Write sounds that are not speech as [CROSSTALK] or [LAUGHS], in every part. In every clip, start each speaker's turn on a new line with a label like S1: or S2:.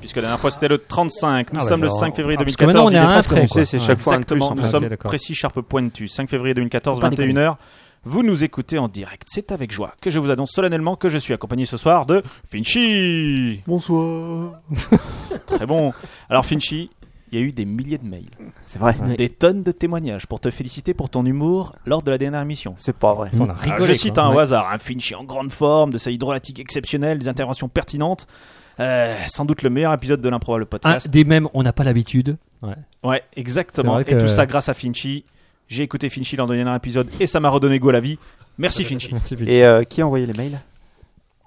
S1: Puisque la dernière fois c'était le 35. Nous
S2: Ah, bah,
S1: sommes le
S2: alors,
S1: 5 février
S2: ah,
S1: 2014.
S2: parce que maintenant, on est
S1: il
S2: à un
S1: presque
S2: près,
S1: annoncé,
S2: quoi.
S1: c'est
S2: Ouais.
S1: chaque fois
S2: Exactement,
S1: un plus. Nous
S2: enfin,
S1: sommes
S2: ok, d'accord.
S1: précis, sharp, pointu. 5 février 2014,
S2: Faut pas déconner.
S1: 21h. Vous nous écoutez en direct. C'est avec joie que je vous annonce solennellement que je suis accompagné ce soir de Finchy.
S2: Bonsoir.
S1: Très bon. Alors Finchy, il y a eu des milliers de mails,
S3: C'est vrai.
S1: des tonnes de témoignages pour te féliciter pour ton humour lors de la dernière émission.
S3: C'est pas vrai.
S2: On a
S1: Alors,
S2: rigolé.
S1: Ah, je cite
S2: quoi.
S1: un au
S2: hein, Ouais.
S1: hasard, un Finch en grande forme, de sa hydrolatique exceptionnelle, des interventions pertinentes. Euh, sans doute le meilleur épisode de l'improbable
S2: Un
S1: podcast.
S2: des mêmes, on n'a pas l'habitude. Ouais.
S1: Ouais, exactement.
S2: C'est vrai
S1: Et
S2: que-
S1: tout ça grâce à Finchy. J'ai écouté Finchy lors de dernier épisode et ça m'a redonné goût à la vie. Merci Finchy.
S3: Et euh, qui a envoyé les mails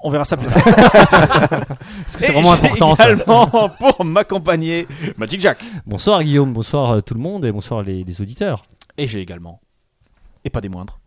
S1: On verra ça plus
S4: [LAUGHS]
S1: tard.
S2: Parce que c'est vraiment important. ça.
S1: Également pour m'accompagner, Magic Jack.
S2: Bonsoir Guillaume, bonsoir euh, tout le monde et bonsoir les, les auditeurs.
S1: Et j'ai également, et pas des moindres,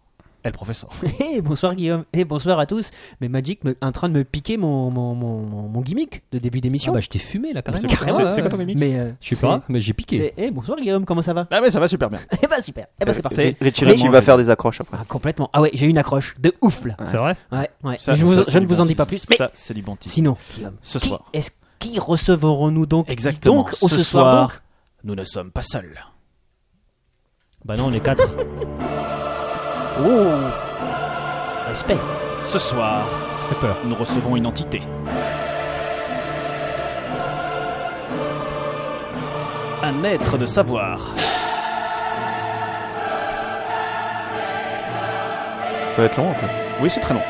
S1: elle professeur.
S4: Hey, Eh, bonsoir Guillaume, et bonsoir à tous. Mais Magic me, en train de me piquer mon, mon, mon, mon- mon gimmick de début
S2: Ah
S4: d'émission.
S2: bah je t'ai fumé là carrément.
S1: C'est c'est-
S2: Ouais, ouais,
S1: c'est quoi
S2: ouais.
S1: ton gimmick
S4: mais euh,
S2: Je sais
S4: c'est-
S2: pas, mais j'ai piqué.
S4: c'est- Hey, bonsoir Guillaume, comment ça va [LAUGHS]
S1: Ah mais ça va super bien.
S4: Eh bah super, eh bah c'est parti.
S1: Euh, C'est
S3: Euh, Richie
S1: vraiment
S3: Rich, il va
S1: génial.
S3: faire des accroches après.
S4: Ah, complètement. Ah ouais, j'ai eu une accroche de ouf là.
S2: C'est vrai
S4: Ouais, ouais.
S1: Ça,
S4: je vous-
S1: ça,
S4: je
S1: c'est
S4: ne vous en
S1: bon.
S4: dis pas plus. Mais
S1: Ça, c'est du bon teasing.
S4: sinon, Guillaume,
S1: Ce
S4: qui
S1: soir.
S4: est-ce qui recevrons-nous donc
S1: Exactement.
S4: Dis Donc, au ce, soir, donc
S1: nous ne sommes pas seuls.
S2: Bah non, on est quatre.
S4: respect.
S1: Ce soir,
S2: Ça fait peur.
S1: nous recevons une entité. Un être de savoir.
S3: Ça va être long en fait.
S1: Oui, c'est très long.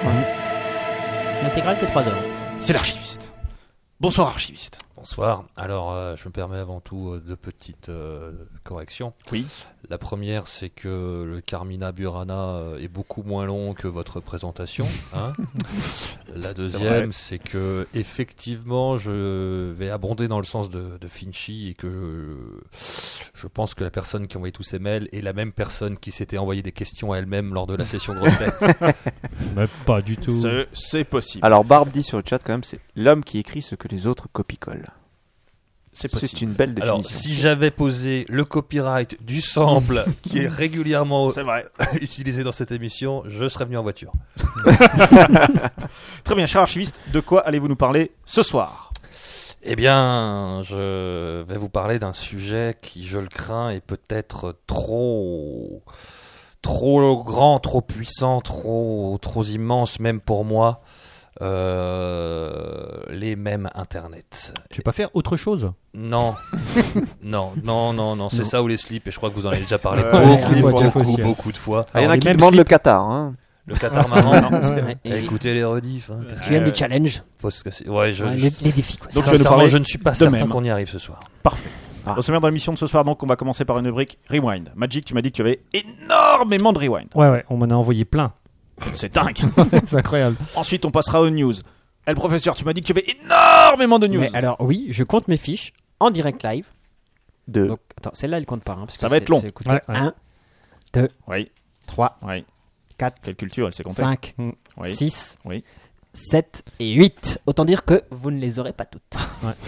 S4: L'intégrale c'est 3 heures.
S1: C'est l'archiviste. Bonsoir, archiviste.
S5: Bonsoir. Alors, euh, je me permets avant tout euh, deux petites euh, corrections.
S1: Oui.
S5: La première, c'est que le Carmina Burana euh, est beaucoup moins long que votre présentation. hein. La deuxième, c'est que effectivement, je vais abonder dans le sens de, de Finchy et que euh, je pense que la personne qui a envoyé tous ces mails est la même personne qui s'était envoyé des questions à elle-même lors de la session de respect.
S2: Mais pas du tout.
S1: C'est- Euh, C'est possible.
S3: Alors Barb dit sur le chat quand même, c'est l'homme qui écrit ce que les autres copie-collent.
S1: C'est
S3: C'est
S1: possible.
S3: une belle définition.
S5: Alors, si j'avais posé le copyright du sample qui est régulièrement
S1: C'est vrai.
S5: [LAUGHS] utilisé dans cette émission, je serais venu en voiture.
S1: Très bien, cher archiviste, de quoi allez-vous nous parler ce soir
S5: Eh bien, je vais vous parler d'un sujet qui, je le crains, est peut-être trop, trop grand, trop puissant, trop, trop immense, même pour moi. Euh, les mêmes Internet.
S2: Tu peux pas faire autre chose
S5: Non, non, non, non, non. C'est ça ou les slips. Et je crois que vous en avez déjà parlé
S1: Ouais,
S2: les
S5: beaucoup,
S2: slips, ouais,
S5: beaucoup,
S2: fois aussi, ouais.
S5: beaucoup de fois.
S3: Ah, il y en
S2: alors,
S3: a
S2: les
S3: qui
S2: mêmes
S3: demandent
S2: slips-
S3: le Qatar. Hein.
S5: Le
S4: [LAUGHS]
S5: Qatar marrant.
S1: Non, c'est
S4: Ouais,
S5: Eh,
S4: et-
S5: Écoutez les rediffs. hein, qu'est-ce
S4: Tu aimes les challenges
S5: que- parce que c'est- ouais, je,
S4: Ouais,
S5: je-
S4: les, les défis quoi.
S1: euh, Donc, je
S4: C'est
S1: vais nous
S5: sincèrement,
S1: parler
S5: je ne suis pas
S1: de
S5: certain
S1: même.
S5: qu'on y arrive ce soir.
S3: Ah.
S1: Au sommaire de l'émission de ce soir, donc, on va commencer par une rubrique Rewind. Magic, tu m'as dit que tu avais énormément de Rewind.
S2: Ouais, ouais, on m'en a envoyé plein.
S1: C'est dingue.
S2: [LAUGHS] c'est incroyable.
S1: [LAUGHS] Ensuite, on passera aux news. Eh, le professeur, tu m'as dit que tu avais énormément de news.
S4: Mais alors oui, je compte mes fiches en direct live.
S3: De...
S4: Donc attends, celle-là elle compte pas hein, parce
S1: Ça
S4: que
S1: va
S4: c'est-
S1: être long.
S4: c'est coûteux.
S2: Ouais, ouais.
S4: Un,
S1: Oui,
S4: 3,
S1: oui.
S4: 4,
S1: Quelle culture, elle s'est comptée.
S4: 5,
S2: Mm.
S1: Oui.
S4: 6,
S1: Oui.
S4: 7 et 8. Autant dire que vous ne les aurez pas [LAUGHS] toutes.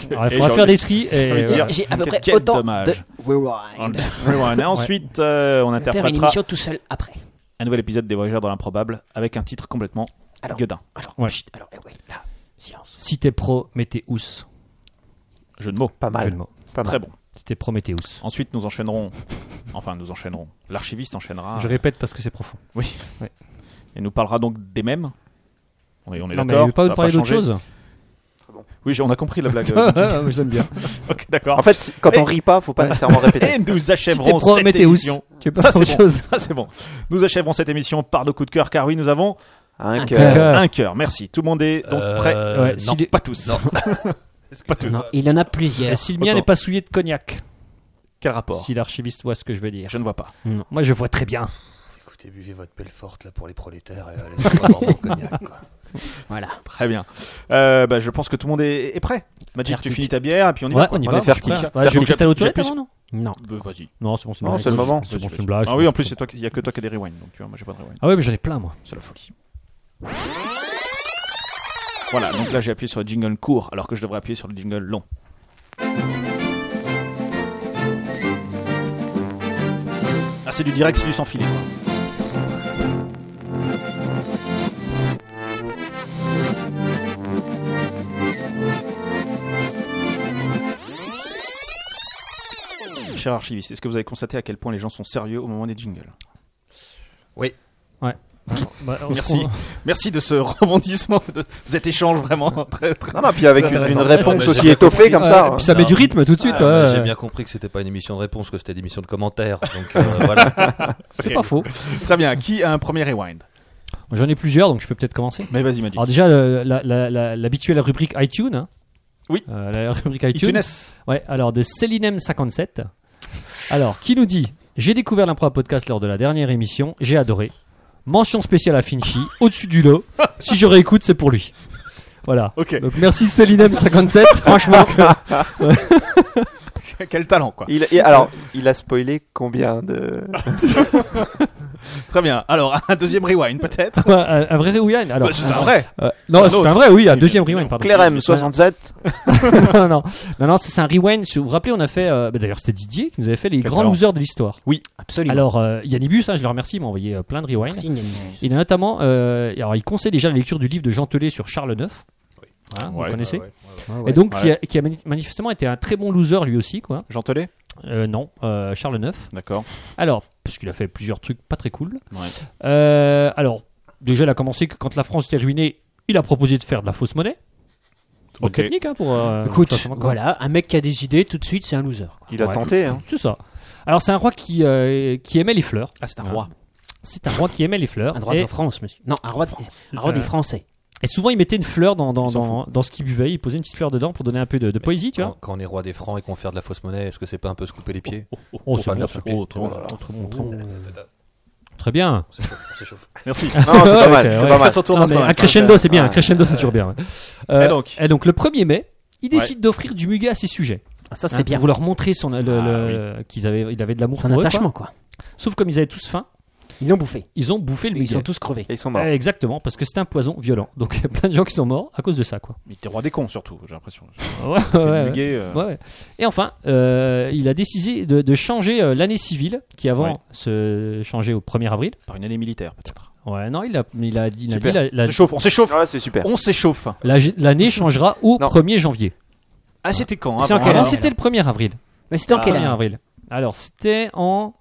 S2: Alors, il
S1: Et
S2: faudra
S1: j'ai
S2: faire des skis.
S1: j'ai envie
S2: Et, euh,
S1: de dire-
S2: ouais.
S4: J'ai à peu
S1: Quel-
S4: près
S1: quel
S4: autant de
S1: dommage.
S4: rewind.
S2: [LAUGHS]
S1: Rewind. Et ensuite, euh, on
S4: Je vais Faire une
S1: interprétera
S4: émission tout seul après.
S1: un nouvel épisode des Voyageurs dans l'improbable avec un titre complètement
S4: Alors.
S1: gueudin.
S4: Alors,
S2: Ouais.
S4: chut, alors eh oui, là, silence.
S2: Si t'es pro, Météus.
S1: Jeu de mots.
S3: Pas
S2: Jeu de
S3: mal.
S2: mots.
S3: Pas mal.
S1: Très bon.
S2: Si t'es pro, Météus.
S1: Ensuite, nous enchaînerons. [LAUGHS] Enfin, nous enchaînerons. L'archiviste enchaînera
S2: Je répète parce que c'est profond.
S1: et nous parlera donc des mêmes. Oui, on est
S2: Non, mais
S1: d'accord.
S2: pas
S1: ça va [LAUGHS]
S2: parler d'autre
S1: changer.
S2: chose
S1: Oui, j'ai- on a compris la
S2: [LAUGHS]
S1: blague.
S2: Ah,
S1: euh,
S2: ah, ah, moi, je l'aime bien.
S1: ok, d'accord.
S3: En fait, c'est- quand on rit pas, faut pas nécessairement répéter.
S1: [LAUGHS] et nous
S2: C'était
S1: achèverons cette
S2: Prometheus.
S1: émission. [LAUGHS]
S2: Tu peux
S1: Ça,
S2: pas
S1: c'est
S2: autre
S1: bon.
S2: chose.
S1: Ça, c'est bon. Nous achèverons cette émission par nos coups de cœur, car oui, nous avons
S3: Un
S2: cœur.
S3: cœur.
S2: cœur.
S1: un cœur. Merci. Tout le monde est donc
S5: Euh,
S1: prêt.
S5: ouais,
S1: non,
S5: non.
S1: pas tous.
S5: Non.
S1: pas tous.
S4: Non, il en a plusieurs.
S2: Et si le mien
S1: Autant.
S2: Eh, n'est pas souillé de cognac,
S1: Quel rapport
S2: si l'archiviste voit ce que je veux dire.
S1: Je ne vois pas.
S2: Moi, je vois très bien.
S5: Écoutez, buvez votre pelle forte là pour les prolétaires et allez voir cognac. [LAUGHS] Quoi.
S1: Très bien. Euh, bah, je pense que tout le monde est, est prêt. Magic, tu
S2: Fertig.
S1: finis ta bière et puis on y
S2: ouais,
S1: va. quoi.
S2: on y
S3: On
S2: va.
S3: est fertig.
S2: je suis prêt. Ouais, je
S1: Fertig.
S2: vais peut-être aller aux
S1: J'appuie
S2: toilettes avant,
S1: sur-
S2: non
S4: Non.
S1: Euh, Vas-y.
S2: Non, c'est bon, c'est
S3: Non,
S2: bon.
S3: c'est le moment.
S2: C'est bon, c'est une blague.
S1: Ah oui, en plus, c'est toi qui- il y a que toi qui a des rewinds, donc tu vois, moi j'ai pas de rewind.
S2: Ah oui, mais j'en ai plein, moi.
S1: C'est la folie. Voilà, donc là j'ai appuyé sur le jingle court alors que je devrais appuyer sur le jingle long. Ah, c'est du direct, c'est du sans filet. quoi. Cher archiviste, est-ce que vous avez constaté à quel point les gens sont sérieux au moment des jingles Merci. Merci de ce [LAUGHS] rebondissement, de cet échange vraiment très très.
S3: Non, non, puis avec une,
S1: Intéressant.
S3: une réponse
S5: Ouais,
S3: aussi
S5: j'ai-
S3: étoffée comme ça. hein.
S2: Puis ça met
S5: Non.
S2: du rythme tout de suite.
S5: Ah, bah,
S2: ouais.
S5: J'ai bien compris que c'était pas une émission de réponse, que c'était une émission de commentaires. Donc euh, [LAUGHS] voilà.
S2: C'est pas faux.
S1: Très bien, qui a un premier rewind
S2: J'en ai plusieurs, donc je peux peut-être commencer.
S1: Mais vas-y, Magic.
S2: Alors déjà, le- la- la- la- l'habituelle rubrique iTunes. hein.
S1: Oui.
S2: Euh, la rubrique iTunes.
S1: iTunes.
S2: Ouais, alors de Selinem57. Alors, qui nous dit J'ai découvert l'impro à podcast lors de la dernière émission, j'ai adoré. Mention spéciale à Finchy, au-dessus du lot. Si je réécoute, c'est pour lui. Voilà.
S1: Ok,
S2: Donc merci Selinem57. Franchement,
S1: [LAUGHS] quel talent quoi.
S3: Il, et alors, il a spoilé combien
S1: [LAUGHS]
S3: de.
S1: Très bien, alors un deuxième rewind peut-être
S2: un, [LAUGHS] un vrai rewind. Alors,
S1: Bah, C'est un vrai
S2: euh, non,
S1: un
S2: c'est
S1: autre.
S2: un vrai, oui, un
S1: Oui,
S2: deuxième
S1: bien
S2: rewind, pardon.
S3: Clérem 67.
S2: [LAUGHS] non, non, non, non, c'est c'est un rewind. Si vous vous rappelez, on a fait. euh, bah, D'ailleurs, c'était Didier qui nous avait fait les
S1: Quel
S2: grands
S1: talent.
S2: losers de l'histoire.
S1: Oui,
S2: absolument. Alors, euh, Yannibus, hein, je le remercie, il m'a envoyé euh, plein de rewinds.
S4: Signe.
S2: Il a notamment, euh, alors il conseille déjà la lecture du livre de Jean Telet sur Charles IX. Hein, vous
S1: Ouais.
S2: connaissez.
S5: Ouais, ouais, ouais, ouais.
S2: Et donc,
S1: Ouais.
S2: qui, a, qui a mani- manifestement été un très bon loser lui aussi, quoi.
S1: Jean Telet
S2: Euh, non, euh, Charles IX.
S1: D'accord.
S2: Alors, parce qu'il a fait plusieurs trucs pas très cool.
S1: Ouais.
S2: Euh, alors, déjà, il a commencé que quand la France était ruinée, il a proposé de faire de la fausse monnaie. Bonne
S1: Ok.
S2: technique, hein, pour. euh, pour
S4: Écoute,
S2: faire comme-
S4: voilà, un mec qui a des idées, tout de suite, c'est un loser. quoi.
S3: Il a
S2: Ouais.
S3: tenté, hein.
S2: C'est ça. Alors, c'est un roi qui, euh, qui aimait les fleurs.
S4: Ah, c'est un roi.
S2: C'est un roi qui aimait les fleurs.
S4: Un roi
S2: et,
S4: de France, monsieur. Non, un roi, de, un roi des
S2: Euh,
S4: Français.
S2: et souvent, il mettait une fleur dans, dans,
S1: Il s'en
S2: dans, dans ce qu'il buvait. Il posait une petite fleur dedans pour donner un peu de, de poésie, tu vois.
S5: Quand, quand on est roi des francs et qu'on fait de la fausse monnaie, est-ce que c'est pas un peu se couper les pieds
S2: Oh,
S5: Faut
S2: c'est
S5: pas
S2: bon,
S5: le
S2: ça.
S5: faire.
S2: Oh, très bon,
S5: Voilà.
S2: très bon, très bon. Très bien.
S5: On s'échauffe, on s'échauffe.
S1: Merci. [LAUGHS]
S3: Non, c'est
S2: Ouais,
S3: pas mal.
S2: c'est
S3: C'est
S2: vrai.
S3: pas mal.
S1: Ça tourne
S2: Non,
S1: à ce
S2: mais
S1: moment-là.
S2: un crescendo, c'est bien. Un
S3: Ouais.
S2: crescendo, c'est toujours bien. ouais. Euh,
S1: Et donc
S2: et donc, le 1er mai, il décide d'offrir du muguet à ses sujets.
S4: Ça,
S2: hein,
S4: c'est bien.
S2: Pour leur montrer son, le- le- qu'il avait, il avait de l'amour
S4: Son
S2: pour eux.
S4: attachement, quoi.
S2: quoi. Sauf comme ils avaient tous faim,
S4: Ils l'ont bouffé.
S2: ils ont bouffé le
S4: Ils
S2: muguet.
S4: sont tous crevés.
S3: Et Ils sont morts.
S2: Euh, Exactement, parce que c'est un poison violent. Donc, il y a plein de gens qui sont morts à cause de ça, quoi.
S1: Mais t'es roi des cons surtout, j'ai l'impression.
S2: Ouais,
S1: Fais
S2: ouais,
S1: le
S2: ouais.
S1: muguet, euh,
S2: Ouais, ouais. Et enfin, euh, il a décidé de, de changer euh, l'année civile, qui avant
S1: Ouais.
S2: se changeait au 1er avril.
S1: Par une année militaire peut-être.
S2: Ouais, non, il a, il a, il a dit
S1: Super.
S2: la-
S1: On
S2: la-
S1: s'échauffe, on s'échauffe
S3: Ouais, c'est super.
S1: On s'échauffe
S2: la- l'année changera au
S3: Non.
S2: 1er janvier.
S1: Ah, c'était quand
S4: C'est
S1: avant
S4: en
S2: Alors,
S4: quelle
S1: alors
S4: année
S2: c'était le 1er avril.
S4: Mais c'était en
S1: Ah,
S4: quelle
S2: 1er
S4: année
S2: avril. Alors, c'était en.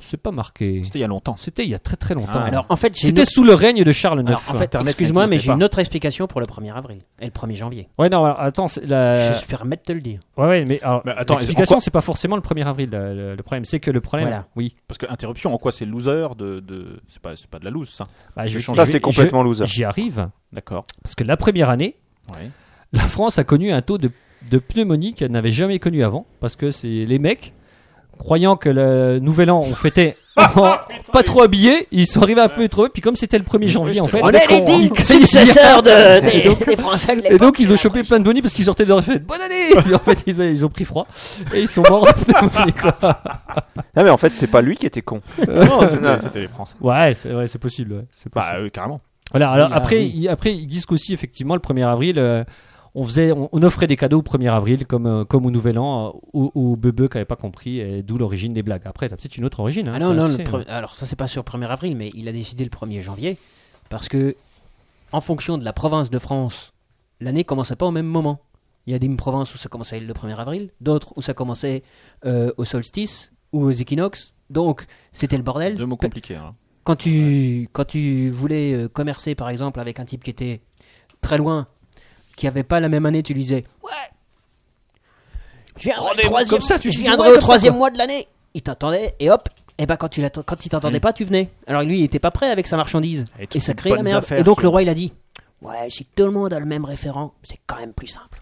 S2: C'est pas marqué.
S1: C'était il y a longtemps.
S2: C'était il y a très très longtemps.
S1: Ah,
S4: Alors, en fait, j'ai une
S2: c'était sous le règne de Charles IX.
S4: Alors, en fait,
S1: Internet
S4: excuse-moi, mais
S1: n'existait
S4: j'ai
S1: pas.
S4: une autre explication pour le 1er avril et le 1er janvier.
S2: Ouais, non, alors, attends, c'est la...
S4: J'espère permettre de te le dire.
S2: Ouais, ouais, mais alors,
S1: Mais attends,
S2: l'explication,
S1: en quoi-
S2: c'est pas forcément le 1er avril. là, Le, le problème, c'est que le problème.
S4: Voilà.
S2: Oui.
S1: Parce que interruption, en quoi c'est loser de. de... C'est pas, c'est pas de la loose ça.
S2: Bah,
S1: Ça,
S3: Ça,
S1: je-
S3: c'est complètement loser.
S2: J'y arrive.
S1: D'accord.
S2: Parce que la première année,
S1: Ouais.
S2: la France a connu un taux de, de pneumonie qu'elle n'avait jamais connu avant. Parce que c'est les mecs, croyant que le nouvel an, on fêtait en- pas trop habillés, ils sont arrivés un peu trop. Puis comme c'était le 1er janvier, en fait.
S4: On est les dignes successeurs de, des, des Français de
S2: Et
S4: l'époque,
S2: donc ils ont
S4: j'ai
S2: chopé
S4: l'impression.
S2: plein de bonnies parce qu'ils sortaient de leur fête. Bonne année [LAUGHS] Et puis, En fait ils, ils ont pris froid et ils sont morts [LAUGHS] de pneumonie, quoi.
S3: Non, mais en fait, c'est pas lui qui était con.
S1: [LAUGHS] Non, c'était c'était les Français.
S2: Ouais, c'est ouais, c'est possible. ouais, c'est possible.
S1: Bah, euh, carrément.
S2: Voilà, alors
S4: Oui, là,
S2: après,
S4: oui.
S2: ils- après, ils disent qu'aussi, effectivement, le 1er avril, euh, on, faisait, on, on offrait des cadeaux au 1er avril, comme, euh, comme au Nouvel An, euh, aux, aux bebeux qui n'avaient pas compris, et d'où l'origine des blagues. Après, t'as peut-être une autre origine. hein,
S4: Ah
S2: ça,
S4: non, non,
S2: tu
S4: le
S2: sais.
S4: pre- alors ça c'est pas sur le 1er avril, mais il a décidé le 1er janvier parce que en fonction de la province de France, l'année commençait pas au même moment. Il y a des provinces où ça commençait le 1er avril, d'autres où ça commençait euh, au solstice ou aux équinoxes. Donc c'était le bordel.
S1: Deux mots
S4: Pe-
S1: compliqués. hein.
S4: quand tu, quand tu voulais euh, commercer par exemple avec un type qui était très loin qui n'avaient pas la même année, tu lui disais Ouais, je viendrai au troisième-
S2: comme ça, tu
S4: je
S2: disais,
S4: viendrai
S2: ouais,
S4: au
S2: comme ça,
S4: troisième mois de l'année. Il t'attendait et hop. Et ben quand, tu l'attend- quand il t'entendait pas, tu venais. Alors lui, il était pas prêt avec sa marchandise.
S1: Et
S4: Et,
S1: toutes ces
S4: ça crée la
S1: bonnes
S4: merde.
S1: affaires
S4: Et donc
S1: qui-
S4: le roi, il a dit Ouais, si tout le monde a le même référent, c'est quand même plus simple.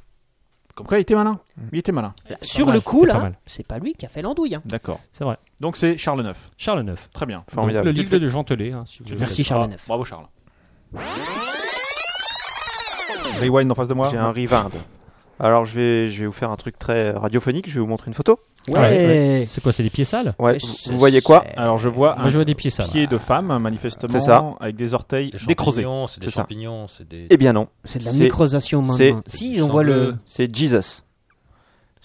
S1: Comme quoi, il était malin. Il était malin.
S4: Là, Sur
S2: mal,
S4: le coup,
S2: c'est pas
S4: là,
S2: mal.
S4: c'est pas lui qui a fait l'andouille. hein.
S1: D'accord.
S2: C'est vrai.
S1: Donc c'est Charles IX.
S2: Charles IX.
S1: Très bien.
S3: Formidable.
S2: Le livre de Jean Telet. hein, si vous voulez.
S4: Merci Charles IX.
S1: Bravo Charles. Rewind en face de moi.
S3: J'ai un rewind. Alors je vais, je vais vous faire un truc très radiophonique, je vais vous montrer une photo.
S4: Ouais.
S2: ouais. C'est quoi C'est des pieds sales
S3: Ouais,
S4: Je
S3: vous, vous voyez quoi
S4: sais.
S1: Alors je vois
S4: Ah.
S2: Moi,
S1: un
S2: je vois des pieds sales.
S1: pied de femme, manifestement,
S3: C'est ça.
S1: avec des orteils
S5: Des
S1: décrosés.
S5: champignons, c'est des
S3: C'est ça.
S5: champignons, c'est des.
S3: Eh bien non,
S4: C'est de la
S3: C'est-
S4: microsation maintenant.
S3: c'est-
S4: Si, on voit le.
S3: c'est Jesus.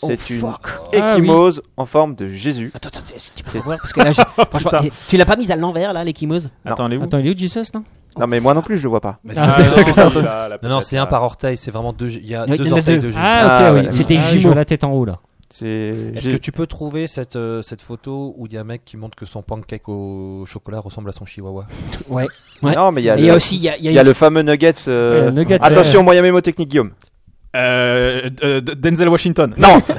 S4: Oh,
S3: C'est une
S4: fuck.
S2: Ah, oui.
S3: échymose en forme de Jésus.
S4: Attends, attends, est-ce que tu peux voir parce que là, j'ai- franchement,
S1: Putain.
S4: tu l'as pas mise à l'envers là, l'équimeuse.
S1: Attends, elle est où
S2: Attends, il est où Jesus là
S3: Non mais moi non plus je le vois pas.
S5: Mais
S2: Ah,
S5: [LAUGHS] c'est-
S2: d'accord.
S5: non,
S1: ça,
S5: c'est-
S1: la- la
S5: Non, non,
S1: pochette,
S5: c'est un
S1: là.
S5: par orteil, c'est vraiment deux. Il y a
S4: Il y en
S5: deux
S4: a
S5: orteils
S4: deux.
S5: de Jésus.
S2: Ah,
S3: Ah,
S2: ok,
S3: voilà.
S2: oui.
S4: C'était
S2: Ah, oui,
S4: jumeau.
S2: Je vois la tête en haut là.
S3: C'est
S5: Est-ce que tu peux trouver cette, euh, cette photo où il y a un mec qui montre que son pancake au chocolat ressemble à son chihuahua
S4: Ouais. Ouais.
S3: Non mais il y
S4: Et
S3: a
S4: il y a
S3: le,
S4: aussi, il y a, il y a
S3: il y a
S4: une-
S3: le fameux nuggets. euh,
S2: Ouais, le nugget,
S3: Attention moyen mémotechnique Guillaume.
S1: Euh, euh, D- Denzel Washington.
S3: Non,
S1: Euh,
S2: Quoi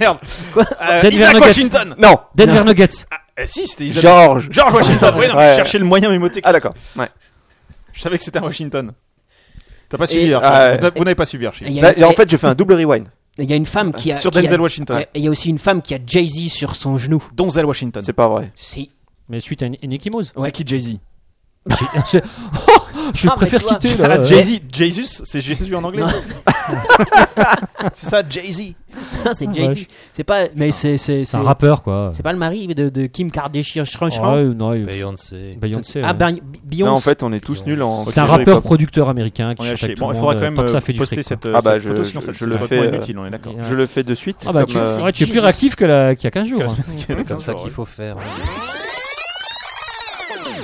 S1: merde. Euh,
S2: Denver
S1: Isaac
S2: Nuggets.
S1: Washington.
S3: non.
S2: Denver Nuggets.
S1: Eh, si, c'était Isaac.
S3: George.
S1: George Washington. Oui, non,
S3: Ouais.
S1: je cherchais le moyen mémotechnique.
S3: Ah d'accord. Ouais.
S1: Je savais que c'était un Washington. T'as pas suivi,
S4: Et-
S1: Archie.
S3: Ah, ouais.
S1: Vous n'avez- Vous n'avez pas suivi,
S4: il
S1: Archie.
S4: y a
S3: Là,
S4: une-
S3: Bah, en fait, je fais un double rewind.
S4: il y a une femme qui a.
S1: Sur
S4: qui a-
S1: Denzel Washington.
S4: Ouais, Il y a aussi une femme qui a Jay-Z sur son genou.
S1: Denzel Washington.
S3: C'est pas vrai.
S4: Si.
S2: Mais suite à une, une échymose.
S1: C'est qui Jay-Z
S2: C'est- Oh, je
S4: Ah, mais
S2: préfère
S4: tu vois.
S1: [LAUGHS]
S2: quitter
S1: Ah,
S2: là.
S1: Jay-Z, Jesus, c'est Jésus en anglais. c'est ça, Jay-Z.
S4: [LAUGHS] c'est Jay-Z.
S2: Ouais.
S4: C'est pas. Mais c'est c'est
S2: C'est
S4: c'est
S2: un rappeur quoi.
S4: c'est pas le mari de, de Kim Kardashian.
S2: Ouais, non, il-
S5: Beyoncé.
S2: Beyoncé.
S4: Ah
S2: ouais.
S4: ben Beyoncé.
S3: Non, en fait, on est tous nuls en.
S2: C'est un
S3: culture
S2: rappeur
S3: hip-hop.
S2: producteur américain qui
S1: On est à
S2: chante
S1: chier.
S2: avec
S1: Bon,
S2: tout
S1: il
S2: le
S1: faudra
S2: monde,
S1: quand même
S2: tant que ça
S1: euh,
S2: fait du
S1: poster
S2: fric, quoi.
S1: cette,
S3: Ah bah,
S1: cette
S3: je-
S1: photo,
S3: je-
S1: sinon ça-
S3: je
S1: c'est
S3: le
S1: complètement
S3: fais, euh,
S1: inutile, on est
S2: [LAUGHS]
S1: d'accord.
S2: Et, euh,
S3: Je le fais de suite.
S2: Ah bah
S3: comme,
S2: tu-
S3: euh,
S2: c'est vrai, tu es plus
S4: Jesus.
S2: réactif que la- qu'il y a 15 jours. hein.
S5: C'est comme ça qu'il faut faire.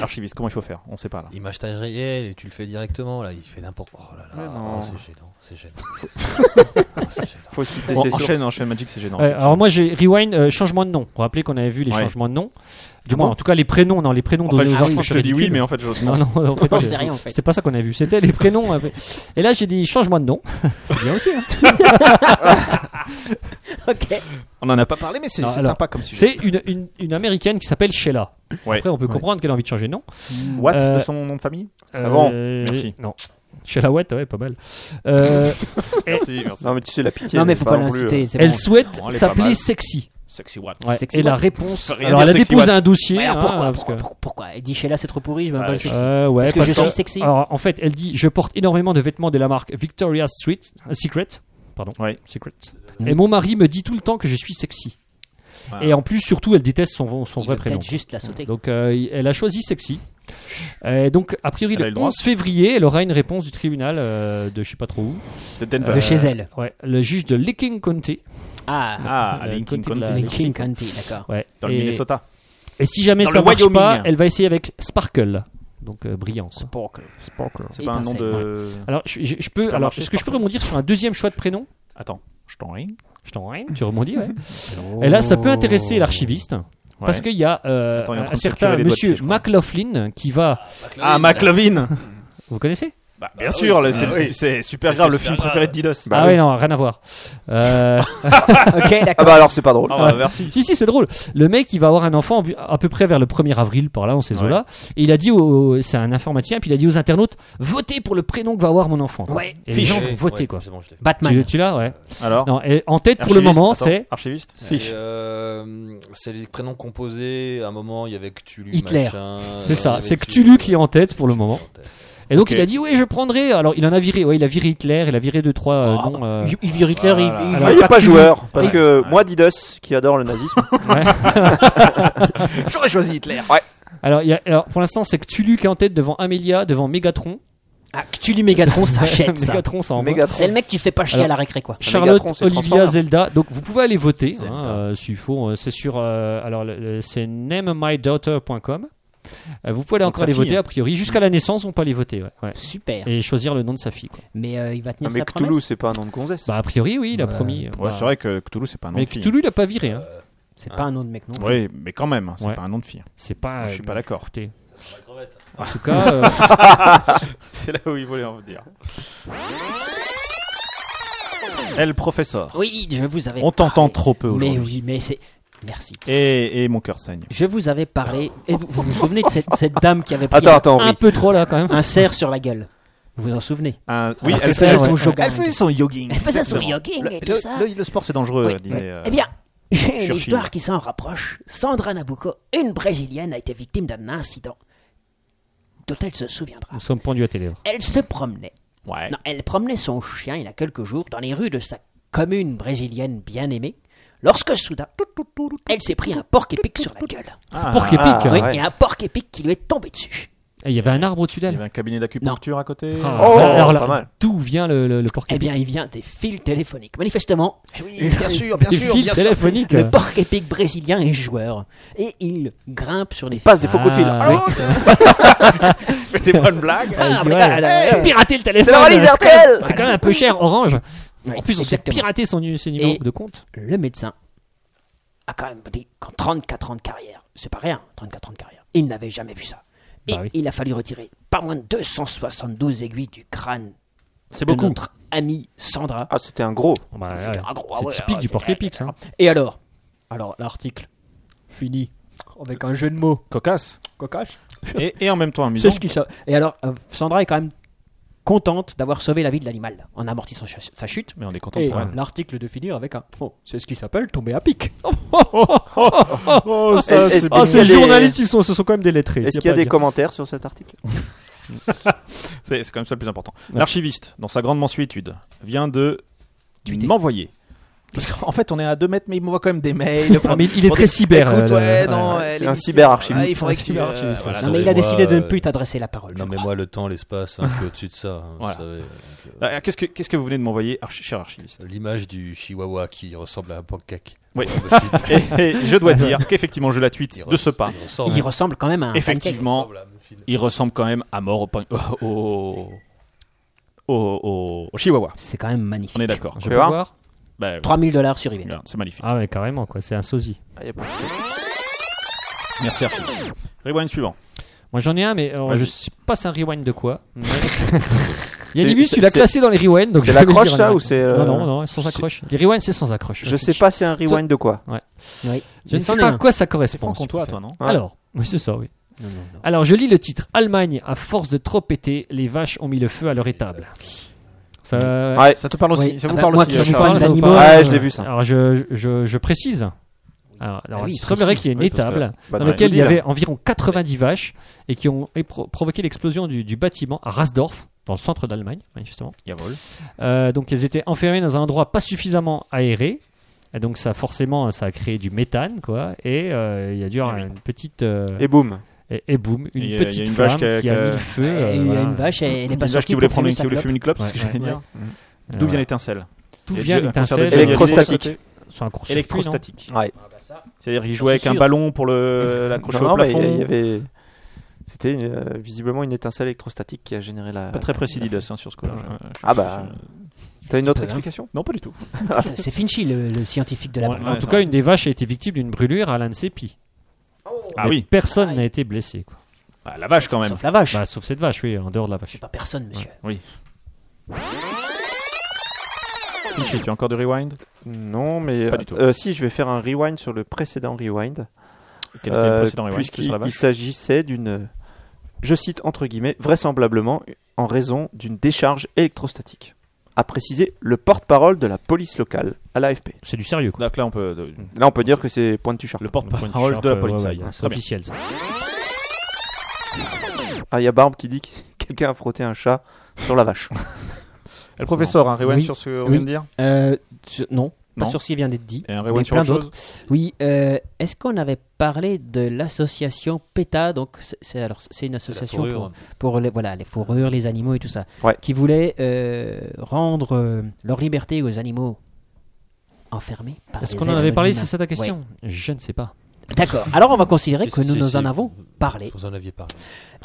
S1: Archiviste, comment il faut faire On sait pas là.
S5: Image taille réelle et tu le fais directement là. Il fait n'importe. Oh là là,
S2: Ah
S3: non.
S5: oh, c'est gênant,
S2: [LAUGHS]
S5: c'est gênant. Oh, c'est gênant.
S3: Faut citer
S1: Bon,
S3: ses sources.
S1: enchaîne, enchaîne, Magic, c'est gênant.
S2: Ouais, alors moi j'ai rewind euh, changement de nom. Vous vous rappelez qu'on avait vu les
S1: Ouais.
S2: changements de nom. Du moins en tout cas les prénoms, non les prénoms
S1: en fait,
S2: donnés aux
S1: je,
S2: enfants.
S1: je
S2: c'est
S1: te dis oui,
S2: ridicule.
S1: mais en fait, j'ose
S2: Non,
S1: pas.
S2: non, en fait,
S4: Non,
S2: je-
S4: c'est rien, en fait.
S2: C'était pas ça qu'on a vu, c'était les prénoms. en fait. Et là, j'ai dit changement de nom. C'est bien aussi. hein.
S4: [LAUGHS] Ok.
S1: On en a pas parlé, mais c'est
S2: Non,
S1: c'est
S2: alors,
S1: sympa comme sujet.
S2: C'est une, une, une américaine qui s'appelle Sheila.
S1: Ouais.
S2: Après, on peut comprendre qu'elle a envie de changer de nom.
S1: What
S2: Euh,
S1: de son nom de famille
S3: Ah bon
S2: Euh,
S1: Merci.
S2: Non. Sheila Watt, ouais, pas mal.
S4: [LAUGHS]
S2: Euh,
S1: Merci, merci.
S3: Non mais tu sais la pitié.
S4: Non mais
S3: elle est
S4: faut pas
S3: non plus,
S4: l'inciter. c'est
S2: elle
S4: bon.
S2: souhaite
S1: Oh, elle est pas
S2: s'appeler
S1: mal.
S2: Sexy.
S1: Sexy What
S2: Ouais.
S4: Sexy
S2: Et la
S4: Watt.
S2: réponse.
S1: Ça veut rien
S2: Alors,
S1: dire
S2: elle a
S1: Sexy
S2: déposé
S1: Watt.
S2: un dossier.
S4: Ouais, alors
S2: hein,
S4: pourquoi,
S2: parce que-
S4: pourquoi, pourquoi- pourquoi Elle dit Sheila, c'est trop pourri, je veux
S1: Ah,
S4: pas le
S1: je-
S4: sexy.
S2: Euh, ouais,
S4: Parce que je suis sexy.
S2: Alors, en fait, elle dit Je porte énormément de vêtements de la marque Victoria's Street, euh, Secret. Pardon,
S1: Ouais.
S2: Secret.
S4: Mm.
S2: Et mon mari me dit tout le temps que je suis sexy.
S1: Ah.
S2: Et en plus, surtout, elle déteste son, son
S4: Il
S2: vrai
S4: veut
S2: prénom.
S4: peut-être juste la sauter.
S2: Donc, euh, il- elle a choisi sexy. Et donc, a priori,
S1: Elle a eu
S2: le
S1: le droit.
S2: 11 février, elle aura une réponse du tribunal euh, de je sais pas trop où.
S1: De Denver.
S4: De chez elle.
S2: Ouais, le juge de Licking County.
S4: Ah,
S1: euh, Ah, à
S2: Euh,
S1: Lincoln
S2: côté de la-
S1: County.
S4: les King County,
S2: [LAUGHS]
S4: d'accord.
S2: Ouais.
S1: Dans le
S2: et,
S1: Minnesota.
S2: et si jamais
S1: Dans
S2: ça
S1: le
S2: marche
S1: Wyoming.
S2: pas, elle va essayer avec Sparkle. Donc, euh, brillant. quoi.
S1: C'est pas un nom de.
S2: Alors, je, je- je peux,
S1: Supermarché,
S2: alors, est-ce que je peux
S1: Sparkle.
S2: rebondir sur un deuxième choix de prénom
S1: Attends, je t'en ring.
S2: Je t'en règne, tu rebondis,
S1: [LAUGHS]
S2: ouais. Et là, ça peut intéresser l'archiviste. Parce qu'il y a euh,
S1: Oh. Attends, il est en train
S2: un
S1: de
S2: certain
S1: capturer les doigts de
S2: monsieur
S1: pied, je crois.
S2: McLaughlin qui va.
S1: Ah, McLovin
S2: Vous connaissez
S1: Bah, bien sûr, là, c'est c'est super grave, le film préféré de Didos.
S3: Bah
S2: Ah
S3: oui.
S2: ouais, non, rien à voir.
S1: [LAUGHS]
S2: Euh,
S4: ok,
S3: Ah
S4: d'accord.
S3: bah alors c'est pas drôle.
S1: Ah, bah,
S2: Ouais.
S1: merci.
S2: si, si, c'est drôle. Le mec, il va avoir un enfant bu- à peu près vers le 1er avril, par là, dans ces
S1: Ouais.
S2: eaux-là. Et il a dit, aux- c'est un informaticien, puis il a dit aux internautes votez pour le prénom que va avoir mon enfant.
S4: Ouais.
S2: Et les gens
S5: Ouais,
S2: vont voter,
S5: ouais,
S2: quoi.
S5: c'est bon, je l'ai.
S2: Tu,
S4: Batman.
S2: l'as- tu l'as, ouais.
S1: [LAUGHS] Alors,
S2: Non, et en tête pour
S1: Ah.
S2: le
S1: archiviste,
S2: moment,
S1: attends,
S2: c'est.
S1: Archiviste
S5: C'est, euh, c'est les prénoms composés. À un moment, il y avait Cthulhu.
S4: Hitler.
S5: machin,
S2: C'est
S5: euh,
S2: ça,
S5: il y avait
S2: c'est Cthulhu qui est en tête pour le moment. Et donc
S1: Ok.
S2: il a dit oui je prendrai. Alors il en a viré, ouais, il a viré Hitler, il a viré deux trois euh,
S1: Ah,
S2: noms. euh,
S4: Il- Il vire Hitler, il- il-
S2: Alors,
S3: Ah, il est
S2: pas
S3: pas
S2: que lui.
S3: joueur parce
S1: Ouais.
S3: que
S1: Ouais.
S3: moi Didos qui adore le nazisme. [LAUGHS]
S1: J'aurais choisi Hitler.
S2: Alors, il y a- alors, pour l'instant c'est Cthulhu qui est en tête devant Amelia, devant Megatron.
S4: Ah, que tu lis Mégatron,
S2: [LAUGHS]
S4: ça achète ça.
S2: Megatron ça envoie.
S3: Mégatron.
S4: C'est le mec qui fait pas chier
S2: Alors-
S4: à la récré, quoi.
S2: Charlotte,
S3: Megatron, c'est
S2: Olivia,
S3: Transformers.
S2: Zelda. Donc vous pouvez aller voter
S1: Zelda.
S2: hein, euh, s'il faut. Euh, C'est sur euh, alors le- le- c'est namemydaughter.com. Euh, vous pouvez aller
S1: Donc,
S2: encore
S1: sa
S2: aller
S1: fille. hein.
S2: voter a priori jusqu'à la naissance on peut aller voter ouais, ouais.
S4: Super.
S2: et choisir le nom de sa fille. quoi.
S4: Mais euh, il va
S3: Ah,
S4: tenir
S3: mais
S4: sa
S3: Cthulhu
S4: promesse.
S3: c'est pas un nom de gonzesse.
S2: Bah a priori oui il a
S4: Ouais.
S2: promis. bah.
S1: Ouais, Bah, c'est vrai que Cthulhu, c'est pas un nom
S2: Mais
S1: de fille. Euh,
S2: Cthulhu il a pas viré. Hein.
S4: C'est pas un nom de mec non. plus.
S1: Oui, mais quand même, hein, c'est
S2: Ouais.
S1: pas un nom de fille.
S2: C'est pas. euh,
S1: bah Je suis pas d'accord.
S2: Écoutez, En tout cas, euh,
S1: [LAUGHS] C'est là où il voulait en venir. Elle, professeur.
S4: Oui, je vous avais.
S1: On t'entend
S4: parlé.
S1: trop peu
S4: Mais
S1: aujourd'hui.
S4: oui, mais c'est. Merci.
S1: Et, et mon cœur saigne.
S4: Je vous avais parlé. Et vous, vous vous souvenez de cette, cette dame qui avait pris
S3: Attends, attends,
S2: un
S3: oui.
S2: peu trop là quand même.
S4: un cerf sur la gueule Vous vous en souvenez
S1: Un- oui,
S4: Alors,
S1: elle
S4: c'est
S1: faisait
S4: ça,
S1: son
S4: ouais.
S1: jogging.
S4: Elle faisait
S1: son jogging.
S4: Elle faisait son
S1: exactement.
S4: jogging et
S1: Le-
S4: tout
S1: le-
S4: ça.
S1: Le, le sport, c'est dangereux,
S4: Oui.
S1: disait. euh,
S4: Eh bien, [LAUGHS] j'ai une
S1: Churchill.
S4: histoire qui s'en rapproche. Sandra Nabucco, une Brésilienne, a été victime d'un incident dont elle se souviendra.
S2: Nous sommes pendus à tes lèvres.
S4: Elle se promenait.
S1: Ouais.
S4: Non, elle promenait son chien il y a quelques jours dans les rues de sa commune brésilienne bien-aimée, lorsque soudain, elle s'est pris un porc-épic sur la gueule.
S1: Ah,
S2: Porc épic.
S3: ah,
S4: oui,
S3: ouais.
S4: et un porc-épic qui lui est tombé dessus.
S2: Et il y avait un arbre au-dessus
S1: Il y
S2: d'elle.
S1: avait un cabinet d'acupuncture à côté.
S2: Ah,
S1: [LAUGHS]
S3: Oh,
S2: bah, alors là,
S3: pas mal.
S2: d'où vient le, le, le porc
S4: Eh
S2: épic
S4: bien, il vient des fils téléphoniques. Manifestement,
S6: Oui, bien sûr, bien
S2: Des
S6: sûr,
S2: fils
S6: bien sûr.
S2: téléphoniques.
S4: le porc-épic brésilien est joueur. Et il grimpe sur les...
S3: Passe des faux coups de fil.
S2: Ah,
S3: Allô
S2: oui.
S3: Fais des bonnes blagues.
S2: Ah,
S4: Ah,
S2: c'est
S4: mais
S2: vrai.
S4: là, là,
S2: J'ai piraté le téléphone.
S3: C'est la valise hein.
S2: C'est quand-
S3: RTL.
S2: C'est quand même un peu cher, Orange.
S4: Ouais,
S2: En plus, on s'est
S4: exactement.
S2: piraté son, nu- ses numéros
S4: Et-
S2: de compte.
S4: le médecin a quand même dit qu'en 34 ans de carrière, c'est pas rien, 34 ans de carrière, il n'avait jamais vu ça. Et
S2: Bah oui.
S4: il a fallu retirer pas moins de 272 aiguilles du crâne
S2: C'est
S4: de
S2: beaucoup.
S4: notre amie Sandra.
S3: Ah, c'était un gros.
S2: Bon, bah,
S4: C'est
S2: ouais.
S4: un gros, ah
S2: C'est
S4: ouais,
S2: typique
S4: ah
S2: du
S4: ouais,
S2: porc épic, ça.
S4: Et alors Alors, l'article fini avec un jeu de mots
S1: Cocasse.
S4: cocache.
S1: Et, et en même temps, amusant.
S4: C'est ce qui ça. Et alors, euh, Sandra est quand même contente d'avoir sauvé la vie de l'animal en amortissant cha- sa chute.
S1: Mais on est content
S4: Et
S1: pour elle.
S4: l'article de finir avec un. Oh, c'est ce qui s'appelle tomber à pic.
S1: Oh,
S3: ça, Est-ce- c'est- est-ce oh, qu'il y a ces des- journalistes,
S1: ils sont, ce sont quand même des lettrés.
S3: Est-ce qu'il y a des commentaires sur cet article
S1: C'est c'est quand même ça le plus important.
S2: Ouais.
S1: L'archiviste, dans sa grande mansuétude, vient de
S4: Tweeter.
S1: m'envoyer. Parce qu'en fait, on est à 2 mètres, mais il m'envoie quand même des [LAUGHS] mails.
S2: Ah, mais il est très cyber.
S7: Écoute,
S2: euh,
S7: ouais,
S2: le-
S7: non,
S2: ouais.
S7: ouais,
S3: Ah, C'est
S7: les
S3: un
S7: missions,
S3: cyberarchiviste.
S1: ah,
S7: ouais, il faudrait
S2: Un
S7: que tu,
S2: cyberarchiviste,
S7: euh,
S2: ouais.
S1: Bah
S7: voilà.
S4: Non, mais il
S5: Moi,
S4: a décidé de ne
S5: euh,
S4: plus t'adresser la parole. je
S5: Non, mais
S4: crois.
S5: moi, le temps, l'espace, un peu au-dessus de ça. hein,
S1: Voilà.
S5: vous savez. Donc, euh,
S1: Ah, Qu'est-ce que, qu'est-ce que vous venez de m'envoyer, archi- cher archiviste
S5: L'image du chihuahua qui ressemble à un pancake.
S1: Oui.
S5: Pas possible.
S1: et, et je dois [LAUGHS] dire qu'effectivement, je la tweet
S4: [LAUGHS]
S5: Il
S1: de ce
S5: res-
S1: pas.
S5: il ressemble
S4: Il ressemble quand même à un pancake.
S1: Effectivement,
S5: ressemble à un film.
S1: il ressemble quand même à mort au, pan- au, au, au- au Chihuahua.
S4: C'est quand même magnifique.
S1: On est d'accord.
S2: Je
S3: Fais
S2: peux
S3: voir.
S2: voir.
S1: Bah, oui.
S4: 3000 dollars sur eBay.
S1: Regarde, C'est magnifique.
S2: Ah ouais, carrément, quoi. C'est un sosie.
S3: Ah, y a pas-
S1: Merci archiviste. Rewind suivant.
S2: Moi, j'en ai un, mais alors,
S3: Ah,
S1: Vas-y.
S2: je sais pas c'est un rewind de quoi.
S3: [LAUGHS]
S2: mais-
S3: C'est-
S2: Yannibus, tu
S3: c'est-
S2: l'as
S3: c'est-
S2: classé dans les rewinds. donc
S3: C'est
S2: je vais le
S3: l'accroche,
S2: dire
S3: ça,
S2: en
S3: ou
S2: direct.
S3: c'est, euh,
S2: Non, non, non, sans
S3: c'est-
S2: accroche. Les rewinds, c'est sans accroche.
S3: Je sais pas, c'est un rewind de quoi
S4: Oui.
S2: Je ne
S4: Mais
S2: sais
S4: c'en est
S2: pas à
S4: un.
S2: quoi ça correspond.
S1: toi,
S2: ce
S1: toi, non
S3: Ouais.
S2: Alors, oui, c'est ça, oui.
S4: Non, non, non.
S2: Alors, je lis le titre. Allemagne, à force de trop péter, les vaches ont mis le feu à leur étable. Ça,
S3: Ouais,
S1: Ça te parle aussi.
S4: Oui.
S1: Ça
S4: Ah
S1: vous
S4: bah,
S1: parle
S4: moi
S1: aussi.
S4: qui
S1: euh,
S4: suis
S1: Charles
S4: fan
S2: ça vous
S4: d'animaux,
S2: parle Euh,
S3: Ouais, je l'ai vu, ça.
S2: Alors, je, je, je précise. Alors, alors,
S4: oui,
S2: il semblerait
S4: précise.
S2: qu'il y ait une
S1: Ah Oui, parce que-
S2: étable
S3: Bah,
S2: dans
S3: ouais.
S2: laquelle il y
S3: Mobile.
S2: avait environ 90 vaches et qui ont épro- provoqué l'explosion du, du bâtiment à Rasdorf, dans le centre d'Allemagne, manifestement.
S1: Yavol.
S2: Euh, donc elles étaient enfermées dans un endroit pas suffisamment aéré. Et donc ça forcément ça a créé du méthane quoi et euh, il y a dû y avoir
S1: Eh oui.
S2: une petite euh,
S3: Et boum.
S2: et, et boum une
S1: Et il y a- il y a
S2: petite
S1: une
S2: flamme
S1: vache qui a-
S2: qui a mis
S1: qui a-
S2: le feu.
S4: Et
S2: euh,
S4: il y a
S2: voilà.
S4: une vache, elle elle est
S1: Une
S4: pas
S1: vache
S4: sortie
S1: qui voulait
S4: pour
S1: prendre une,
S4: fumer
S1: qui
S4: sa
S1: voulait
S4: clope.
S1: fumer une clope, c'est ce que
S2: Ouais.
S1: j'allais dire.
S2: Euh,
S1: D'où
S2: voilà.
S1: vient l'étincelle
S2: D'où
S1: Et
S2: vient
S1: Dieu- un concert de
S2: l'étincelle
S1: Johnny Hallyday
S3: Électrostatique.
S1: sur le côté.
S2: Sur un court-circuit, non
S1: Électrostatique.
S3: Ouais.
S1: C'est-à-dire il
S4: c'est
S1: jouait avec un
S4: sûr.
S1: ballon pour le l'accrocher
S3: Non,
S1: au
S3: non, mais
S1: plafond.
S3: il y avait. C'était une, euh, visiblement une étincelle électrostatique qui a généré la.
S1: Pas très précis Didas hein, sur ce coup-là. Euh,
S3: Ah bah. T'as une autre
S4: Hein.
S3: explication
S1: Non, pas du tout.
S4: C'est Finchy, le, le scientifique de la
S1: Ouais.
S2: En tout cas, une des vaches a été victime d'une brûlure à l'un de ses pies.
S1: Ah
S2: Mais
S1: oui,
S2: Personne
S4: Aïe.
S2: n'a été blessé. Quoi.
S1: Ah, la vache quand même.
S4: Sauf la vache.
S2: Bah, sauf cette vache, oui, en dehors de la vache.
S4: C'est pas personne, monsieur.
S1: Michel, Tu as encore du rewind
S3: Non, mais.
S1: Pas du tout.
S3: euh, si, je vais faire un rewind sur le précédent rewind.
S1: Quel était le
S3: Euh,
S1: précédent rewind C'était
S3: puisqu'il-
S1: sur la
S3: il
S1: vache
S3: s'agissait d'une. Je cite entre guillemets, vraisemblablement en raison d'une décharge électrostatique. A précisé le porte-parole de la police locale à l'AFP.
S2: C'est du sérieux. Quoi.
S1: Donc là, on peut de-
S3: Là, on peut dire que c'est pointu sharp.
S1: le
S2: Donc,
S1: porte-parole de la
S2: Sharp,
S1: police.
S2: ouais, ouais,
S1: Très
S2: c'est
S1: bien.
S2: officiel. Ça.
S3: Ah, il y a Barbe qui dit que [LAUGHS] quelqu'un a frotté un chat sur la [LAUGHS] vache.
S1: Et le professeur, un rewind
S4: Oui.
S1: sur ce qu'on
S4: Oui.
S1: vient de dire
S4: Euh, sur- non,
S1: Non.
S4: pas sur ce qui vient d'être dit.
S1: Et un
S4: Mais
S1: rewind sur
S4: plein
S1: autre chose
S4: Oui, euh, est-ce qu'on avait parlé de l'association PETA Donc, c'est- c'est alors c'est une
S5: C'est la
S4: association
S5: fourrure.
S4: pour, pour les, voilà, les fourrures, les animaux et tout ça,
S3: Ouais.
S4: qui voulait euh, rendre euh, leur liberté aux animaux enfermés. par
S2: Est-ce
S4: les
S2: qu'on en
S4: êtres
S2: avait parlé
S4: humains.
S2: C'est ça ta question Je ne sais pas.
S4: D'accord. Alors on va considérer
S5: Si,
S4: que
S5: si,
S4: nous
S5: si,
S4: nous
S5: si.
S4: en avons parlé.
S5: hein, Vous en aviez parlé.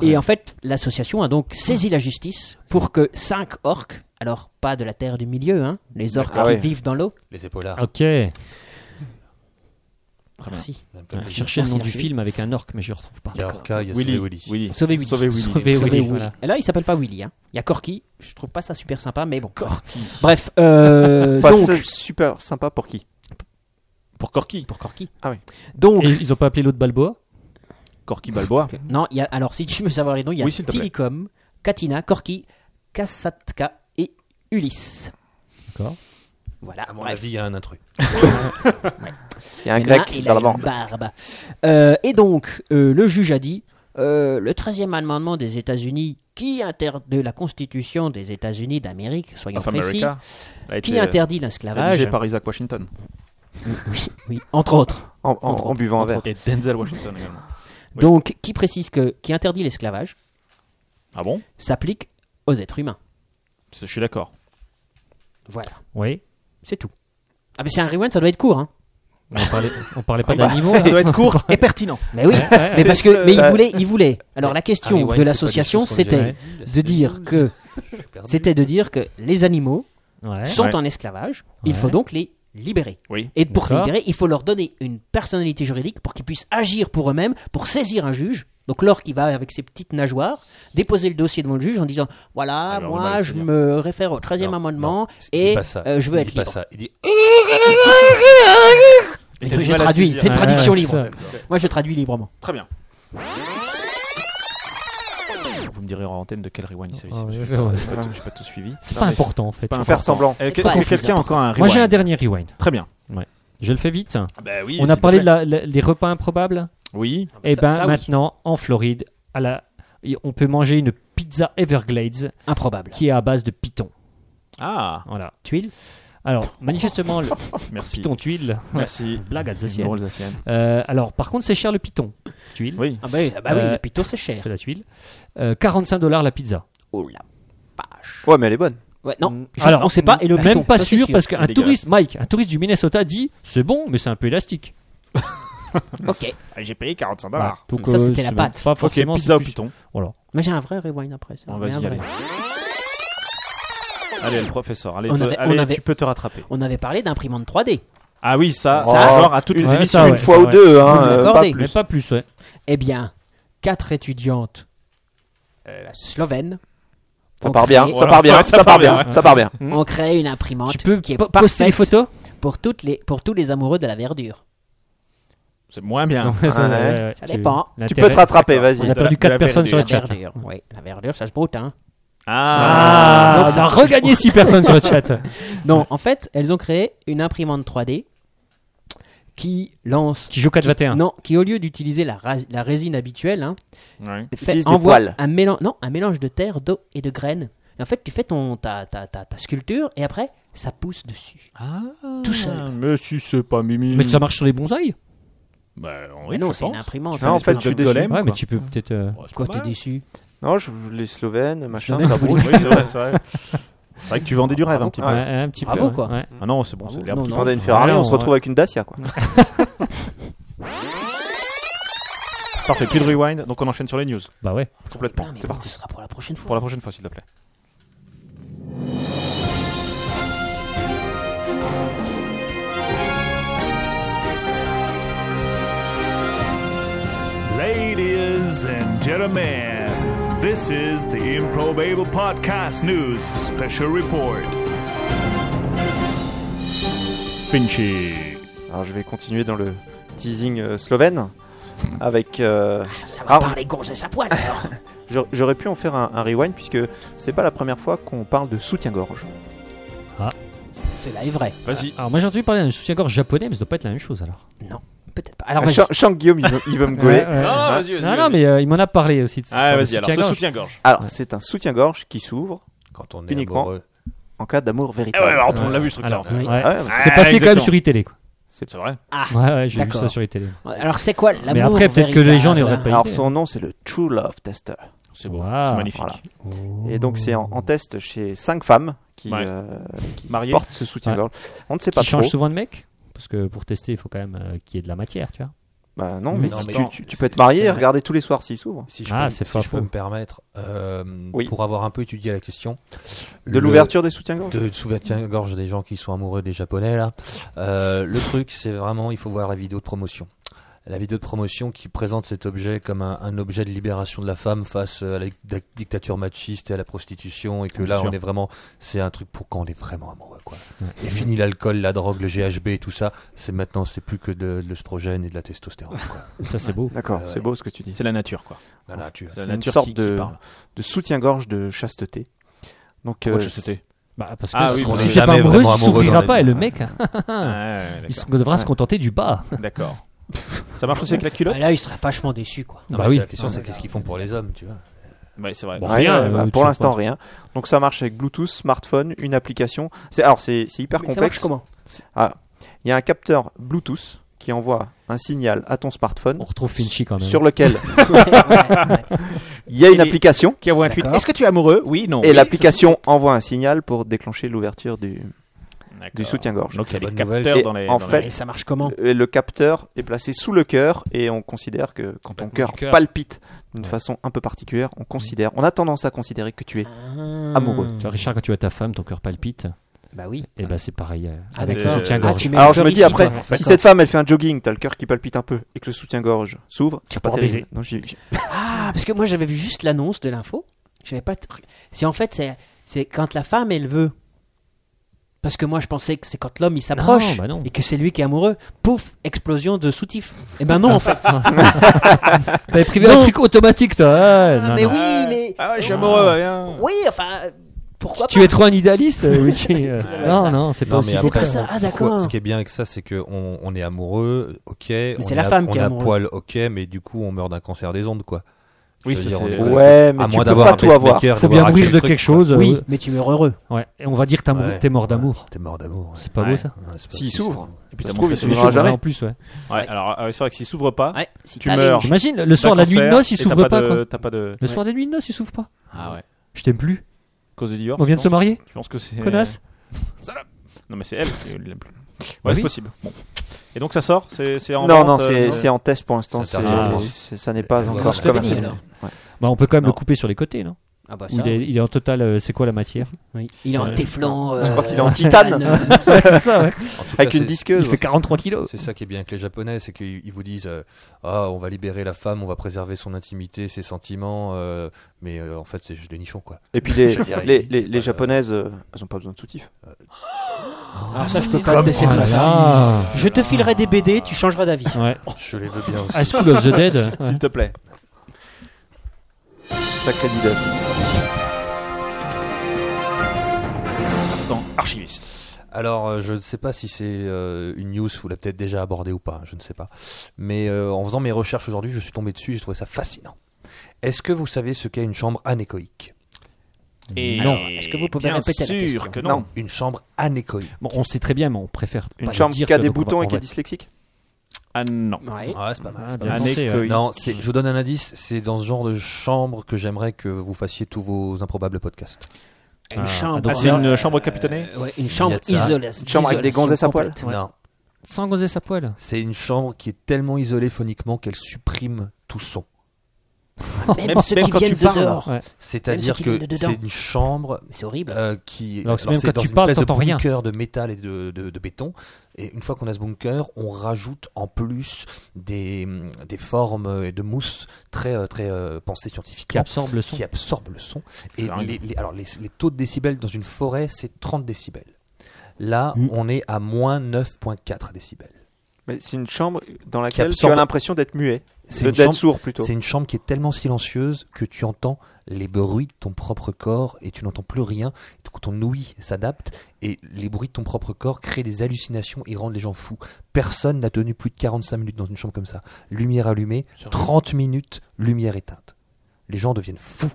S4: Et en fait, l'association a donc saisi la justice pour que cinq orques, alors pas de la terre du milieu, hein, les orques
S3: Ah
S4: qui
S3: ouais.
S4: vivent dans l'eau,
S5: Les épaulards.
S2: Ok.
S1: Très bien.
S4: Merci.
S2: Je cherchais le nom du film avec un orc, mais je ne retrouve pas.
S5: Garka, il y a
S1: Willy,
S5: Sauvé Willy.
S1: Willy.
S4: Sauver Willy.
S3: Sauvez Willy.
S2: Sauver
S4: Sauver
S2: Willy,
S4: Willy.
S2: voilà.
S4: Et là, il s'appelle pas Willy. hein. Il y a Corky. Je trouve pas ça super sympa, mais bon. Bref. euh,
S3: Pas
S4: donc,
S3: su- super sympa pour qui
S1: Pour Corky.
S4: pour Corky.
S3: Ah oui.
S4: Donc,
S2: Et ils n'ont pas appelé l'autre Balboa
S1: Corky Balboa.
S4: non, il y a, alors si tu veux savoir les noms, il y a
S3: Oui, s'il te plaît.
S4: Tilicum, Katina, Corky, Kassatka et Ulysse.
S2: D'accord.
S4: Voilà.
S3: Ah
S5: À mon
S4: bref.
S5: avis, il y a un intrus.
S3: Il y a un
S4: Il y en a
S3: grec
S4: il
S3: dans la
S4: a une
S3: bande.
S4: barbe. Euh, et donc, euh, le juge a dit euh, le 13e amendement des États-Unis, qui inter- de la Constitution des États-Unis d'Amérique, soyons
S3: Of
S4: précis,
S3: America. Elle a été,
S4: qui
S3: euh,
S4: interdit
S3: rédigée
S4: l'esclavage,
S3: par Isaac Washington.
S4: oui, entre autres.
S3: En, en-
S4: Entre
S3: en buvant un
S4: autres,
S3: verre.
S4: entre
S1: Et Denzel Washington également. Oui.
S4: Donc, qui précise que qui interdit l'esclavage
S1: Ah bon
S4: s'applique aux êtres humains.
S1: Je suis d'accord.
S4: Voilà,
S2: Oui.
S4: c'est tout. Ah mais c'est un rewind, ça doit être court, hein.
S2: On parlait, on parlait pas
S1: Ah bah,
S2: d'animaux. hein.
S1: Ça
S2: là
S1: doit être court et pertinent.
S4: Mais oui, mais parce que mais il voulait, il voulait. Alors la
S5: Ah, mais
S4: question
S5: ouais,
S4: de
S5: c'est pas
S4: l'association,
S5: des choses qu'on dirait.
S4: c'était de dire que
S5: Je suis perdu.
S4: c'était de dire que les animaux
S2: Ouais.
S4: sont
S1: Ouais.
S4: en esclavage, il
S2: Ouais.
S4: faut donc les libérer.
S1: Oui.
S4: Et pour les
S2: D'accord.
S4: libérer, il faut leur donner une personnalité juridique pour qu'ils puissent agir pour eux-mêmes, pour saisir un juge. Donc l'orque qui va avec ses petites nageoires déposer le dossier devant le juge en disant voilà
S1: Ah, Alors, on va
S4: moi
S1: le
S4: je
S1: saisir.
S4: me réfère au 13e
S5: Non,
S4: amendement
S5: non, il dit
S4: et
S5: pas ça.
S4: euh, je veux
S5: Il
S4: être
S5: dit pas
S4: libre.
S5: ça. Il dit
S4: Et
S1: Il a du
S4: J'ai
S1: mal à
S4: traduit,
S1: saisir. Ah,
S4: c'est une
S2: Ouais,
S4: traduction
S2: ouais,
S4: libre.
S2: c'est
S4: Moi je traduis librement.
S1: Très bien. Vous me direz en antenne de quel rewind il s'agit.
S2: Ah,
S1: parce que
S2: ouais,
S1: j'ai pas-
S2: ouais.
S1: j'ai pas tout- j'ai pas tout suivi.
S2: C'est pas important en fait.
S1: pas
S3: Faut faire semblant.
S1: Euh, que-
S4: Pas
S1: Est-ce que
S4: important.
S1: quelqu'un a encore un rewind
S2: Moi j'ai un dernier rewind.
S1: Très bien.
S2: Je le fais vite.
S1: Bah oui,
S2: on a parlé de la- la- les repas improbables.
S1: Oui.
S2: Et
S4: Ça-
S2: ben
S4: ça, oui.
S2: maintenant en Floride, à la... y- on peut manger une pizza Everglades
S4: Improbable.
S2: qui est à base de pitons.
S1: Ah,
S2: Voilà.
S4: Tuile
S2: Alors
S1: [LAUGHS]
S2: manifestement le
S1: merci.
S2: piton tuile.
S1: Merci.
S2: Blague alsacienne.
S1: Drôle alsacienne.
S2: Euh, alors par contre c'est cher le piton tuile.
S1: Oui.
S4: Ah bah oui, ah bah oui
S2: Euh,
S4: mais plutôt c'est cher.
S2: C'est la tuile. Euh, 45 dollars la pizza.
S4: Oh la vache.
S3: Ouais, mais elle est bonne.
S4: Ouais, non,
S2: Mm.
S4: je- on sait pas et le
S2: même
S4: piton,
S2: pas
S4: ça, c'est
S2: sûr, parce qu'un
S1: Dégueulasse.
S2: touriste, Mike, un touriste du Minnesota dit c'est bon, mais c'est un peu élastique.
S4: OK.
S1: Ah, J'ai payé 45
S2: Voilà. Donc, euh,
S4: Ça, c'était la
S2: c'est
S4: pâte.
S2: Pas
S1: Ok,
S2: forcément.
S1: pizza
S2: c'est
S1: au
S2: plus-
S1: piton.
S2: Voilà.
S4: Mais j'ai un vrai rewind après ça.
S1: Bon,
S4: Mais un
S1: vas-y,
S4: vrai.
S1: allez. Allez, le professeur, allez,
S4: On
S1: te-
S4: avait- on
S1: allez,
S4: avait-
S1: tu peux te rattraper.
S4: On avait parlé d'imprimante 3D.
S1: Ah oui, ça,
S3: Ça,
S1: genre à toutes
S3: une
S1: les
S2: ouais,
S1: émissions.
S2: ça,
S3: une
S2: ouais,
S3: fois
S2: c'est
S3: ou
S2: vrai.
S3: deux, hein,
S4: Vous me
S3: euh,
S4: l'accordez.
S3: pas
S2: Mais
S3: plus.
S2: pas plus, ouais.
S4: Eh bien, quatre étudiantes euh, slovènes
S3: Ça
S4: ont
S3: part
S4: créé-
S3: bien, ça
S1: Voilà.
S3: part bien,
S1: Ouais,
S3: ça part bien, ça part bien.
S2: bien.
S4: ont créé une imprimante
S2: Tu peux
S4: qui est
S2: po- poster les
S4: parfaite
S2: photos
S4: pour, toutes les, pour tous les amoureux de la verdure.
S1: C'est moins bien.
S2: Ça, ça,
S3: Ouais.
S2: ouais, ouais,
S4: Ça
S2: tu-
S4: dépend.
S3: Tu peux te rattraper,
S1: D'accord.
S3: vas-y.
S2: On a perdu
S1: De la- de
S2: 4
S1: la
S2: personnes sur le
S4: La
S2: chat.
S4: verdure, oui, la verdure, ça se broute, hein.
S1: Ah,
S2: donc ça a regagné 6 personnes sur le chat.
S4: [LAUGHS] Non, en fait, elles ont créé une imprimante 3D qui lance.
S2: Qui joue 4-21.
S4: Non, qui au lieu d'utiliser la, ras- la résine habituelle, hein,
S1: Ouais.
S4: fait,
S3: Utilise des
S4: envoie
S3: poils.
S4: un mélange, non, un mélange de terre, d'eau et de graines. Et en fait, tu fais ton, ta, ta, ta, ta sculpture et après, ça pousse dessus. Tout seul.
S1: Ah, Mais si c'est pas Mimi.
S2: Mais ça marche sur les bonsailles
S1: Bah,
S4: Mais
S1: oui,
S4: non,
S1: je
S4: c'est une
S1: pense.
S4: imprimante.
S3: Non, en fait,
S1: espèce
S3: je suis
S1: de
S3: déçu.
S1: golem.
S2: Ouais, mais
S1: quoi.
S2: tu peux peut-être. euh,
S1: Ouais, c'est
S4: Quoi,
S1: pas
S4: t'es
S1: mal.
S4: déçu
S3: Non, je, les Slovènes, machin,
S4: Slovènes,
S3: ça
S4: vous
S3: bouge.
S1: Oui, c'est vrai, c'est vrai. C'est vrai que tu vendais du rêve un petit peu.
S2: ouais, un petit peu.
S4: Bravo,
S2: ouais,
S4: quoi.
S2: ouais.
S1: Ah non, c'est bon, c'est
S4: Bravo.
S1: l'air
S4: Non,
S1: petit
S3: Tu
S4: non.
S3: vendais une Ferrari,
S2: Ouais,
S3: on se
S2: on-
S3: retrouve avec une Dacia, quoi.
S1: peu. Parfait, plus de rewind, donc on enchaîne sur les news.
S2: Bah ouais.
S1: Complètement.
S4: Putain, mais
S1: C'est
S4: bon,
S1: parti.
S4: Ce sera pour la prochaine fois.
S1: Pour la prochaine fois, s'il te plaît.
S7: Ladies and gentlemen, this is the Improbable Podcast News Special Report. Finchy.
S3: Alors, je vais continuer dans le teasing euh, slovène. Avec. euh,
S4: Ça va
S3: Ah,
S4: parler gonzesse à poil alors.
S3: j'a- J'aurais pu en faire un, un rewind puisque c'est pas la première fois qu'on parle de soutien-gorge.
S4: Cela est vrai.
S1: Vas-y.
S2: Alors moi j'ai entendu parler d'un soutien-gorge japonais, mais ça doit pas être la même chose alors.
S4: Peut-être pas. Alors,
S3: Ah,
S4: vas-y.
S3: Chan- Chan Guillaume, il veut, il veut me gauler.
S2: Ouais, ouais.
S1: Non, vas-y,
S2: Non, non, mais euh, il m'en a parlé aussi. de ce-
S1: Ah, vas-y,
S2: ce
S1: alors, ce
S2: soutien-gorge.
S1: soutien-gorge.
S3: Alors, c'est un soutien-gorge qui s'ouvre
S5: Quand on est
S3: Uniquement.
S5: amoureux.
S3: en cas d'amour
S1: Ah
S3: véritable.
S1: ouais, alors, on
S2: Ouais.
S1: l'a vu ce truc-là.
S2: Alors,
S1: en fait.
S2: ouais.
S3: Ah ouais, mais
S1: Ah,
S2: C'est passé quand même
S1: exactement.
S2: sur iTélé. Quoi.
S1: C'est vrai.
S4: Ah,
S2: Ouais, ouais, j'ai vu
S4: D'accord.
S2: ça sur iTélé.
S4: alors c'est quoi l'amour
S2: Mais après, peut-être que les gens n'y
S4: véritable
S2: auraient pas
S3: Alors
S2: idée.
S3: son nom c'est le True Love Tester.
S1: C'est beau.
S2: Waouh.
S1: C'est magnifique.
S3: Voilà. Et donc c'est en, en test chez cinq femmes qui,
S1: Ouais.
S3: euh, qui
S1: Mariées.
S3: portent ce soutien-gorge. On ne sait pas
S2: Qui change
S3: trop.
S2: souvent de mec Parce que pour tester, il faut quand même euh, qu'il y ait de la matière, tu vois.
S3: Bah non, mais,
S5: Non,
S3: si
S5: mais
S3: tu,
S5: non.
S3: tu- tu peux être marié et regarder tous les soirs s'il s'ouvre.
S5: Si
S2: Ah,
S5: je,
S2: c'est
S5: peux, si
S2: pas
S5: je peux
S2: faux.
S5: me permettre, euh,
S3: Oui.
S5: pour avoir un peu étudié la question.
S3: De
S5: le-
S3: l'ouverture des soutiens-gorge
S5: De soutien-gorge des gens qui sont amoureux des japonais là. Euh, le truc, c'est vraiment, il faut voir la vidéo de promotion. La vidéo de promotion qui présente cet objet comme un, un objet de libération de la femme face euh, à la dic- dictature machiste et à la prostitution et que
S1: Bien
S5: là
S1: sûr.
S5: on est vraiment, c'est un truc pour quand on est vraiment amoureux quoi. Et fini l'alcool, la drogue, le GHB et tout ça, c'est maintenant c'est plus que de, de l'œstrogène et de la testostérone. quoi.
S2: Ça, c'est beau.
S3: D'accord,
S5: Euh,
S3: c'est beau ce que tu dis.
S1: C'est la nature, quoi.
S5: Là, là, tu-
S1: C'est la
S3: une
S1: nature
S3: sorte
S1: qui,
S3: de-
S1: qui parle.
S3: De soutien-gorge de chasteté. Donc,
S1: Pourquoi
S3: euh,
S1: chasteté
S2: Bah, parce que
S1: Ah oui,
S2: si
S1: parce
S2: si
S1: qu'on
S2: t'es
S5: est
S2: pas
S5: jamais
S2: amoureux,
S5: vraiment
S2: il s'ouvrira
S5: amoureux dans
S2: pas
S5: la
S2: et
S5: vie.
S2: le mec, [LAUGHS] il se- devra se contenter du bas.
S1: Ah, D'accord. Ça marche aussi avec la
S4: Ah,
S1: culotte
S4: là, il serait vachement déçu, quoi.
S5: Non,
S2: Bah
S5: mais
S2: oui.
S5: c'est La question c'est qu'est-ce qu'ils font pour les hommes, tu vois.
S1: Ouais, c'est vrai.
S2: Bon.
S3: Rien,
S2: Rien,
S3: euh, bah,
S2: euh,
S3: pour
S2: tu
S3: l'instant
S2: vois.
S3: rien. Donc ça marche avec Bluetooth, smartphone, une application. C'est alors c'est c'est hyper
S4: Mais ça
S3: complexe.
S4: marche comment
S3: Il y a un capteur Bluetooth qui envoie un signal à ton smartphone
S2: Oh, On retrouve Finchy quand même.
S3: sur lequel
S4: Ouais, ouais.
S3: il y a une
S1: Et-
S3: application
S1: Qui envoie un tweet.
S4: D'accord.
S1: Est-ce que tu es amoureux Oui, non.
S3: et l'application envoie un signal pour déclencher l'ouverture du,
S1: Ah,
S3: du soutien-gorge.
S1: Donc il y a
S5: Bonne
S1: des
S5: nouvelle,
S1: capteurs
S3: c'est-
S1: dans les.
S3: en
S1: dans
S3: fait,
S1: les-
S4: Et ça marche comment
S3: Et Euh, Le capteur est placé sous le cœur et on considère que quand ton
S5: Battement
S3: cœur
S5: du cœur.
S3: palpite d'une façon un peu particulière, on considère, on a tendance à considérer que tu es amoureux.
S2: Tu vois, Richard, quand tu as ta femme, ton cœur palpite,
S4: Bah oui.
S2: et ben c'est pareil. euh,
S4: Ah,
S2: avec le
S1: d'accord.
S4: Ah,
S2: soutien-gorge.
S4: tu mets
S3: Alors
S4: le hein.
S3: je me
S4: cœur
S3: dis
S4: ici,
S3: après,
S4: quoi.
S3: si cette femme elle fait un jogging, t'as le cœur qui palpite un peu et que le soutien-gorge s'ouvre, c'est pas
S2: pourras
S3: terrible.
S2: baiser.
S3: Non, j'ai- j'ai-
S4: Ah, parce que moi j'avais vu juste l'annonce de l'info. J'avais pas. tr- C'est en fait c'est c'est quand la femme elle veut. Parce que moi je pensais que c'est quand l'homme il s'approche
S2: bah non.
S4: et que c'est lui qui est amoureux. Pouf, explosion de soutif. Et ben non en fait.
S2: T'avais privé un
S4: Non.
S2: truc automatique, toi. ouais, non,
S4: mais
S2: non.
S4: oui, mais
S1: Ah ouais, je suis amoureux, bah, viens.
S4: oui, enfin pourquoi
S2: Tu es trop un idéaliste, euh, Luigi. euh. Non, non, c'est pas
S5: Non, mais
S2: aussi beau
S5: après,
S2: que ça.
S4: pas ça. Ah
S5: Pourquoi-
S4: d'accord.
S5: Ce qui est bien avec ça, c'est qu'on on est amoureux, ok. on
S4: c'est la
S5: à-
S4: femme qui
S5: on
S4: est
S5: à
S4: amoureuse.
S5: poil, ok, mais du coup, on meurt d'un cancer des ondes, quoi.
S1: Oui,
S5: Je veux
S1: ça,
S5: dire, on
S1: c'est-
S5: est
S1: Ouais,
S5: connecté.
S3: ouais, mais
S5: Euh, à
S3: tu
S5: moins
S3: peux
S5: d'avoir
S3: pas
S5: un
S3: tout avoir.
S5: pacemaker,
S2: Faut
S5: d'avoir
S2: bien mourir
S5: hacké
S2: de
S5: le truc,
S2: quelque chose. euh,
S4: Oui, mais tu meurs heureux.
S2: Ouais. Et on va dire que t'as mou-
S5: Ouais.
S2: t'es mort d'amour.
S5: T'es mort d'amour.
S2: C'est pas beau, ça
S5: Ouais, c'est pas
S3: S'il
S5: possible.
S3: s'ouvre.
S1: Et puis
S3: Ça
S1: t'as
S3: se
S1: mon
S3: trouve, il
S1: fils,
S3: s'ouvre
S1: il s'ouvre
S3: jamais.
S2: En plus, ouais.
S1: Ouais, alors euh, c'est vrai que s'il s'ouvre pas,
S4: Ouais, si
S1: tu
S4: t'as les-
S1: meurs.
S2: J'imagine, le
S1: t'as
S2: soir, la nuit de
S1: cancer
S2: noces, il
S1: et t'as
S2: s'ouvre pas,
S1: de-
S2: quoi.
S1: T'as pas de.
S2: Le soir des nuits de noces, il s'ouvre pas.
S1: Ah ouais.
S2: Je t'aime plus.
S1: Cause de divorce.
S2: On vient
S1: je
S2: de se
S1: pense.
S2: marier,
S1: Je pense que c'est.
S2: connasse.
S1: Non, mais c'est
S3: [LAUGHS]
S1: elle qui l'aime plus.
S2: Bah
S1: Ouais, c'est
S2: oui.
S1: possible. Bon. Et donc ça sort C'est c'est en
S3: Non,
S1: vente,
S3: non,
S1: euh,
S3: c'est
S1: non
S3: c'est en test pour l'instant.
S5: C'est
S3: c'est-
S5: interdit
S2: en France.
S3: c'est- Ça n'est pas
S5: Ouais,
S3: encore
S5: c'est
S3: commercialisé.
S4: terminé,
S2: Bah, on peut quand même
S3: Non.
S2: le couper sur les côtés, non
S4: Ah bah
S2: Ou
S4: ça.
S2: il, est, il est en total, euh, c'est quoi la matière
S4: oui. Il est en
S2: Ouais.
S4: téflon.
S3: Je crois
S4: euh,
S3: qu'il est en titane.
S4: euh,
S2: C'est ça, ouais.
S5: En tout
S3: Avec
S5: cas,
S3: une
S5: c'est-
S3: disqueuse.
S2: Il fait 43 kilos.
S5: C'est ça qui est bien avec les Japonais, c'est qu'ils ils vous disent euh, Ah, on va libérer la femme, on va préserver son intimité, ses sentiments, euh, mais euh, en fait, c'est juste des nichons, quoi.
S3: Et puis les,
S5: Je dirais-
S3: les, les, les
S5: euh,
S3: japonaises, euh, elles ont pas besoin de soutif.
S4: Ah, ça, je peux pas te laisser
S2: Oh là
S4: tranquille.
S2: là.
S4: Je te filerai des BD, tu changeras d'avis.
S2: Ouais.
S3: Oh.
S5: Je les veux bien aussi.
S2: High School of the Dead. ouais.
S1: S'il te plaît.
S3: Sacré Didas.
S1: Dans Archiviste.
S5: Alors, euh, je ne sais pas si c'est euh, une news, vous l'avez peut-être déjà abordée ou pas, je ne sais pas. Mais euh, en faisant mes recherches aujourd'hui, je suis tombé dessus, j'ai trouvé ça fascinant. Est-ce que vous savez ce qu'est une chambre anéchoïque
S1: Et
S4: Alors, est-ce que vous pouvez
S1: bien
S4: répéter la
S1: sûr
S4: question
S1: que non.
S3: Non.
S5: Une chambre anéchoïque.
S2: Bon, on sait très bien, mais on préfère.
S3: Une
S2: pas
S3: chambre
S2: le
S3: qui
S2: dire,
S3: a
S2: quoi,
S3: des
S2: donc on va-
S3: boutons et
S2: on
S3: qui est
S2: va-
S3: dyslexique
S1: Ah non.
S4: Ouais.
S5: Ouais, c'est pas mal.
S2: Ah,
S5: c'est pas
S2: bien
S5: mal.
S1: pensé,
S2: pensé, ouais.
S1: Anéchoïque.
S5: Non, c'est- je vous donne un indice, c'est dans ce genre de chambre que j'aimerais que vous fassiez tous vos improbables podcasts.
S2: Ah,
S4: Une chambre.
S1: Ah, c'est une euh, chambre capitonnée
S4: Euh, ouais, une chambre
S5: Il y a de ça.
S4: isolée.
S3: Une chambre avec des gonzesses à poil
S2: Ouais.
S5: Non,
S2: Sans gozer sa poêle.
S5: c'est une chambre qui est tellement isolée phoniquement qu'elle supprime tout son.
S4: Même,
S1: Même-
S4: ceux
S1: même
S4: qui
S1: quand
S4: viennent
S1: tu
S4: de
S1: parles.
S4: dehors.
S2: Ouais.
S5: C'est-à-dire
S4: ceux qui
S5: que
S4: viennent de dedans.
S5: c'est une chambre
S4: Mais C'est horrible. hein,
S5: Euh, qui
S2: Alors, c'est même quand
S5: dans
S2: tu
S5: une
S2: parles,
S5: espèce de
S2: t'entends rien.
S5: bunker de métal et de, de- de béton et une fois qu'on a ce bunker on rajoute en plus des, des formes et de mousse très euh, très euh, pensées
S2: Qui
S5: scientifiquement
S2: absorbe le son.
S5: qui absorbent le son et
S1: dingue.
S5: les, les- alors les, les taux de décibels dans une forêt c'est 30 décibels là
S4: Mm.
S5: on est à moins 9.4 décibels
S3: Mais c'est une chambre dans laquelle tu
S5: absorbe-
S3: as l'impression d'être muet,
S5: c'est
S3: de-
S5: une,
S3: d'être
S5: chambre-
S3: sourd plutôt.
S5: c'est une chambre qui est tellement silencieuse que tu entends les bruits de ton propre corps et tu n'entends plus rien. Quand ton ouïe s'adapte et les bruits de ton propre corps créent des hallucinations et rendent les gens fous. Personne n'a tenu plus de 45 minutes dans une chambre comme ça. Lumière allumée, 30 minutes, lumière éteinte. Les gens deviennent fous.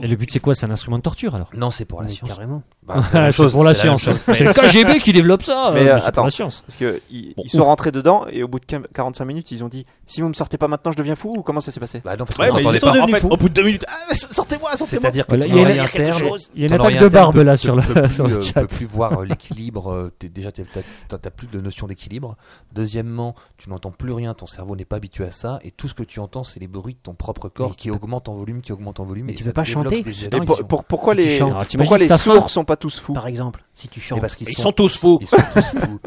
S2: Et le but, c'est quoi C'est un instrument de torture alors
S5: Non, c'est pour la
S4: Mais
S5: science.
S4: Carrément.
S5: Bah,
S2: [LAUGHS]
S5: c'est la même chose,
S2: c'est pour la
S5: c'est la même
S2: science.
S5: chose.
S2: C'est le KGB qui développe ça.
S3: Mais,
S2: euh,
S3: euh,
S2: c'est pour
S3: attends.
S2: la science.
S3: Parce que ils,
S2: Bon,
S3: ils sont rentrés dedans et au bout de 15 45 minutes, ils ont dit Si vous me sortez pas maintenant, je deviens fou ou comment ça s'est passé
S5: Bah non, parce
S1: Ouais,
S5: qu'on
S1: mais ils
S5: t'entendait
S1: sont
S5: pas.
S1: devenus fous. Au bout de deux minutes, ah, sortez-moi, sortez-moi.
S5: C'est-à-dire que
S2: Voilà,
S5: ton
S2: il y a-
S5: oreille
S2: il y a
S5: interne-
S2: quelque chose. Il y a une
S5: ton
S2: attaque
S5: oreille
S2: de
S5: interne
S2: barbe,
S5: peut-
S2: là,
S5: peut-
S2: sur le-
S5: peut
S2: [LAUGHS]
S5: plus,
S2: sur le
S5: euh,
S2: chat.
S5: peut plus voir euh, l'équilibre. euh, t'es- déjà, t'es- t'as t'as- t'as plus de notion d'équilibre. Deuxièmement, tu n'entends plus rien. Ton cerveau n'est pas habitué à ça. Et tout ce que tu entends, c'est les bruits de ton propre corps qui augmente en volume, qui augmente en volume.
S4: Mais
S5: et
S4: tu
S5: ça
S4: peux pas
S5: développe
S4: chanter,
S5: des
S4: c'est
S3: Et
S4: dingue.
S3: pour-
S5: addictions.
S3: pour- pourquoi
S4: Si tu
S3: les,
S4: chantes.
S2: Alors, t'imagines
S3: pourquoi les
S2: ta fin.
S3: sourds sont pas tous fous
S4: Par exemple, si tu
S5: Mais bah,
S4: chantes.
S5: parce qu'ils
S1: Ils
S5: sont,
S1: sont tous fous.
S5: ils sont tous fous.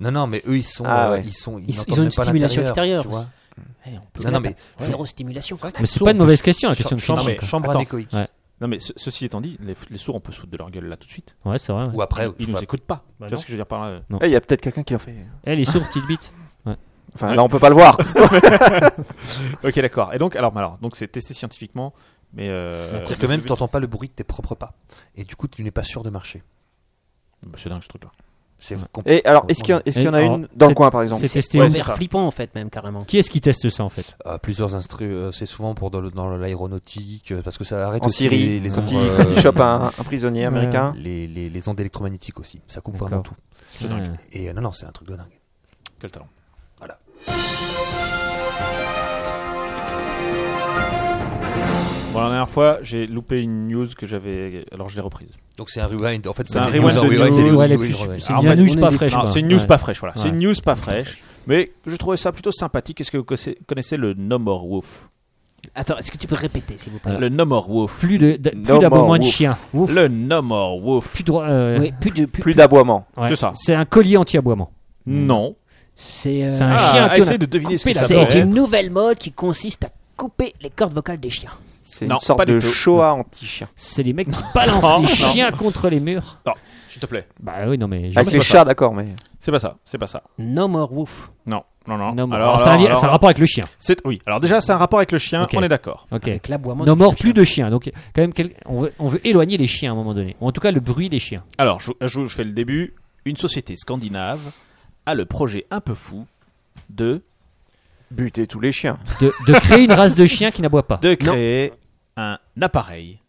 S5: Non, non, mais eux, ils sont,
S3: Ah
S5: euh,
S3: ouais.
S5: ils sont, ils,
S4: Ils- ils
S5: n'entendent
S4: ont
S5: même
S4: une
S5: pas
S4: stimulation extérieure.
S5: l'intérieur, tu vois.
S4: Eh, on peut
S5: Non, non,
S4: mettre
S5: mais
S4: zéro stimulation.
S2: Mais c'est pas une mauvaise question, la question de
S5: chambre,
S2: Finchi.
S5: chambre
S1: Attends.
S5: anéchoïque.
S2: Ouais.
S1: Non, mais ce- ceci étant dit, les, les sourds, on peut se foutre de leur gueule là tout de suite.
S2: Ouais, c'est vrai. ouais.
S5: Ou après,
S1: Ils
S5: enfin,
S1: nous écoutent pas.
S2: Bah
S1: tu vois
S2: non.
S1: ce que je veux dire par là
S3: Eh, Il y a peut-être quelqu'un qui en fait.
S2: Eh, les sourds, petite bite.
S3: Enfin, là, on peut pas le voir.
S1: Ok, d'accord. Et donc, alors, bah alors donc c'est testé scientifiquement, mais. Euh,
S5: C'est-à-dire que même, tu n'entends pas le bruit de tes propres pas. Et du coup, tu n'es pas sûr de marcher.
S1: Bah, C'est dingue ce truc-là.
S5: C'est complètement-
S3: Et alors, est-ce qu'il y, en- est-ce qu'il y en a
S2: Et-
S3: une dans le
S2: c'est-
S3: coin, par exemple
S2: C'est testé
S1: ouais,
S2: où
S1: c'est
S4: C'est
S1: ça.
S4: flippant en fait, même carrément.
S2: Qui est-ce qui teste ça, en fait
S5: Euh, plusieurs instrus, euh, c'est souvent pour dans, le- dans l'aéronautique, euh, parce que ça arrête
S3: En
S5: aussi
S3: Syrie, hein.
S5: les, les
S3: quand
S5: ondes,
S3: il,
S5: euh,
S3: quand il chope un, un prisonnier
S2: Ouais.
S5: [LAUGHS]
S3: américain.
S5: les, les- les ondes électromagnétiques aussi. Ça coupe vraiment tout.
S2: D'accord. Ouais.
S5: Et euh, non, non, c'est un truc de dingue.
S1: Quel talent. Bon, la dernière fois, j'ai loupé une news que j'avais. Alors, je l'ai reprise.
S5: Donc c'est un rewind. En fait,
S1: C'est un
S5: des
S1: rewind
S5: news en
S1: de news.
S5: c'est des
S2: Ouais, les
S5: news
S2: plus-
S5: en rewind.
S2: c'est
S1: Alors,
S2: bien
S1: en fait,
S2: news
S1: on est
S2: pas
S1: des-
S2: fraîche.
S1: Non,
S2: quoi.
S1: c'est une news
S2: Ouais.
S1: pas fraîche, voilà. C'est
S2: Ouais.
S1: une news pas fraîche. Mais je trouvais ça plutôt sympathique. Est-ce que vous connaissez- connaissez le No More Wolf
S4: Attends, est-ce que tu peux répéter s'il vous
S2: Euh.
S4: plaît
S1: Le No More Wolf.
S2: Plus de- de-
S3: No
S2: plus d'aboiements
S3: more
S2: de
S3: wolf.
S2: chiens.
S1: Le No More Wolf.
S2: Plus de droit- euh,
S4: Oui, plus de- plus-
S3: Plus d'aboiement.
S2: ouais.
S1: c'est ça.
S2: C'est un collier anti-aboiement.
S1: Non.
S4: C'est euh,
S2: C'est un chien qui en a
S1: essayez de deviner ce que
S2: coupé la
S1: ça
S2: gorge.
S1: peut
S4: c'est
S1: être.
S4: une nouvelle mode qui consiste à couper les cordes vocales des chiens.
S3: C'est
S1: Non,
S3: une sorte
S1: pas du
S3: de
S1: tout.
S3: Shoah anti-chien.
S2: C'est les mecs [LAUGHS] qui balancent
S1: Non,
S2: les
S1: non.
S2: chiens contre les murs.
S1: Non, s'il te plaît.
S2: Bah oui, non, mais. je-
S3: Avec les
S1: pas ça.
S3: chats, d'accord, mais.
S1: C'est pas ça. C'est pas ça.
S4: No more woof.
S1: Non. Non, non.
S2: No more.
S1: Alors,
S2: Alors, c'est un
S1: alors,
S2: li- c'est un
S1: alors,
S2: rapport avec le chien.
S1: c'est- Oui. Alors, déjà, c'est un rapport avec le chien.
S2: Ok.
S1: On est d'accord.
S2: Ok.
S4: Avec l'aboiement.
S2: Non
S4: des
S2: mort,
S4: chiens.
S2: plus de chiens. Donc, quand même, quel- on, veut, on veut éloigner les chiens à un moment donné. Ou en tout cas, le bruit des chiens.
S1: Alors, je, je- je fais le début. Une société scandinave a le projet un peu fou de,
S3: Buter tous les chiens.
S2: De, de créer une race de chiens qui n'aboie pas.
S1: de créer un appareil.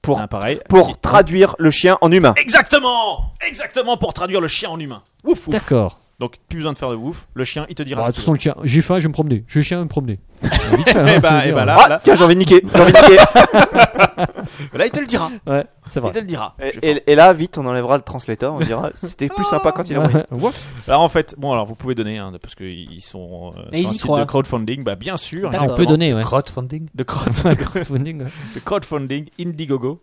S3: Pour-
S1: un appareil.
S3: Pour traduire le chien en humain.
S1: Exactement Exactement pour traduire le chien en humain. Ouf, ouf.
S2: D'accord.
S1: Donc, plus besoin de faire de ouf. Le chien, il te dira
S2: Bon, Bah, de
S1: ce
S2: toute
S1: qu'il
S2: façon, le chien. J'ai faim, je vais me promener. Je vais chien, je vais
S1: [LAUGHS]
S2: me promener. Vite
S1: veut.
S2: fait, hein,
S1: Eh
S2: je veux
S1: bah, eh
S2: dire.
S1: bah, là,
S3: Ah,
S1: là,
S3: tiens, j'ai envie de niquer. J'ai envie de niquer.
S1: là, il te le dira.
S2: Ouais, c'est vrai.
S1: Il te le dira. Je vais
S3: Et, et- et là, vite, on enlèvera le translator. On dira, c'était plus sympa quand il
S1: Ah.
S3: a envoyé.
S2: Ouais.
S1: Alors en fait, bon alors vous pouvez donner hein, parce que ils sont euh,
S4: Et
S1: sur
S4: ils y
S1: un site
S4: croient.
S1: de crowdfunding, bah bien sûr,
S2: On
S4: D'accord.
S2: peut donner, ouais.
S5: Crowdfunding
S1: de, crowd-
S2: [LAUGHS] Crowdfunding, ouais.
S1: de crowdfunding Indiegogo.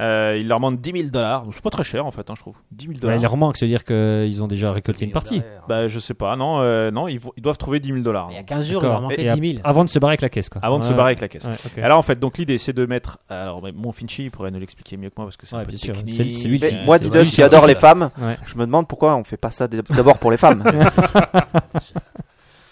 S1: Euh, ils leur demandent 10 000 dollars, c'est pas très cher en fait, hein, je trouve. 10 000
S2: Bah,
S1: dollars.
S2: il leur manque, ça veut dire qu'ils ont déjà récolté une partie.
S1: Bah je sais pas, non, euh, non, ils, vont- ils doivent trouver 10 000 dollars
S4: Il y a 15 jours, il
S2: D'accord.
S4: leur manquait
S2: Et ah, à-
S4: 10 000.
S2: Avant de se barrer avec la caisse, quoi.
S1: avant de se
S2: Ouais.
S1: barrer avec la caisse.
S2: Ouais, ok.
S1: Alors en fait, donc l'idée c'est de mettre, alors mais mon Finchi il pourrait nous l'expliquer mieux que moi parce que c'est
S2: Ouais,
S1: un peu
S2: bien sûr.
S1: technique.
S2: C'est- c'est lui le
S3: Mais
S2: Ouais,
S3: moi,
S2: c'est
S3: Didus,
S2: vrai.
S3: qui adore les femmes,
S2: Ouais.
S3: je me demande pourquoi on fait pas ça d- d'abord pour les
S1: [LAUGHS]
S3: femmes.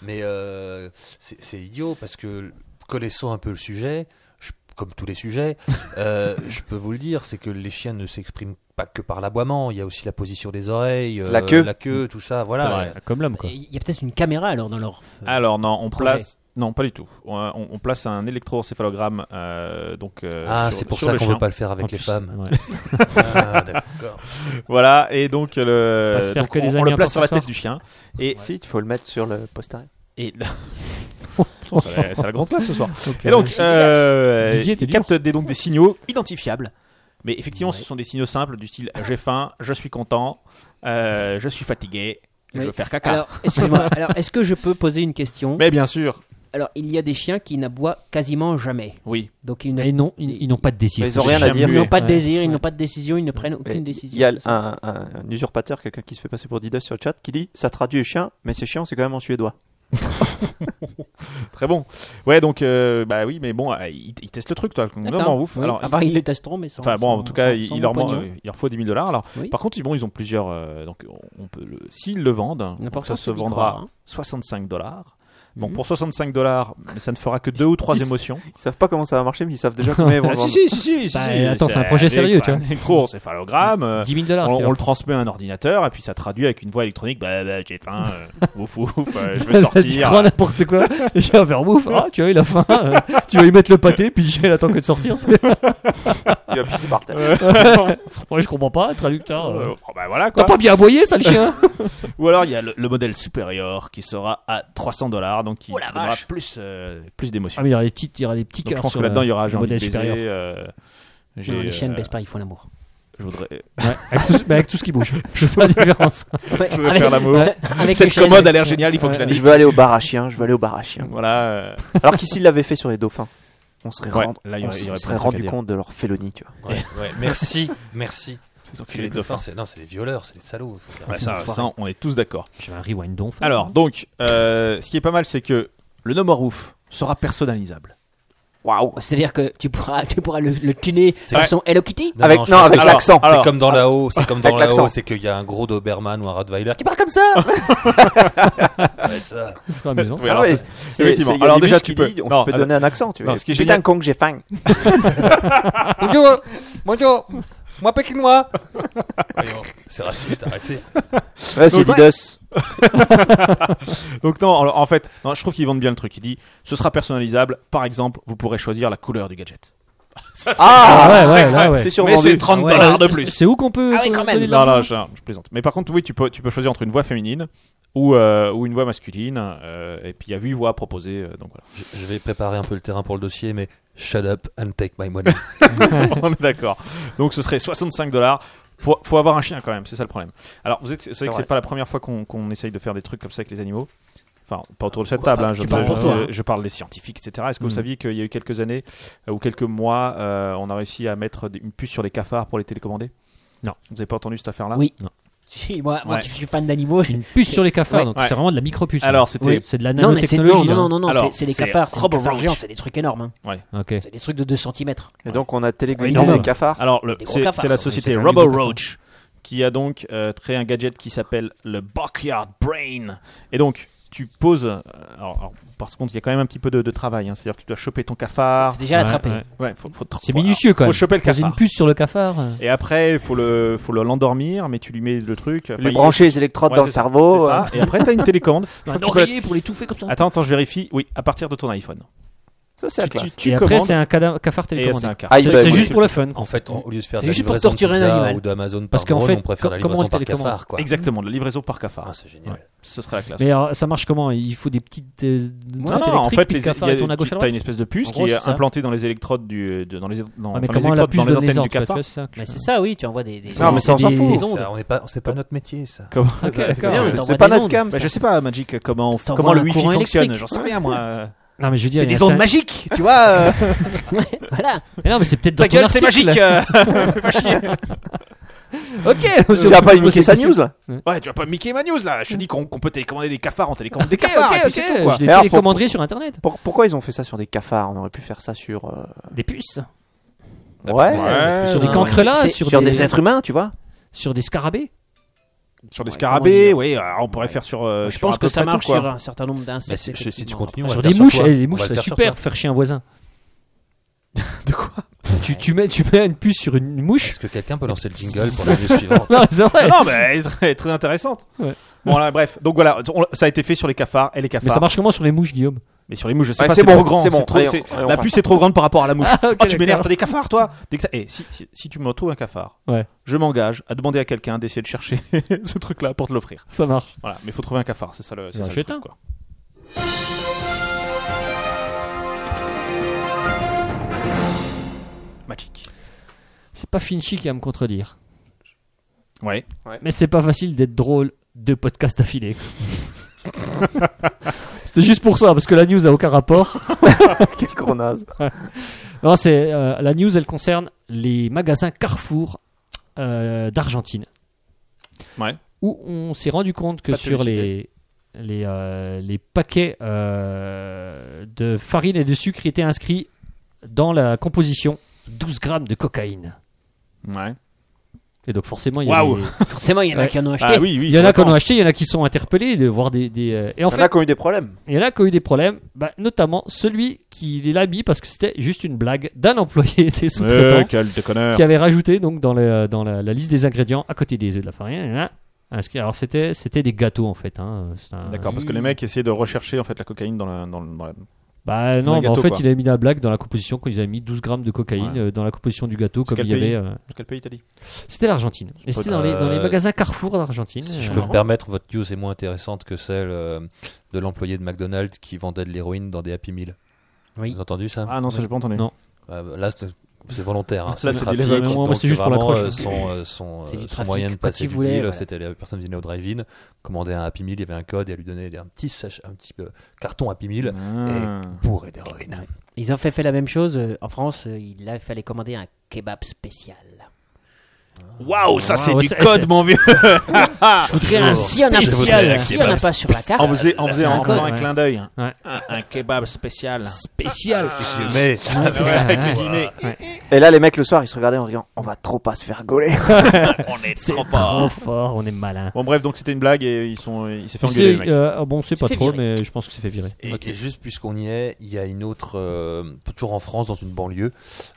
S5: Mais euh, c'est c'est idiot parce que connaissant un peu le sujet, je- comme tous les sujets,
S1: [LAUGHS]
S5: euh, je peux vous le dire, c'est que les chiens ne s'expriment pas que par l'aboiement. Il y a aussi la position des oreilles, euh,
S3: La queue.
S5: la queue, tout ça.
S1: C'est
S5: Voilà.
S1: vrai.
S2: Comme l'homme, quoi.
S4: Et Il y a peut-être une caméra alors dans leur.
S1: Alors non, on
S4: Projet.
S1: place non, pas du tout. On, on- on place un électroencéphalogramme euh, donc euh,
S5: Ah,
S1: sur-
S5: c'est pour
S1: sur
S5: ça
S1: le
S5: qu'on
S1: chien.
S5: veut pas le faire
S2: En
S5: avec les
S2: plus,
S5: femmes.
S2: ouais.
S5: Ah, d'accord.
S1: Voilà, et donc, le,
S2: Pas se faire
S1: donc
S2: que des
S1: on, on
S2: amis
S1: le place
S2: encore
S1: sur la
S2: ce soir.
S1: tête du chien. Et,
S3: Si, il faut le mettre sur le poster.
S1: et [LAUGHS]
S2: [LAUGHS]
S1: le- Putain, c'est la- c'est la grande classe ce soir. Et donc, euh,
S2: Didier, t'es
S1: il
S2: dur.
S1: capte des, donc des signaux [LAUGHS] identifiables. Mais effectivement,
S4: Ouais.
S1: ce sont des signaux simples du style j'ai faim, je suis content, euh, je suis fatigué, je
S4: Oui.
S1: veux faire caca.
S4: Alors, excuse-moi. alors, est-ce que je peux poser une question
S1: Mais bien sûr,
S4: Alors, il y a des chiens qui n'aboient quasiment jamais.
S1: oui.
S4: Donc, ils ne-
S2: Mais non, ils ils n'ont pas de désir.
S3: Mais ils ont rien à dire.
S4: ils n'ont pas de
S2: Ouais.
S4: désir, ils
S2: Ouais.
S4: n'ont pas de décision, ils ne prennent
S3: Mais
S4: aucune décision.
S3: Il y a
S4: c'est ça
S3: un, un- un usurpateur, quelqu'un qui se fait passer pour Didus sur le chat, qui dit ça traduit le chien, mais ces chiens, c'est quand même en suédois.
S1: Très bon. Ouais, donc, euh, bah oui, mais bon, euh, il, il teste le truc, toi. Non,
S4: D'accord.
S1: non, ouf.
S4: Oui.
S1: Alors,
S4: à part, ils les testeront, mais sans.
S1: Enfin bon, en
S4: sans-
S1: tout cas,
S4: sans-
S1: il,
S4: sans
S1: il leur, man-
S4: pognon.
S1: euh, il leur faut 10 000 dollars. Alors,
S4: Oui.
S1: Par contre, bon, ils ont plusieurs. euh, donc, on- on peut le- s'ils le vendent,
S4: L'important,
S1: ça
S4: c'est
S1: se
S4: d'y
S1: vendra
S4: croire, hein.
S1: 65 dollars. Bon,
S2: Mhm.
S1: pour 65 dollars, ça ne fera que deux ou trois
S3: Ils-
S1: émotions.
S3: Ils savent pas comment ça va marcher, mais ils savent déjà combien ils vont
S1: [LAUGHS] Ah,
S3: le vendre.
S1: si, si, si, si,
S2: Bah,
S1: si,
S2: attends, c'est un projet sérieux, tu vois.
S1: Électroencéphalogramme. euh,
S2: 10 000 dollars.
S1: on, on le transmet à un ordinateur et puis ça traduit avec une voix électronique. Bah, bah, j'ai faim,
S2: [LAUGHS]
S1: euh, ouf, ouf, euh, je veux
S2: tu
S1: sortir.
S2: crois n'importe quoi. Et je vais faire ouf. Ah, tu vois, il a faim. euh, tu vas lui mettre le pâté, puis il attend que de sortir. [LAUGHS]
S3: Il va pisser par terre.
S2: Moi, je comprends pas, traducteur. euh.
S1: Euh, oh, bah, voilà
S2: T'as
S1: quoi.
S2: pas bien aboyé, ça, le chien
S1: Ou alors il y a le, le modèle supérieur qui sera à 300 dollars, donc qui,
S4: Oh la
S1: qui donnera
S4: vache.
S1: plus, euh, plus d'émotions.
S2: Ah, mais il y aura des petites, il y aura des petits
S1: donc
S2: cœurs.
S1: je pense
S2: sur
S1: que là-dedans il y aura
S2: le
S1: j'ai envie de
S2: modèle
S1: baiser,
S2: supérieur.
S1: euh, j'ai,
S4: Non, les chiens
S1: euh,
S4: ne baissent pas, ils font l'amour.
S1: Je voudrais.
S2: [LAUGHS] Avec tout, mais avec tout ce qui [LAUGHS] bouge. Je sais pas la différence.
S4: je
S1: veux faire l'amour.
S4: Avec les
S1: Cette
S4: chaises,
S1: commode a
S4: avec-
S1: l'air géniale, il faut que je la
S3: Je
S1: lise.
S3: veux aller au bar à chiens, je veux aller au bar à chiens.
S1: Voilà.
S2: [LAUGHS]
S1: euh,
S3: Alors qu'ici, ils l'avaient fait sur les dauphins. On serait,
S1: Ouais,
S3: rendu-
S1: là, il y
S3: on
S1: aurait-
S3: s-
S1: il y aurait
S3: on
S1: plein
S3: serait
S1: de trucs à
S3: rendu
S1: dire.
S3: compte de leur félonie, tu vois.
S5: Ouais, ouais, merci, merci.
S1: C'est
S5: Parce que les dauphins, c'est non, c'est les violeurs, c'est les salauds. faut faire
S1: Ouais, ça,
S2: Enfoiré.
S1: ça, on est tous d'accord.
S2: Je vais un rewind donc.
S1: Alors, donc, euh, ce qui est pas mal, c'est que le Nomorouf sera personnalisable.
S4: Waouh. C'est-à-dire que tu pourras, tu pourras le, le tuner de façon Hello Kitty.
S5: Non,
S3: avec
S5: non,
S3: non,
S5: je pense
S3: avec
S5: que-
S3: l'accent.
S5: C'est comme dans la haut, c'est comme dans
S3: Avec
S5: la haut,
S3: l'accent.
S5: c'est qu'il y a un gros Doberman ou un Rottweiler qui
S4: Parle comme ça.
S5: parle de ça.
S2: ce sera amusant.
S1: Oui, alors,
S3: ouais,
S1: ça-
S3: Ah c'est-
S1: effectivement.
S3: c'est- il y a
S1: Alors
S3: des
S1: déjà,
S3: muscles
S1: tu
S3: qui
S1: peux-
S3: disent,
S1: non,
S3: On peut
S1: alors-
S3: donner un accent, tu
S1: non,
S3: vois.
S1: ce qui est
S3: Putain,
S1: génial-
S3: con que j'ai
S1: [LAUGHS]
S3: faim.
S5: Bonjour, bonjour, moi pékinois. C'est raciste, arrêtez.
S3: Ouais, c'est Didos.
S1: Donc, non, en, en fait, non, je trouve qu'ils vendent bien le truc. Il dit ce sera personnalisable. Par exemple, vous pourrez choisir la couleur du gadget.
S3: Ah
S2: Ah ouais, ouais, là, ouais.
S3: C'est
S1: Mais c'est
S3: survendu.
S1: 30
S2: Ah ouais.
S1: dollars de plus.
S2: C'est où qu'on peut.
S4: Ah oui, quand
S2: donner
S4: même.
S2: de
S1: Non,
S2: l'argent
S1: non, je, je plaisante. Mais par contre, oui, tu peux, tu peux choisir entre une voix féminine ou, euh, ou une voix masculine. euh, et puis, il y a 8 voix proposées. euh, donc, voilà.
S5: Je, je vais préparer un peu le terrain pour le dossier, mais shut up and take my money.
S1: [LAUGHS] on est d'accord. Donc, ce serait 65 dollars. Faut, faut avoir un chien quand même, c'est ça le problème. Alors, vous, êtes, vous savez que c'est
S3: vrai.
S1: pas la première fois qu'on qu'on essaye de faire des trucs comme ça avec les animaux. Enfin, pas autour de cette
S4: Enfin,
S1: table, hein, je,
S4: tu parles pour
S1: je-
S4: toi, hein.
S1: je parle des scientifiques, etc. Est-ce que vous
S2: Hmm.
S1: saviez qu'il y a eu quelques années euh, ou quelques mois, euh, on a réussi à mettre des- une puce sur les cafards pour les télécommander
S2: Non.
S1: Vous avez pas entendu cette affaire-là
S4: Oui.
S2: Non.
S4: Si, moi, moi
S1: Ouais.
S4: qui suis fan d'animaux.
S2: Une puce sur les cafards,
S4: Ouais.
S2: donc
S1: Ouais.
S2: c'est vraiment de la micropuce.
S1: Alors,
S2: hein.
S1: c'était-
S2: Oui, c'est de la
S4: Non, mais c'est
S2: nanotechnologie. là.
S4: non, non, non, non, non,
S1: Alors,
S4: c'est- c'est des
S1: c'est
S4: cafards, c'est des
S1: Robo
S4: cafards
S1: Roach.
S4: géants, c'est des trucs énormes. hein.
S2: Ok.
S4: C'est des trucs de 2 cm.
S3: Et donc, on a téléguidé
S1: Énorme.
S3: les cafards.
S1: Alors, le-
S4: Des gros
S1: c'est
S4: cafards,
S1: c'est la
S4: ça,
S1: société
S2: c'est quand même des gros
S1: Roach qui a donc euh, créé un gadget qui s'appelle le Backyard Brain. Et donc, tu poses. euh, Alors, alors, par contre, il y a quand même un petit peu de, de travail. hein. C'est-à-dire que tu dois choper ton cafard.
S4: Faut déjà l'attraper.
S1: Ouais, ouais, faut- faut tra-
S2: C'est
S1: faut-
S2: minutieux quand
S1: Faut
S2: même.
S1: choper le
S2: Poser une
S1: cafard.
S2: puce sur le cafard. euh.
S1: Et après, il faut le, faut le- l'endormir, mais tu lui mets le truc. Enfin,
S3: Lui
S1: il-
S3: brancher les électrodes
S1: Ouais,
S3: dans
S1: c'est
S3: le
S1: ça,
S3: cerveau. hein.
S1: c'est ça. Et après, t'as une
S4: [LAUGHS]
S1: télécommande. Je crois
S4: Un
S1: que tu peux la-
S4: oreiller pour l'étouffer comme ça.
S1: Attends, attends, je vérifie. Oui, à partir de ton iPhone.
S3: Ça, c'est la
S1: Tu- tu-
S3: classe.
S1: tu
S2: et après,
S1: commandes
S2: c'est un cada- cafard
S1: et c'est
S2: télécommandé.
S1: un cafard.
S3: Ah,
S2: C'est-
S3: bah,
S2: c'est
S3: oui.
S2: juste pour le fun.
S5: En fait, on- au lieu de faire
S4: C'est
S5: de la
S4: juste pour
S5: livraison de
S4: torturer un
S5: pizza
S4: animal.
S5: ou d'Amazon
S2: Parce
S5: par
S2: qu'en
S5: drone,
S2: fait,
S5: on préfère
S2: co-
S5: la
S2: comment on
S5: livraison par
S2: télécommande
S5: cafard, quoi.
S1: Exactement, la livraison par cafard.
S5: Ah, c'est génial.
S1: Ce serait la classe.
S2: Mais alors, ça marche comment Il faut des petites. euh,
S1: Non,
S2: trucs
S1: non, en
S2: électriques,
S1: fait,
S2: puis le
S1: les, il
S2: cafard
S1: y a-
S2: est tourné à
S1: tu-
S2: gauche à
S1: t'as
S2: droite.
S1: une espèce de puce
S2: En
S1: qui
S2: gros, c'est
S1: est
S2: ça.
S1: implantée dans les électrodes du, de- dans les, dans,
S2: Ah, mais
S1: dans les
S2: comment la
S1: électrodes,
S2: puce
S1: dans les
S2: donne les
S1: antennes du
S2: ordres quoi, tu
S1: cafard.
S2: vois, c'est ça que
S4: Mais
S2: je-
S4: c'est ça, oui, tu envoies des, des,
S3: Non, mais ça, on
S4: des,
S3: s'en
S4: des-
S3: fout.
S4: des ondes.
S5: Ça, on n'est pas, c'est pas notre métier, ça.
S1: Comment-
S2: Ok,
S5: Ouais,
S2: d'accord.
S4: bien, mais
S3: C'est
S4: t'envoies
S3: pas
S4: des
S3: notre
S4: ondes.
S3: cam.
S1: Bah,
S3: ça.
S1: je sais pas, Magic, comment,
S4: T'envoies
S1: comment le
S4: un
S1: Wi-Fi
S4: courant
S1: fonctionne.
S4: électrique.
S1: J'en sais rien, moi.
S2: Non, mais je veux dire.
S4: C'est
S2: il y a
S4: des
S2: un
S4: ondes
S2: certain-
S4: magiques, tu vois. euh. voilà.
S2: Mais Non, mais c'est peut-être dans
S1: Ta
S2: ton
S1: gueule, c'est
S2: article.
S1: magique euh.
S2: Ok.
S3: Tu vas pas niquer sa news là
S1: Ouais, tu vas pas miquer ma news, là. Je te dis qu'on qu'on peut télécommander des cafards, on télécommande des
S2: Ok,
S1: cafards,
S2: ok,
S1: et puis c'est
S2: ok,
S1: tout, quoi.
S2: Je les
S3: Alors, faut-
S2: télécommanderai sur internet.
S3: Pour- Pourquoi ils ont fait ça sur des cafards On aurait pu faire ça sur. euh,
S1: Ah,
S2: Des puces.
S3: Ouais,
S1: Ouais,
S2: Sur des
S1: ouais.
S2: cancrelats,
S4: C'est-
S2: sur
S3: sur des
S2: des
S3: êtres humains, tu vois.
S1: [LAUGHS]
S2: sur des scarabées.
S1: Sur des
S4: Ouais,
S1: scarabées,
S4: comment
S1: oui,
S4: dire
S1: alors on pourrait faire sur. euh,
S4: Je
S1: sur
S4: pense
S1: à peu
S4: que ça
S1: près tout,
S4: marche
S1: quoi.
S4: sur un certain nombre
S5: Mais
S4: d'insectes.
S5: si, je- si tu
S4: effectivement.
S5: continues, on
S2: Sur
S5: va le
S2: des
S5: faire
S2: mouches.
S5: toi.
S2: eh, Les
S5: On
S2: mouches,
S5: va le
S2: c'est
S5: faire sur
S2: super
S5: toi.
S2: faire chier un voisin. De quoi tu, tu, mets, tu mets une puce sur une mouche
S5: Est-ce que quelqu'un peut lancer le jingle pour la
S2: [LAUGHS]
S5: news suivante
S2: Non, c'est vrai.
S1: Non, mais elle serait très intéressante.
S2: Ouais.
S1: Bon, là, bref. Donc voilà, on- ça a été fait sur les cafards et les
S2: Mais
S1: cafards.
S2: ça marche comment sur les mouches, Guillaume
S1: Mais sur les mouches, je sais
S3: Ouais,
S1: pas,
S3: c'est
S1: c'est
S3: bon,
S1: trop grand.
S3: c'est bon.
S1: trop-
S3: Allez, on-
S1: c'est-
S3: allez, on
S1: La
S3: part.
S1: puce est trop grande par rapport à la
S2: [LAUGHS]
S1: mouche.
S2: Ah, ok,
S1: Oh, tu m'énerves,
S2: d'accord.
S1: t'as des cafards, toi Dès que ça- Eh, si, si- si tu m'entends un cafard,
S2: Ouais.
S1: je m'engage à demander à quelqu'un d'essayer de chercher [LAUGHS] ce truc-là pour te l'offrir.
S2: Ça marche.
S1: Voilà, mais il faut trouver un cafard, c'est ça le, c'est
S2: Ouais,
S1: ça le
S2: j'ai
S1: truc,
S2: Bah, un.
S1: quoi. Magic.
S2: C'est pas Finchy qui va me contredire.
S1: Ouais.
S2: Mais c'est pas facile d'être drôle deux podcasts affilés. C'était juste pour ça, parce que la news a aucun rapport.
S3: Quel gros naze.
S2: Non, c'est euh, la news. Elle concerne les magasins Carrefour euh, d'Argentine.
S1: Ouais.
S2: Où on s'est rendu compte que
S1: Pas de
S2: sur les
S1: publicité.
S2: les, euh, les paquets euh, de farine et de sucre étaient inscrits dans la composition 12 grammes de cocaïne.
S1: Ouais.
S2: Et donc forcément, il y, a
S1: Waouh.
S2: des-
S4: Forcément, il y en a
S2: Ouais.
S4: qui en ont acheté.
S1: Ah oui, oui.
S2: il y en a qui en
S1: complètement.
S2: ont acheté, il y en a qui sont interpellés, de voir des, des, euh, Et en
S3: Il y en a
S2: fait,
S3: qui ont eu des problèmes.
S2: il y en a qui ont eu des problèmes, bah, notamment celui qui l'a mis parce que c'était juste une blague d'un [LAUGHS] employé des sous-traitants.
S1: Eh, quel déconneur.
S2: qui avait rajouté donc dans, le- dans la, la liste des ingrédients à côté des œufs de la farine. hein, inscrit- Alors c'était c'était des gâteaux en fait. hein, c'est un-
S1: D'accord, parce que les mecs essayaient de rechercher en fait la cocaïne dans la. Dans le- dans la- Dans
S2: Bah non,
S1: un
S2: mais en
S1: gâteau,
S2: fait
S1: quoi.
S2: il avait mis la blague dans la composition quand ils avaient mis 12 grammes de cocaïne
S1: Ouais.
S2: euh, dans la composition du gâteau
S1: C'est
S2: comme il y
S1: quel pays
S2: avait. euh,
S1: Quel pays Italie
S2: C'était l'Argentine. Et
S1: pas-
S2: c'était dans, les, dans les
S5: euh,
S2: magasins Carrefour d'Argentine.
S5: Si je
S2: euh,
S5: peux me permettre, votre news est moins intéressante que celle euh, de l'employé de McDonald's qui vendait de l'héroïne dans des Happy Meal.
S4: Oui.
S5: Vous avez entendu ça
S1: Ah non, ça j'ai pas entendu.
S2: Non.
S5: Euh, Là, c'est c'est volontaire. Hein.
S1: Là,
S5: du
S1: c'est
S5: trafic,
S1: des événements,
S5: donc
S2: moi, c'est juste pour
S5: vraiment,
S2: l'accroche.
S5: euh, Son, euh, son,
S4: C'est
S5: euh,
S4: du
S5: son
S4: trafic,
S5: moyen de
S4: quand
S5: passer
S4: il
S5: du
S4: voulait,
S5: deal,
S4: voilà.
S5: c'était la personne venait au drive-in, commandait un Happy Meal, il y avait un code et elle lui donnait un petit, sach- un petit euh, carton Happy Meal
S1: Ah.
S5: bourré d'héroïne.
S4: Ils ont fait, fait la même chose. euh, En France, euh, il a- fallait commander un kebab spécial.
S1: Waouh, ça c'est
S2: Ah,
S5: Ah,
S2: ouais,
S1: du
S2: c'est-
S1: code,
S2: c'est-
S1: mon vieux.
S4: Je voudrais un si y en a
S1: Je voudrais un
S4: pas, si y en a
S1: kebab
S4: pas sur la carte.
S1: Ah, On faisait, on faisait
S2: un
S1: en
S2: code,
S1: faisant un
S2: ouais.
S1: clin d'œil. hein.
S2: Ouais.
S1: Un, un kebab spécial. Ah,
S2: spécial.
S5: Mais
S2: Ouais, c'est ça,
S1: avec
S2: ouais.
S1: les guillemets.
S3: Et là, les mecs, le soir, ils se regardaient en disant On va trop pas se faire
S1: [LAUGHS]
S3: gauler.
S1: On est
S2: C'est
S1: trop
S2: trop
S1: fort.
S2: Oh, fort, on est malin.
S1: Bon bref, donc c'était une blague et ils sont, il s'est fait engueuler le
S2: C'est,
S1: mec.
S2: euh, bon, c'est pas
S4: fait
S2: trop,
S4: virer.
S2: mais je pense que c'est fait virer.
S5: Et, et juste puisqu'on y est, il y a une autre, euh, toujours en France, dans une banlieue,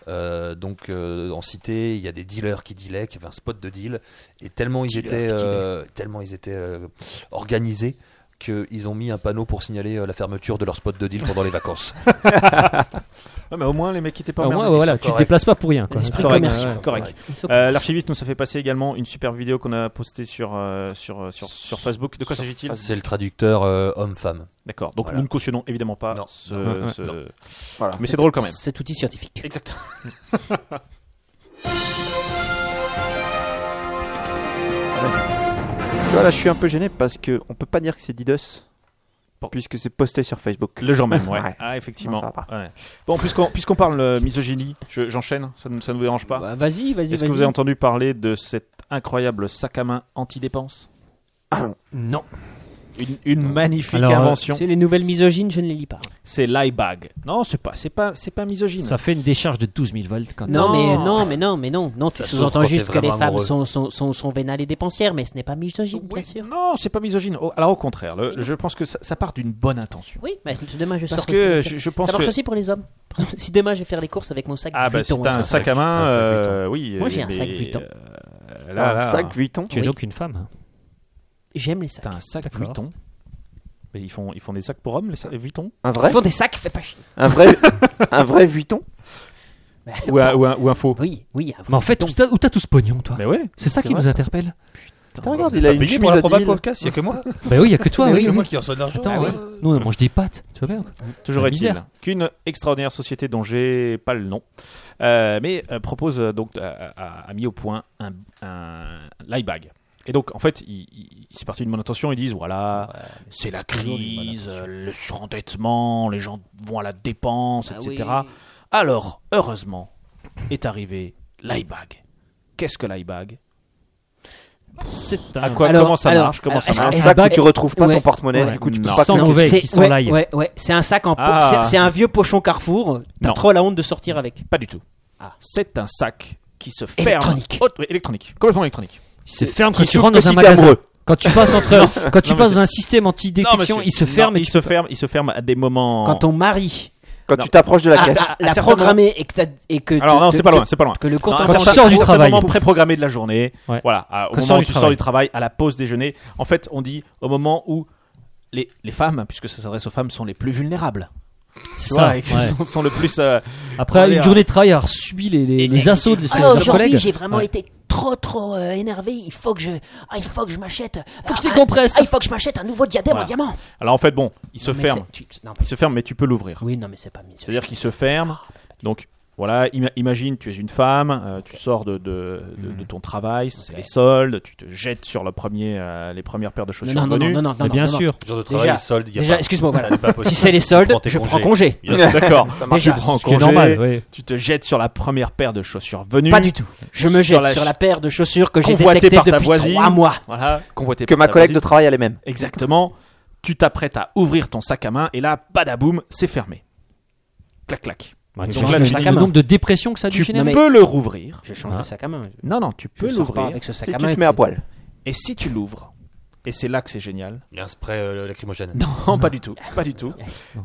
S5: euh, donc euh, en cité, il y a des dealers qui dealaient, qui avaient un spot de deal, et tellement ils étaient, euh, tellement ils étaient euh, organisés qu'ils ont mis un panneau pour signaler euh, la fermeture de leur spot de deal pendant les [LAUGHS] vacances.
S1: Ouais, mais au moins les mecs étaient pas
S2: Au moins,
S1: emmerdés.
S2: Ah, voilà,
S5: sont
S2: tu te
S5: corrects.
S2: déplaces pas pour rien. quoi.
S4: L'esprit
S1: correct,
S4: commercial.
S1: c'est correct.
S4: Ils sont-
S1: Euh, L'archiviste nous a fait passer également une super vidéo qu'on a postée sur, euh, sur, euh, sur, sur Facebook. De quoi
S5: Sur-
S1: s'agit-il
S5: C'est le traducteur euh, homme-femme.
S1: D'accord, donc
S5: Voilà.
S1: nous ne cautionnons évidemment pas
S5: Non.
S1: ce.
S2: Non.
S1: ce-
S5: Non.
S3: Voilà.
S1: Mais c'est drôle quand même.
S4: Cet outil scientifique.
S1: Exactement.
S3: Tu vois, là, je suis un peu gêné parce que on peut pas dire que c'est Didus.
S1: Bon.
S3: Puisque c'est posté sur Facebook.
S1: Le genre même, [LAUGHS] ouais.
S3: Ouais.
S1: Ah, effectivement.
S3: Non, ça va
S1: Ouais. Bon, puisqu'on puisqu'on parle euh, misogynie, je- j'enchaîne, ça ne ça ne vous dérange pas.
S4: Bah, vas-y, vas-y,
S1: Est-ce que
S4: vas-y.
S1: vous avez entendu parler de cet incroyable sac à main anti-dépense
S2: Non.
S1: Une, une magnifique
S2: Alors, euh,
S1: invention.
S4: C'est les nouvelles misogynes, je ne les lis pas.
S1: C'est l'iBag. Non, c'est pas, c'est pas, c'est pas misogyne.
S2: Ça fait une décharge de 12 000 volts quand
S4: Non,
S1: Non.
S4: mais non, mais non, mais non, non. Tu
S5: Ça
S4: sous-entends
S5: s'ouvre quand
S4: juste
S5: t'es
S4: que les
S5: vraiment
S4: femmes
S5: amoureux.
S4: sont, sont, sont, sont vénales et dépensières, mais ce n'est pas misogyne, bien
S1: Oui,
S4: sûr.
S1: Non, c'est pas misogyne. Au- alors au contraire, le- je pense que ça, ça part d'une bonne intention.
S4: Oui, mais Bah, demain je
S1: Parce
S4: sors.
S1: que
S4: le
S1: je,
S4: truc.
S1: je pense
S4: ça marche
S1: que
S4: aussi pour les hommes. Par exemple, si demain je vais faire les courses avec mon sac
S1: ah bah
S4: Vuitton,
S1: c'est un
S4: hein,
S1: sac à main.
S5: c'est un sac
S1: euh, oui.
S4: Moi, j'ai un
S1: mais,
S4: sac Vuitton.
S1: euh,
S3: Là,
S1: là, là,
S3: sac Vuitton.
S2: Tu es
S4: Oui.
S2: donc une femme.
S4: J'aime les sacs.
S1: T'as un sac
S2: D'accord.
S1: Vuitton. Mais ils font, ils font des sacs pour hommes, les sacs Vuitton.
S3: Un
S4: Ils
S3: vrai
S4: font des sacs, fais pas chier.
S3: Un vrai, un vrai Vuitton
S4: Bah,
S1: Ou, un- ou un, ou un faux.
S4: Oui, oui. un vrai
S2: Mais en fait,
S4: Vuitton.
S2: où t'as- où t'as tout ce pognon, toi
S1: Mais Bah ouais.
S2: C'est ça
S3: C'est
S2: qui
S3: vrai,
S2: nous interpelle.
S3: Putain, regarde, il a une chemise à 10 000.
S5: podcast, il n'y a que moi.
S2: Bah oui, il y a [LAUGHS] que toi,
S5: Il
S2: oui.
S5: que
S2: oui.
S5: moi qui reçois de l'argent.
S2: Attends, ouais. Nous, on mange des pâtes, tu vois bien.
S1: Toujours
S2: La
S1: est-il
S2: misère.
S1: qu'une extraordinaire société dont j'ai pas le nom, euh, mais euh, propose euh, donc euh, a, a mis au point un, un l'iBag. Et donc en fait, il- il- c'est parti d'une bonne intention. Ils disent voilà, c'est la
S5: toujours d'une bonne
S1: crise,
S5: intention.
S1: euh, le surendettement, les gens vont à la dépense,
S4: Bah
S1: etc.
S4: oui.
S1: Alors heureusement est arrivé l'iBag. Qu'est-ce que l'iBag
S2: C'est
S1: À quoi
S4: Alors,
S1: comment ça
S4: alors,
S1: marche Comment
S4: alors,
S1: ça
S4: est-ce
S3: Un
S1: marche
S4: que-
S3: sac où
S4: Ouais.
S3: tu retrouves pas ton
S4: Ouais.
S3: porte-monnaie,
S1: Ah, Ouais.
S3: du coup tu peux
S1: Non.
S3: pas
S2: Sans
S3: compter.
S2: mauvais qui
S4: C'est
S2: sont
S4: ouais,
S2: là, il y a-
S4: ouais, ouais. C'est un sac en po-
S1: Ah.
S4: c'est- C'est un vieux pochon Carrefour. T'as
S1: Non.
S4: trop la honte de sortir avec.
S1: Pas du tout.
S4: Ah.
S1: C'est un sac qui se ferme.
S4: Électronique.
S1: Autre- oui, électronique. Complètement électronique.
S2: C'est ferme quand
S3: Qui
S2: tu
S3: s'ouvre
S2: rentres
S3: que
S2: dans un
S3: si t'es
S2: magasin.
S3: amoureux.
S2: Quand tu passes [LAUGHS] entre, quand tu
S1: Non, mais
S2: passes
S1: c'est-
S2: dans un système anti-détection,
S1: Non,
S2: il se
S1: monsieur.
S2: ferme.
S1: Non,
S2: et
S1: il
S2: tu
S1: se
S2: peux
S1: ferme. Il se ferme à des moments.
S4: Quand ton mari
S3: Quand
S1: Non.
S3: tu t'approches de la
S4: a-
S3: caisse.
S4: a- Ah, l'a
S1: certainement.
S4: programmé et que, t'as- et que
S1: Alors
S4: que-
S1: non,
S4: que-
S1: c'est pas
S4: que-
S1: loin, c'est pas loin.
S4: que le compte
S1: Non,
S4: en
S1: c'est
S2: quand
S4: banque
S2: tu
S1: un-
S2: sors
S1: c'est
S2: du
S1: un
S2: travail.
S1: moment préprogrammé de la journée.
S2: Ouais.
S1: Voilà, à- au
S2: Quand tu
S1: moment
S2: sors
S1: où
S2: du
S1: tu sors
S2: travail.
S1: du travail, à la pause déjeuner. En fait, on dit au moment où les, les femmes, puisque ça s'adresse aux femmes, sont les plus vulnérables.
S2: C'est
S1: Tu
S2: ça.
S1: vois, et qui
S2: ouais.
S1: sont, sont le plus. euh,
S2: Après
S1: Allez,
S2: une
S1: hein.
S2: journée de travail, à avoir subi les, les, les assauts de
S4: Ah,
S2: ses de leurs collègues. Ouais.
S4: été trop trop euh, énervé. Il faut que je, ah, il faut que je m'achète.
S2: Faut que je décompresse.
S4: Ah, il faut que je m'achète un nouveau diadème
S1: Voilà.
S4: en diamant.
S1: Alors en fait, bon, il se
S4: Non, mais
S1: ferme.
S4: c'est- tu- non, mais-
S1: Il se ferme, mais tu peux l'ouvrir.
S4: Oui, non, mais c'est pas mis.
S1: C'est-à-dire qu'il se ferme. Donc voilà, ima- imagine, tu es une femme, euh, tu sors de, de, de-
S4: Mhm.
S1: de ton travail, c'est les soldes, tu te jettes sur le premier, euh, les premières paires de
S4: Non,
S1: chaussures
S4: non, non, non,
S1: venues.
S4: non, non,
S2: Mais
S4: non,
S2: bien
S4: non, non.
S2: sûr.
S5: Genre de travail,
S4: Déjà-
S5: solde, il y a
S4: Déjà,
S5: pas-
S4: excuse-moi,
S5: ça
S4: voilà.
S5: n'est pas possible.
S4: Si c'est les soldes,
S5: prends tes
S4: je prends
S5: congés.
S4: congé.
S1: Bien sûr,
S4: [LAUGHS]
S1: D'accord.
S4: Déjà,
S1: tu prends
S2: Ce qui est
S1: congé,
S2: normal. ouais.
S1: tu te jettes sur la première paire de chaussures venues.
S4: Pas du tout. Je me
S1: Sur
S4: jette
S1: la-
S4: sur la paire de chaussures que j'ai
S1: Convoitée
S4: détectées
S1: par ta
S4: depuis
S1: voisine.
S4: trois mois.
S1: Voilà, convoité
S3: Que
S1: par
S3: ma
S1: ta
S3: collègue de
S1: voisine.
S3: travail a les mêmes.
S1: Exactement. Tu t'apprêtes à ouvrir ton sac à main et là, badaboum, c'est fermé. Clac, clac.
S2: Bah,
S3: Ils
S2: tu
S3: ont
S2: vois
S3: le
S2: le,
S3: sac à
S2: le
S3: main.
S2: nombre de dépressions que ça a dû
S4: Tu-
S2: chez
S4: non,
S2: Nemo.
S4: mais-
S1: peux le rouvrir.
S4: Je change
S2: Ah.
S4: de sac à main.
S1: Non, non, tu
S4: Je
S1: peux
S4: sors pas
S1: l'ouvrir.
S4: avec ce
S3: Si
S4: sac
S3: tu
S4: à main.
S3: te mets à poil.
S1: Et si tu l'ouvres, et c'est là que c'est génial.
S5: Il y a un spray euh, lacrymogène.
S1: [LAUGHS] Non, pas du tout, pas du tout.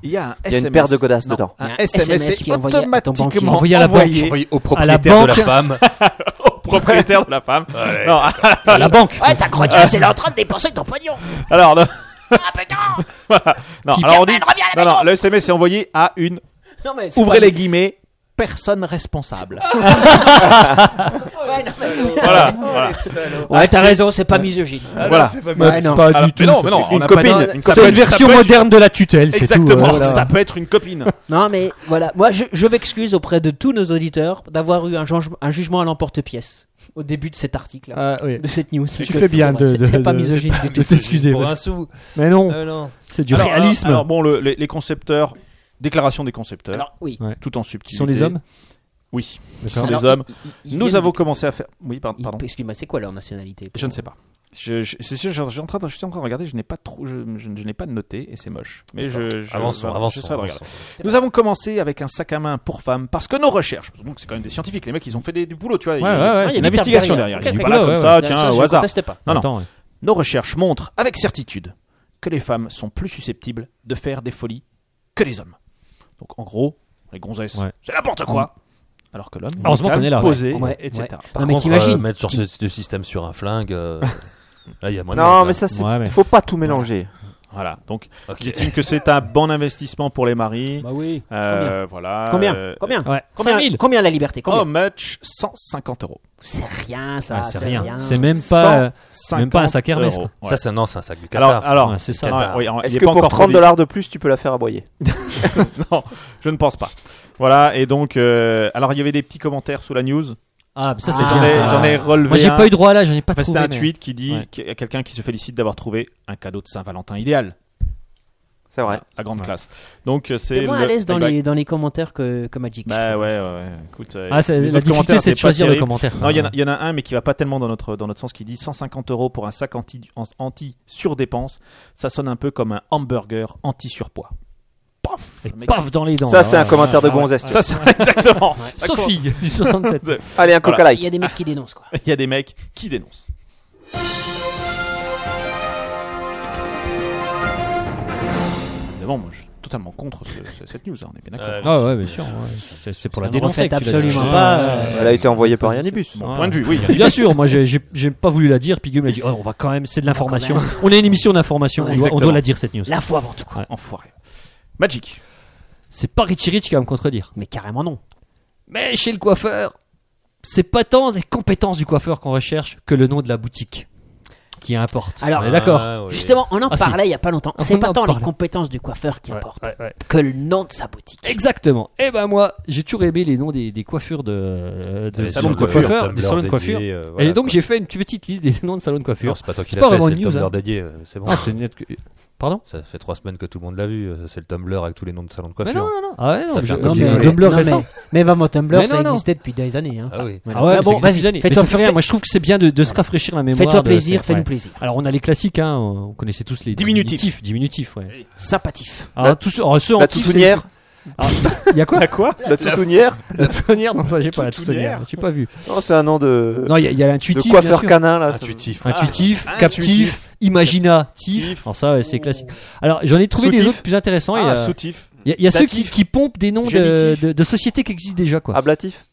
S1: Il y a un
S3: Il y a
S1: SMS.
S3: une paire de godasses
S1: Non,
S3: dedans.
S1: Un
S4: Il y a un
S1: SMS,
S4: SMS
S1: est
S4: qui est envoyé à ton banquier.
S1: automatiquement
S2: Envoyé à la banque.
S1: envoyé
S5: Envoyé au
S2: la
S5: propriétaire de la
S2: banque.
S5: femme.
S1: au propriétaire de la femme.
S5: Ouais.
S1: Non,
S2: À la banque.
S4: Ouais, Eh,
S1: [LAUGHS]
S4: ta grognasse, elle est en train de dépenser ton pognon.
S1: alors, non,
S4: [LAUGHS] Ah
S1: [LAUGHS]
S4: putain
S1: non,
S4: Qui
S1: alors on
S4: vient,
S1: dit,
S4: man, reviens à la
S1: non, non,
S4: maison.
S1: le SMS est envoyé à une,
S4: Non, mais c'est
S1: ouvrez
S4: pas-
S1: les guillemets, personne responsable.
S4: Ouais, non, mais-
S1: voilà, voilà.
S4: Ouais, t'as raison, c'est pas misogyne.
S1: voilà.
S4: Ouais, non.
S2: Pas
S1: Alors,
S2: du tout.
S1: mais non, mais non,
S3: Une
S1: on a
S3: copine,
S1: pas dit-
S3: une
S1: ça
S2: C'est
S1: peut
S2: une
S1: être-
S2: version
S1: ça peut être-
S2: moderne de la tutelle, c'est tout.
S1: Exactement,
S2: voilà.
S1: ça peut être une copine.
S4: Non, mais voilà. Moi, je, je m'excuse auprès de tous nos auditeurs d'avoir eu un, juge- un jugement à l'emporte-pièce au début de cet article,
S2: Ah, oui.
S4: de cette news.
S2: Tu fais bien de-
S4: C'est-
S2: de-
S4: C'est pas
S2: de-
S4: misogyne
S5: Ah,
S4: du
S5: mais
S4: tout.
S2: de- s'excuser,
S5: Pour
S2: parce-
S5: un sou.
S2: Mais non,
S5: Euh, non.
S2: c'est du
S1: Alors,
S2: réalisme.
S1: Alors, alors, bon, le- les, les concepteurs, déclaration des concepteurs,
S4: Alors, oui.
S1: tout en
S2: Qui
S1: subtilité.
S2: sont les hommes
S1: Oui.
S2: D'accord.
S1: Ce sont
S4: Alors,
S1: des hommes.
S4: ils- ils- ils
S1: Nous
S4: viennent
S1: avons
S4: du-
S1: commencé à faire. Oui, par-
S4: ils-
S1: pardon.
S4: Excuse-moi, c'est quoi leur nationalité Ah,
S1: Je ne sais pas. Je, je, c'est sûr, je, je suis en train de, je suis en train de regarder, je n'ai pas trop, je, je- je n'ai pas noté et c'est moche. Mais je, je,
S5: Avançons,
S1: voilà,
S5: avançons.
S1: j'essaierai de
S5: avançons.
S1: regarder. Nous avons commencé avec un sac à main pour femmes parce que nos recherches, donc c'est quand même des scientifiques, les mecs ils ont fait des- du boulot, tu vois. il y a-
S2: ouais,
S4: Ah,
S2: c'est
S4: il y a
S1: une
S4: des
S1: investigation
S4: cartes
S1: derrière.
S4: Ok,
S1: Ils sont
S4: ok,
S1: pas là
S4: ouais,
S1: comme
S4: ouais,
S1: ça,
S4: ouais.
S1: tiens,
S4: Ça,
S1: au
S4: je
S1: hasard.
S4: conteste pas.
S1: Non, non.
S2: Attends, ouais.
S1: Nos recherches montrent avec certitude que les femmes sont plus susceptibles de faire des folies que les hommes. Donc en gros, les gonzesses,
S2: Ouais. Mm.
S1: c'est n'importe quoi. Alors que l'homme, il est
S2: Heureusement qu'on
S1: calme,
S2: est là, ouais.
S1: posé,
S4: Ouais,
S1: etc.
S4: ouais.
S5: Par
S4: Non, mais
S5: contre,
S4: t'imagines,
S5: euh, mettre sur
S4: tu-
S5: ce, ce système sur un flingue, euh, là il y a moins de
S3: Non,
S5: monde,
S3: mais
S5: hein.
S3: ça, c'est.
S2: Ouais, mais-
S3: Faut pas tout mélanger.
S1: Voilà. Donc [LAUGHS]
S5: Ok.
S1: j'estime que c'est un bon investissement pour les maris.
S4: Bah oui.
S1: Euh, voilà.
S4: Combien
S1: Euh, Oh.
S4: Combien
S2: Ouais.
S4: Combien
S2: 5000.
S4: Combien la liberté
S1: How
S4: Combien
S1: much 150 euros.
S4: C'est rien, ça.
S2: Ah, c'est rien. C'est même pas. euh, Même pas un sac Hermès,
S1: euros.
S5: Ça, c'est non, c'est un sac du
S1: Alors,
S5: Qatar. ça.
S1: alors,
S2: ouais, c'est ça.
S1: Ouais,
S5: Qatar.
S1: Ah, oui, alors, il
S3: Est-ce
S1: est
S3: que
S1: pas
S3: pour
S1: encore
S3: 30
S1: produit.
S3: dollars de plus, tu peux la faire aboyer
S1: Non, je ne pense pas. Voilà, et donc, euh, alors il y avait des petits commentaires sous la news.
S2: Ah, mais ça, c'est
S4: Ah,
S1: J'en
S2: bien.
S1: ai,
S2: ça.
S1: j'en ai relevé.
S2: Moi, j'ai
S1: un.
S2: pas eu droit là, j'en ai pas
S1: Enfin,
S2: trouvé.
S1: C'était un
S2: mais-
S1: tweet qui dit
S2: Ouais.
S1: qu'il y a quelqu'un qui se félicite d'avoir trouvé un cadeau de Saint-Valentin idéal.
S3: C'est vrai.
S1: La grande classe. Donc, euh, c'est.
S4: T'es moins à
S1: le-
S4: l'aise dans
S1: Bah,
S4: les, dans les commentaires que, que Magic. je
S1: Bah
S4: trouve.
S1: ouais, ouais, ouais. Écoute, euh,
S2: Ah, c'est-
S1: les
S2: la
S1: autres
S2: difficulté,
S1: commentaires,
S2: c'est de
S1: pas
S2: choisir le
S1: terrible.
S2: commentaire.
S1: Non, il y, en a- il y en a un, mais qui va pas tellement dans notre, dans notre sens, qui dit 150 euros pour un sac anti, an- anti-surdépense, ça sonne un peu comme un hamburger anti-surpoids. Paf
S2: Et
S1: Le mec-
S2: paf dans les dents.
S3: Ça,
S2: là,
S3: c'est un
S2: ouais.
S3: commentaire de bon zeste.
S1: Ça, [LAUGHS] c'est exactement. Ça commence-
S2: Sophie du 67.
S3: Allez, un
S1: Voilà.
S3: coca
S4: Il y a des mecs qui dénoncent, quoi.
S1: Il y a des mecs qui dénoncent. Évidemment, moi, je suis totalement contre ce- ce- cette news, hein, on est bien d'accord.
S5: Euh,
S2: Ah ouais, bien sûr. ouais. C'est c'est pour la
S4: Ne
S2: dénoncer.
S4: refaites
S2: que tu l'as dit.
S4: absolument
S2: Ouais,
S4: pas,
S2: ouais,
S4: euh,
S2: ouais.
S3: Elle a été envoyée par Yanibus.
S1: Mon
S2: Ouais.
S1: point de vue, oui. il y a-
S2: Bien sûr, moi j'ai- j'ai j'ai pas voulu la dire. Puis Guillaume l'a dit. Oh, on va quand même, c'est de l'information. On est une émission d'information.
S1: Ouais,
S2: on, doit, on
S1: exactement.
S2: doit la dire cette news.
S4: La fois avant tout, quoi.
S2: Ouais.
S1: Enfoiré. Magic.
S2: C'est pas Richie Rich qui va me contredire.
S4: Mais carrément non.
S2: Mais chez le coiffeur, c'est pas tant les compétences du coiffeur qu'on recherche que le nom de la boutique qui importe.
S4: Alors- euh,
S2: on est d'accord.
S5: Ah, oui.
S4: Justement, on en
S2: Ah, si.
S4: parlait il y a pas longtemps.
S2: On
S4: C'est
S2: en
S4: pas tant les
S2: parlait.
S4: compétences du coiffeur qui
S2: Ouais,
S4: importent
S2: ouais, ouais.
S4: que le nom de sa boutique.
S2: Exactement. Et ben moi, j'ai toujours aimé les noms des, des coiffures de, euh, de salons
S5: Des
S2: de
S5: salons de
S2: coiffure,
S5: coiffure,
S2: des salons de
S5: Tumblr
S2: coiffure.
S5: dédiés, euh, voilà,
S2: Et donc
S5: quoi.
S2: j'ai fait une petite liste des [LAUGHS] noms de salons de coiffure.
S5: Non, c'est pas toi qui
S2: C'est
S5: l'as
S2: pas
S5: fait,
S2: vraiment
S5: c'est
S2: une
S5: le
S2: news,
S5: Tumblr
S2: hein.
S5: dédié. euh, C'est bon.
S2: Ah, c'est net que- Pardon
S5: Ça fait trois semaines que tout le monde l'a vu. euh, C'est le Tumblr avec tous les noms de salons de
S2: Mais
S5: coiffure.
S2: non, non, non. Ah ouais, non,
S5: Ça fait
S2: je-
S5: un peu
S2: non,
S5: vieille.
S2: mais
S5: Ouais.
S2: Tumblr
S4: non,
S2: fait
S4: mais-
S2: ça.
S4: Mais vraiment, Tumblr,
S2: Mais
S4: ça
S2: non, non.
S4: existait depuis des années. hein.
S5: Ah oui.
S2: Ah ouais,
S4: Ah
S2: mais
S4: bon,
S2: ça existe
S4: vas-y,
S2: depuis des années. Mais
S4: fais-toi-
S2: ça fait rien.
S4: fais-
S2: Moi, je trouve que c'est bien de, de se rafraîchir la mémoire.
S4: Fais-toi
S2: de-
S4: plaisir,
S2: c'est-
S4: fais-nous
S2: ouais.
S4: plaisir.
S2: Alors, on a les classiques, hein. On connaissait tous les
S1: Diminutif.
S2: diminutifs. Diminutifs, ouais.
S4: Sympathique.
S2: Alors, tous ceux- alors, ah, ceux en
S3: La
S2: tif,
S3: toutounière,
S2: Il y a quoi
S1: À quoi
S3: la toutounière.
S2: La toutonnière Non, ça, j'ai pas la
S1: Toutonnière.
S2: toutonnière. J'ai pas vu.
S3: Non, Oh, c'est un nom de.
S2: Non, il y a- il y a
S3: de
S2: l'intuitif. bien
S3: Euh, coiffeur
S2: sûr.
S3: canin là. ça-
S5: Intuitif.
S2: Intuitif,
S1: Ah,
S2: captif, imaginatif. Alors, ça, ouais, c'est classique. Alors, j'en ai trouvé des
S1: Soutif.
S2: autres plus intéressants. Il y
S1: Ah,
S2: a-
S1: soutif.
S2: il y a, il y a ceux qui,
S1: Datif.
S2: qui pompent des noms de,
S1: Génitif.
S2: de, de sociétés qui existent déjà, quoi.
S3: Ablatif.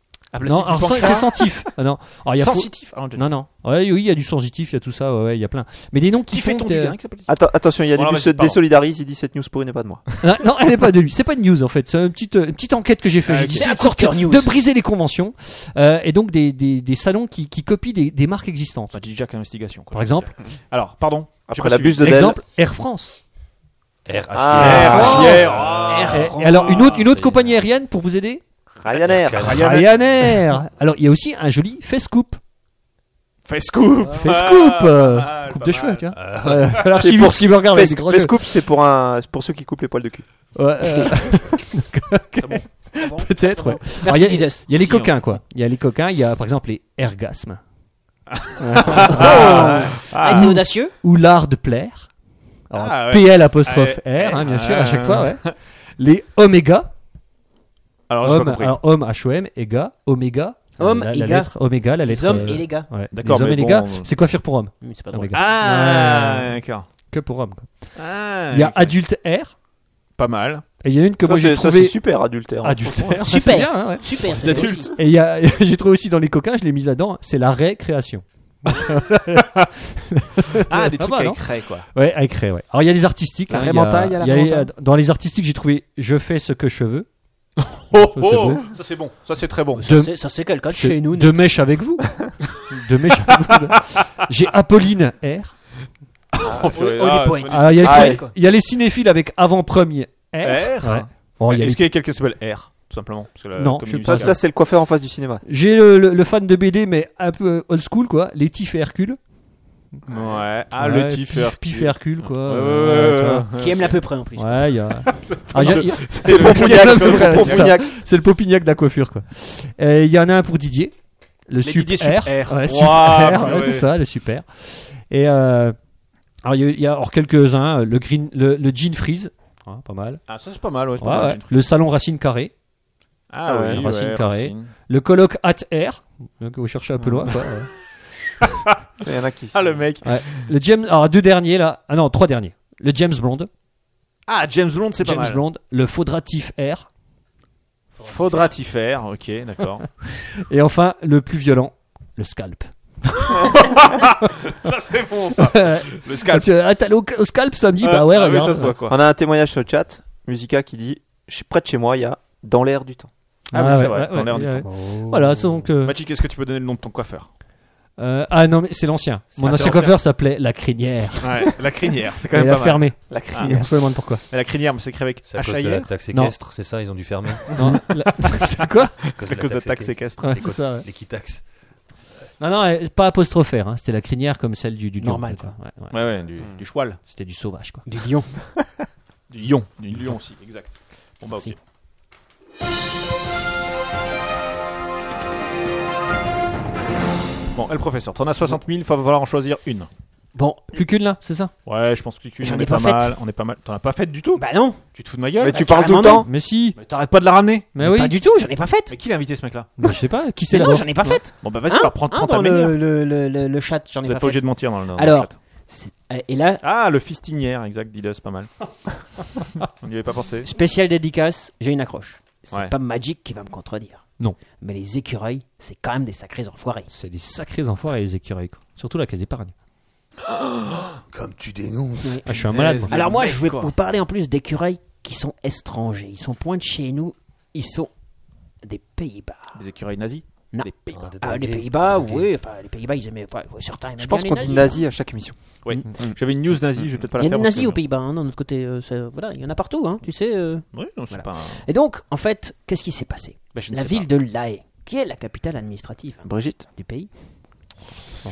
S2: non, alors, ça, c'est sentif. Ah, non. Alors, il y a faux-
S1: Sensitif. Ah, non, j'ai-
S2: Non, non. Ouais, oui, il y a du sensitif, il y a tout ça, ouais, ouais, il y a plein. Mais des noms qui
S1: Qui fait
S2: font
S1: ton
S2: que-
S1: bilingue, s'appelle-
S3: Atten- attention, Yanibus
S1: Voilà,
S3: se
S1: vas-y, pardon.
S3: désolidarise. Il dit cette news pourrie n'est pas de moi.
S2: Ah, non, elle n'est pas de lui. C'est pas une news en fait. C'est une petite, euh, une petite enquête que j'ai fait.
S1: Ah,
S2: J'ai
S1: ok.
S2: dit,
S4: C'est
S2: c'est
S4: un
S2: de sortir,
S4: coup de cœur news.
S2: de briser les conventions euh, et donc des, des, des salons qui, qui copient des, des marques existantes.
S1: Enfin, DJ Jack investigation. quoi.
S2: Par exemple,
S1: Alors, pardon. j'ai
S3: Après
S1: pas
S3: la
S1: suivi.
S3: buse de Dell.
S2: exemple Air France.
S5: R
S3: Ah.
S5: H, I, R.
S1: Hier,
S5: Ah.
S1: hier.
S2: Et alors une autre, une autre
S5: c'est-
S2: compagnie aérienne pour vous aider.
S3: Ryanair.
S1: Ryanair.
S2: Ryanair. Alors il y a aussi un joli face coupe.
S1: Fais scoop.
S2: Face coupe. euh,
S1: Ah, pas
S2: coupe de
S1: mal.
S2: cheveux, tu vois.
S5: Ah,
S2: Euh, alors
S3: C'est
S2: si
S3: pour-
S2: vous si vous regardez
S3: Face
S2: avec gros
S3: face
S2: yeux.
S3: coupe, c'est pour un, c'est pour ceux qui coupent les poils de cul.
S2: Ouais, euh, [LAUGHS] Peut-être. ouais. Alors, il y
S4: Merci
S2: a-
S4: Didas.
S2: Il y a les
S1: Si, hein.
S2: coquins quoi. Il y a les coquins. Il y a par exemple les ergasmes
S4: Ah, c'est audacieux.
S2: ou l'art de plaire. Alors,
S1: Ah, ouais.
S2: PL apostrophe
S1: Ah, ouais.
S2: R, hein, bien
S1: [LAUGHS] Ah, ouais,
S2: sûr, à chaque
S1: ouais,
S2: fois. ouais. Les oméga.
S1: Alors, j'ai Ah, pas
S2: homme,
S1: compris.
S2: alors homme H-O-M et gars, oméga. euh,
S4: Homme
S2: la,
S4: et
S2: la
S4: gars.
S2: lettre oméga, la lettre.
S4: les hommes
S2: euh,
S4: et les gars.
S2: ouais.
S1: D'accord,
S2: Les hommes
S1: mais
S2: et les
S1: bon,
S2: gars,
S1: euh,
S2: c'est coiffure pour hommes.
S4: Mais c'est pas
S2: Ah,
S4: drôle.
S2: les gars.
S1: Ah, d'accord.
S2: Que pour hommes. quoi.
S1: Ah,
S2: Il y a
S1: ok.
S2: adulte R
S1: Pas mal.
S2: et il y en a une que
S3: Ça,
S2: moi j'ai
S3: c'est- ça,
S2: trouvé
S3: c'est super adultère. hein.
S2: adulte R. [LAUGHS]
S4: Super.
S2: C'est bien, hein, ouais.
S4: Super.
S1: Les
S4: c'est
S1: adultes.
S4: aussi.
S2: Et il y a- [LAUGHS] j'ai trouvé aussi dans les coquins, je l'ai mise là-dedans, c'est
S1: [LAUGHS]
S2: la récréation.
S1: Ah, des
S2: Pas
S1: trucs
S2: mal,
S1: avec
S2: non
S1: craie, quoi.
S2: Ouais, à créer, ouais. Alors il y a les artistiques.
S3: La
S2: hein, il y a-
S3: rémentaille, il y a la
S2: il y a les- euh,
S3: rémentaille.
S2: Dans les artistiques, j'ai trouvé Je fais ce que je veux.
S1: Oh,
S2: c'est beau.
S1: ça c'est bon. Ça c'est très bon.
S4: Ça,
S2: De-
S4: c'est- Ça, c'est quelqu'un de
S2: C'est
S4: chez nous.
S2: De mèche avec vous. [LAUGHS] de mèche avec vous. J'ai Apolline R.
S1: Oh, purée,
S4: oh,
S1: ah,
S4: des
S1: c'est
S4: poètes.
S1: magnifique.
S2: Ah, Il y, a les
S3: Ah,
S2: ciné-
S3: ouais,
S4: quoi.
S2: il y a les cinéphiles avec avant-premier R.
S1: R.
S2: Ouais. Bon, il y a les-
S1: Est-ce qu'il y a quelqu'un qui s'appelle R, tout simplement Parce que la
S2: Non,
S1: comédie
S2: je sais pas.
S3: Ça,
S1: musicale-
S3: ça, c'est le coiffeur en face du cinéma.
S2: J'ai le, le- le fan de BD, mais un peu old school, quoi. Les Tiff et Hercule.
S1: Ouais. Ah,
S2: Ouais,
S1: le tif.
S2: Pif, Pif et Hercule, quoi.
S1: Ouais, ouais,
S2: tu
S1: ouais,
S2: vois.
S1: ouais.
S4: Qui aime l'à peu près en plus.
S2: Ouais, il y a. Ah, il y a- il y a-
S1: [LAUGHS] C'est
S2: le Pompignac,
S3: Pompignac,
S2: le
S1: Ah,
S2: Pompignac.
S3: Pompignac.
S2: [LAUGHS] C'est le Popignac de la coiffure, quoi. Euh, Il y en a un pour Didier. Le
S1: Les Didier
S2: super.
S1: Super.
S2: Ouais,
S1: Waouh, bah
S2: super,
S1: purée.
S2: ouais, c'est ça, le super. Et euh, alors, il y a- il y a alors, quelques-uns. euh, Le green, le, le jean freeze. Ah, pas mal.
S1: Ah, ça c'est pas mal, ouais. c'est
S2: Ouais,
S1: pas mal,
S2: ouais.
S1: j'ai une-
S2: Le salon racine carré.
S1: Ah,
S3: ouais,
S1: oui,
S2: Racine
S1: ouais,
S2: carrée.
S1: Racine.
S2: Le colloque at air. Donc, vous cherchez un peu loin, quoi.
S3: Il y en a qui.
S1: Ah, le mec.
S2: le James. Alors, deux derniers, là. Ah non, trois derniers. Le James Blonde.
S1: Ah, James Blond, c'est pas
S2: James
S1: mal.
S2: Blonde. Le faudratif air.
S1: Faudra t'y faire, ok,
S2: [LAUGHS]
S1: d'accord.
S2: Et enfin, le plus violent, le scalp.
S1: ça c'est bon, ça. Le
S2: Quand
S1: scalp.
S2: [LAUGHS] tu ah, t'as le- au scalp samedi, bah ouais,
S1: ah, oui,
S2: regarde.
S1: ça se voit, quoi.
S3: On a un témoignage sur le chat, Musica, qui dit Je suis près de chez moi, il y a Dans l'air du temps.
S1: Ah oui, c'est vrai, dans l'air du
S2: ouais. Voilà, c'est donc. euh,
S1: Magic, est-ce que tu peux donner le nom de ton coiffeur
S2: euh, ah non, mais c'est l'ancien. Mon
S1: Ah, c'est
S2: ancien
S1: l'ancien.
S2: coiffeur s'appelait La Crinière.
S1: Ouais, la crinière, c'est quand
S2: Il
S1: même
S2: a
S1: pas mal.
S2: fermé.
S3: La
S2: Ah,
S3: crinière.
S2: on se
S1: [LAUGHS]
S2: demande pourquoi.
S1: Mais la crinière, mais c'est écrit avec
S5: C'est à cause de la
S1: H-A-I-R
S5: taxe
S2: Non.
S5: équestre, c'est ça, ils ont dû fermer.
S2: Non, la- [LAUGHS] quoi
S5: À cause
S1: à cause de la taxe séquestre.
S2: Ouais,
S5: Les
S2: c'est ça, ouais.
S5: L'équitaxe.
S2: Non, non, euh, pas apostrophère. hein. C'était la crinière comme celle du, du lion,
S4: Normal,
S2: Ouais, ouais.
S1: Ouais, ouais,
S5: Mm.
S1: du, du choual.
S2: C'était du sauvage, quoi.
S4: Du lion.
S1: Du lion. Du lion aussi, exact. Bon bah ok. Bon, et le professeur, t'en as 60 000, va falloir en choisir une.
S4: Bon,
S2: Plus qu'une là, c'est ça
S1: Ouais, je pense que tu
S4: J'en
S1: on
S4: ai
S1: est
S4: pas
S1: pas,
S4: faite.
S1: mal. On est pas mal. T'en as pas faite du tout
S4: bah non.
S1: Tu te fous de ma gueule
S3: Mais tu
S4: Ah,
S3: parles tout le
S4: carrément,
S3: temps
S2: Mais
S1: [LAUGHS]
S2: si.
S1: Mais t'arrêtes pas de la ramener
S2: Mais oui.
S4: Pas du tout, j'en ai pas faite.
S1: Ah Mais qui l'a invité ce mec-là
S2: Mais Bah, je sais pas. Qui c'est
S4: Mais
S2: là
S4: non, j'en ai pas faite.
S1: Bon bah vas-y,
S4: Hein
S1: va prendre
S4: Hein,
S1: prends ta
S4: dans
S1: manière.
S4: le, le, le, le- le chat, j'en
S1: Vous
S4: ai
S1: êtes
S4: pas,
S1: pas obligé
S4: faite.
S1: de mentir dans le. dans le
S4: Alors.
S1: chat.
S4: C'est- euh, Et là,
S1: Ah, le fistinière, exact, Dida, c'est pas mal. [LAUGHS] on n'y avait pas pensé.
S4: spécial dédicace, j'ai une accroche. C'est
S1: Ouais.
S4: pas Magic qui va me contredire.
S2: Non.
S4: Mais les écureuils, c'est quand même des sacrés enfoirés.
S2: C'est des sacrés enfoirés, les écureuils, quoi. Surtout la caisse d'épargne.
S5: Comme tu dénonces.
S2: Ah, je suis un malade, moi.
S4: Alors moi, je vais
S1: quoi.
S4: vous parler en plus d'écureuils qui sont étrangers. Ils sont point de chez nous. Ils sont des Pays-Bas.
S1: Des écureuils nazis
S4: Non.
S1: Des Pays-Bas.
S5: Ah, des
S4: Ah, les
S5: drogués,
S4: Pays-Bas,
S5: des drogués.
S4: oui. Enfin, les Pays-Bas, ils aimaient. enfin, certains aimaient
S3: Je pense
S4: Ah, bien
S3: qu'on
S4: les
S3: dit
S4: nazis. hein.
S3: nazi à chaque émission.
S1: Oui. J'avais une news nazie, je vais peut-être pas
S4: Il
S1: la
S4: y a
S1: faire.
S4: des
S1: parce
S4: nazis
S1: que-
S4: aux Pays-Bas, hein, de notre côté. euh, ça- voilà, il y en a partout, hein, tu sais. euh.
S1: Oui, non, c'est
S4: Voilà.
S1: pas. un-
S4: Et donc, en fait, qu'est-ce qui s'est passé
S1: Bah, je ne
S4: La
S1: sais
S4: ville de La Haye, qui est la capitale administrative hein,
S3: Brigitte
S4: du pays,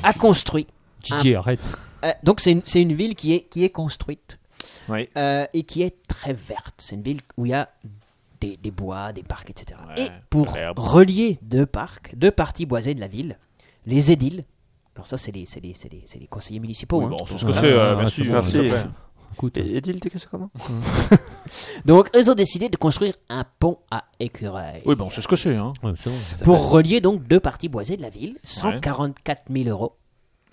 S4: a construit.
S2: Didier, arrête.
S4: euh, donc, c'est une, c'est une ville qui est, qui est construite
S1: pas. Oui.
S4: euh, et qui est très verte. C'est une ville où il y a des, des bois, des parcs, etc.
S1: Ouais,
S4: et pour
S1: l'herbe.
S4: relier deux parcs, deux parties boisées de la ville, les édiles. Alors, ça, c'est les, c'est les- c'est les- c'est les conseillers municipaux.
S1: Oui,
S4: hein.
S1: bon, on sait ce que c'est, euh,
S2: Ah,
S1: merci.
S2: c'est bon,
S1: euh,
S3: merci.
S1: s'il te plaît.
S2: Écoute.
S3: Et Edil, t'es que ça comment
S4: Donc, eux ont décidé de construire un pont à écureuils.
S1: Oui, bah, on sait ce que c'est. Hein.
S2: Ouais, c'est bon.
S4: pour relier donc deux parties boisées de la ville,
S1: Ouais.
S4: 144 000 euros.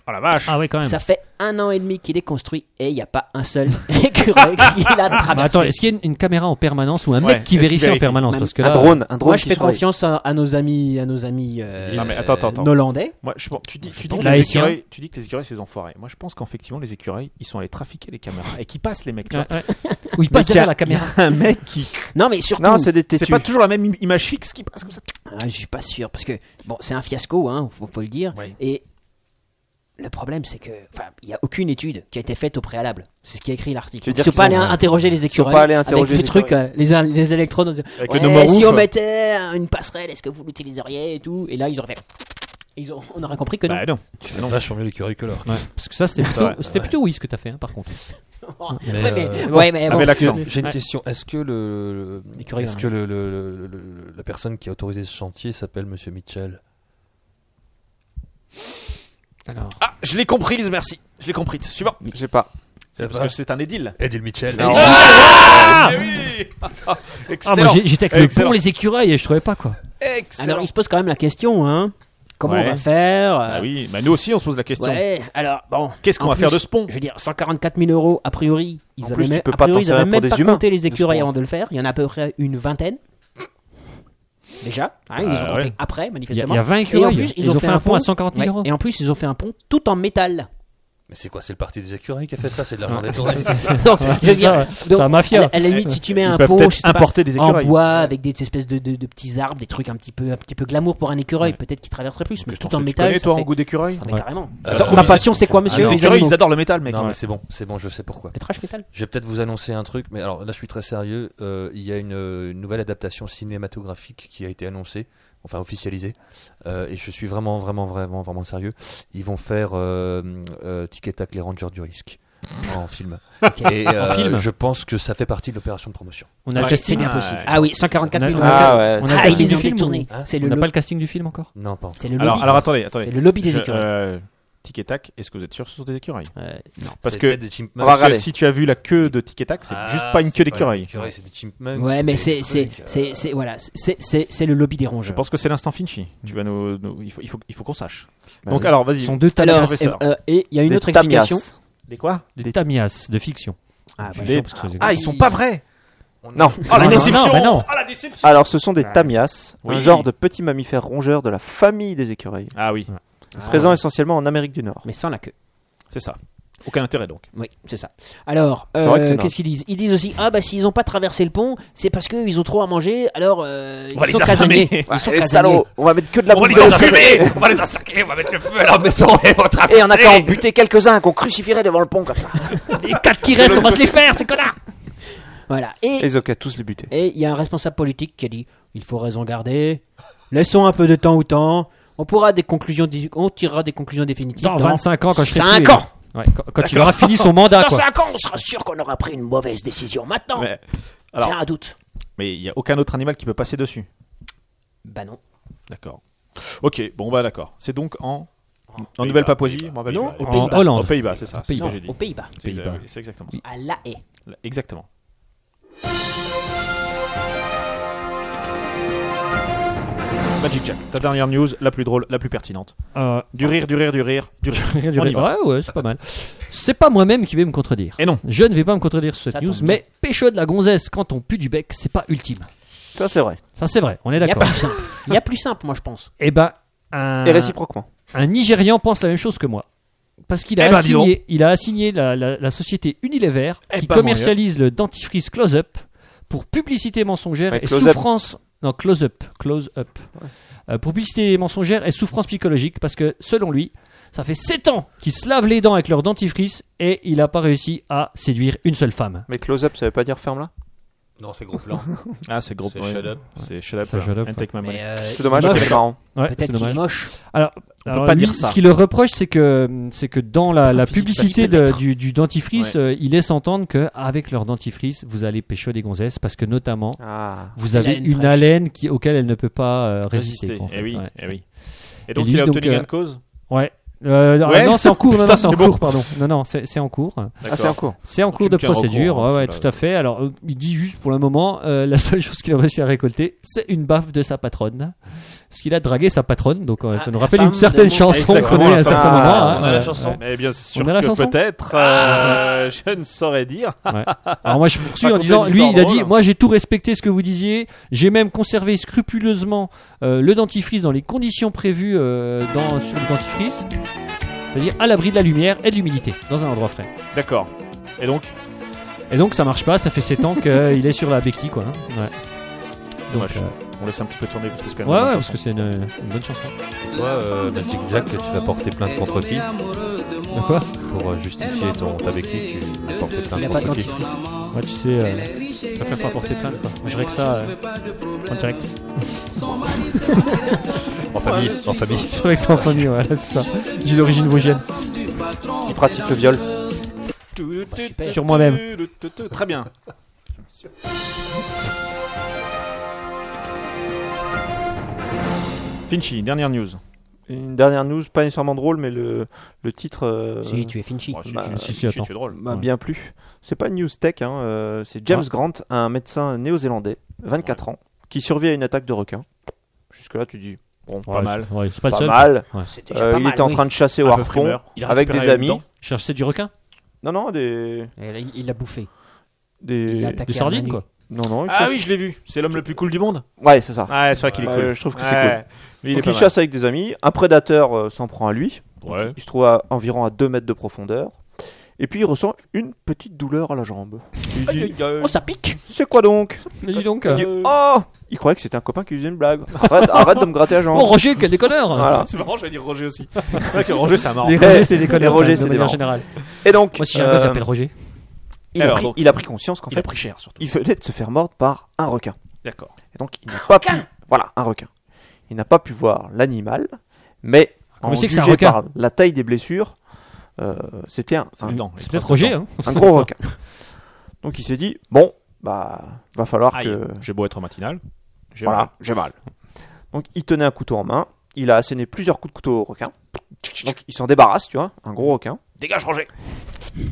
S1: Ah la vache
S2: Ah ouais, quand même.
S4: Ça fait un an et demi qu'il est construit et il n'y a pas un seul [LAUGHS] écureuil qui l'a traversé.
S2: Mais attends, est-ce qu'il y a une, une caméra en permanence ou un
S1: Ouais,
S2: mec qui
S1: est-ce qu'il
S2: vérifie en
S1: vérifie
S2: permanence
S4: Même
S2: Parce que
S3: Un
S2: là,
S3: drone, un drone.
S4: Moi, je
S3: qui
S4: fais
S3: surveille.
S4: confiance à, à nos amis, à nos amis euh,
S1: Non, mais attends, attends, attends.
S4: hollandais.
S1: Moi, je pense, tu dis, tu dis
S2: pense
S1: que
S2: que
S1: les
S2: c'est ça.
S1: écureuils, tu dis que les écureuils, c'est des enfoirés. Moi, je pense qu'effectivement, les écureuils, ils sont allés trafiquer les caméras et qui passent les mecs. tu vois.
S2: euh,
S1: [LAUGHS]
S2: Ouais, ouais. Où il passe
S1: Mais
S2: derrière
S1: tiens,
S2: la caméra.
S1: Un mec qui.
S4: Non, mais surtout,
S3: Non, c'est des
S1: C'est
S3: têtus.
S1: pas toujours la même im- image fixe qui passe comme ça.
S4: Ah, je suis pas sûr parce que bon, c'est un fiasco, hein, faut, faut le dire.
S1: Ouais.
S4: Et le problème, c'est que enfin, il n'y a aucune étude qui a été faite au préalable. C'est ce qui est écrit l'article.
S3: Tu veux
S4: Ils
S3: dire
S4: sont
S3: qu'ils
S4: pas allés
S3: ont-
S4: interroger les écureuils.
S3: pas allés interroger
S4: avec
S3: les
S4: les trucs, euh, les, in- les électrons. en disant,
S1: Avec le
S4: ouais,
S1: numéro
S4: si
S1: ouf.
S4: on mettait une passerelle, est-ce que vous l'utiliseriez et tout Et là, ils auraient fait. Ils ont, on aurait compris que non.
S1: Bah non.
S5: Tu fais vachement mieux l'écureuil que l'or.
S2: Parce que ça, c'était plutôt,
S1: Ouais.
S2: c'était plutôt oui ce que t'as fait, hein, par contre.
S5: Mais,
S4: ouais, mais,
S5: euh,
S4: ouais, Ah, mais bon,
S1: Avec
S4: parce que-
S1: l'accent.
S5: J'ai une question. Est-ce que le, le-
S4: L'écureuil,
S5: est-ce
S4: hein.
S5: que le, le- le- le- la personne qui a autorisé ce chantier s'appelle Monsieur Mitchell
S2: Alors,
S1: Ah, je l'ai comprise, merci. Je l'ai comprise. Suivant.
S3: Je sais pas.
S1: C'est
S5: Eh
S1: parce
S5: ben.
S1: que c'est un Eh édile.
S5: Edil Mitchell.
S1: [LAUGHS]
S2: Ah, moi j'ai- j'étais avec le pont, les écureuils et je trouvais pas quoi.
S4: Alors, il se pose quand même la question, hein. Comment
S1: Ouais.
S4: on va faire euh,
S1: Ah oui, bah nous aussi on se pose la question.
S4: Ouais, alors bon.
S1: Qu'est-ce qu'on
S4: En
S1: va
S4: plus,
S1: faire de ce pont
S4: Je veux dire, 144 000 euros, a priori, ils
S3: En
S4: avaient
S3: plus, tu
S4: même,
S3: peux
S4: a
S3: pas
S4: priori,
S3: t'en
S4: ils avaient
S3: servir pour
S4: même
S3: des
S4: pas
S3: humains,
S4: compté les
S3: de ce
S4: écureuils
S3: point.
S4: avant de le faire. Il y en a à peu près une vingtaine. Déjà, hein, ils les
S1: Ah
S4: ont comptés
S1: ouais.
S4: après,
S2: Il y a- il
S4: manifestement.
S2: y a 20
S4: et en
S2: écureuils.
S4: plus,
S2: Ils ont fait un pont à 140
S4: Ouais,
S2: 000 euros.
S4: Et en plus, ils ont fait un pont tout en
S1: [LAUGHS]
S4: métal. [LAUGHS]
S5: Mais c'est quoi C'est le parti des écureuils qui a fait ça C'est de l'argent des touristes
S4: Donc, je veux
S2: c'est
S4: dire,
S2: ça, ouais.
S4: donc,
S2: C'est un mafia.
S4: À la, à la limite, si tu mets
S1: Ils
S4: un
S1: peuvent
S4: pont,
S1: peut-être
S4: je sais pas,
S1: importer des
S4: en
S1: écureuils.
S4: bois avec des espèces de, de- de petits arbres, des trucs un petit peu, un petit peu glamour pour un écureuil, peut-être qu'il traverserait plus. Mais
S1: Qu'est-ce que
S4: tout
S1: t'en
S4: en
S1: sais, tu
S4: métal,
S1: connais,
S4: ça
S1: toi en
S4: fait-
S1: goût d'écureuil
S4: Ah, mais
S5: Ouais.
S4: carrément.
S5: Euh,
S4: Attends, ma passion, c'est quoi, monsieur
S5: Ah,
S1: Les
S5: non.
S4: C'est
S1: écureuils
S4: animaux.
S1: ils adorent le métal mec.
S5: Non, mais c'est bon, c'est bon, je sais pourquoi.
S4: Le trash métal.
S5: Je vais peut-être vous annoncer un truc, mais alors là je suis très sérieux. Euh, il y a une, euh, une nouvelle adaptation cinématographique qui a été annoncée, enfin officialisée, Euh, et je suis vraiment, vraiment, vraiment, vraiment sérieux. Ils vont faire euh, euh, Tic et Tac, les Rangers du risque en film. Et euh,
S2: film.
S5: je pense que ça fait partie de l'opération de promotion.
S2: On a le
S1: Ouais,
S2: casting.
S1: c'est
S2: On
S1: bien
S2: a-
S1: possible.
S4: Ah oui, 144 000
S2: On
S4: euros.
S2: a-
S3: Ah ouais.
S2: On a le
S4: Ah, ils
S2: casting
S4: les
S2: du
S4: ont
S2: film ou-
S4: détournés. C'est le
S2: On n'a pas
S4: lobby.
S2: le casting du film encore
S5: Non, pas encore.
S4: C'est le lobby.
S1: Alors, alors attendez, attendez.
S4: C'est le lobby des
S1: Je-
S4: écureuils.
S1: euh, Tic et tac, est-ce que vous êtes sûr que ce sont des écureuils
S4: Euh,
S1: Parce
S5: C'est
S1: que-
S5: peut-être des
S3: On
S5: chimpanzés.
S3: va
S1: Parce que
S3: râler.
S1: si tu as vu la queue de Tic et tac, c'est
S5: Ah,
S1: juste pas une queue
S5: des
S1: d'écureuil.
S5: écureuils, C'est des chimpanzés.
S4: Ouais, mais
S5: des
S4: c'est, c'est,
S5: trucs, euh,
S4: c'est, c'est, voilà, c'est, c'est, c'est le lobby des
S1: Je
S4: rongeurs.
S1: pense que c'est l'instant Finchi. Tu vas nous, nous- il faut, il faut, il faut qu'on sache.
S3: Vas-y.
S1: Donc alors,
S2: Ils
S1: vas-y.
S2: sont deux
S4: Alors,
S2: tamias.
S1: Tamias. professeur.
S4: euh, euh, et il y a une
S3: Des
S4: autre
S3: tamias.
S4: explication.
S1: Des quoi
S2: Des tamias de fiction.
S4: Ah, bah,
S1: Des-
S4: je-
S3: Ah, ils sont pas vrais Non.
S1: Oh la
S2: Non,
S1: déception
S2: non, bah non.
S1: Oh la déception
S3: Alors, ce sont des tamias,
S1: Oui.
S3: un genre de petits mammifères rongeurs de la famille des écureuils,
S1: Ah oui,
S4: Ah,
S3: présents essentiellement en Amérique du Nord.
S4: Mais sans la queue.
S1: c'est ça. Aucun intérêt donc.
S4: Oui, c'est ça. Alors,
S3: C'est vrai que
S4: euh,
S3: c'est
S4: qu'est-ce qu'ils disent Ils disent aussi ah bah s'ils n'ont pas traversé le pont, c'est parce qu'ils ont trop à manger. Alors euh, ils
S1: va les
S4: sont
S1: affamer.
S4: casaniers. Ils sont
S3: les
S4: casaniers.
S3: salauds, Eh, on va mettre que de la
S1: On va
S3: bouffe
S1: les
S3: de
S1: enfumer
S3: côté.
S1: On va les encercler, on va mettre le feu à leur maison et votre
S3: Et on a qu'à en buter quelques-uns qu'on crucifierait devant le pont comme
S4: [LAUGHS]
S3: ça.
S2: Les quatre qui restent, on va se les faire, ces connards
S4: Voilà.
S3: Et
S4: Et
S3: ils ont qu'à tous les buter.
S4: et il y a un responsable politique qui a dit il faut raison garder. Laissons un peu de temps au temps. On pourra des conclusions, di- on tirera des conclusions définitives
S2: Dans 25 ans, quand je serai
S4: 5
S2: plus- euh,
S4: ans.
S2: Ouais, quand, quand il aura fini son mandat,
S4: Dans
S2: quoi.
S4: 5 ans, on sera sûr qu'on aura pris une mauvaise décision. Maintenant,
S1: Mais alors-
S4: j'ai un doute.
S1: mais il n'y a aucun autre animal qui peut passer dessus.
S4: Bah non.
S1: D'accord. Ok, bon bah d'accord. C'est donc en, en Nouvelle-Papouasie je m'en rappelle
S4: Non,
S1: plus.
S4: aux
S1: En
S4: Pays-Bas.
S1: Hollande. Aux Pays-Bas, c'est ça. C'est ce
S4: Non,
S1: que j'ai dit.
S4: aux Pays-Bas.
S1: C'est exa-
S2: Pays-Bas.
S1: C'est exactement ça.
S4: À la haie.
S1: Exactement. Magic Jack, ta dernière news, la plus drôle, la plus pertinente.
S2: Euh,
S1: Du rire, du rire, du rire, du rire.
S2: Rien du
S1: On y
S2: rire.
S1: va.
S2: Ouais, ouais, c'est pas mal. C'est pas moi-même qui vais me contredire.
S1: Et non.
S2: Je ne vais pas me contredire sur cette
S4: Ça
S2: news,
S4: tombe bien.
S2: mais pécho de la gonzesse quand on pue du bec, c'est pas ultime.
S3: Ça, c'est vrai.
S2: Ça, c'est vrai, on est
S4: Il y a
S2: d'accord.
S4: plus simple. Il y a plus simple, moi, je pense.
S2: Eh ben, un,
S3: Et réciproquement.
S2: un Nigérian pense la même chose que moi. Parce qu'il a,
S1: Eh ben, dis
S2: assigné, il a assigné la, la- la société Unilever
S1: Eh
S2: qui
S1: ben,
S2: commercialise le dentifrice Close Up pour publicité mensongère
S3: Ouais,
S2: et
S3: Close Up.
S2: souffrance. Non, Close Up. Close Up. Euh, pour publicité mensongère et souffrance psychologique parce que selon lui, ça fait 7 ans qu'ils se lavent les dents avec leur dentifrice et il n'a pas réussi à séduire une seule femme.
S3: Mais close-up, ça veut pas dire ferme là
S5: euh, Non, c'est
S1: [LAUGHS]
S5: gros plan.
S1: Ah, c'est gros
S5: C'est
S1: ouais.
S5: shut up.
S1: C'est shut up.
S2: C'est shut up,
S1: and take my money.
S3: C'est dommage,
S4: euh, moche.
S3: c'est marrant.
S2: Ouais, c'est
S4: Peut-être qu'il est
S2: dommage.
S4: moche.
S1: On peut
S2: Alors,
S1: pas
S2: lui,
S1: dire ça.
S2: Ce qu'il leur reproche, c'est que, c'est que dans la, la
S1: physique
S2: publicité
S1: facile
S2: de-
S1: d'être.
S2: du, du dentifrice, euh, il laisse entendre que avec leur dentifrice, vous allez pécho des gonzesses parce que notamment,
S3: Ah.
S2: vous avez
S4: L'haleine
S2: une
S4: fraîche.
S2: haleine qui, auquel elle ne peut pas euh, résister.
S1: Résister.
S2: en fait,
S1: eh oui,
S2: ouais.
S1: eh oui. Et donc
S2: lui,
S1: il a
S2: donc,
S1: obtenu gain
S2: euh,
S1: de cause
S2: Ouais. Euh, alors,
S1: Ouais.
S2: non, c'est en cours. non, non,
S1: Putain,
S2: c'est en
S1: c'est beau.
S2: cours, pardon. Non, non, c'est c'est en cours.
S3: Ah, c'est un cours.
S2: C'est en
S1: tu
S2: cours
S1: me
S2: de
S1: tiens au
S2: procédure.
S1: courant, hein,
S2: ouais, ouais,
S1: c'est
S2: tout à fait. Alors, euh, il dit juste pour le moment, euh, la seule chose qu'il a réussi à récolter, c'est une baffe de sa patronne. Parce qu'il a dragué sa patronne. Donc, euh,
S4: Ah,
S2: ça nous
S4: la
S2: rappelle
S4: femme
S2: une certaine
S4: de mon-
S2: chanson qu'on
S1: Exactement,
S2: a eu à
S1: la
S2: un
S1: femme.
S2: certain
S3: Ah,
S2: moment.
S3: est-ce
S2: hein,
S5: qu'on a la
S2: ouais,
S5: chanson Ah.
S2: ouais.
S1: Mais bien sûr
S2: On a la
S1: que
S2: chanson
S1: peut-être, euh, je ne saurais dire.
S2: Ouais. Alors moi je poursuis en
S1: Raconter
S2: disant,
S1: une
S2: lui il a
S1: histoire
S2: dit,
S1: drôle.
S2: moi j'ai tout respecté ce que vous disiez, j'ai même conservé scrupuleusement euh, le dentifrice dans les conditions prévues euh, dans, sur le dentifrice, c'est-à-dire à l'abri de la lumière et de l'humidité, dans un endroit frais.
S1: D'accord. Et donc,
S2: Et donc ça marche pas, ça fait 7 ans qu'il est sur la béquille quoi. hein. Ouais. Donc,
S1: moche.
S2: euh,
S1: on laisse un petit peu tourner parce que c'est quand
S2: ouais,
S1: même une bonne
S2: ouais, parce
S1: chanson.
S2: que c'est une, une bonne chanson.
S5: Et toi, euh, Magic Jack, tu vas porter plainte contre qui
S2: De quoi
S5: Pour euh, justifier ton ta béquille, tu vas porter
S4: Il
S5: plainte
S4: a pas de
S5: contre qui
S4: dentifrice.
S2: Ouais, tu sais, euh, je préfère pas porter plainte quoi. Moi, Je dirais que ça euh, en [LAUGHS] direct.
S5: En famille, en famille.
S2: Je dirais que ça en famille, ouais, c'est ça. J'ai l'origine vosgienne.
S3: Ils pratiquent le viol. Bah,
S2: Sur moi-même.
S1: Très bien. Finchy, dernière news.
S3: Une dernière news, pas nécessairement drôle, mais le, le titre euh,
S4: Si tu es Finchi.
S3: bah,
S1: si, si, attends.
S8: tu es drôle.
S3: m'a
S1: Ouais.
S3: bien plu. C'est pas une news tech, hein, euh, c'est James Grant, un médecin néo-zélandais, 24 ans, qui survit à une attaque de requin. Jusque-là, tu dis, bon,
S1: Pas mal.
S2: Ouais, c'est pas le
S3: pas
S2: seul.
S3: mal.
S4: C'est
S3: Euh,
S4: déjà pas
S3: il
S4: mal,
S3: était en
S4: oui.
S3: train de chasser au
S8: Un peu
S3: harpon
S8: frimeur. Il a
S3: avec
S8: récupéré
S3: des
S8: la
S3: amis.
S8: dent.
S2: Chercher du requin
S3: Non, non, des.
S4: Et là, Il il l'a bouffé.
S3: des...
S4: Il l'a attaqué.
S2: Des sardines, quoi.
S3: Non, non, il
S8: Ah
S3: chasse-
S8: oui, je l'ai vu. C'est l'homme le plus cool du monde.
S3: Ouais, c'est ça.
S8: Ah, c'est vrai qu'il est
S3: Bah,
S8: cool.
S3: je trouve que c'est cool.
S8: Ouais. Mais il est
S3: Donc, il
S8: pas mal.
S3: chasse avec des amis. Un prédateur euh, s'en prend à lui.
S8: Ouais.
S3: Il se trouve à environ à 2 mètres de profondeur. Et puis il ressent une petite douleur à la jambe. Il dit,
S4: Oh, ça pique
S3: c'est quoi donc
S2: Mais dis donc.
S3: Il dit,
S8: Euh.
S3: oh Il croyait que c'était un copain qui faisait une blague. Arrête, arrête de me gratter la jambe.
S2: Oh, Roger, quel déconneur
S3: Voilà.
S8: Ah, C'est marrant, j'allais dire Roger
S1: [LAUGHS]
S8: aussi. C'est vrai que Roger, c'est un marrant.
S2: Les
S3: Eh,
S2: Roger, c'est des connards.
S3: les Roger,
S2: quand même,
S3: c'est des
S2: de manière
S3: marrants.
S2: générale.
S3: Et donc,
S2: Moi, si j'ai un gars qui
S3: euh,
S2: s'appelle Roger.
S3: il, a
S8: Alors,
S3: pris,
S8: donc-
S3: il a pris conscience qu'en
S4: Il a
S3: fait,
S4: pris cher, surtout.
S3: il venait de se faire mordre par un requin.
S8: D'accord.
S3: Et donc, il n'a pas pu. Voilà, un requin. Il n'a pas pu voir l'animal, mais
S2: On
S3: en
S2: sait que c'est un
S3: jugé
S2: requin.
S3: par la taille des blessures, euh, c'était un, un-
S1: Non,
S2: C'est peut-être Roger. hein.
S3: un gros requin. Donc, il s'est dit bon, bah, va falloir
S1: Aïe,
S3: que
S1: j'ai beau être matinal. j'ai mal.
S3: voilà, j'ai mal. Donc, il tenait un couteau en main. Il a asséné plusieurs coups de couteau au requin. Donc, il s'en débarrasse, tu vois, un gros requin.
S8: Dégage, Roger.
S3: Et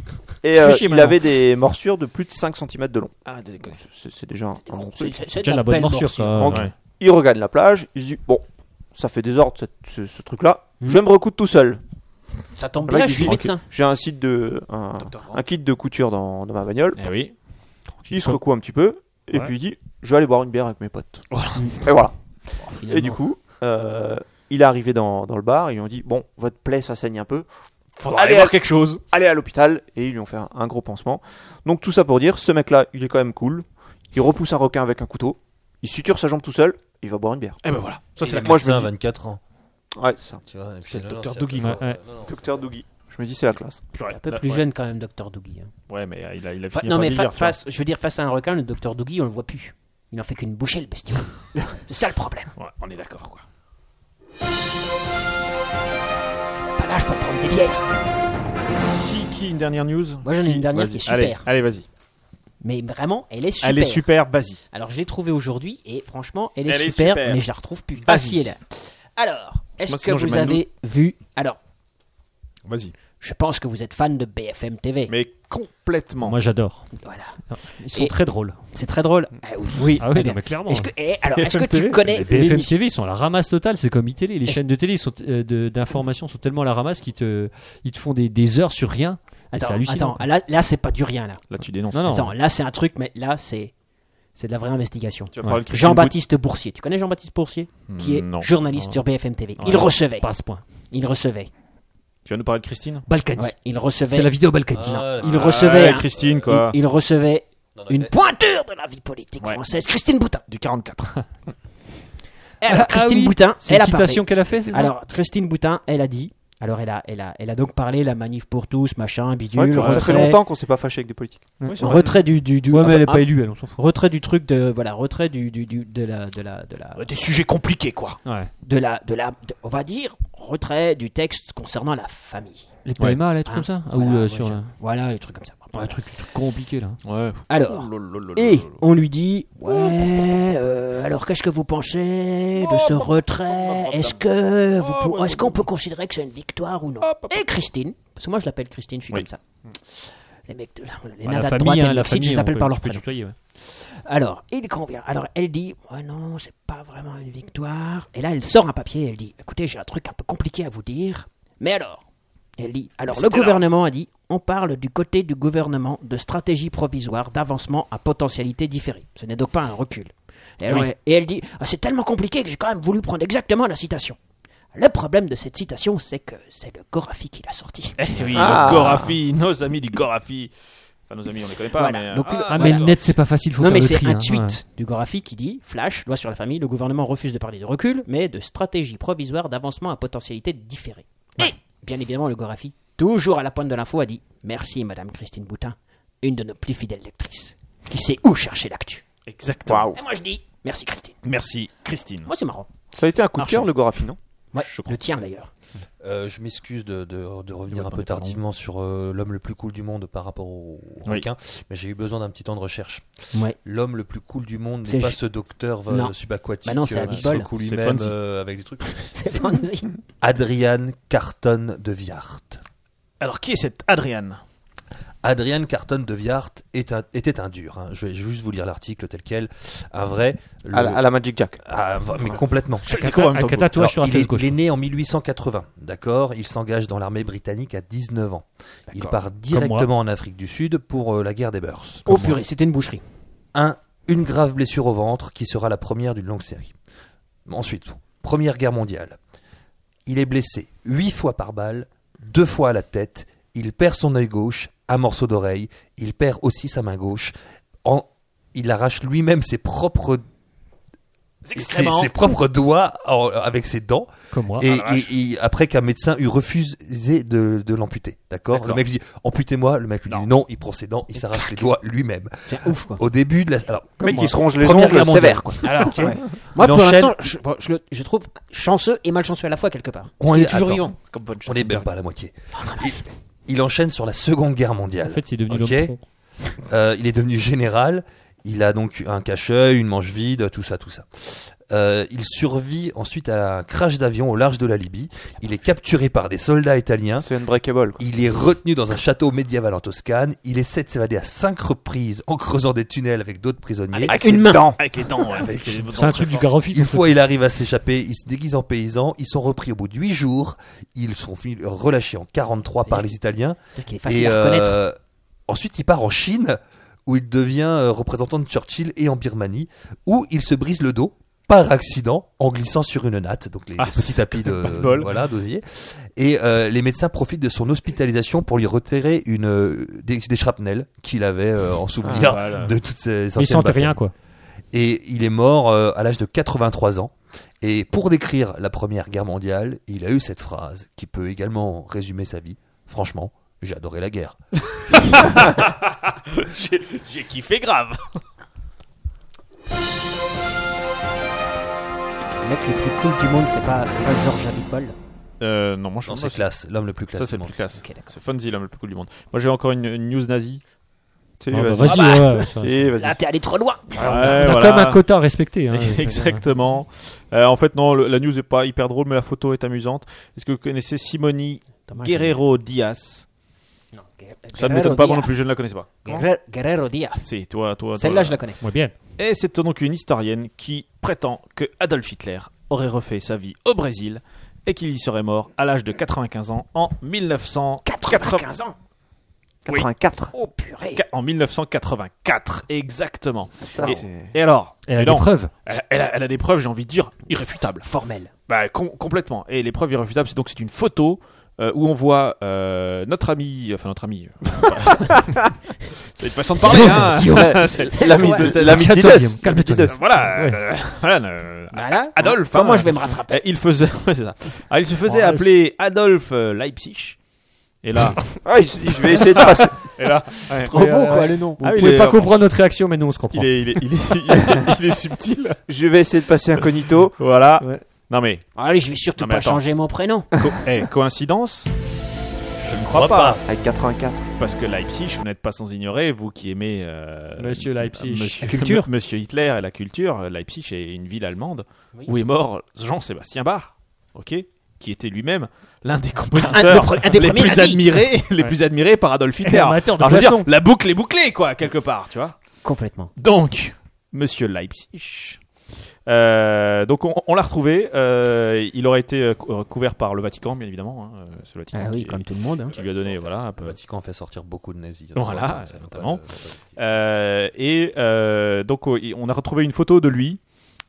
S2: fais
S3: euh,
S2: chier
S3: il
S2: maintenant.
S3: avait des morsures de plus de 5 cm de long.
S4: Ah, d'accord.
S3: C'est c'est déjà un, un bon signe.
S4: C'est c'est de
S2: Déjà la bonne
S4: belle
S2: morsure, ça.
S3: Donc,
S2: ouais.
S3: il regagne la plage. Il se dit bon, ça fait désordre cette- ce, ce truc-là. Je vais me recoudre tout seul.
S4: Ça tombe
S3: Le mec,
S4: bien,
S3: il
S4: je suis
S3: dit,
S4: médecin.
S3: J'ai un site de un,
S4: Docteur Grant.
S3: un kit de couture dans, dans ma bagnole.
S1: Eh oui.
S3: Il se recoue un petit peu et
S1: Ouais.
S3: puis il dit je vais aller boire une bière avec mes potes. Et voilà.
S4: Finalement.
S3: Et du coup, euh, il est arrivé dans, dans le bar. Ils lui ont dit bon, votre plaie ça saigne un peu.
S8: Faudra
S3: Allez,
S8: aller voir quelque chose.
S3: Allez à l'hôpital et ils lui ont fait un, un gros pansement. Donc tout ça pour dire ce mec-là, il est quand même cool. Il repousse un requin avec un couteau. Il suture sa jambe tout seul. Il va boire une bière.
S8: Eh ben voilà.
S3: Ça
S5: Il est
S3: moi je
S5: médecin
S3: me
S5: à
S3: dis-
S5: 24 ans.
S3: ouais, c'est ça.
S5: Tu vois, et puis
S1: C'est le
S5: alors,
S1: docteur
S5: c'est
S1: Dougie.
S5: un peu-
S2: Ouais, ouais.
S5: non, non,
S3: Docteur Dougie. Je me dis c'est la classe.
S4: Un peu
S1: Ouais.
S4: plus jeune quand même, Docteur Doogie. hein.
S1: Ouais, mais euh, il a, il a
S4: Enfin,
S1: fini
S4: non,
S1: par
S4: mais fa-
S1: vieillir, tu vois.
S4: face, je veux dire, face à un requin, le Docteur Doogie, on le voit plus. Il en fait qu'une bouchée, le bestiau. C'est ça le problème.
S1: Ouais, on est d'accord, quoi.
S4: Pas l'âge pour prendre des bières.
S1: Qui, qui une dernière news
S4: Moi, j'en ai
S1: Qui
S4: une dernière
S1: Vas-y.
S4: qui est super.
S1: Allez, allez vas-y.
S4: Mais vraiment, elle est super.
S1: Elle est super, vas-y.
S4: Alors, je l'ai trouvée aujourd'hui et franchement, elle est,
S8: Elle est
S4: super,
S8: super.
S4: mais je la retrouve plus.
S1: Vas-y.
S4: Ah, si, elle est là. Alors, est-ce
S1: moi,
S4: que
S1: sinon, j'ai
S4: vous
S1: mal au
S4: avez vu. Alors,
S1: Vas-y.
S4: je pense que vous êtes fan de BFM TV.
S1: Mais complètement.
S2: Moi, j'adore.
S4: Voilà.
S2: Ils sont
S4: Et-
S2: très drôles.
S4: C'est très drôle. Ah oui, oui.
S2: Ah oui,
S4: très
S2: non, mais clairement.
S4: bien. Est-ce que, eh, alors, est-ce que
S1: BFM TV,
S4: tu connais
S2: Les BFM
S4: l'émission-
S2: TV, ils sont à la ramasse totale, c'est comme iTélé. Les
S4: Est-ce-
S2: chaînes de télé ils sont, euh, de- d'information sont tellement à la ramasse qu'ils te, ils te font des, des heures sur rien. Et c'est
S4: Attends,
S2: hallucinant.
S4: attends, là, là c'est pas du rien là.
S1: Là, tu dénonces.
S2: Non, non.
S4: Attends, là c'est un truc, mais là c'est c'est de la vraie investigation.
S8: Tu
S2: Ouais.
S8: vas parler de Christine
S4: Jean-Baptiste Boursier, tu connais Jean-Baptiste Boursier qui est
S1: Non.
S4: journaliste
S2: Non.
S4: sur BFM TV.
S2: Ouais,
S4: Il recevait,
S2: Pas à ce point.
S4: il recevait,
S1: Tu vas nous parler de Christine
S2: Balkany.
S4: ouais, il recevait,
S2: C'est la vidéo Balkany.
S5: Ah,
S4: il
S5: là,
S4: recevait, hein.
S1: Ah,
S4: un-
S1: Christine,
S4: il,
S1: quoi.
S4: il recevait
S5: non, non,
S4: une
S5: eh,
S4: pointure de la vie politique
S1: Ouais.
S4: française, Christine Boutin.
S1: Du 44.
S4: Et alors,
S2: Ah, ah
S4: Christine
S2: oui,
S4: Boutin,
S2: C'est
S4: elle
S2: une
S4: a parlé.
S2: citation qu'elle a fait, c'est ça
S4: Alors, Christine Boutin, elle a dit. Alors, elle a, elle a, elle a donc parlé la manif pour tous, machin,
S3: C'est vrai
S4: bidule,
S3: que ça fait
S4: retrait,
S3: longtemps qu'on s'est pas fâché avec des politiques.
S4: retrait du, du, du-
S2: Ouais, mais elle est
S4: ah,
S2: pas élue, elle, on s'en fout.
S4: retrait du truc de voilà, retrait du, du, du- de la, de la, de la,
S8: Boutin. Des sujets compliqués, quoi.
S2: Ouais.
S4: de la, de la, de- on va dire retrait du texte concernant la famille.
S2: Les PMA, là, des trucs
S4: Hein,
S2: comme ça Ah,
S4: voilà,
S2: Ou euh,
S4: ouais,
S2: sur.
S4: je-
S2: la-
S4: Voilà, les trucs comme ça.
S2: Ouais, un truc, truc compliqué, là.
S1: Ouais.
S4: Alors, et on lui dit ouais, euh, alors qu'est-ce que vous pensez de ce retrait Est-ce que vous, pour- est-ce qu'on peut considérer que c'est une victoire ou non Et Christine, parce que moi je l'appelle Christine, je suis
S1: Oui.
S4: comme ça. Les mecs de les
S2: Ouais,
S4: nanas
S2: la
S4: de
S2: famille,
S4: droite et
S2: hein, la
S4: les mexiques,
S2: famille.
S4: je les
S2: on
S4: appelle
S2: peut-
S4: par leur
S2: tu peux
S4: prénom.
S2: tutoyer, ouais.
S4: Alors, il convient. Alors, elle dit Ouais, non, c'est pas vraiment une victoire. Et là, elle sort un papier. Elle dit Écoutez, j'ai un truc un peu compliqué à vous dire. Mais alors Elle dit Alors, le gouvernement a dit On parle du côté du gouvernement de stratégie provisoire d'avancement à potentialité différée. Ce n'est donc pas un recul. Et elle,
S2: Oui.
S4: ouais, et elle dit Ah, C'est tellement compliqué que j'ai quand même voulu prendre exactement la citation. Le problème de cette citation, c'est que c'est le Gorafi qui l'a sortie.
S8: Eh oui,
S3: Ah.
S8: le Gorafi, nos amis du Gorafi. Enfin, nos amis, on les connaît pas,
S4: Voilà.
S8: mais. euh,
S4: Donc,
S2: Ah, mais
S4: voilà.
S2: le net, c'est pas facile, faut
S4: non,
S2: faire
S4: mais
S2: le
S4: c'est
S2: tri,
S4: un
S2: hein,
S4: tweet
S2: ouais.
S4: du Gorafi qui dit Flash, loi sur la famille, le gouvernement refuse de parler de recul, mais de stratégie provisoire d'avancement à potentialité différée. Et, bien évidemment, le Gorafi, toujours à la pointe de l'info, a dit Merci, Madame Christine Boutin, une de nos plus fidèles lectrices, qui sait où chercher l'actu.
S8: Exactement.
S4: Et moi, je dis Merci, Christine.
S8: Merci, Christine.
S4: Moi, c'est marrant.
S3: Ça a été un coup de
S8: Marchand.
S3: cœur, le Gorafi, non
S4: Ouais,
S1: Je crois.
S4: le tien d'ailleurs.
S5: Euh, je m'excuse de, de-
S1: Oui,
S5: de revenir un
S1: pardon,
S5: peu
S1: pardon.
S5: tardivement sur euh, l'homme le plus cool du monde par rapport au au
S1: Oui.
S5: requin, mais j'ai eu besoin d'un petit temps de recherche.
S4: Ouais.
S5: L'homme le plus cool du monde
S4: C'est
S5: n'est pas
S4: ju-
S5: ce docteur euh,
S4: Non.
S5: subaquatique
S4: Bah non, c'est
S5: euh, qui se
S4: Abitbol.
S5: recoule
S1: C'est
S5: lui-même
S1: Fonzie.
S5: euh, avec des trucs.
S4: [LAUGHS] C'est Fonzie.
S5: Adrian Carton de Viart.
S1: Alors, qui est cette Adrienne
S5: Adrian Carton de Viart est un- était un dur. hein. Je vais je vais juste vous lire l'article tel quel. Un vrai. le-
S3: À, la, à la Magic Jack.
S5: Ah, v- mais complètement.
S1: le découvre en même temps que
S2: Avec un
S1: vous.
S2: tatouage sur
S5: Alors,
S2: la
S5: il,
S2: fesse
S5: est,
S2: gauche.
S5: il est né en 1880, d'accord Il s'engage dans l'armée britannique à 19 ans. Il part directement en Afrique du Sud pour euh, la guerre des Bourses.
S4: Oh purée, c'était une boucherie.
S5: Un, une grave blessure au ventre qui sera la première d'une longue série. Ensuite, Première Guerre mondiale. Il est blessé 8 fois par balle, deux fois à la tête, il perd son œil gauche, un morceau d'oreille, il perd aussi sa main gauche. En, il arrache lui-même ses propres ses, ses propres doigts en- avec ses dents
S2: Comme moi.
S5: et, et- et après qu'un médecin eût refusé de, de l'amputer d'accord le mec lui dit amputez-moi le mec lui dit non, il prend ses dents il s'arrache les doigts lui-même
S4: C'est ouf quoi.
S5: au début de la alors
S3: Mais qui se ronge les
S5: première
S3: ongles
S5: guerre mondiale.
S3: sévère, quoi.
S5: alors
S4: Moi
S5: Il
S4: pour
S5: enchaîne.
S4: l'instant, je, bon, je le je trouve chanceux et malchanceux à la fois quelque part. Parce
S5: On
S4: qu'il
S5: est-
S4: est toujours
S5: attends.
S4: vivant.
S5: on est même pas à la moitié il, il enchaîne sur la seconde guerre mondiale
S2: En fait, c'est devenu
S5: Ok.
S2: l'homme tronc.
S5: Euh, il est devenu général. Il a donc un cache-œil, une manche vide, tout ça, tout ça. Euh, il survit ensuite à un crash d'avion au large de la Libye. Il est capturé par des soldats italiens.
S3: C'est Unbreakable, quoi.
S5: Il est retenu dans un château médiéval en Toscane. Il essaie de s'évader à cinq reprises en creusant des tunnels avec d'autres prisonniers.
S3: Avec une main.
S8: Avec les dents, ouais.
S5: Avec-
S8: J'ai des
S2: C'est un truc du Garofi.
S5: Une fois il arrive à s'échapper, il se déguise en paysan. Ils sont repris au bout de huit jours. Ils sont finis- relâchés en 43 par les Italiens.
S4: C'est-à-dire qu'il est facile
S5: Et,
S4: à reconnaître.
S5: euh, ensuite, il part en Chine, où il devient euh, représentant de Churchill et en Birmanie, où il se brise le dos par accident en glissant sur une natte, donc les,
S1: Ah,
S5: les petits tapis de,
S1: de bol.
S5: voilà d'osier. Et euh, les médecins profitent de son hospitalisation pour lui retirer une euh, des, des shrapnels qu'il avait euh, en souvenir
S1: voilà.
S5: de toutes ces
S2: Il
S5: anciennes
S2: sentait rien
S5: batailles.
S2: quoi.
S5: Et il est mort euh, à l'âge de 83 ans. Et pour décrire la Première Guerre mondiale, il a eu cette phrase qui peut également résumer sa vie. Franchement, j'ai adoré la guerre.
S8: J'ai kiffé grave.
S2: euh,
S4: Le mec le plus cool du monde, c'est pas c'est pas George Abitbol.
S1: Euh, Non, moi je
S5: Non,
S1: pense que
S5: c'est classe, l'homme le plus classe.
S1: Ça, c'est
S5: du
S1: le
S5: monde.
S1: plus classe.
S4: Ok, d'accord.
S1: C'est Fonzie, l'homme le plus cool du monde. Moi, j'ai encore une, une news nazie.
S3: Si,
S2: Ah, bah,
S3: vas-y.
S2: Vas-y, ouais, ouais, ça-
S3: Si, vas-y.
S4: Là, t'es allé trop loin.
S1: Ouais,
S2: On a quand
S1: [LAUGHS]
S2: même un quota à respecter. hein.
S1: Exactement. Euh, en fait, non, le- la news est pas hyper drôle, mais la photo est amusante. Est-ce que vous connaissez Simoni
S4: Dommage,
S1: Guerrero Diaz
S4: Non, Guer-
S1: Ça ne
S4: Guerrero
S1: m'étonne pas, moi
S4: Diaz.
S1: non plus, je ne la connaissais pas.
S4: Guerrero- Guerrero Diaz.
S1: Si, toi, toi. toi.
S4: Celle-là, je la connais.
S2: Ouais, bien.
S1: Et c'est donc une historienne qui prétend que Adolf Hitler aurait refait sa vie au Brésil et qu'il y serait mort à l'âge de 95 ans en 1900.
S4: 95 ans.
S3: 84.
S4: Oh purée.
S1: En 1984, exactement.
S3: Ça,
S1: Et-
S3: c'est.
S1: Et alors
S2: Elle a
S1: non,
S2: des preuves.
S1: elle a- elle a- elle a des preuves, j'ai envie de dire, irréfutables.
S4: Formel.
S1: Bah, com- complètement. Et l'épreuve irréfutable, c'est donc c'est une photo euh, où on voit euh, notre ami, enfin notre ami. euh, [LAUGHS] c'est une façon de parler, hein.
S3: Ouais.
S1: C'est-
S3: L'ami
S1: [LAUGHS] Ouais.
S3: de- l'ami
S2: Calme-toi,
S3: d'Ides.
S2: Guillaume, calme-toi.
S3: D'Ides.
S1: voilà,
S2: Ouais.
S1: euh, voilà, euh,
S4: Voilà.
S1: Adolphe.
S4: Comment
S1: hein.
S4: je vais me rattraper
S1: Euh, Il faisait, [LAUGHS] ouais, c'est ça. Ah, il se faisait
S2: Ouais,
S1: appeler Adolf euh, Leipzig. Et là,
S3: Ah, il se dit, je vais essayer de [LAUGHS] passer.
S1: et là, ouais.
S3: Oh,
S4: Trop beau quoi le nom.
S2: Vous
S1: Ah, il
S2: pouvez
S1: est-
S2: pas comprendre notre réaction, mais nous on se comprend.
S1: Il est, il est, [LAUGHS] il est, il est- il est subtil.
S3: Je vais essayer de passer incognito.
S1: Voilà.
S3: Ouais.
S1: Non mais,
S4: Allez, je vais surtout
S1: Non, mais
S4: pas
S1: attends.
S4: changer mon prénom.
S1: co- eh, coïncidence Je ne
S5: Crois
S1: crois pas.
S3: Avec 84.
S1: Parce que Leipzig, vous n'êtes pas sans ignorer, vous qui aimez euh,
S2: Monsieur Leipzig.
S1: Monsieur,
S2: La culture.
S1: M- [LAUGHS] Monsieur Hitler et la culture, euh, Leipzig est une ville allemande
S4: Oui.
S1: où est mort Jean-Sébastien Bach, ok, qui était lui-même l'un des
S4: Un, le
S1: compositeurs
S4: pre- un des
S1: les
S4: premiers [LAUGHS]
S1: plus
S4: nazis.
S1: admirés, les plus admirés par Adolf Hitler.
S2: Amateur de
S1: Alors, je veux dire,
S2: poisson.
S1: la boucle est bouclée, quoi, quelque part, tu vois.
S4: Complètement.
S1: Donc, Monsieur Leipzig. euh, donc on, on l'a retrouvé. euh, il aurait été euh, cou- euh, couvert par le Vatican, bien évidemment. hein, euh, c'est le Vatican
S4: Ah oui,
S1: qui-
S4: comme tout le monde. hein.
S1: qui lui a donné voilà un
S5: Le
S1: peu.
S5: Vatican fait sortir beaucoup de nazis.
S1: Voilà,
S5: Ça fait
S1: notamment.
S5: pas de-
S1: Euh, et euh, donc oh, on a retrouvé une photo de lui.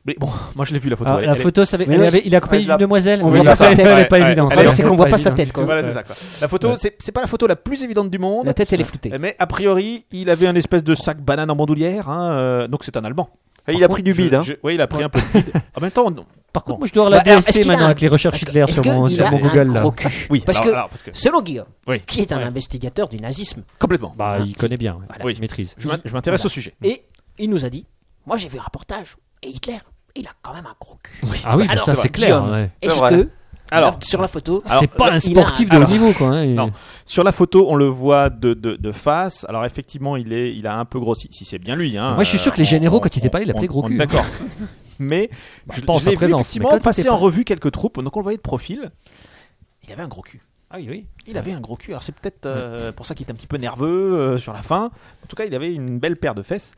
S1: Mais bon, [LAUGHS] moi je l'ai vu la photo.
S2: Ah,
S1: elle-
S2: la
S1: elle est-
S2: photo, ça avait-
S3: Mais
S2: elle
S3: ouais,
S2: avait- il a coupé
S3: ouais, je
S2: une
S3: la-
S2: demoiselle.
S4: on
S2: Oui,
S4: voit
S2: ça,
S4: pas sa
S2: c'est-
S4: tête.
S2: C'est pas
S1: Ouais, ouais,
S2: évident.
S4: Le
S1: Elle est-
S4: problème, c'est qu'on voit pas sa tête. quoi.
S1: Voilà, c'est ça quoi. La photo,
S2: Ouais.
S1: c'est c'est pas la photo la plus évidente du monde.
S4: La tête, elle est floutée.
S1: Mais a priori, il avait un espèce de sac banane en bandoulière, hein, euh, donc c'est un Allemand.
S3: Et Il a pris du bide, hein.
S1: Oui, il a pris un peu de bide. En même temps, non.
S2: Par contre, moi je dois la
S4: Bah, alors, est-ce
S2: DST
S4: qu'il a
S2: maintenant
S4: un-
S2: avec les recherches
S4: Est-ce que-
S2: Hitler sur
S4: est-ce
S2: mon
S4: qu'il
S2: sur
S4: a
S2: mon
S4: un
S2: Google. là.
S4: gros cul
S1: Oui,
S4: Parce
S1: alors-
S4: que-
S1: alors, parce que
S4: Selon Guillaume,
S1: Oui. Mm.
S4: qui est un
S2: Ouais.
S4: investigateur du nazisme,
S1: complètement.
S2: Bah, il connaît bien. ouais.
S4: Voilà.
S2: Il maîtrise.
S1: Je m'in- je m'intéresse
S4: Voilà.
S1: au sujet.
S4: et il nous a dit Moi, j'ai vu un reportage, et Hitler, il a quand même un gros cul.
S2: Ah oui, bah,
S4: Alors,
S2: ça
S4: ça
S2: c'est
S4: va.
S2: clair.
S4: Guillaume.
S2: ouais.
S4: Est-ce
S3: vrai.
S4: que
S1: Alors,
S4: Regarde sur la photo,
S1: Ah,
S2: C'est pas un
S4: il a un-
S2: sportif de haut
S1: alors-
S2: niveau, quoi. hein, et-
S1: Non. sur la photo, on le voit de, de, de face. Alors, effectivement, il, est, il a un peu grossi. Si c'est bien lui. Hein,
S2: Moi, je suis sûr que les
S1: on-
S2: généraux,
S1: on-
S2: quand il était pas là, il
S1: on-
S2: l'appelait gros
S1: on-
S2: cul. [LAUGHS]
S1: D'accord. mais
S2: Bah,
S1: je,
S2: pas en
S1: je
S2: sa
S1: l'ai vu
S2: présence, mais quand
S1: effectivement
S2: il était
S1: passer en
S2: pas-
S1: revue quelques troupes. Donc, on le voyait de profil. Il avait un gros cul.
S2: Ah oui, oui.
S1: Il avait un gros cul. Alors, c'est peut-être euh, pour ça qu'il était un petit peu nerveux euh, sur la fin. En tout cas, il avait une belle paire de fesses.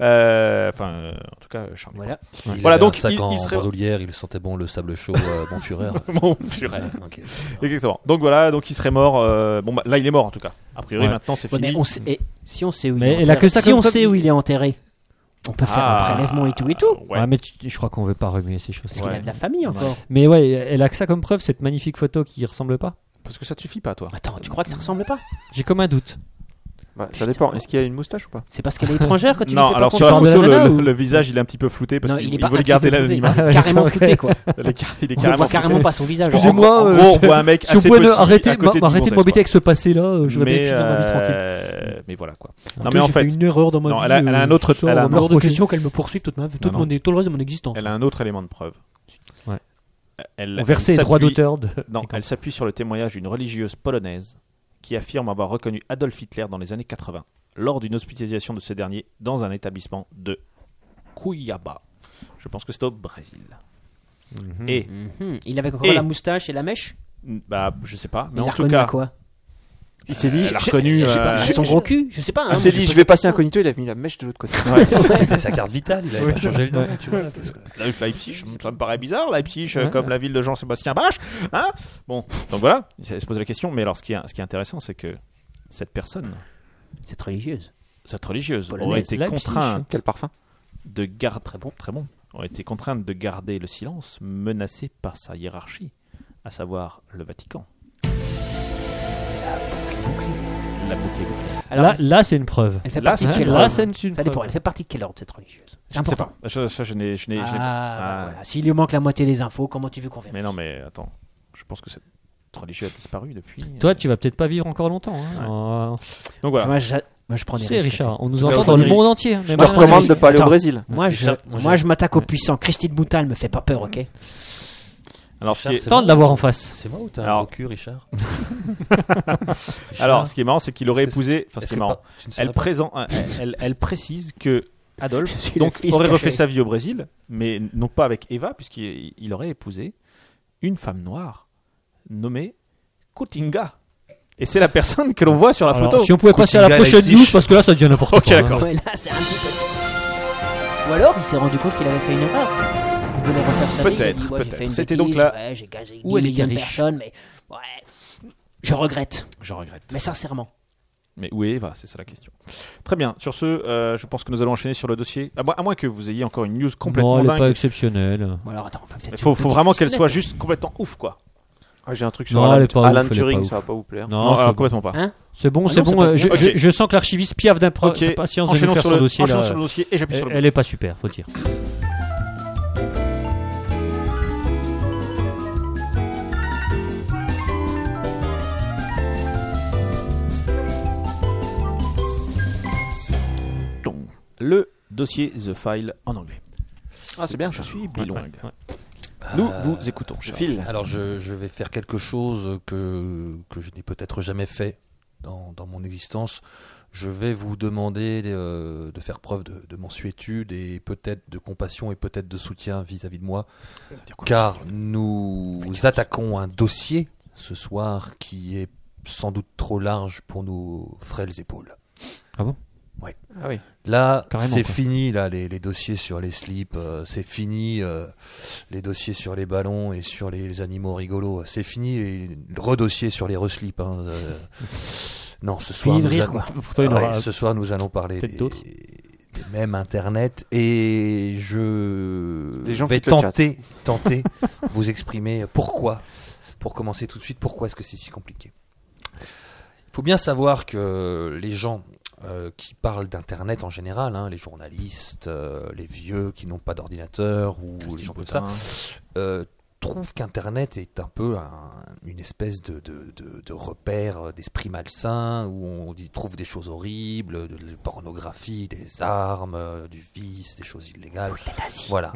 S1: Euh, Enfin, euh, en tout cas, charmant. [LAUGHS]
S4: Voilà.
S5: Il
S1: Voilà,
S5: avait
S1: donc,
S5: un sac
S1: il-
S5: en
S1: il serait-
S5: bandoulière, il sentait bon le sable chaud, euh, bon
S1: [LAUGHS]
S5: fureur.
S1: Mon Dieu.
S5: Ouais,
S1: [LAUGHS]
S5: ok.
S1: Exactement. Donc voilà, donc il serait mort. euh, bon, bah, là, il est mort en tout cas. A priori,
S2: Ouais.
S1: maintenant, c'est
S4: Ouais,
S1: fini.
S4: mais on sait- et si on sait où
S2: Mais
S4: il est
S2: elle a
S4: enterré,
S2: que ça
S4: si
S2: comme
S4: on
S2: preuve.
S4: sait où il est enterré, on peut faire
S1: Ah.
S4: un prélèvement et tout et tout.
S1: Ouais.
S2: Ouais, mais tu- je crois qu'on veut pas remuer ces choses.
S4: Parce qu'il a de la famille encore.
S2: Mais ouais, elle a que ça comme preuve, cette magnifique photo qui y ressemble pas.
S1: Parce que ça te suffit pas, toi.
S4: Attends, tu crois que ça ressemble pas
S2: J'ai comme un doute.
S3: Bah, ça dépend. Est-ce qu'il y a une moustache ou pas
S4: C'est parce
S2: [LAUGHS]
S4: qu'elle est étrangère que tu lui
S1: non,
S4: fais
S1: alors
S4: pas
S1: sur la
S2: confiance.
S1: photo,
S2: Dans la
S1: le,
S2: nana, ou-
S1: le visage il est un petit peu flouté parce
S4: Non,
S1: qu'il
S4: il est
S1: il
S4: pas
S1: veut
S4: un petit
S1: garder
S4: peu
S1: l'anonymat.
S4: flouté. Ah, Carrément flouté, quoi.
S1: Il est car- il est
S4: On
S1: carrément
S4: voit carrément
S1: flouté.
S4: pas son visage.
S1: Excusez-moi,
S2: Excusez-moi,
S1: En
S2: euh,
S1: gros, on
S2: c'est-
S1: voit un
S4: [LAUGHS]
S1: mec
S2: Si vous
S1: assez
S2: pouvez
S1: petit.
S2: me- arrêtez,
S1: à côté
S2: de
S1: du
S2: m'arrêtez de
S1: Gonzès,
S2: m'embêter
S1: quoi.
S2: avec ce passé-là, euh, je vais bien
S1: mais,
S2: finir ma vie tranquille.
S1: euh, mais voilà quoi. Non, mais en fait,
S4: erreur dans ma
S1: Non, elle a- elle a un autre- elle a un autre projet.
S4: qu'elle me poursuive toute ma-
S1: Non, non.
S4: tout le reste de mon existence.
S1: elle a un autre élément de preuve.
S2: Ouais.
S1: Elle,
S2: On versait
S1: elle
S2: les droits
S1: s'appuie-
S2: d'auteur de.
S1: Non, elle s'appuie sur le témoignage d'une religieuse polonaise qui affirme avoir reconnu Adolf Hitler dans les années 80 lors d'une hospitalisation de ce dernier dans un établissement de Cuiabá. Je pense que c'est au Brésil. Et
S4: Mhm. Il avait encore
S1: Et-
S4: la moustache et la mèche.
S1: bah je sais pas, mais
S4: il
S1: en
S4: l'a
S1: tout
S4: reconnu
S1: cas,
S4: à quoi
S3: Il s'est dit.
S1: elle a reconnu.
S4: Je sais pas,
S1: euh,
S4: Son gros cul, je sais pas. hein,
S3: Il s'est
S4: moi,
S3: dit,
S4: j'ai
S3: je vais passer incognito. Il a mis la mèche de l'autre côté.
S5: C'était sa carte vitale, il avait pas changé le nom. Tu vois, qu'est-ce que-
S1: Leip- Leipzig, ça me paraît bizarre, Leipzig, euh,
S2: Ouais.
S1: comme la ville de Jean-Sébastien Bach. Hein bon, donc voilà, ça se pose la question. Mais alors, ce qui est, ce qui est intéressant, c'est que cette personne,
S4: pas- Cette religieuse.
S1: cette religieuse, aurait
S4: Polonaise,
S1: été
S2: Leipzig.
S1: contrainte
S3: [LAUGHS] Quel parfum
S1: de garder très bon, très bon, aurait été contrainte de garder le silence, menacée par sa hiérarchie, à savoir le Vatican. La boucle est bouclée.
S4: Alors,
S2: là, là, c'est une preuve. Hein
S4: elle fait
S1: là,
S4: partie de
S1: c'est-
S4: quel
S2: là,
S4: ordre
S2: c'est une
S4: Ça dépend,
S2: preuve.
S4: elle fait partie de quel ordre cette religieuse C'est
S1: Je sais
S4: important.
S1: pas. Ça, ça, je n'ai, je n'ai, je n'ai-
S4: Ah,
S5: bah
S1: Ah.
S4: voilà. S'il lui manque la moitié des infos, comment tu veux qu'on vérifie
S1: Mais non, mais attends, je pense que cette religieuse a disparu depuis.
S2: Toi, tu vas peut-être pas vivre encore longtemps. hein. Euh,
S1: Donc voilà.
S4: Moi, j'a- moi, je prends
S2: tu
S4: des
S2: sais,
S4: risques.
S2: Richard, on nous
S1: Mais
S2: entend dans
S1: aujourd'hui,
S2: le monde entier. hein,
S3: Je
S2: même
S3: te
S2: à la
S3: recommande de
S2: télévision.
S3: pas aller au
S4: Attends.
S3: Brésil.
S4: Moi, je,
S5: Richard, moi,
S4: moi,
S5: j'ai-
S4: je m'attaque au puissant. Christine Boutal me fait pas peur, ok
S1: Alors, ce qui est-
S5: Richard, c'est
S2: Attends
S5: moi
S2: de l'avoir
S5: ou-
S2: en face.
S5: C'est moi ou t'as un
S1: Alors-
S5: gros cul,
S1: [LAUGHS]
S5: Richard Richard,
S1: Alors, ce qui est marrant, c'est qu'il aurait
S5: Est-ce que c'est-
S1: épousé. Enfin,
S5: est-ce
S1: ce qui est
S5: que
S1: marrant.
S5: pas- tu ne saurais
S1: Elle,
S5: pas
S1: présent- euh, elle, elle précise que [LAUGHS] Adolphe
S4: suis
S1: donc,
S4: le fils
S1: aurait
S4: caché.
S1: refait sa vie au Brésil, mais non pas avec Eva, puisqu'il il aurait épousé une femme noire nommée Coutinga. Et c'est la personne que l'on voit sur la
S2: Alors,
S1: photo.
S2: si on pouvait passer à la
S5: Kutinga
S2: prochaine
S5: Leipzig.
S2: news, parce que là, ça devient n'importe
S1: Ok,
S2: quoi. hein.
S1: d'accord.
S4: Ouais, là, c'est un petit peu. Ou alors, il s'est rendu compte qu'il avait fait une erreur. Il venait refaire sa vie, il a dit,
S1: Peut-être,
S4: ouais, j'ai
S1: peut-être.
S4: fait une
S1: C'était
S4: bêtise,
S1: donc là-
S4: Ouais, j'ai gagé
S2: Où
S4: 10
S2: elle
S4: millions de
S2: était riche.
S4: personnes, mais ouais, je regrette.
S1: Je regrette.
S4: Mais sincèrement,
S1: Mais où est Eva C'est ça la question. Très bien. Sur ce, euh, je pense que nous allons enchaîner sur le dossier. À, moins- à moins que vous ayez encore une news complètement
S2: Non, elle est pas
S1: dingue.
S2: exceptionnelle.
S4: bon alors attends, on va peut-être
S1: Il
S4: faire
S1: faut,
S4: une
S1: faut
S4: petite
S1: vraiment qu'elle
S4: disconnect.
S1: soit juste complètement ouf, quoi.
S3: Ah, J'ai un truc
S2: Non,
S3: sur
S2: elle
S3: Alan
S2: est pas
S3: Alan
S2: ouf, elle est pas
S3: Turing,
S2: ouf.
S3: ça va pas vous plaire.
S2: Non,
S1: alors,
S2: c'est bon.
S1: euh, complètement pas.
S4: Hein
S2: c'est bon,
S1: Ah
S2: c'est
S1: non, c'est
S2: bon.
S1: pas-
S2: euh, Je,
S1: Ok.
S2: je- je sens que l'archiviste piave d'impro-
S1: Ok.
S2: de patience de nous
S1: Enchaînons
S2: faire
S1: sur
S2: son
S1: le,
S2: dossier.
S1: enchaînons
S2: là.
S1: sur le dossier et j'appuie sur
S2: Elle,
S1: le.
S2: elle est pas super, faut dire.
S1: bouton. Le dossier The File en anglais.
S3: Ah, c'est bien,
S1: Je
S3: ça.
S1: suis
S2: Ouais,
S1: bilingue.
S2: ouais.
S1: Nous
S5: Euh,
S1: vous écoutons,
S3: Je
S1: cher.
S3: file.
S5: Alors, je, je vais faire quelque chose que, que je n'ai peut-être jamais fait dans, dans mon existence. Je vais vous demander euh, de faire preuve de, de mansuétude et peut-être de compassion et peut-être de soutien vis-à-vis de moi, car nous attaquons un dossier ce soir qui est sans doute trop large pour nos frêles épaules.
S3: Ah oui.
S5: Là,
S2: Carrément,
S5: c'est
S2: quoi.
S5: fini, là, les, les dossiers sur les slips, euh, c'est fini, euh, les dossiers sur les ballons et sur les, les animaux rigolos, c'est fini, les redossiers sur les reslips. Hein,
S4: [LAUGHS]
S5: euh, non, ce soir,
S4: Fini de
S5: nous
S4: rire,
S5: allons-
S4: quoi.
S2: Pourtant, il
S5: Ouais,
S2: aura.
S5: ce soir, nous allons parler
S2: peut-être
S5: des,
S2: d'autres.
S5: des mêmes Internet et je
S3: Les gens
S5: vais
S3: quittent le chat.
S5: tenter, tenter, vous exprimer pourquoi, pour commencer tout de suite, pourquoi est-ce que c'est si compliqué. Il faut bien savoir que les gens euh, qui parlent d'Internet en général, hein, les journalistes, euh, les vieux qui n'ont pas d'ordinateur ou les gens comme ça, euh, trouve qu'Internet est un peu un- une espèce de, de, de- de repère euh, d'esprit malsain où on y trouve des choses horribles, de la pornographie, des armes, euh, du vice, des choses illégales. Voilà.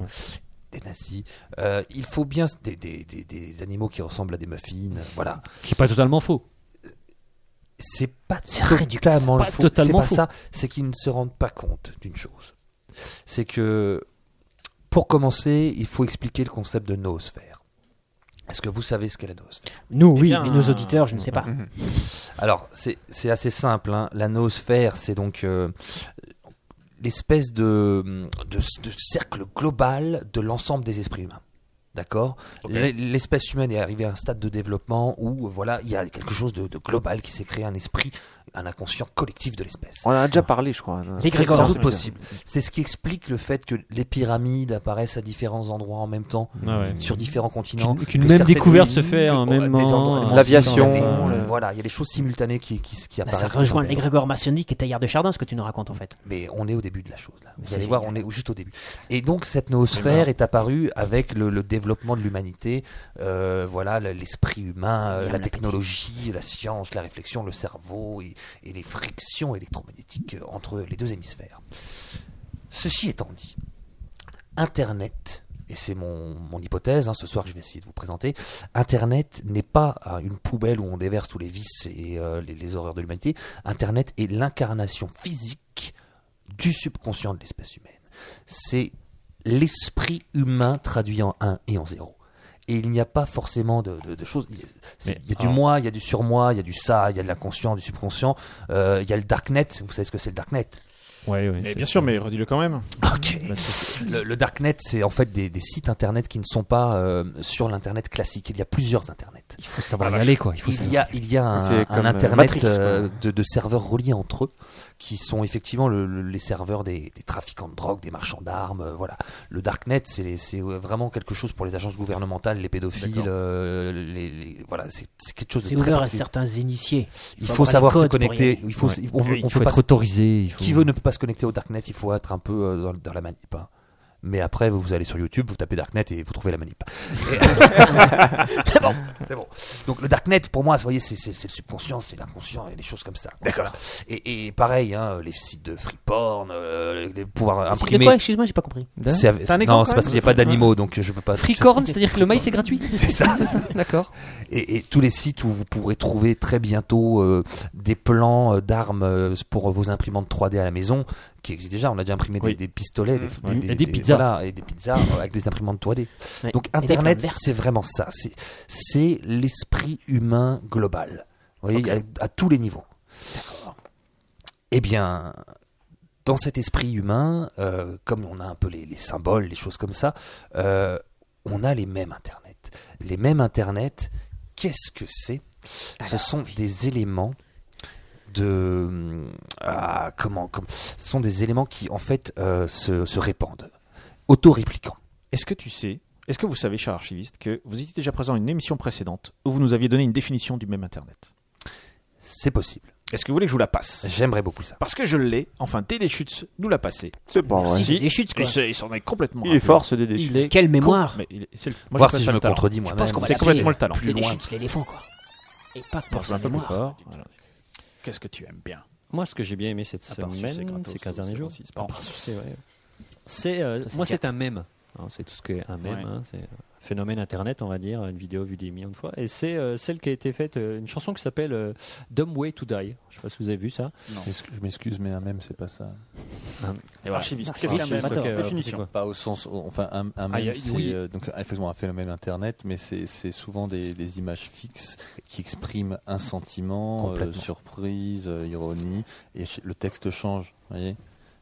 S5: des nazis. Euh, il faut bien s- des, des- des- des animaux qui ressemblent à des muffins. Voilà.
S2: Qui est pas totalement faux.
S5: C'est pas
S4: réductif.
S5: totalement le
S2: Pas
S5: faux. C'est
S2: totalement
S5: pas
S2: faux.
S5: ça. C'est qu'ils ne se rendent pas compte d'une chose. C'est que pour commencer, il faut expliquer le concept de noosphère. Est-ce que vous savez ce qu'est la noosphère
S4: Nous,
S1: Eh
S4: oui,
S1: bien,
S4: mais nos auditeurs, je ne sais pas.
S1: Mmh.
S5: Alors, c'est c'est assez simple. Hein. La noosphère, c'est donc euh, l'espèce de, de, de cercle global de l'ensemble des esprits humains. D'accord L- L'espèce humaine est arrivée à un stade de développement où euh, voilà, il y a quelque chose de, de global qui s'est créé, un esprit, un inconscient collectif de l'espèce.
S3: On en a déjà parlé, je crois.
S5: C'est
S3: Grégor,
S5: sans
S3: c'est
S5: doute
S3: bizarre.
S5: possible. C'est ce qui explique le fait que les pyramides apparaissent à différents endroits en même temps,
S1: Ah
S5: sur différents continents.
S2: Qu'une- qu'une
S5: que
S2: même
S5: certaines
S2: découverte se
S5: villes, euh,
S2: fait à un
S5: des
S2: même
S5: endroits-
S2: moment,
S5: des
S3: L'aviation,
S5: endroits-
S3: euh,
S5: Voilà, il y a des choses simultanées qui, qui, qui
S4: Bah,
S5: apparaissent.
S4: ça
S5: dans un
S4: rejoint
S5: pays.
S4: l'égrégore maçonnique et Taillard de Chardin, ce que tu nous racontes en fait.
S5: Mais on est au début de la chose là. Vous
S4: C'est
S5: allez voir, on
S4: génial.
S5: est juste au début. Et donc cette noosphère est apparue avec le, le développement de l'humanité. Euh, voilà, le- l'esprit humain, euh,
S4: Bien
S5: la
S4: la pété.
S5: technologie, la science, la réflexion, le cerveau et, et les frictions électromagnétiques euh, entre les deux hémisphères. Ceci étant dit, Internet. Et c'est mon, mon hypothèse, hein, ce soir que je vais essayer de vous présenter. Internet n'est pas hein, une poubelle où on déverse tous les vices et euh, les, les horreurs de l'humanité. Internet est l'incarnation physique du subconscient de l'espèce humaine. C'est l'esprit humain traduit en 1 et en 0. Et il n'y a pas forcément de, de- de choses. Il y a, c'est-
S2: Mais,
S5: il y a du
S2: alors-
S5: moi, il y a du surmoi, il y a du ça, il y a de l'inconscient, du subconscient. Euh, il y a le darknet. Vous savez ce que c'est le darknet
S2: Ouais, ouais,
S1: Mais
S2: c'est-
S1: bien sûr, mais redis-le quand même.
S2: Ah,
S5: Ok. [LAUGHS] Le, le darknet, c'est en fait des, des sites internet qui ne sont pas euh, sur l'internet classique. Il y a plusieurs internets.
S2: Il faut savoir
S1: Ah,
S2: y aller, quoi. Il faut
S5: Il
S2: savoir.
S5: y a, il y a un,
S3: C'est
S5: un
S3: comme, euh,
S5: internet
S3: Matrix, quoi.
S5: euh, de, de serveurs reliés entre eux, qui sont effectivement le- le- les serveurs des, des trafiquants de drogue, des marchands d'armes. euh, voilà. Le darknet, c'est les- c'est euh, vraiment quelque chose pour les agences gouvernementales, les pédophiles. euh, les, les- voilà, c'est c'est quelque chose
S4: C'est
S5: de très
S4: ouvert à
S5: particulier.
S4: certains initiés.
S5: Il
S4: faut
S5: faut
S4: avoir
S5: savoir
S4: les
S5: se
S4: codes pour y
S5: connecter.
S4: aller.
S5: Il faut,
S2: Ouais.
S5: on, on
S2: il
S5: peut
S2: faut
S5: pas
S2: être
S5: se-
S2: autorisé. il faut-
S5: qui veut ne peut pas se connecter au darknet, il faut être un peu euh, dans, dans la manip. hein. Mais après, vous allez sur YouTube, vous tapez darknet et vous trouvez la manip.
S3: [LAUGHS]
S5: Et- c'est bon, c'est bon. Donc le darknet, pour moi, vous voyez, c'est c'est- c'est le subconscient, c'est l'inconscient et des choses comme ça. D'accord. Et, et pareil, hein, les sites de free porn, euh, les pouvoir
S4: C'est quoi
S5: imprimer.
S4: Excuse-moi, j'ai pas compris.
S5: C'est avec-
S3: T'as un exemple,
S5: non, c'est parce
S3: quand
S5: qu'il n'y a pas d'animaux, donc je peux pas.
S2: Hein Freecorn, c'est-à-dire que le mail
S1: [LAUGHS]
S2: c'est gratuit.
S5: C'est ça.
S2: D'accord.
S5: Et, et tous les sites où vous pourrez trouver très bientôt euh, des plans euh, d'armes euh, pour vos imprimantes 3D à la maison, qui existent déjà. On a déjà imprimé des-
S2: Oui.
S5: des, pistolets, des,
S2: Ouais. Et des pizzas.
S5: voilà, et des pizzas euh, avec des imprimantes 3D.
S4: Ouais.
S5: Donc
S4: Et des
S5: Internet,
S4: plantes vertes.
S5: c'est vraiment ça. C'est, c'est l'esprit humain global. Vous voyez, à, à tous les niveaux. Eh bien, dans cet esprit humain, euh, comme on a un peu les, les symboles, les choses comme ça, euh, on a les mêmes Internet. Les mêmes Internet, qu'est-ce que c'est Ce sont des éléments de ah, comment, comment- ce sont des éléments qui en fait euh, se, se répandent auto-répliquant
S1: Est-ce que tu sais, est-ce que vous savez, cher archiviste, que vous étiez déjà présent à une émission précédente où vous nous aviez donné une définition du même Internet
S5: c'est possible
S1: Est-ce que vous voulez que je vous la passe
S5: j'aimerais beaucoup ça
S1: Parce que je l'ai, enfin, Télé Chutes nous l'a passé.
S3: C'est pas vrai.
S4: Si,
S1: Si.
S4: c'est des chutes, quoi.
S1: Il se- il s'en est complètement.
S3: Il est fort, ce DD.
S1: Il est
S4: Quelle mémoire
S1: Mais il est- c'est le- moi,
S5: voir
S1: j'ai pas
S5: si
S1: ça
S5: je
S1: le
S5: me
S1: talent.
S5: contredis
S4: Je
S5: moi-même
S4: pense qu'on va
S1: C'est complètement le talent.
S5: plus
S4: Et des
S5: loin.
S4: chutes, l'éléphant, quoi. Et pas que pour
S1: C'est
S4: sa
S1: un peu plus
S4: mémoire.
S1: fort. voilà. Qu'est-ce que tu aimes bien
S2: Moi, ce que j'ai bien aimé cette
S1: à part sucer,
S2: semaine,
S1: gratter
S2: ces
S1: au
S2: 15
S1: saut,
S2: derniers
S1: c'est
S2: jours,
S1: aussi, c'est pas grave.
S2: c'est vrai. C'est, euh,
S4: c'est
S2: moi,
S4: clair.
S2: c'est un mème. Alors, C'est tout ce qu'est un mème.
S1: Ouais.
S2: hein, c'est un phénomène internet, on va dire, une vidéo vue des millions de fois. Et c'est euh, celle qui a été faite, euh, une chanson qui s'appelle euh, Dumb Way to Die. Je sais pas si vous avez vu ça.
S5: je m'excuse mais un même c'est pas ça
S1: Archiviste, qu'est-ce qu'un
S4: Archiviste,
S1: mème
S4: amateur.
S2: Ok, euh,
S1: Définition.
S2: c'est
S9: Pas au sens, enfin un, un
S2: Ah,
S9: mème,
S2: y a-
S9: c'est
S2: oui.
S9: euh, donc effectivement un phénomène internet, mais c'est c'est souvent des, des images fixes qui expriment un sentiment, euh,
S5: Complètement.
S9: surprise, euh, ironie, et ch- le texte change. vous Voyez,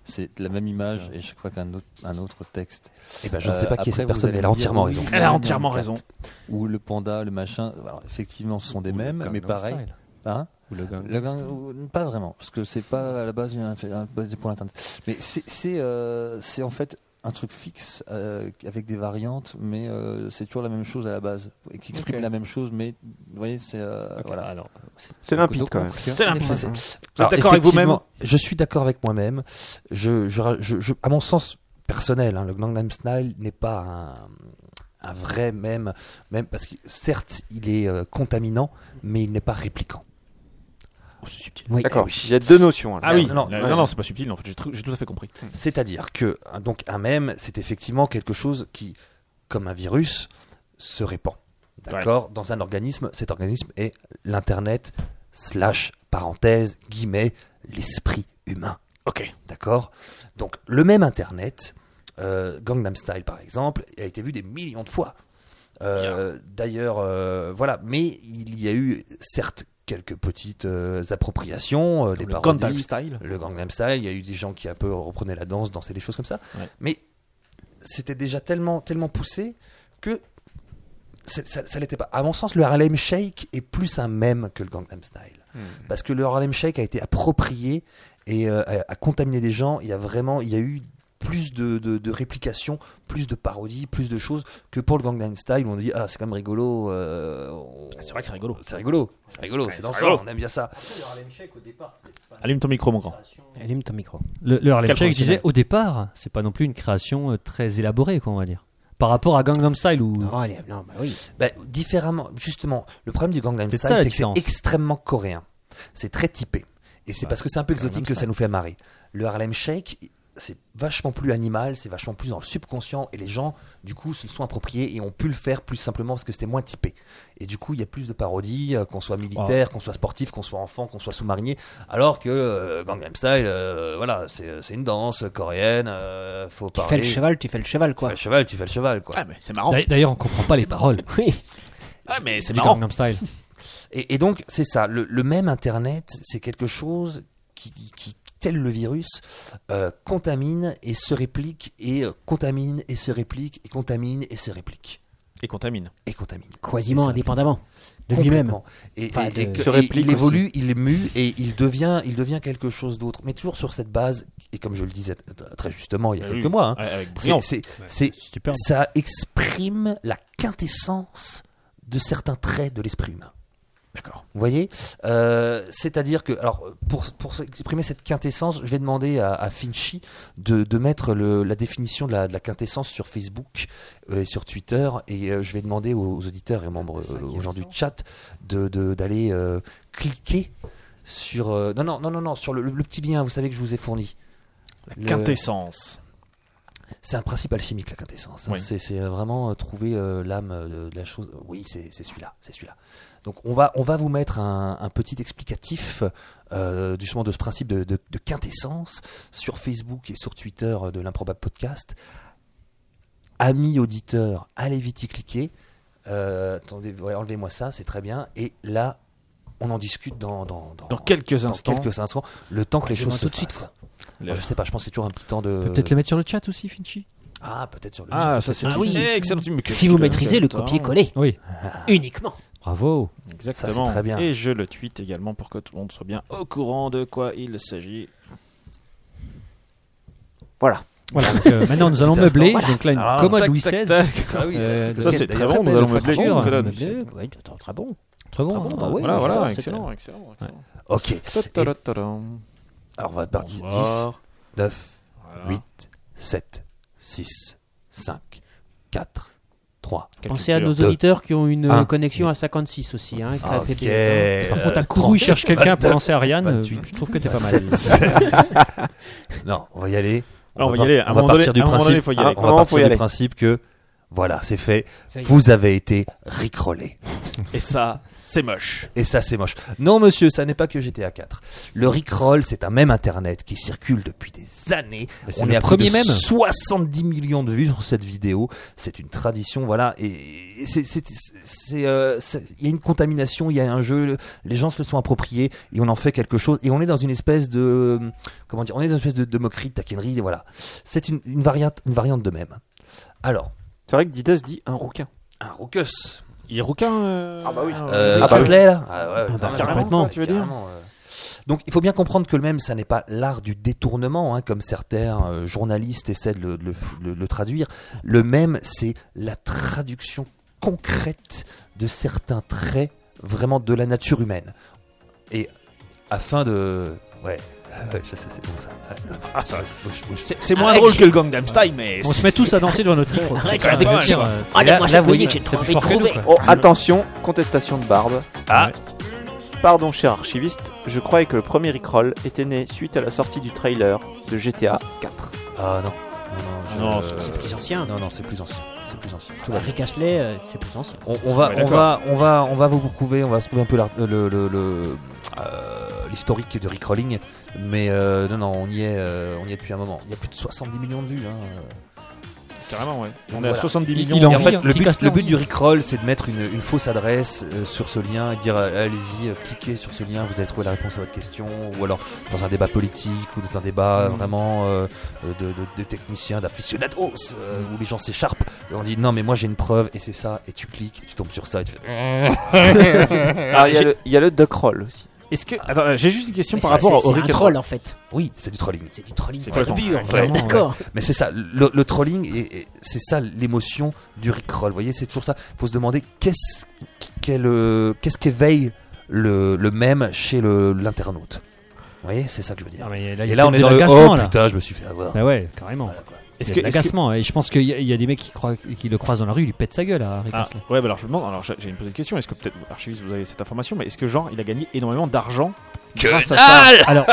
S9: c'est la même image et chaque fois qu'un autre un autre texte.
S5: et ben je ne sais pas qui est
S9: Euh, après,
S5: cette personne
S9: vous
S5: mais elle a
S9: allez me dire,
S5: entièrement
S9: oui,
S5: raison
S9: oui,
S1: Elle a
S9: oui,
S1: entièrement
S9: oui,
S1: raison.
S9: Ou le panda, le machin. Alors effectivement, ce sont des
S2: Ou le
S9: mêmes, mais
S2: Gangnam
S9: pareil.
S2: Style.
S9: Hein
S2: Ou le gang.
S9: Le gang- ou- pas vraiment, parce que c'est pas à la base un, un- base du point internet. Mais c'est c'est, euh, c'est en fait un truc fixe euh, avec des variantes, mais euh, c'est toujours la même chose à la base, et qui exprime la même chose, mais vous voyez, c'est euh,
S2: Ok,
S9: voilà.
S2: alors,
S3: C'est limpide
S9: Donc,
S3: quand même.
S1: C'est limpide.
S5: C'est-
S1: Vous êtes
S5: Alors,
S1: d'accord avec vous-même
S5: effectivement, Je suis d'accord avec moi-même. Je, je, je- je- à mon sens personnel, hein, le Gangnam Style n'est pas un, un vrai même, même parce que certes il est euh, contaminant, mais il n'est pas répliquant. Oui,
S3: D'accord,
S5: eh oui.
S3: il y a deux notions. hein. alors.
S1: Ah oui,
S5: Non,
S1: non,
S5: non,
S1: non, non, c'est pas subtil, en fait, j'ai tr- j'ai tout à fait compris.
S5: C'est-à-dire que donc un mème, c'est effectivement quelque chose qui comme un virus, se répand. D'accord Dans un organisme, cet organisme est l'Internet, slash, parenthèse, guillemets, l'esprit humain.
S1: Ok.
S5: D'accord Donc, le même Internet, euh, Gangnam Style par exemple, a été vu des millions de fois. Euh, D'ailleurs, euh, voilà. Mais il y a eu, certes, quelques petites euh, appropriations, euh, des
S1: Le
S5: parodies.
S1: Gundam Style.
S5: Le Gangnam Style, il y a eu des gens qui un peu reprenaient la danse, dansaient des choses comme ça.
S1: Ouais.
S5: Mais c'était déjà tellement, tellement poussé que c'est- ça, ça l'était pas. À mon sens, le Harlem Shake est plus un mème que le Gangnam Style.
S1: Hmm.
S5: Parce que le Harlem Shake a été approprié et euh, a, a contaminé des gens. Il y a vraiment, il y a eu plus de, de, de réplications, plus de parodies, plus de choses que pour le Gangnam Style. où On dit, ah, c'est quand même rigolo. euh, on-
S1: C'est vrai que c'est rigolo.
S5: c'est rigolo, c'est rigolo, c'est dansant,
S1: rigolo.
S5: on aime bien ça.
S1: Allume ton micro, mon grand.
S4: Allume ton micro.
S2: Le, le Harlem
S4: Quel
S2: Shake
S4: professionnel.
S2: disait au départ, c'est pas non plus une création euh, très élaborée, quoi, on va dire. Par rapport à Gangnam Style ou.
S4: Non, allez, non, bah oui.
S5: Bah, différemment, justement, le problème du Gangnam
S2: C'est
S5: Style,
S2: ça la
S5: c'est que
S2: différence.
S5: c'est extrêmement coréen. C'est très typé. Et c'est parce que c'est un peu exotique que ça nous fait marrer. Le Harlem Shake, c'est vachement plus animal, c'est vachement plus dans le subconscient, et les gens, du coup, se le sont appropriés et ont pu le faire plus simplement parce que c'était moins typé. Et du coup, il y a plus de parodies, euh, qu'on soit militaire, qu'on soit sportif, qu'on soit enfant, qu'on soit sous-marinier, alors que euh, Gangnam Style, euh, voilà, c'est c'est une danse coréenne, euh, faut
S4: Tu
S5: parler.
S4: fais le cheval, tu fais le cheval,
S5: Tu fais
S4: quoi.
S5: le cheval, tu fais le cheval, quoi.
S7: Ah, mais c'est marrant.
S2: D'ailleurs- D'ailleurs, on comprend pas les paroles. [LAUGHS]
S4: Oui.
S7: Ah, mais c'est
S2: du
S7: marrant.
S2: Gangnam Style.
S5: Et, et donc, c'est ça. Le, le même Internet, c'est quelque chose qui, qui- qui, tel le virus, euh, contamine et se réplique, et euh, contamine et se réplique, et contamine et se réplique,
S1: Et contamine.
S5: et contamine.
S4: Quasiment
S5: Et se-
S4: indépendamment de lui-même.
S5: Complètement. Et,
S4: Enfin,
S5: et- et
S4: de-
S5: que-
S3: se
S5: et
S3: réplique
S5: il évolue, il mue et il devient, il devient quelque chose d'autre. Mais toujours sur cette base, et comme je le disais t- t- très justement il y a
S1: Ah
S5: quelques
S1: oui.
S5: mois, hein,
S1: Ouais, avec
S5: c'est-
S1: brillant.
S5: c'est- c'est
S2: Super.
S5: ça exprime la quintessence de certains traits de l'esprit humain. D'accord. Vous voyez Euh, C'est-à-dire que, alors, pour, pour exprimer cette quintessence, je vais demander à, à Finchy de, de mettre le- la définition de la, de la quintessence sur Facebook euh, et sur Twitter, et euh, je vais demander aux, aux auditeurs et aux membres, euh, aux gens du chat, d'aller de, d'aller euh, cliquer sur. euh, non, non, non, non, non, sur le, le- le petit lien, vous savez, que je vous ai fourni. Le-
S1: Quintessence.
S5: c'est un principe alchimique, la quintessence. hein.
S1: Oui.
S5: C'est- C'est vraiment euh, trouver euh, l'âme euh, de, de la chose. Oui, c'est c'est celui-là, c'est celui-là. Donc on va, on va vous mettre un, un petit explicatif euh, justement de ce principe de, de- de quintessence sur Facebook et sur Twitter euh, de l'improbable podcast. Amis auditeurs, allez vite y cliquer. Euh, attendez, ouais, enlevez-moi ça, c'est très bien. Et là, on en discute dans, dans, dans-
S1: Dans quelques
S5: dans
S1: instants.
S5: quelques instants, le temps que les
S4: Je
S5: choses
S4: vois
S5: se
S4: tout de suite,
S5: fassent.
S1: Le-
S5: Moi, je sais pas, je pense qu'il y a toujours un petit temps
S9: Euh,
S5: de.
S2: Peut-être le mettre sur le chat aussi, Finchi.
S5: Ah, peut-être sur le
S1: Ah, ça c'est
S4: Ah
S1: une
S4: oui.
S1: excellente- Mais que-
S4: Si vous
S1: que-
S4: maîtrisez le
S1: que-
S4: copier-coller
S2: Oui,
S4: uniquement.
S2: bravo.
S1: Exactement.
S5: Ça, c'est très bien.
S1: Et je le tweet également pour que tout le monde soit bien au courant de quoi il s'agit.
S2: Voilà, donc, euh, maintenant nous allons
S5: Petit instant,
S2: meubler.
S5: voilà.
S2: Donc là, une
S5: Alors,
S2: commode
S1: tac,
S2: Louis
S1: tac,
S2: XVI.
S1: tac.
S5: Ah oui,
S2: Euh,
S1: Ça
S2: de-
S1: c'est
S2: de-
S1: très bon, nous allons meubler.
S2: facture,
S1: une colonne.
S2: hein, meubler.
S4: Oui, très, très bon.
S2: Très bon.
S4: Très bon,
S2: hein,
S4: bah
S2: ouais.
S4: oui.
S1: Voilà, voilà,
S4: c'est-
S1: excellent, excellent. excellent.
S5: Ok. Et-
S1: Ta-ta-ta-ta-dam.
S5: alors on va partir. 10,
S1: Bonsoir.
S5: 9,
S1: Voilà.
S5: 8, 7, 6, 5, 4, 3.
S4: Pensez à nos
S5: Deux.
S4: auditeurs qui ont une euh,
S5: Un.
S4: connexion à 56 aussi. Hein, qui a pété les uns.
S5: Par
S2: Quand t'as couru, cherche quelqu'un pour lancer Ariane. euh,
S5: 28,
S2: Je trouve que t'es pas mal.
S5: 7, 7, 6. Non, on va y aller.
S1: Alors, Ah, on va y
S5: part-
S1: aller. À un
S5: on va
S1: moment
S5: partir
S1: donné-
S5: du
S1: à un moment
S5: principe.
S1: donné, faut y aller.
S3: Ah, un
S5: On va
S3: moment, faut y
S5: partir du
S3: aller.
S5: principe que voilà, c'est fait.
S4: Ça y est.
S5: Vous avez été rickrollé.
S1: Et ça, c'est moche.
S5: Et ça, c'est moche. Non, monsieur, ça n'est pas que GTA 4. Le Rickroll, c'est un même Internet qui circule depuis des années.
S2: Mais c'est
S5: On
S2: le
S5: est à
S2: premier
S5: plus
S2: mème.
S5: de 70 millions de vues sur cette vidéo. C'est une tradition, voilà. Et et c'est, c'est, c'est, euh, c'est- il y a une contamination, il y a un jeu. Les gens se le sont appropriés et on en fait quelque chose. Et on est dans une espèce de, comment dire, on est dans une espèce de, de moquerie, de taquinerie, et voilà. C'est une, une variante, une variante de même. Alors,
S3: C'est vrai que Didas dit un rouquin.
S5: un Rocus.
S1: Il est rouquin. euh,
S3: Ah bah oui.
S5: Euh,
S3: Ah bah
S5: Bartley, là Ah ouais,
S4: bah,
S5: carrément,
S4: complètement,
S5: quoi,
S3: tu veux dire.
S5: carrément, euh. Donc il faut bien comprendre que le même, ça n'est pas l'art du détournement, hein, comme certains euh, journalistes essaient de le, de le- de le traduire. Le même, c'est la traduction concrète de certains traits vraiment de la nature humaine. Et afin de... Ouais, euh, ouais, je sais, c'est bon Ah, ça. Ouais, note. Bouge, bouge.
S7: C'est c'est moins drôle que le Gangnam Style, mais.
S2: On se met tous à danser devant notre micro. C'est
S7: Arrête,
S2: quand même
S7: arrête,
S2: pas mal,
S7: arrête.
S2: euh,
S4: Ah,
S5: là-
S4: moi,
S5: là,
S4: j'ai
S5: vous
S4: posé,
S5: voyez,
S4: j'ai trop
S2: plus
S4: envie de
S2: fort que nous,
S4: crever.
S2: quoi.
S3: Oh, attention, contestation de barbe.
S7: Ah.
S3: Pardon, cher archiviste, je croyais que le premier Rickroll était né suite à la sortie du trailer de GTA 4.
S5: Ah non. non, non,
S1: Non,
S5: Euh,
S4: c'est plus ancien.
S5: Non, non, c'est plus ancien. C'est plus ancien. Tout va bien.
S4: Rick Astley, euh, c'est plus ancien.
S5: On, on va,
S1: Ouais,
S5: on
S1: d'accord.
S5: va, on va, on va vous prouver, on va se trouver un peu l'ar- le- le- le, euh, l'historique de Rick Rolling, mais euh, non, non, on y est, euh, on y est depuis un moment. Il y a plus de 70 millions de vues. hein.
S1: Carrément, ouais. On est à
S5: Voilà.
S1: 70 millions.
S5: Et en
S2: envie,
S5: fait,
S2: hein.
S5: le
S2: Rick
S5: but,
S2: Astley
S5: le but
S2: envie.
S5: du Rickroll, c'est de mettre une, une fausse adresse euh, sur ce lien et dire euh, allez-y, euh, cliquez sur ce lien, vous allez trouver la réponse à votre question, ou alors dans un débat politique, ou dans un débat euh,
S4: Mmh.
S5: vraiment euh, euh, de, de- de techniciens, d'aficionados, euh, où les gens s'écharpent, et on dit non, mais moi j'ai une preuve, et c'est ça, et tu cliques, et tu tombes sur ça, et tu fais.
S3: Ah, il y a le- il y a le Duckroll aussi.
S1: Euh, Est-ce que. Attends, là, j'ai juste une question
S4: Mais
S1: par
S4: ça,
S1: rapport
S4: c'est-
S1: au
S4: C'est un
S1: Rick and
S4: troll en fait.
S5: Oui, c'est du trolling.
S4: C'est du trolling.
S1: C'est
S4: pas de
S1: complètement-
S4: pur.
S1: Ouais,
S4: on est D'accord.
S5: Mais c'est ça, le, le trolling, et, et c'est ça l'émotion du Rickroll. Vous voyez, c'est toujours ça. faut se demander qu'est-ce qu'elle, euh, qu'est-ce qu'éveille le, le même chez le- l'internaute. Vous voyez, c'est ça que je veux dire.
S2: Non, mais là, il y a
S5: Et là, on
S2: peut-être
S5: est
S2: de
S5: dans le
S2: l'agacement,
S5: oh
S2: là.
S5: putain, je me suis fait avoir.
S2: Bah ouais, carrément.
S1: Est-ce
S2: Est-ce
S1: que-
S2: que
S1: est-ce que-
S2: l'agacement Et je pense qu'il y, a- il y a des mecs qui, croient- qui le croisent dans la rue, ils lui pètent sa gueule à Rick
S1: Ah,
S2: Astley.
S1: ouais, bah alors je me demande, alors j'ai j'ai une petite question, est-ce que peut-être, archiviste, vous avez cette information, mais est-ce que genre il a gagné énormément d'argent grâce à ça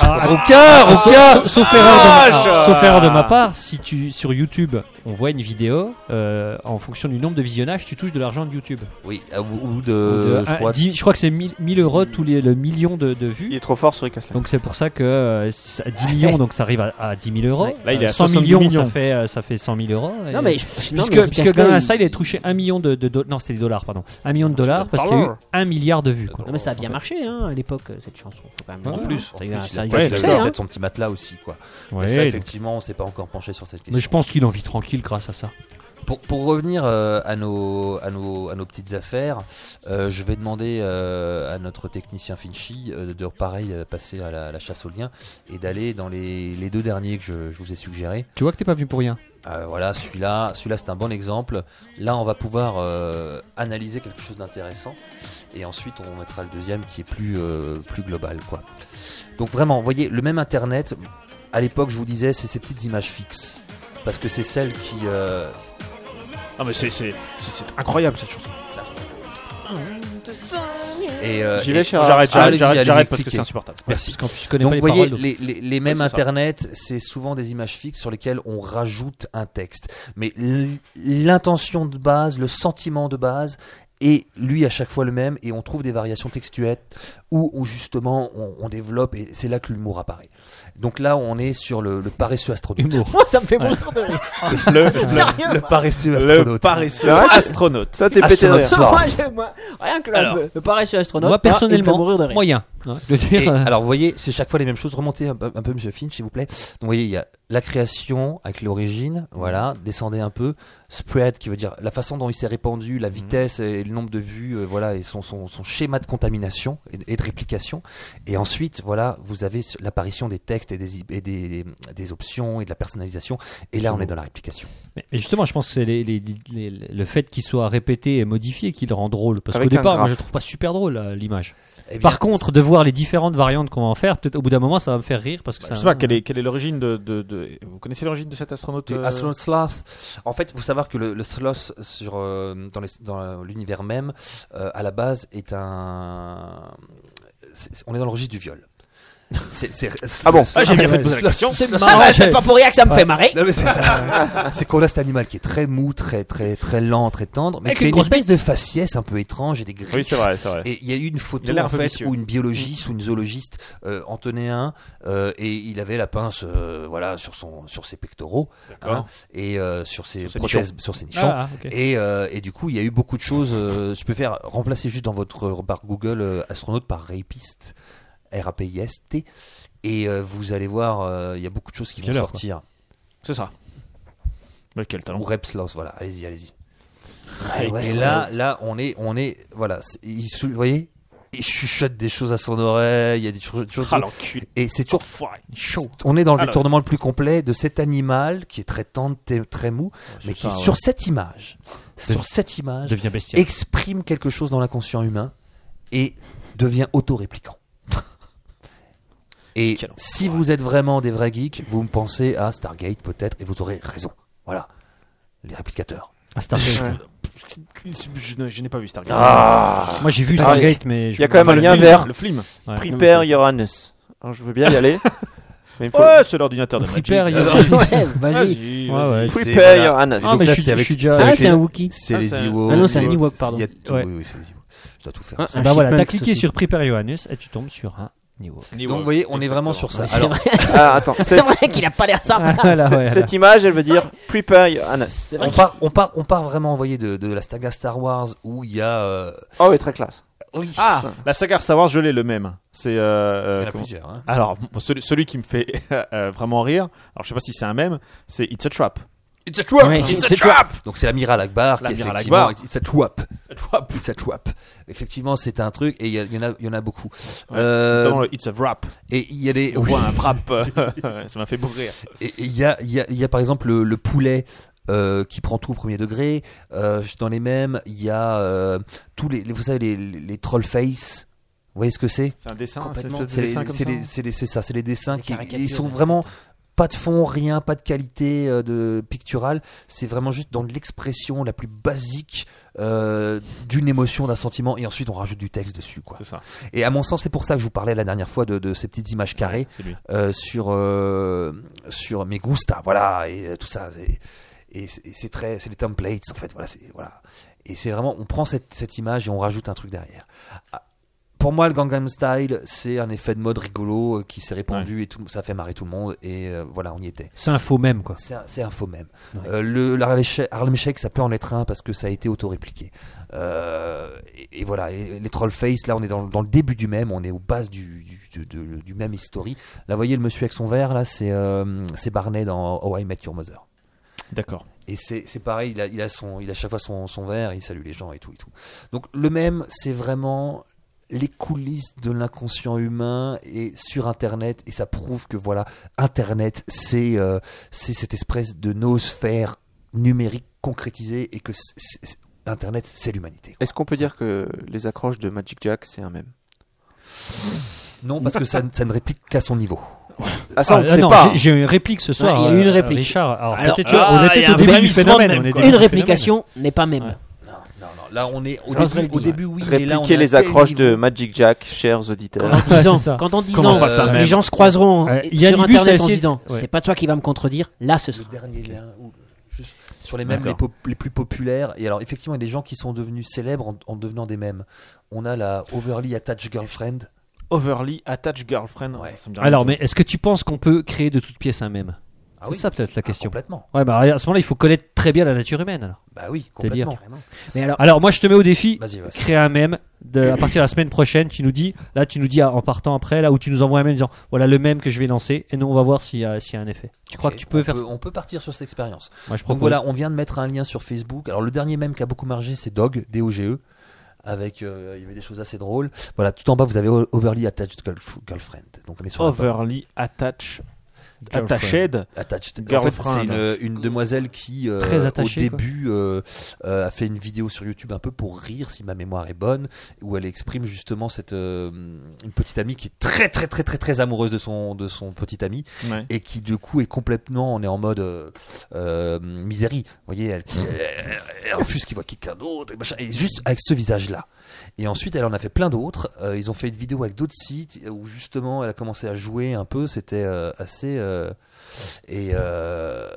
S2: Ah, sauf, sauf- sauf erreur de ma, alors, sauf erreur de ma part, si tu sur YouTube, on voit une vidéo, euh, en fonction du nombre de visionnages, tu touches de l'argent de YouTube.
S5: Oui, euh, ou,
S2: Ou
S5: ou de,
S2: de-
S5: je
S2: un-
S5: crois,
S2: dix- je crois que c'est 1000 1000 euros tous les le million de, de
S3: Il
S2: vues.
S3: est trop fort sur Rick Astley.
S2: Donc c'est pour ça que euh, ça- 10 millions, donc ça arrive à, à 10 000 euros.
S1: Là, il est à
S2: 100
S1: 70
S2: millions,
S1: millions.
S2: ça fait euh, ça fait 100 000 euros. Et-
S4: Non mais je- non,
S2: puisque
S4: mais Rick
S2: puisque
S4: Astley,
S2: Gangnam Style, il a touché 1 million de, de, do- non c'était des dollars pardon, 1 million de dollars parce qu'il y a eu 1 milliard de vues. Quoi.
S4: Non mais ça a bien marché hein, à l'époque euh, cette chanson. Faut quand même le
S2: En
S4: dire.
S5: plus, en
S4: ça a eu un ça
S5: plus, il a
S4: a eu un
S5: peut-être- il a
S4: succès. hein. [LAUGHS]
S5: peut-être son petit matelas aussi, quoi.
S2: Ouais,
S5: Mais ça,
S2: donc-
S5: effectivement, on s'est pas encore penché sur cette question.
S2: mais je pense qu'il en vit tranquille grâce à ça.
S5: Pour, pour revenir euh, à, nos, à, nos, à nos petites affaires, euh, je vais demander euh, à notre technicien Finchy euh, de pareil euh, passer à la, à la chasse aux liens et d'aller dans les, les deux derniers que je, je vous ai suggérés.
S2: Tu vois que t'es pas venu pour rien.
S5: Euh, voilà, celui-là, celui-là c'est un bon exemple. Là, on va pouvoir euh, analyser quelque chose d'intéressant et ensuite on mettra le deuxième qui est plus, euh, plus global, quoi. Donc vraiment, vous voyez, le même Internet, à l'époque, je vous disais, c'est ces petites images fixes parce que c'est celles qui euh,
S1: Ah, mais c'est- c'est c'est- c'est incroyable cette chanson.
S5: et, euh,
S3: J'y
S5: et-
S3: vais, cher
S1: J'arrête,
S5: Ah,
S1: j'arrête,
S5: allez-y,
S1: j'arrête,
S5: allez-y,
S1: j'arrête parce que
S5: cliquez.
S1: c'est insupportable.
S5: Merci.
S2: Parce que je connais
S5: Donc,
S2: pas les
S5: vous voyez,
S2: paroles. donc-
S5: les, les- les mêmes
S1: c'est ça.
S5: internets, c'est souvent des images fixes sur lesquelles on rajoute un texte. Mais l- l'intention de base, le sentiment de base est lui à chaque fois le même et on trouve des variations textuelles où, où justement on, on développe et c'est là que l'humour apparaît. Donc là, on est sur le, le paresseux astronaute.
S4: Moi ça me fait mourir de rire. [LAUGHS] Sérieux
S5: Le
S4: quoi.
S5: paresseux astronaute.
S1: Le paresseux
S3: C'est
S1: [LAUGHS]
S3: vrai que-
S1: Ah astronaute.
S3: Toi, t'es pété de
S5: Astronaute.
S3: rire.
S5: Astronaute.
S4: Moi, je- moi, rien que
S1: Alors.
S4: le, le paresseux astronaute.
S2: Moi,
S4: ah, il me fait
S2: personnellement,
S4: mourir de rire.
S2: moyen. hein, je veux
S5: Et
S2: dire, euh,
S5: alors, vous voyez, c'est chaque fois les mêmes choses. Remontez un, peu- un peu, monsieur Finch, s'il vous plaît. Donc, vous voyez, il y a la création avec
S2: Mm.
S5: l'origine, voilà. Descendez un peu. Spread, qui veut dire la façon dont il s'est répandu,
S2: Mm.
S5: la vitesse et le nombre de vues, euh, voilà, et son, son, son schéma de contamination et, de- et de réplication. Et ensuite, voilà, vous avez ce- l'apparition des textes et, des, i- et des, des, des options et de la personnalisation. Et là, on est dans la réplication.
S2: mais mais justement, je pense que c'est les- les- les- les- le fait qu'il soit répété et modifié qui le rend drôle. Parce qu'au
S3: Avec un
S2: départ, moi,
S3: graphe.
S2: je trouve pas super drôle euh, l'image.
S5: Eh bien,
S2: Par contre, de voir les différentes variantes qu'on va en faire, peut-être au bout d'un moment, ça va me faire rire parce que ça.
S1: Bah, Je sais pas, quelle est quelle est l'origine de- de. de- Vous connaissez l'origine de cet astronaute
S5: Du
S1: euh,
S5: Astronaut Sloth. En fait, faut savoir que le, le Sloth sur, euh, dans, les- dans l'univers même, euh, à la base, est un. c'est- c'est- on est dans le registre du viol. C'est, c'est-
S3: Ah bon
S1: Ah, j'ai bien
S5: Sloth-
S1: fait de poser la question.
S5: Sloth- Sloth-
S4: Ah, bah, c'est pas pour rien que ça me fait marrer.
S5: non mais c'est ça. c'est qu'on a cet animal qui est très mou, très très très lent, très tendre, mais
S2: Avec
S5: qui
S2: une
S5: a une
S2: grosse
S5: espèce de faciès un peu étrange et des griffes.
S1: Oui, c'est vrai, c'est vrai.
S5: Et il y a eu une photo
S1: Il a l'air
S5: en
S1: un peu
S5: fait
S1: vicieux.
S5: où une biologiste ou une zoologiste euh, en tenait un euh, et il avait la pince euh, voilà sur son sur ses pectoraux hein, et euh, sur ses
S1: ses
S5: prothèses sur ses nichons.
S2: Ah, ok.
S5: Et, euh, et du coup, il y a eu beaucoup de choses. euh, je peux faire remplacer juste dans votre barre Google euh, astronaute par rapiste, R-A-P-I-S-T, et euh, vous allez voir, euh, il y a beaucoup de choses qui vont
S2: Violeur, quoi.
S5: sortir.
S1: C'est ça. Mais quel talent.
S5: Ou Repslos, voilà. Allez-y, allez-y.
S1: ouais,
S5: Ah, et là, là, on est, on est, voilà. c'est- Il, sou- vous voyez, il chuchote des choses à son oreille. Il y a des cho- choses.
S1: Ah, l'enculé.
S5: et c'est toujours
S1: Enfoiré.
S5: chaud. Ah, On est dans le
S1: Alors.
S5: détournement le plus complet de cet animal qui est très tendre, t- très mou, mais qui,
S1: ça, ouais.
S5: sur cette image, sur cette image,
S2: devient bestial.
S5: exprime quelque chose dans l'inconscient humain et devient auto-répliquant. Et
S1: Quel
S5: si vous êtes vraiment des vrais geeks, vous me pensez à Stargate peut-être et vous aurez raison. Voilà. Les réplicateurs.
S2: Ah, Stargate.
S3: Ouais.
S1: Je n'ai- je n'ai pas vu Stargate.
S5: Ah.
S2: Moi, j'ai vu Stargate, mais
S3: Il y a quand même un
S1: le
S3: lien
S1: film,
S3: vers
S1: Le film.
S2: Ouais.
S3: [LAUGHS] Prepare Uranus. Alors, je veux bien y aller. Mais il faut-
S1: Ouais, Oh, c'est l'ordinateur de Magic.
S2: Prepare [LAUGHS] your-
S4: [LAUGHS] Ouais, Vas-y.
S1: Vas-y,
S2: Ouais, ouais.
S3: Prepare
S10: C'est- voilà.
S3: your anus.
S2: Ah, mais
S10: là,
S2: je suis-
S10: c'est avec-
S2: je suis déjà-
S10: c'est
S4: Ah,
S10: avec
S4: c'est
S10: les-
S4: un Wookie.
S10: C'est
S1: Ah,
S10: les
S1: c'est un-
S10: Ewoks.
S4: Ah non, c'est un
S10: Il y a
S4: Ewok,
S10: tout-
S4: pardon.
S10: il y a tout-
S2: Ouais.
S10: Oui, oui, c'est les Ewoks. Je dois tout faire.
S2: Bah voilà, t'as
S4: Chipmunk,
S2: cliqué
S4: ceci.
S2: sur Prepare Johannes et tu tombes sur un niveau.
S5: Donc vous voyez, on est vraiment sur ça.
S4: C'est
S5: Alors,
S4: vrai,
S3: Ah, attends.
S4: c'est
S3: Cette, [LAUGHS]
S4: vrai qu'il a pas l'air
S2: Ah,
S4: sympa.
S2: voilà, ouais, voilà.
S3: cette image, elle veut dire prepare your anus.
S5: on part, on part, on part vraiment, vous voyez, de, de la saga Star Wars où il y a. euh,
S3: Oh, oui, très classe.
S5: Oui.
S1: Ah, la saga Star Wars, je l'ai le même. C'est. euh, euh,
S5: il y en a
S1: comment-
S5: plusieurs. hein.
S1: Alors, bon, celui, celui qui me fait [LAUGHS] euh, vraiment rire, alors je sais pas si c'est un mème, c'est It's a Trap. It's a Trap
S4: Ouais.
S1: It's a Trap
S5: Donc Ah, c'est l'amiral Akbar qui
S1: L'amiral
S5: effectivement,
S1: Akbar.
S5: it's a trap, it's a trap. Effectivement, c'est un truc et il y, a- il y en a, il y en a beaucoup. Euh,
S1: Dans le It's a Wrap.
S5: et il y a des,
S1: On
S5: oui.
S1: voit un wrap.
S5: [LAUGHS]
S1: euh, [LAUGHS] ça m'a fait mourir.
S5: Et et il y a, il y, a, il y a par exemple le, le poulet. euh, qui prend tout au premier degré. Euh, dans les mêmes, il y a euh, tous les, les- vous savez, les, les, les troll face. Vous voyez ce que c'est
S1: C'est un dessin,
S4: Complètement.
S1: c'est
S5: C'est
S1: un
S5: les-
S1: dessin comme
S5: c'est
S1: ça. hein.
S5: les- c'est les- c'est ça, c'est les dessins
S4: Les
S5: qui ils
S4: caricatures,
S5: sont
S4: ouais.
S5: vraiment pas de fond, rien, pas de qualité euh, de picturale. C'est vraiment juste dans l'expression la plus basique euh, d'une émotion, d'un sentiment, et ensuite on rajoute du texte dessus, quoi.
S1: C'est ça.
S5: Et à mon sens, c'est pour ça que je vous parlais la dernière fois de, de ces petites images carrées
S1: C'est lui.
S5: euh, sur euh, sur mes gusta, voilà, et euh, tout ça. c'est- Et c'est- et c'est très, c'est les templates en fait, voilà, c'est voilà. Et c'est vraiment, on prend cette, cette image et on rajoute un truc derrière. Ah, Pour moi, le Gangnam Style, c'est un effet de mode rigolo euh, qui s'est répandu et tout, ça fait marrer tout le monde. Et euh, voilà, on y était.
S2: C'est un faux même, quoi.
S5: C'est un, c'est un faux même. Euh, le, le Harlem Shake- Harlem Shake, ça peut en être un parce que ça a été auto-répliqué. Euh, et, et voilà, et les troll face, là on est dans, dans le début du même, on est aux bases du, du, du- de- du même history. Là, vous voyez le monsieur avec son verre, là c'est euh, c'est Barney dans How I Met Your Mother.
S1: D'accord.
S5: Et c'est c'est pareil, il a, il, a son, il a chaque fois son, son verre, il salue les gens et tout. Et tout. Donc le même, c'est vraiment les coulisses de l'inconscient humain et sur Internet, et ça prouve que voilà, Internet, c'est euh, c'est cette espèce de noosphère numérique concrétisée et que c'est- c'est- Internet, c'est l'humanité.
S3: Est-ce qu'on peut dire que les accroches de Magic Jack, c'est un même
S5: Non, parce que ça, ne- ça ne réplique qu'à son niveau.
S3: Ah, ça, on
S2: Ah,
S3: ne
S2: ah,
S3: sait
S2: non,
S3: pas.
S2: j'ai- J'ai eu une réplique ce soir.
S4: il y a une
S2: euh,
S4: réplique.
S2: Richard, alors,
S1: Alors,
S2: peut-être tu vois,
S1: ah,
S2: on
S1: il y
S2: était
S1: a
S2: au
S1: un
S2: début du
S1: frémissement
S2: phénomène.
S1: même,
S2: on est
S1: quoi.
S2: début
S4: Une
S2: du
S4: réplication n'est pas même.
S5: Non, non, là on est au,
S4: J'oserais
S5: début,
S4: le
S5: au
S4: dire.
S5: début, oui, mais là on est
S3: Répliquer
S5: à
S3: les
S5: tel
S3: accroches
S5: niveau.
S3: de Magic Jack, chers auditeurs.
S4: Quand en
S2: Ouais,
S4: 10 ans,
S2: [LAUGHS] c'est ça.
S4: quand en 10
S1: Comment on
S4: ans,
S1: fasse un
S4: euh,
S1: même
S4: les gens se croiseront
S2: Ouais,
S4: et- sur
S2: Yannibus a
S4: Internet en
S2: essayé-
S4: disant
S2: ouais.
S4: c'est pas toi qui vas me contredire, là ce
S5: le
S4: sera.
S5: dernier lien ou juste sur les mêmes les, pop- les plus populaires et alors effectivement il y a des gens qui sont devenus célèbres en, en devenant des mêmes on a la overly attached girlfriend
S1: Overly Attached Girlfriend.
S5: Ouais.
S1: Ça, ça me dit rien
S2: Alors,
S1: du
S2: mais est-ce que tu penses qu'on peut créer de toutes pièces un même
S5: ah
S2: C'est ça peut-être la
S5: Ah,
S2: question.
S5: complètement
S2: Ouais, bah à ce moment-là, il faut connaître très bien la nature humaine. Alors,
S5: bah oui
S2: C'est-à-dire-
S5: complètement
S4: Mais alors,
S2: alors moi, je te mets au défi.
S5: vas-y vas-y
S2: Créer un mème de, à partir de la semaine prochaine. Tu nous dis, là, tu nous dis ah, en partant après, là où tu nous envoies un mème disant voilà le mème que je vais lancer et nous on va voir s'il y, a- s'il y a un effet. Tu crois
S5: Ok,
S2: que tu peux
S5: on
S2: faire
S5: peut-
S2: ça
S5: on peut partir sur cette expérience
S2: Moi, je propose.
S5: donc voilà on vient de mettre un lien sur Facebook alors le dernier même qui a beaucoup margé c'est Dog D O G E avec euh, il y avait des choses assez drôles voilà tout en bas vous avez o- overly attached girlf- girlfriend donc on est
S1: tout.
S5: sur la-
S1: Overly Attached. Attached.
S5: Attached. En fait,
S1: Girlfriend.
S5: c'est une, une demoiselle qui, euh,
S2: Très attachée,
S5: au
S2: quoi.
S5: début, euh, euh, a fait une vidéo sur YouTube un peu pour rire, si ma mémoire est bonne, où elle exprime justement cette euh, une petite amie qui est très très très très très amoureuse de son de son petit ami
S1: Ouais.
S5: et qui du coup est complètement, on est en mode euh, euh, misérie. Vous voyez, elle, qui- elle- elle refuse qu'il voit quelqu'un d'autre et machin. Et juste avec ce visage-là. Et ensuite, elle en a fait plein d'autres. Euh, ils ont fait une vidéo avec d'autres sites où justement, elle a commencé à jouer un peu. C'était euh, assez. euh, et euh,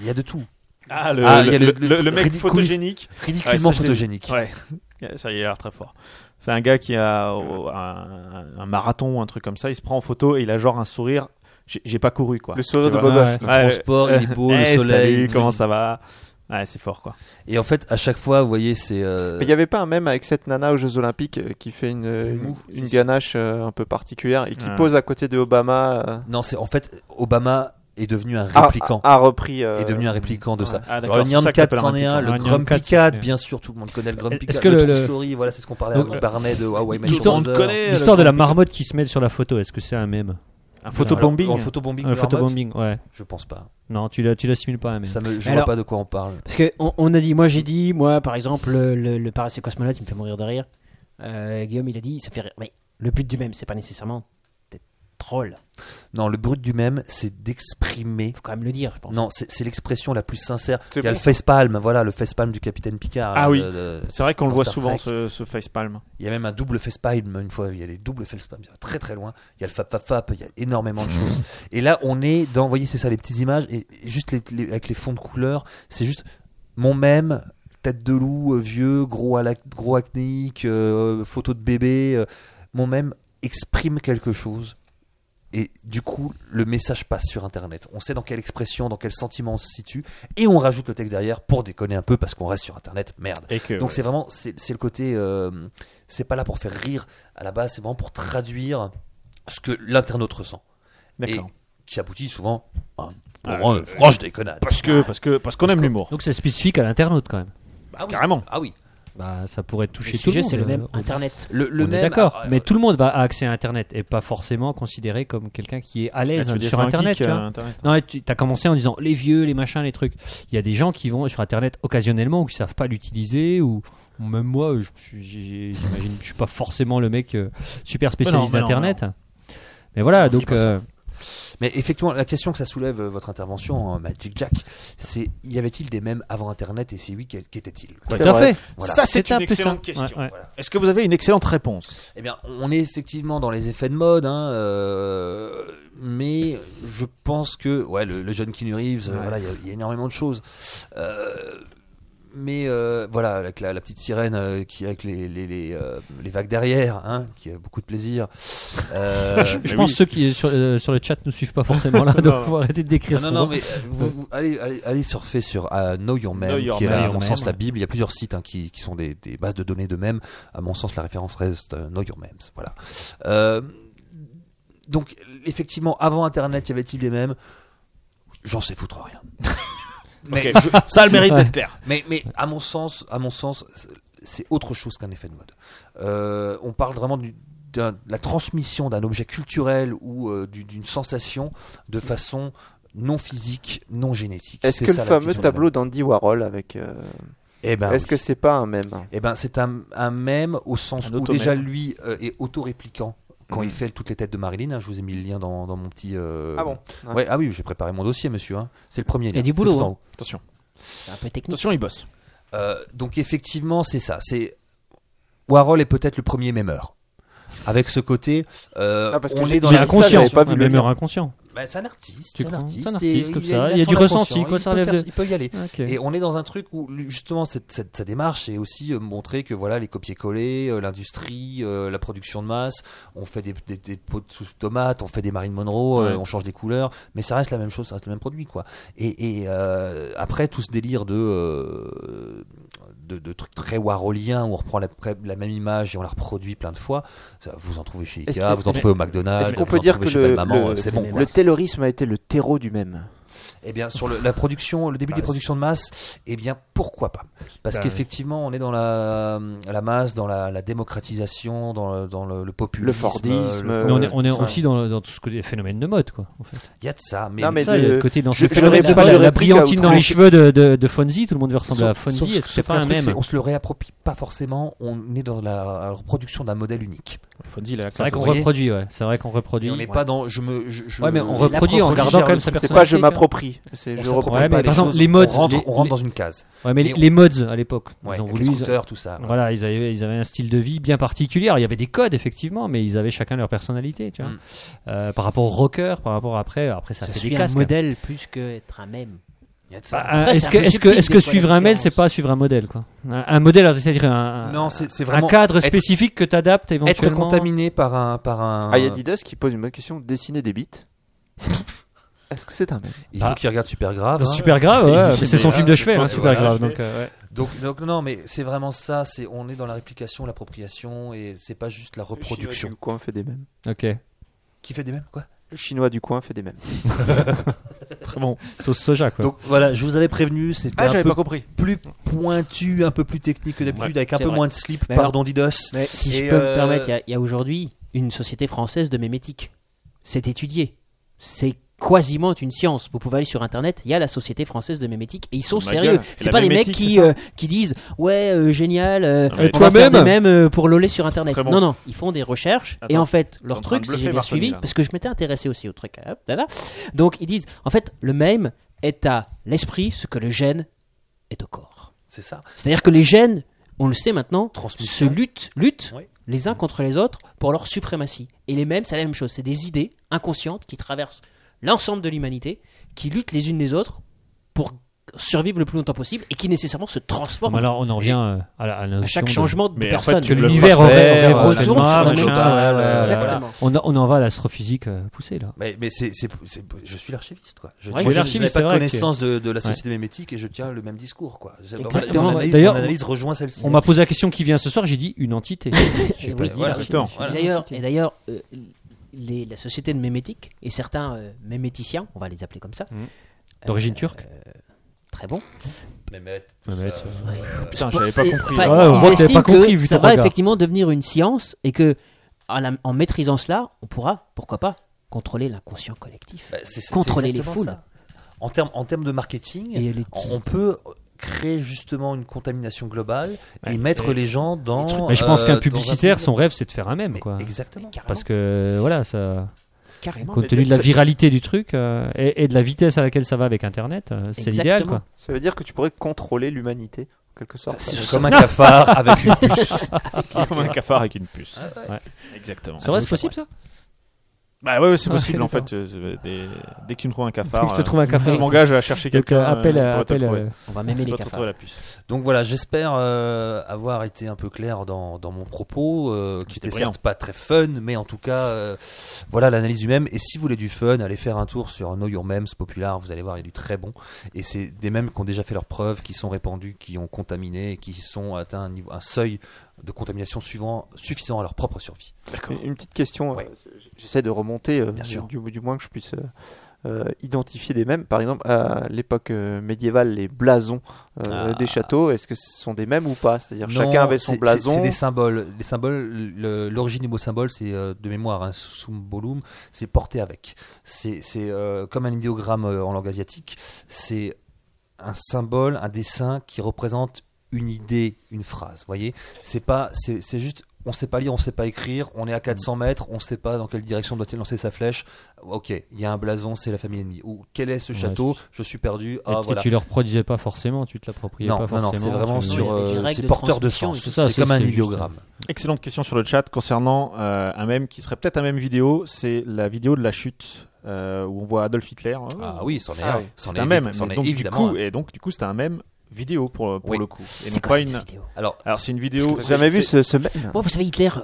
S5: il y a de tout.
S1: Ah, le,
S5: Ah, il y a
S1: le,
S5: le-
S1: le- le
S5: le-
S1: mec
S5: ridicule.
S1: photogénique.
S5: Ridiculement
S1: Ouais, ça, je l'ai-
S5: photogénique.
S1: [LAUGHS] Ouais. Ça, il a l'air très fort. C'est un gars qui a oh, un, un marathon ou un truc comme ça. Il se prend en photo et il a genre un sourire. J'ai j'ai pas couru quoi.
S3: Le sourire
S1: Tu
S3: de
S1: vois.
S3: Bogos.
S5: Il
S1: Ouais,
S5: transporte,
S1: euh,
S5: il est beau, le
S1: hey,
S5: soleil.
S1: Salut,
S5: tout.
S1: comment ça va Ouais, c'est fort quoi.
S5: Et en fait, à chaque fois, vous voyez, c'est. euh,
S3: Mais il n'y avait pas un même avec cette nana aux Jeux Olympiques euh, qui fait une, euh,
S5: Mou,
S3: une
S5: si, si.
S3: ganache euh, un peu particulière et qui
S1: Ouais.
S3: pose à côté de Obama. euh,
S5: Non, c'est en fait, Obama est devenu un
S3: a-
S5: répliquant.
S3: A, a repris. Ah, euh,
S5: est devenu un répliquant de ça.
S1: Ah,
S5: Alors,
S1: d'accord,
S5: le
S1: c'est
S5: Nyan
S1: ça que
S5: 4
S1: t'appelles un
S5: c'en est un,
S1: répliquant.
S5: le
S2: Un Nyan
S5: Grumpy
S2: 4,
S5: Cat,
S2: c'est-
S5: bien sûr, tout le monde connaît le Grumpy
S2: Est-ce
S5: Cat,
S2: que
S5: le
S2: le-
S5: Toy
S2: le-
S5: Story, voilà, c'est ce qu'on parlait
S2: Donc,
S5: avec
S2: euh,
S5: Barney de How I Met
S2: tout
S5: Your
S2: le monde
S5: Mother.
S1: connaît.
S2: L'histoire de la marmotte qui se met sur la photo, est-ce que c'est un mème
S1: Un photobombing.
S5: En photobombing,
S2: Un
S5: de Marmotte
S2: photobombing, ouais.
S5: Je pense pas.
S2: Non, tu l'as- tu l'assimiles pas à un mème.
S5: Ça me, je
S4: Alors-
S5: vois pas de quoi on parle.
S4: Parce que on, on a dit, moi j'ai dit, moi par exemple, le, le, le parasite cosmonaute, il me fait mourir de rire. Euh, Guillaume, il a dit, ça fait rire. Mais le but du même, c'est pas nécessairement d'être troll.
S5: Non, le brut du même, c'est d'exprimer.
S4: Faut quand même le dire, je pense.
S5: Non, c'est c'est l'expression la plus sincère.
S3: C'est
S5: Il y a
S3: bon.
S5: le facepalm, voilà, le facepalm du capitaine Picard.
S1: Ah
S5: là,
S1: oui.
S5: de- de-
S1: C'est vrai qu'on le
S5: Dans
S1: voit
S5: Star
S1: souvent,
S5: Trek.
S1: ce, ce facepalm.
S5: Il y a même un double facepalm une fois, il y a les doubles facepalms, ça va très très loin. Il y a le fap fap fap, il y a énormément
S1: Mhm.
S5: de choses. Et là, on est dans, vous voyez, c'est ça, les petites images, et et juste les- les- avec les fonds de couleur, c'est juste mon même, tête de loup, euh, vieux, gros, ala- gros acnéique, euh, photo de bébé, euh, mon même exprime quelque chose. Et du coup, le message passe sur Internet. On sait dans quelle expression, dans quel sentiment on se situe, et on rajoute le texte derrière pour déconner un peu parce qu'on reste sur Internet, merde.
S1: Et que,
S5: Donc c'est vraiment, c'est c'est le côté, euh, c'est pas là pour faire rire à la base, c'est vraiment pour traduire ce que l'internaute ressent. Et
S1: D'accord.
S5: qui aboutit souvent à
S1: Ah,
S5: un
S2: euh,
S5: franche déconnade.
S1: Parce que, parce que, Ah. parce qu'on aime l'humour.
S2: Donc c'est spécifique à l'internaute quand même.
S5: Ah oui.
S1: Carrément.
S5: Ah oui.
S2: Bah, ça pourrait toucher
S4: le
S2: tout le
S4: sujet,
S2: monde.
S4: c'est le même
S2: euh, on-
S4: Internet.
S5: Le, le
S2: on est
S5: même.
S2: D'accord,
S5: ah,
S2: mais
S5: euh,
S2: tout le monde va à accès à Internet et pas forcément considéré comme quelqu'un qui est à
S1: Ah,
S2: l'aise
S1: tu veux dire
S2: sur
S1: un
S2: Internet.
S1: geek,
S2: tu vois.
S1: euh, Internet.
S2: Non, mais tu as commencé en disant les vieux, les machins, les trucs. Il y a des gens qui vont sur Internet occasionnellement ou qui savent pas l'utiliser ou ou même moi, je suis- j'ai- j'imagine, je suis pas forcément le mec euh, super spécialiste
S1: Mais non, mais non,
S2: d'Internet. Mais voilà, donc euh,
S5: Mais effectivement, la question que ça soulève euh, votre intervention, hein, Magic Jack, c'est y avait-il des mêmes avant Internet et si oui, quel- qu'était-il
S2: tout à fait.
S5: Voilà.
S1: Ça, c'est
S2: C'était un
S1: une
S2: peu ça.
S1: excellente question.
S2: Ouais, ouais.
S1: Est-ce que vous avez une excellente réponse
S5: Eh bien, on est effectivement dans les effets de mode, hein, euh, mais je pense que ouais, le, le jeune Keanu Reeves, euh, voilà, il y a- il y, a énormément de choses. Euh, mais euh, voilà, avec la, la petite sirène euh, qui avec les, les, les, euh, les vagues derrière, hein, qui a beaucoup de plaisir. Euh,
S2: Je pense que ceux qui sur, euh, sur le chat nous suivent pas forcément [LAUGHS] là, donc faut arrêter de décrire.
S5: non,
S2: ce qu'on
S5: non, non,
S2: voit.
S5: mais euh, vous, vous- allez, allez, allez surfer sur euh, Know Your Mem,
S1: Know Your
S5: qui est,
S1: Mem,
S5: là, à
S2: Your
S5: mon
S2: Mem,
S5: sens, la
S2: ouais.
S5: Bible. Il y a plusieurs sites hein, qui, qui sont des, des bases de données de mèmes. À mon sens, la référence reste euh, Know Your Memes. Voilà. Euh, donc, effectivement, avant Internet, y avait-il des mèmes J'en sais foutre
S1: [LAUGHS]
S5: rien. mais, [LAUGHS] je-
S1: Ça a le mérite
S2: Ouais.
S1: d'être clair.
S5: mais, mais à mon sens, à mon sens, c'est- c'est autre chose qu'un effet de mode. Euh, on parle vraiment du- d'un- de la transmission d'un objet culturel ou euh, du- d'une sensation de façon non physique, non génétique.
S3: Est-ce
S5: C'est
S3: que
S5: ça,
S3: le
S5: la
S3: fameux
S5: vision de la
S3: tableau d'Andy Warhol avec. euh,
S5: eh ben,
S3: Est-ce que c'est pas un même
S5: eh ben, c'est un, un mème au sens
S1: Un
S5: où
S1: automème.
S5: déjà lui euh, est auto-répliquant quand
S3: Mhm.
S5: il fait toutes les têtes de Marilyn. hein. je vous ai mis le lien dans, dans mon petit. euh,
S3: Ah bon
S5: ouais. Ah oui, j'ai préparé mon dossier, monsieur. hein. C'est le premier.
S4: y a
S5: lien.
S4: du
S5: C'est
S4: boulot,
S5: tout en
S4: hein.
S5: haut.
S1: Attention.
S4: C'est un peu technique.
S1: Attention, il bosse.
S5: Euh, donc effectivement, c'est ça. C'est Warhol est peut-être le premier mémeur. Avec ce côté, euh,
S3: Ah, parce que
S5: on
S3: j'ai-
S5: est dans
S3: j'ai
S5: la
S3: un conscient.
S5: conscience.
S3: j'avais pas vu
S2: un
S3: le
S2: mémeur
S3: lien.
S2: inconscient.
S5: Bah, c'est un artiste,
S2: Tu
S5: c'est un
S2: crois
S5: artiste,
S2: C'est un
S5: et
S2: artiste, comme
S5: il
S2: ça.
S5: a
S2: Il y a
S5: son
S2: du
S5: inconscient,
S2: ressenti, quoi,
S5: il
S2: ça
S5: peut
S2: relève
S5: faire-
S2: de-
S5: Il peut y aller.
S2: Ok.
S5: Et on est dans un truc où lui, justement cette, cette- sa démarche est aussi euh, montrer que voilà les copier-coller, euh, l'industrie, euh, la production de masse, on fait des, des, des pots de sous tomates, on fait des Marine Monroe, euh,
S1: Ouais.
S5: on change des couleurs, mais ça reste la même chose, ça reste le même produit quoi. Et, et, euh, après tout ce délire de euh, de, de trucs très warholien où on reprend la, la même image et on la reproduit plein de fois, ça, vous en trouvez chez
S3: Est-ce
S5: Ikea,
S3: que-
S5: vous en
S3: est-ce-
S5: trouvez au McDonald's,
S3: Est-ce qu'on
S5: vous
S3: peut
S5: en
S3: dire
S5: trouvez
S3: que
S5: chez
S3: le,
S5: Belle-Maman,
S3: le-
S5: c'est bon.
S3: le taylorisme a été le terreau du même
S5: Eh bien, sur le- la production, le début des productions de masse, eh bien, pourquoi pas Parce
S2: Ah, Bah,
S5: qu'effectivement, on est dans la, euh, la masse, dans la, la démocratisation, dans le, dans le, le populisme.
S3: Le Fordisme,
S5: le-
S2: Mais on est,
S3: Euh,
S2: on est
S3: ça.
S2: aussi dans, dans tout ce côté phénomène de mode, quoi. en fait.
S5: Il y a de ça, mais,
S3: Non, mais
S2: Ça, il y a
S3: le-
S2: le côté dans
S3: je-
S2: ce
S3: je
S2: phénomène
S3: réponds
S2: de
S3: pas,
S2: mode,
S3: je
S2: la
S3: réplique à
S2: brillantine dans les
S3: outrance.
S2: cheveux de, de, de Fonzie, tout le monde veut ressembler à
S5: Sauf- sauf-
S2: Fonzie. Est-ce que
S5: sauf
S2: c'est pas
S5: qu'un
S2: un
S5: truc,
S2: même
S5: c'est- On se le réapproprie pas forcément. On est dans la reproduction d'un modèle unique.
S1: Fonzie, il a la
S2: C'est vrai
S1: classe.
S2: qu'on
S5: Ouvrier.
S2: reproduit, ouais. C'est vrai qu'on reproduit.
S5: Et on n'est pas dans. Je me. Je, je-
S2: Ouais, mais on
S5: je-
S2: reproduit en
S5: j'approfondis
S2: gardant
S5: vers
S2: quand même
S5: le
S2: sa
S5: truc.
S3: C'est pas je
S2: personnalité, tu vois.
S3: m'approprie, c'est
S5: On
S3: je
S5: s'approprie
S3: reprends.
S2: Ouais,
S5: pas
S2: mais
S5: les
S2: par exemple,
S5: choses,
S2: les modes,
S5: On rentre,
S2: les-
S5: on rentre
S2: les-
S5: dans une case.
S2: Ouais, mais
S5: Mais
S2: les,
S5: on-
S2: les mods à l'époque,
S5: Ouais,
S2: ils ont
S5: avec
S2: voulu.
S5: les
S2: ils-
S5: scooters, tout ça.
S2: Voilà, ils avaient, ils avaient un style de vie bien particulier. Alors, il y avait des codes, effectivement, mais ils avaient chacun leur personnalité, tu vois.
S5: Mm.
S2: Euh, par rapport au rocker, par rapport après, après ça,
S4: Ça
S2: fait des
S4: suit un
S2: casques.
S4: modèle plus qu'être un même.
S5: Il y a de ça.
S2: Bah, euh,
S4: Après, c'est
S2: est-ce
S4: un
S2: que,
S4: peu
S2: est-ce que,
S4: subtil,
S2: est-ce
S4: des
S2: que
S4: fois,
S2: suivre
S4: la
S2: un modèle,
S4: différence.
S2: c'est pas suivre un modèle, quoi. Un, un modèle, alors, c'est-à-dire un,
S5: Non, c'est c'est
S2: Bah, un
S5: vraiment.
S2: cadre
S5: être-
S2: spécifique que t'adaptes
S5: Être
S2: éventuellement.
S5: contaminé par un. Par un
S3: Ah, il y a Didas qui pose une bonne question dessiner des bits. Est-ce que c'est un même
S5: Il faut
S2: Ah.
S5: qu'il regarde hein. super grave.
S2: C'est super grave,
S1: Il-
S2: ouais,
S1: il-
S2: mais c'est son
S1: il-
S2: film de chevet, hein, super
S5: voilà.
S2: grave. Donc, euh,
S1: Ah,
S2: ouais.
S5: Donc, donc non, mais c'est vraiment ça. C'est on est dans la réplication, l'appropriation, et c'est pas juste la reproduction.
S3: Le chinois du coin fait des mêmes.
S2: Ok.
S5: Qui fait des mêmes quoi
S3: Le chinois du coin fait des mêmes.
S2: Très bon. Sauce soja, quoi.
S5: Donc voilà, je vous avais prévenu. C'était
S1: Ah,
S5: un
S1: j'avais
S5: peu
S1: pas compris.
S5: plus pointu, un peu plus technique que d'habitude, avec un
S4: c'est
S5: peu
S4: vrai.
S5: moins de slip.
S4: Mais
S5: pardon, Didos.
S4: Mais si
S5: Et,
S4: je peux
S5: euh,
S4: me permettre, il y a- il y a, aujourd'hui une société française de mémétique. C'est étudié. C'est quasiment une science. Vous pouvez aller sur internet, il y a la Société française de mémétique et ils sont
S1: Ma
S4: sérieux.
S1: gueule. Oh Et
S4: C'est
S1: la
S4: pas des mecs
S1: mémétique,
S4: qui,
S1: c'est ça
S4: euh, qui disent ouais euh, génial, euh,
S1: mais-
S4: on va faire
S2: Toi-même
S4: des mêmes pour loler sur internet.
S1: Très bon.
S4: Non non, ils font des recherches et
S1: Attends,
S4: en fait
S1: t'es
S4: leur
S1: en train
S4: truc,
S1: de
S4: si
S1: bluffer,
S4: j'ai bien
S1: Marconi,
S4: suivi,
S1: là.
S4: parce que je m'étais intéressé aussi au truc. hein, hop, dada. Donc ils disent en fait le même est à l'esprit ce que le gène est au corps.
S11: C'est ça.
S4: C'est-à-dire que les gènes, on le sait maintenant, se luttent, luttent
S11: Oui.
S4: les uns contre les autres pour leur suprématie. Et les mêmes, c'est la même chose. C'est des idées inconscientes qui traversent l'ensemble de l'humanité, qui luttent les unes les autres pour survivre le plus longtemps possible et qui nécessairement se transforment
S2: Bon, alors on en revient euh, à, la,
S4: à chaque changement de
S1: Mais en
S4: personne.
S1: fait, tu
S2: Que
S1: le
S2: l'univers
S3: transfert,
S2: aurait- aurait
S3: euh,
S4: retourne sur la
S2: machin,
S4: même
S11: table,
S2: ouais, ouais, ouais.
S4: Exactement.
S2: On, a- on en va à l'astrophysique euh, poussée là.
S5: Mais, mais c'est, c'est- c'est- je suis l'archiviste, quoi. Je
S2: Ouais,
S5: tiens-
S2: il est
S5: je
S2: l'archiviste,
S5: n'avais
S2: c'est
S5: pas
S2: vrai
S5: connaissance de, de la société mémétique et je tiens le même discours, quoi. J'ai-
S4: Exactement,
S5: Mon
S4: ouais.
S5: analyse,
S2: D'ailleurs,
S5: mon analyse rejoint celle-ci.
S2: On m'a posé la question qui vient ce soir, j'ai dit une [LAUGHS] entité. J'ai
S4: Et
S2: pas
S4: oui,
S2: dit
S5: voilà,
S2: l'archiviste.
S1: attends.
S4: Et d'ailleurs, et d'ailleurs euh, les- la société de mémétique et certains euh, méméticiens, on va les appeler comme ça, euh,
S2: Mhm. D'origine turque.
S4: très bon.
S11: Mais, mais,
S2: Ouais, mais c'est-
S1: Putain, Ah, j'avais pas
S4: Et-
S1: compris.
S4: enfin,
S1: [LAUGHS]
S2: Ouais, Ah, on
S4: ils
S2: voit que t'avais
S4: estiment
S2: pas compris,
S4: que
S2: vu
S4: ça
S2: ton
S4: va
S2: regard.
S4: effectivement devenir une science et que à la- en maîtrisant cela, on pourra, pourquoi pas, contrôler l'inconscient collectif.
S5: Bah, c'est- c'est-
S4: Contrôler
S5: c'est
S4: les
S5: exactement
S4: foules.
S5: ça. En termes en termes de marketing,
S4: Et les
S5: on
S4: petits-
S5: on peut créer justement une contamination globale
S2: Ouais.
S5: et mettre les gens dans.
S2: Mais je pense
S5: euh,
S2: qu'un
S5: dans un
S2: publicitaire,
S5: film.
S2: son rêve, c'est de faire un même
S5: Mais
S2: quoi.
S5: Exactement.
S2: Parce que voilà, ça,
S4: carrément.
S2: compte tenu de la viralité du truc euh, et, et de la vitesse à laquelle ça va avec Internet, euh, c'est
S4: Exactement.
S2: l'idéal quoi.
S3: Ça veut dire que tu pourrais contrôler l'humanité, en quelque sorte.
S5: Comme
S1: [LAUGHS]
S5: un cafard avec une puce.
S1: Comme un cafard avec une puce.
S2: ouais. Ouais.
S1: Exactement.
S2: Ça reste possible ça
S1: Bah ouais, ouais, c'est
S2: Ah,
S1: possible
S2: ok,
S1: en fait. euh, des- Dès que tu me trouves un
S2: Dès
S1: cafard,
S2: que je te trouve un
S1: euh,
S2: cafard.
S1: je m'engage à chercher
S2: Donc
S1: quelqu'un.
S2: euh, appel,
S1: euh,
S2: à-
S1: pour te
S2: appel,
S1: trouver.
S2: euh,
S4: On va mêmer
S1: Je
S4: les
S1: dois te
S4: cafards.
S1: retrouver la puce.
S5: Donc voilà, j'espère euh, avoir été un peu clair dans, dans mon propos, euh, qui
S1: C'était
S5: était
S1: brillant.
S5: certes pas très fun, mais en tout cas, euh, voilà l'analyse du même. Et si vous voulez du fun, allez faire un tour sur Know Your Memes Popular, vous allez voir, il y a du très bon. Et c'est des mêmes qui ont déjà fait leurs preuves, qui sont répandus, qui ont contaminé, et qui sont atteint un, niveau, un seuil de contamination suivant, suffisant à leur propre survie.
S3: Une- Une petite question, euh,
S5: Ouais.
S3: j'essaie de remonter, euh,
S5: Bien sûr.
S3: du, du moins que je puisse euh, euh, identifier des mêmes. Par exemple, à l'époque euh, médiévale, les blasons euh,
S5: Ah.
S3: des châteaux, est-ce que ce sont des mêmes ou pas C'est-à-dire
S5: Non,
S3: chacun avait son
S5: c'est-
S3: blason.
S5: C'est c'est des symboles. Les symboles, le- l'origine du mot symbole, c'est euh, de mémoire, hein, sumbolum, c'est porter avec. C'est c'est, euh, comme un idéogramme euh, en langue asiatique. C'est un symbole, un dessin qui représente une idée, une phrase. Vous voyez, c'est pas, c'est c'est juste. On sait pas lire, on sait pas écrire, on est à
S3: Mm.
S5: 400 mètres, on sait pas dans quelle direction doit-il lancer sa flèche. Ok, il y a un blason, c'est la famille ennemie. Ou quel est ce
S2: Ouais,
S5: château Je suis perdu.
S2: et,
S5: Ah,
S2: et
S5: voilà.
S2: tu le reproduisais pas forcément, tu te l'appropriais
S5: Non,
S2: pas
S5: non,
S2: forcément.
S5: non, c'est vraiment
S2: tu-
S5: sur.
S4: Oui, il y a des
S5: euh,
S4: règles
S5: c'est
S4: de
S5: porteur de
S4: transmission
S5: sens.
S4: et
S2: tout ça,
S5: C'est euh,
S2: c'est-
S5: comme un
S2: c'est juste-
S5: idéogramme.
S1: Excellente question sur le chat concernant euh, un même qui serait peut-être un même vidéo. C'est la vidéo de la chute euh, où on voit Adolf Hitler. Oh,
S5: Ah oui, c'en est
S3: Ah
S5: un.
S3: oui.
S5: C'en
S1: c'est
S5: est
S1: un même.
S5: évi- c'en
S1: mais
S5: est
S1: donc, du
S5: évidemment
S1: coup,
S5: un.
S1: et donc du coup, c'est un même vidéo pour pour
S5: Oui.
S1: le coup. Et
S4: C'est
S1: non
S4: quoi
S1: pas
S4: cette
S1: une.
S4: vidéo
S5: Alors,
S1: Alors c'est une vidéo.
S3: J'ai jamais vu ce, ce même.
S4: Moi, vous savez, Hitler, euh,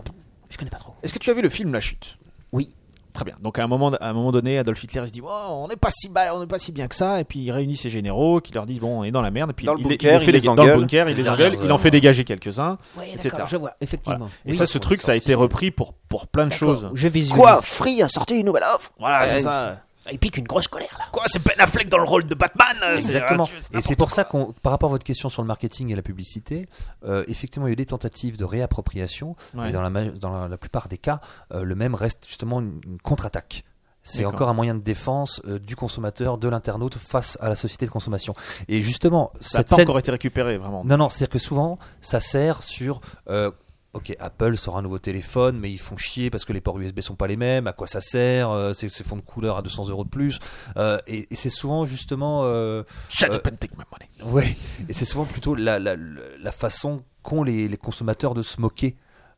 S4: je connais pas trop.
S1: Est-ce que tu as vu le film La Chute
S4: Oui.
S1: Très bien. Donc à un moment, à un moment donné, Adolf Hitler il se dit, Oh, on n'est pas si ba- on n'est pas si bien que ça, et puis il réunit ses généraux, qui leur disent bon, on est dans la merde, et puis
S3: Dans le
S1: il,
S3: bunker,
S1: fait
S3: il les
S1: déga- dans le
S3: engueule.
S1: bunker,
S5: C'est
S1: il
S5: les
S1: les engueule,
S5: dernières
S1: il en fait
S5: heures.
S1: dégager quelques-uns,
S4: Oui,
S1: Etc.
S4: d'accord, je vois, effectivement.
S1: et
S4: Oui,
S1: ça, ce truc, ça a été repris pour pour plein de
S4: d'accord,
S1: choses.
S4: Je visualise.
S12: Free a sorti une nouvelle offre
S1: Voilà, c'est
S12: Euh,
S1: ça.
S4: Il pique une grosse colère, là.
S12: Quoi, c'est Ben Affleck dans le rôle de Batman euh, c'est-
S5: exactement.
S12: euh, tu-
S5: Et c'est pour ça qu'on, par rapport à votre question sur le marketing et la publicité, euh, effectivement, il y a eu des tentatives de réappropriation,
S1: Ouais.
S5: mais dans la, ma- dans la, la plupart des cas, euh, le même reste justement une, une contre-attaque. C'est
S1: D'accord.
S5: encore un moyen de défense euh, du consommateur, de l'internaute face à la société de consommation. Et justement,
S1: Ça n'a
S5: cette
S1: pas
S5: scène,
S1: encore été récupéré vraiment.
S5: Non, non, c'est-à-dire que souvent, ça sert sur. euh, Ok, Apple sort un nouveau téléphone, mais ils font chier parce que les ports USB sont pas les mêmes. À quoi ça sert euh, C'est c'est fond de couleur à 200 euros de plus. Euh, et et c'est souvent justement, euh,
S12: Shut up
S5: Euh,
S12: and take my money.
S5: ouais, et c'est souvent plutôt la, la, la façon qu'ont les, les consommateurs de se moquer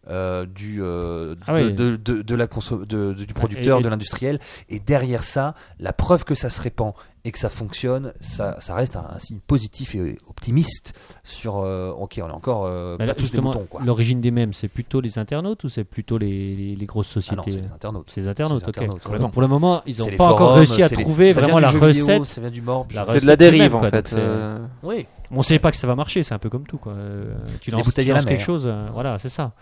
S5: euh, du euh,
S2: Ah
S5: de,
S2: oui.
S5: de, de- de la conso- de- de- du
S2: Et-
S5: producteur,
S2: et-
S5: de l'industriel. Et derrière ça, la preuve que ça se répand et que ça fonctionne, ça, ça reste un, un signe positif et optimiste sur. euh, ok, on est encore euh,
S2: Mais
S5: pas
S2: là,
S5: tous des
S2: Bah, justement,
S5: moutons, quoi.
S2: L'origine des mêmes, c'est plutôt les internautes ou c'est plutôt les, les- les grosses
S5: Ah non, c'est
S2: sociétés
S5: les internautes.
S2: C'est les internautes,
S5: C'est
S2: ok.
S5: les internautes,
S2: Donc,
S5: complètement.
S2: pour le moment, ils
S5: C'est
S2: n'ont
S5: les
S2: pas encore
S5: forums,
S2: réussi à
S5: c'est les-
S2: trouver
S5: ça vient
S2: vraiment
S5: du
S2: la
S5: jeu vidéo,
S2: recette.
S5: ça vient du morbe.
S2: La
S3: C'est de
S2: recette
S3: la
S2: du
S3: dérive
S2: même,
S3: en
S2: quoi, donc
S3: fait.
S2: c'est-
S3: euh,
S4: Oui.
S2: On sait pas que ça va marcher, c'est un peu comme tout. Quoi. Euh, tu
S5: C'est des
S2: lances, tu
S5: bouteilles à la
S2: lances quelque
S5: mer.
S2: chose, euh, voilà, c'est ça.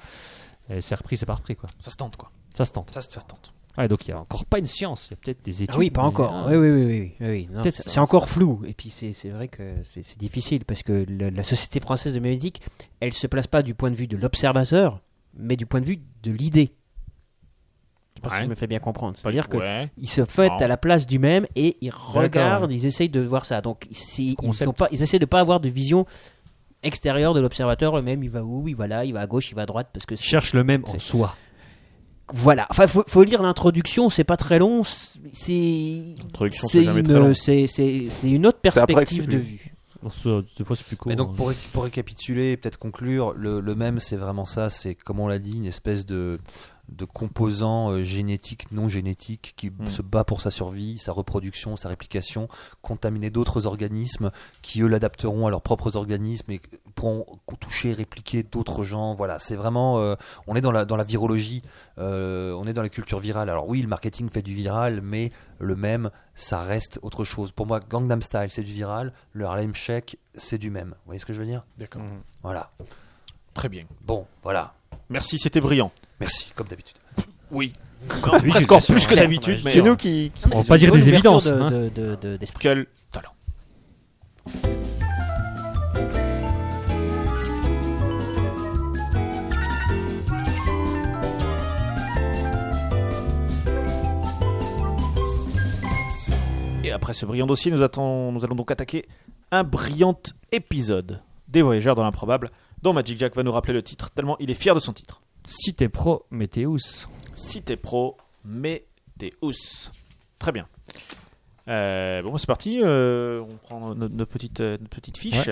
S2: Et C'est repris, c'est pas repris. Quoi.
S12: Ça se tente quoi.
S2: Ça se tente.
S12: Ça se tente.
S2: Ouais, donc il n'y a encore pas une science, il y a peut-être des études.
S4: Ah oui, pas
S2: mais-
S4: encore.
S2: Ah.
S4: Oui, oui, oui, oui, oui, oui. Non,
S2: Peut-être
S4: c'est
S2: ça,
S4: c'est encore flou. Et puis c'est c'est vrai que c'est c'est difficile parce que le- la société française de mémétique, elle se place pas du point de vue de l'observateur, mais du point de vue de l'idée. Je sais pas si je me fais bien comprendre. C'est-à-dire que
S1: Ouais.
S4: ils se fêtent
S1: Non.
S4: à la place du même et ils regardent, ils essayent de voir ça. Donc si- ils,
S1: Concept.
S4: sont pas, ils essaient de pas avoir de vision extérieure de l'observateur. Le même, il va où Il va là, il va à gauche, il va à droite parce que c'est-
S2: Cherche le même en
S4: C'est-
S2: soi.
S4: voilà. Enfin, faut, faut lire l'introduction. C'est pas très long. C'est
S1: L'introduction, c'est
S4: c'est
S1: jamais
S4: une-
S1: très long.
S4: c'est- c'est- c'est une autre
S3: C'est après que
S4: perspective
S3: c'est
S4: de
S3: plus-
S4: vue.
S2: En soi, Des fois, c'est plus court.
S5: Mais donc
S2: hein.
S5: pour, ré- pour récapituler et peut-être conclure, le, le même c'est vraiment ça, c'est comme on l'a dit, une espèce de, de composant euh, génétique, non génétique, qui
S1: Mm.
S5: se bat pour sa survie, sa reproduction, sa réplication, contaminer d'autres organismes qui eux l'adapteront à leurs propres organismes et pourront toucher, répliquer d'autres gens. Voilà, c'est vraiment, euh, on est dans la, dans la virologie, euh, on est dans la culture virale. Alors oui, le marketing fait du viral, mais le même, ça reste autre chose. Pour moi, Gangnam Style, c'est du viral. Le Harlem Shake, c'est du même. Vous voyez ce que je veux dire
S1: D'accord.
S5: Voilà.
S1: Très bien.
S5: Bon, voilà.
S1: Merci, c'était brillant.
S5: Merci, comme d'habitude.
S1: Oui.
S2: Oui,
S1: Presque
S2: c'est
S1: encore
S2: sûr.
S1: plus que d'habitude. mais,
S3: C'est
S1: euh,
S3: nous qui. qui-
S2: On va pas dire des évidences. hein.
S1: Quel talent. Et après ce brillant dossier, nous, attend- nous allons donc attaquer un brillant épisode des Voyageurs dans l'improbable, dont Magic Jack va nous rappeler le titre, tellement il est fier de son titre.
S2: Si t'es pro, Météus.
S1: Si t'es pro, mets tes housses. Très bien. Euh, bon, c'est parti. euh, on prend no- notre, petite, euh, notre petite fiche.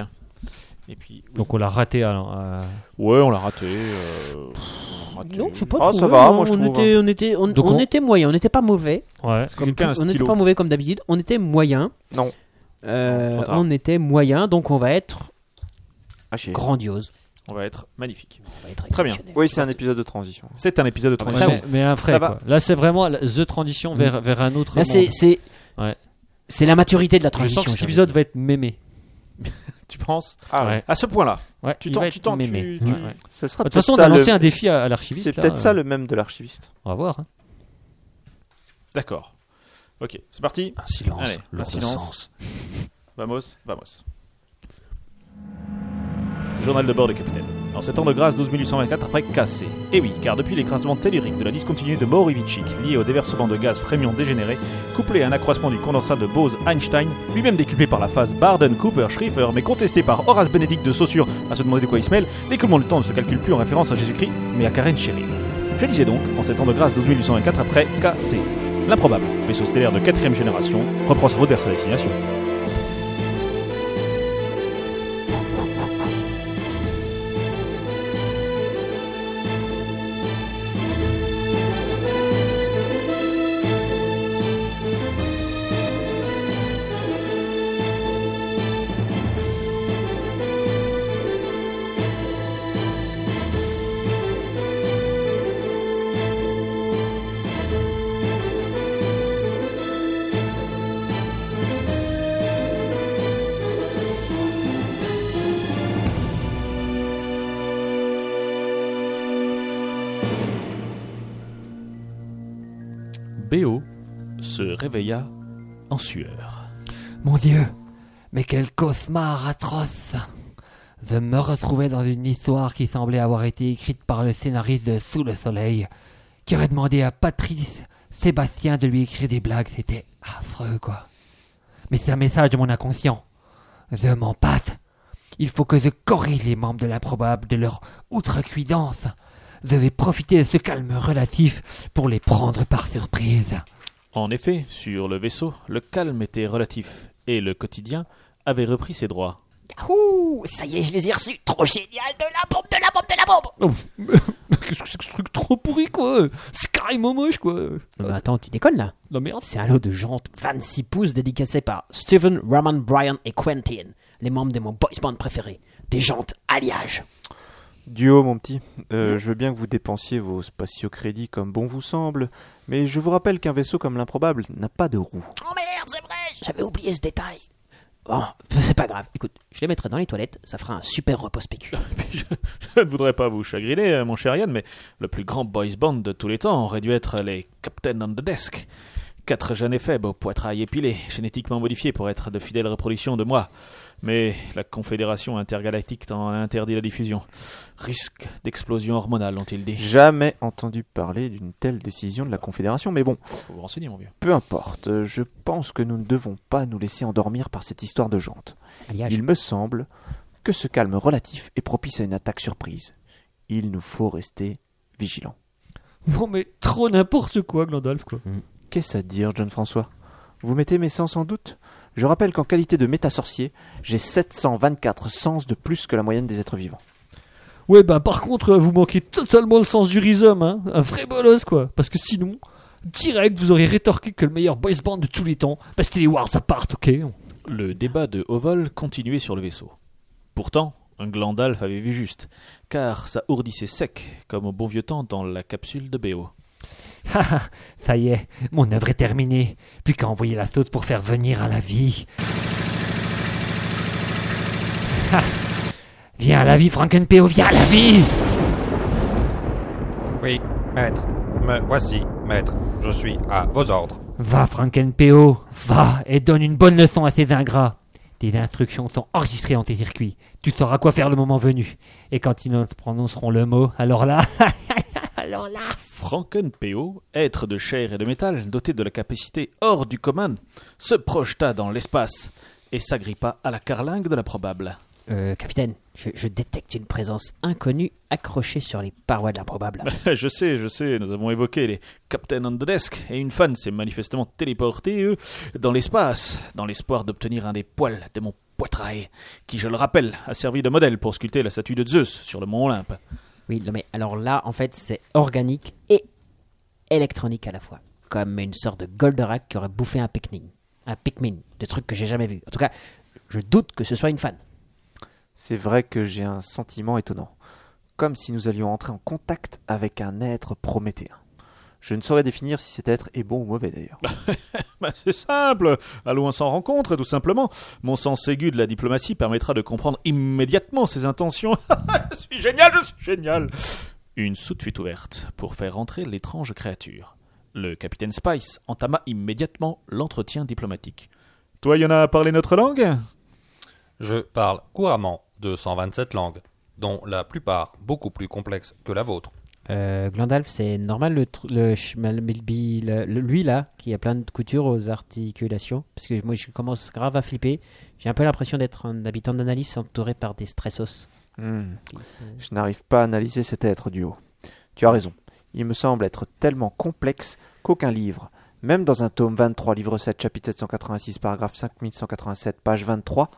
S1: Et puis. oui.
S2: Donc on l'a raté. alors, euh,
S1: Ouais, on l'a raté. euh, on l'a raté.
S4: Non, je suis pas
S3: Ah,
S4: trop
S3: ça
S4: mauvais,
S3: va,
S4: hein.
S3: moi, je
S4: on
S3: trouve,
S4: Était, on était, on,
S2: Donc
S4: on
S2: on-
S4: était moyen, on n'était pas mauvais.
S2: Ouais.
S1: Est-ce que quelqu'un a un
S4: on n'était
S1: stylo
S4: pas mauvais comme d'habitude, on était moyen.
S3: Non.
S4: Euh,
S1: Trop tard.
S4: on était moyen, donc on va être
S3: Ah, j'ai-
S4: grandiose.
S1: On va être magnifique.
S4: On va être
S1: Très bien.
S4: exceptionnel.
S3: Oui, c'est un épisode de transition.
S1: C'est un épisode de
S2: Ah bah Ouais,
S1: transition.
S2: mais, mais après,
S1: Ça va.
S2: quoi. là c'est vraiment la- The Transition vers, vers un autre.
S4: Mm. Là, c'est,
S2: monde.
S4: c'est,
S2: Ouais.
S4: c'est la maturité de la
S2: Je
S4: transition.
S2: sens que cet
S4: j'ai envie
S2: épisode
S4: de
S2: va être mémé.
S1: tu penses
S3: Ah
S2: ouais.
S1: À ce point-là,
S2: Ouais,
S1: Tu
S2: il
S1: t'en-
S2: va être
S1: tu t'en- tu-
S2: mémé.
S1: tu-
S2: Ouais,
S4: Mm.
S2: ouais. De
S3: Ça sera
S2: toute
S3: peut-être
S2: façon, on
S3: ça
S2: a
S3: le-
S2: lancé un défi à, à l'archiviste.
S3: C'est
S2: là. euh.
S3: peut-être ça le même de l'archiviste.
S2: On va voir. hein.
S1: d'accord. Ok, c'est parti.
S5: Un silence,
S1: Allez,
S5: lourd
S1: un
S5: de
S1: silence.
S5: sens.
S1: Vamos, vamos. Journal de bord du capitaine. En sept ans de grâce 12824 après cassé. Et oui, car depuis l'écrasement tellurique de la discontinue de Maurovichik, lié au déversement de gaz frémion dégénéré, couplé à un accroissement du condensat de Bose-Einstein, lui-même décuplé par la phase Barden-Cooper-Schrieffer, mais contesté par Horace Bénédicte de Saussure à se demander de quoi il se mêle, les commandes du temps ne se calculent plus en référence à Jésus-Christ, mais à Karen Sherry. Je disais donc, en sept ans de grâce 12824 après KC. L'improbable, vaisseau stellaire de quatrième génération, reprend sa route vers sa destination. BO se réveilla en sueur.
S2: Mon Dieu, mais quel cauchemar atroce de me retrouver dans une histoire qui semblait avoir été écrite par le scénariste de Sous le Soleil, qui aurait demandé à Patrice Sébastien de lui écrire des blagues. C'était affreux, quoi. Mais c'est un message de mon inconscient. Je m'empâte. Il faut que je corrige les membres de l'improbable de leur outrecuidance. Je vais profiter de ce calme relatif pour les prendre par surprise.
S1: En effet, sur le vaisseau, le calme était relatif et le quotidien avait repris ses droits.
S13: Ouh, ça y est, je les ai reçus. Trop génial, de la bombe, de la bombe, de la bombe.
S2: [LAUGHS] Qu'est-ce que c'est que ce truc trop pourri, quoi C'est carrément moche, quoi
S4: dire. Mais attends, tu déconnes là
S2: Non, merde
S4: C'est un lot de jantes 26 pouces dédicacées par Steven, Roman, Brian et Quentin, les membres de mon boys band préféré. Des jantes alliage.
S3: Duo, mon petit, euh, je veux bien que vous dépensiez vos spatiocrédits comme bon vous semble, mais je vous rappelle qu'un vaisseau comme l'improbable n'a pas de roue.
S13: Oh merde, c'est vrai.
S4: J'avais oublié ce détail. Bon, c'est pas grave. Écoute, je les mettrai dans les toilettes, ça fera un super repos PQ.
S1: [LAUGHS] Je ne voudrais pas vous chagriner, euh, mon cher Yann, mais le plus grand boys band de tous les temps aurait dû être les Captain on the Desk. Quatre jeunes et faibles au poitrail épilé, génétiquement modifiés pour être de fidèles reproductions de moi. Mais la Confédération intergalactique t'en a interdit la diffusion. Risque d'explosion hormonale, ont-ils dit.
S3: Jamais entendu parler d'une telle décision de la Confédération, mais bon,
S1: Faut vous renseigner, mon vieux.
S3: peu importe, euh, je pense que nous ne devons pas nous laisser endormir par cette histoire de jante.
S4: Alliage.
S3: Il me semble que ce calme relatif est propice à une attaque surprise. Il nous faut rester vigilants.
S2: Non, mais trop n'importe quoi, Glandalf, quoi.
S3: Qu'est-ce à dire, John François Vous mettez mes sens en doute Je rappelle qu'en qualité de métasorcier, j'ai 724 sens de plus que la moyenne des êtres vivants.
S2: Ouais, bah par contre, euh, vous manquez totalement le sens du rhizome, hein. Un vrai bolos, quoi. Parce que sinon, direct, vous aurez rétorqué que le meilleur boys band de tous les temps, bah c'était les Wars Apart, ok [LAUGHS]
S1: Le débat de Oval continuait sur le vaisseau. Pourtant, un Glandalf avait vu juste, car ça ourdissait sec, comme au bon vieux temps dans la capsule de Béo.
S2: Ah, ah, ça y est, mon œuvre est terminée. Puis qu'à envoyer la sauce pour faire venir à la vie. Ah, viens à la vie, Frankenpeo, viens à la vie
S14: Oui, maître. Me voici, maître. Je suis à vos ordres.
S2: Va, Frankenpeo, va et donne une bonne leçon à ces ingrats. Tes instructions sont enregistrées en tes circuits. Tu sauras quoi faire le moment venu. Et quand ils nous prononceront le mot, alors là, [LAUGHS] alors là.
S1: Franken-PO, être de chair et de métal, doté de la capacité hors du commun, se projeta dans l'espace et s'agrippa à la carlingue de la probable.
S4: Euh, capitaine, je, je détecte une présence inconnue accrochée sur les parois de l'improbable.
S1: [LAUGHS] je sais, je sais, nous avons évoqué les Captain Andresk et une fan s'est manifestement téléportée, eux, dans l'espace, dans l'espoir d'obtenir un des poils de mon poitrail, qui, je le rappelle, a servi de modèle pour sculpter la statue de Zeus sur le mont Olympe.
S4: Oui, non, mais alors là, en fait, c'est organique et électronique à la fois. Comme une sorte de Goldorak qui aurait bouffé un Pikmin. Un Pikmin, des trucs que j'ai jamais vus. En tout cas, je doute que ce soit une fan.
S3: C'est vrai que j'ai un sentiment étonnant, comme si nous allions entrer en contact avec un être prométhéen. Je ne saurais définir si cet être est bon ou mauvais d'ailleurs.
S1: Bah, c'est simple, allons sans rencontre, tout simplement. Mon sens aigu de la diplomatie permettra de comprendre immédiatement ses intentions. [LAUGHS] je suis génial, je suis génial. Une soute fut ouverte pour faire entrer l'étrange créature. Le capitaine Spice entama immédiatement l'entretien diplomatique. Toi, Yona, parlé notre langue [LAUGHS]
S14: Je parle couramment de 127 langues, dont la plupart beaucoup plus complexes que la vôtre.
S4: Euh, Glandalf, c'est normal le, tr- le, schmal- milbi- le- le- lui là, qui a plein de coutures aux articulations, parce que moi je commence grave à flipper. J'ai un peu l'impression d'être un habitant d'analyse entouré par des stressos.
S3: Hmm, je n'arrive pas à analyser cet être du haut. Tu as raison, il me semble être tellement complexe qu'aucun livre, même dans un tome 23, livre 7, chapitre 786, paragraphe 5187, page 23,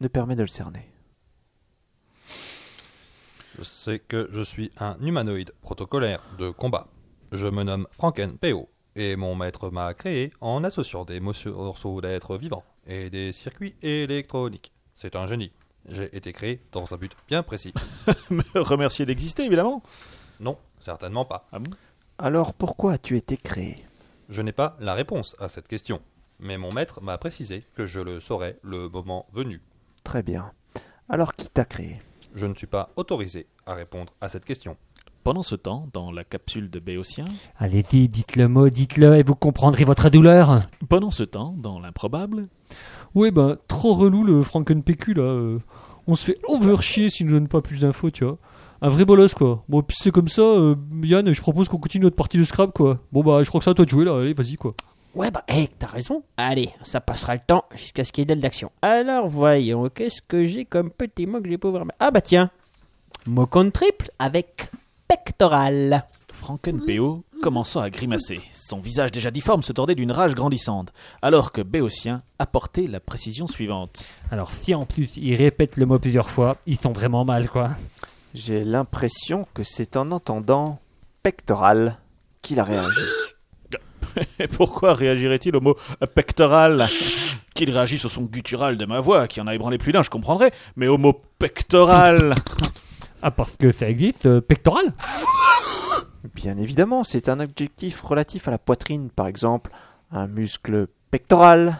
S3: ne permet de le cerner.
S14: Je sais que je suis un humanoïde protocolaire de combat. Je me nomme Franken P.O. et mon maître m'a créé en associant des morceaux d'êtres vivants et des circuits électroniques. C'est un génie. J'ai été créé dans un but bien précis.
S1: Me remercier d'exister, évidemment.
S14: Non, certainement pas.
S3: Alors pourquoi as-tu été créé
S14: Je n'ai pas la réponse à cette question, mais mon maître m'a précisé que je le saurais le moment venu.
S3: Très bien. Alors qui t'a créé
S14: Je ne suis pas autorisé à répondre à cette question.
S1: Pendant ce temps, dans la capsule de Béotien,
S2: Allez-y, dites le mot, dites-le, et vous comprendrez votre douleur.
S1: pendant ce temps, dans l'improbable,
S2: Ouais, bah, trop relou le Franken PQ là. euh. On se fait overchier s'il nous donne pas plus d'infos, tu vois. Un vrai bolos quoi. Bon, puis c'est comme ça, euh, Yann, je propose qu'on continue notre partie de scrap quoi. Bon, bah, je crois que c'est à toi de jouer là, allez, vas-y quoi.
S4: Ouais, bah, hé, t'as raison. Allez, ça passera le temps jusqu'à ce qu'il y ait de l'aide d'action. Alors, voyons, qu'est-ce que j'ai comme petit mot que je vais pouvoir mettre Ah, bah, tiens. Mot contre triple avec pectoral.
S1: Franken-Péo commença à grimacer. Son visage déjà difforme se tordait d'une rage grandissante, alors que Béotien apportait la précision suivante.
S2: Alors, si en plus ils répètent le mot plusieurs fois, ils sont vraiment mal quoi.
S3: J'ai l'impression que c'est en entendant pectoral qu'il a réagi.
S1: Et pourquoi réagirait-il au mot pectoral Qu'il réagisse au son guttural de ma voix, qui en a ébranlé plus d'un, je comprendrais, mais au mot [LAUGHS] pectoral
S2: Ah, parce que ça existe, euh, pectoral
S3: Bien évidemment, c'est un adjectif relatif à la poitrine, par exemple un muscle pectoral,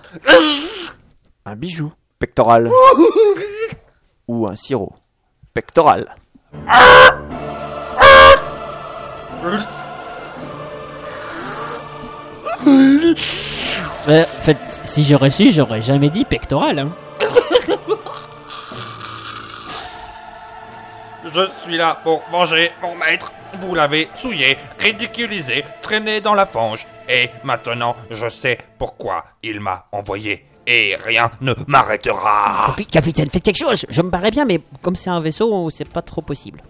S3: un bijou pectoral ou un sirop pectoral.
S4: Euh, en fait, si j'aurais su, j'aurais jamais dit pectoral. hein.
S14: Je suis là pour manger mon maître. Vous l'avez souillé, ridiculisé, traîné dans la fange. Et maintenant, je sais pourquoi il m'a envoyé. Et rien ne m'arrêtera.
S4: Capi- Ah, Capitaine, faites quelque chose. Je me parais bien, mais comme c'est un vaisseau, c'est pas trop possible.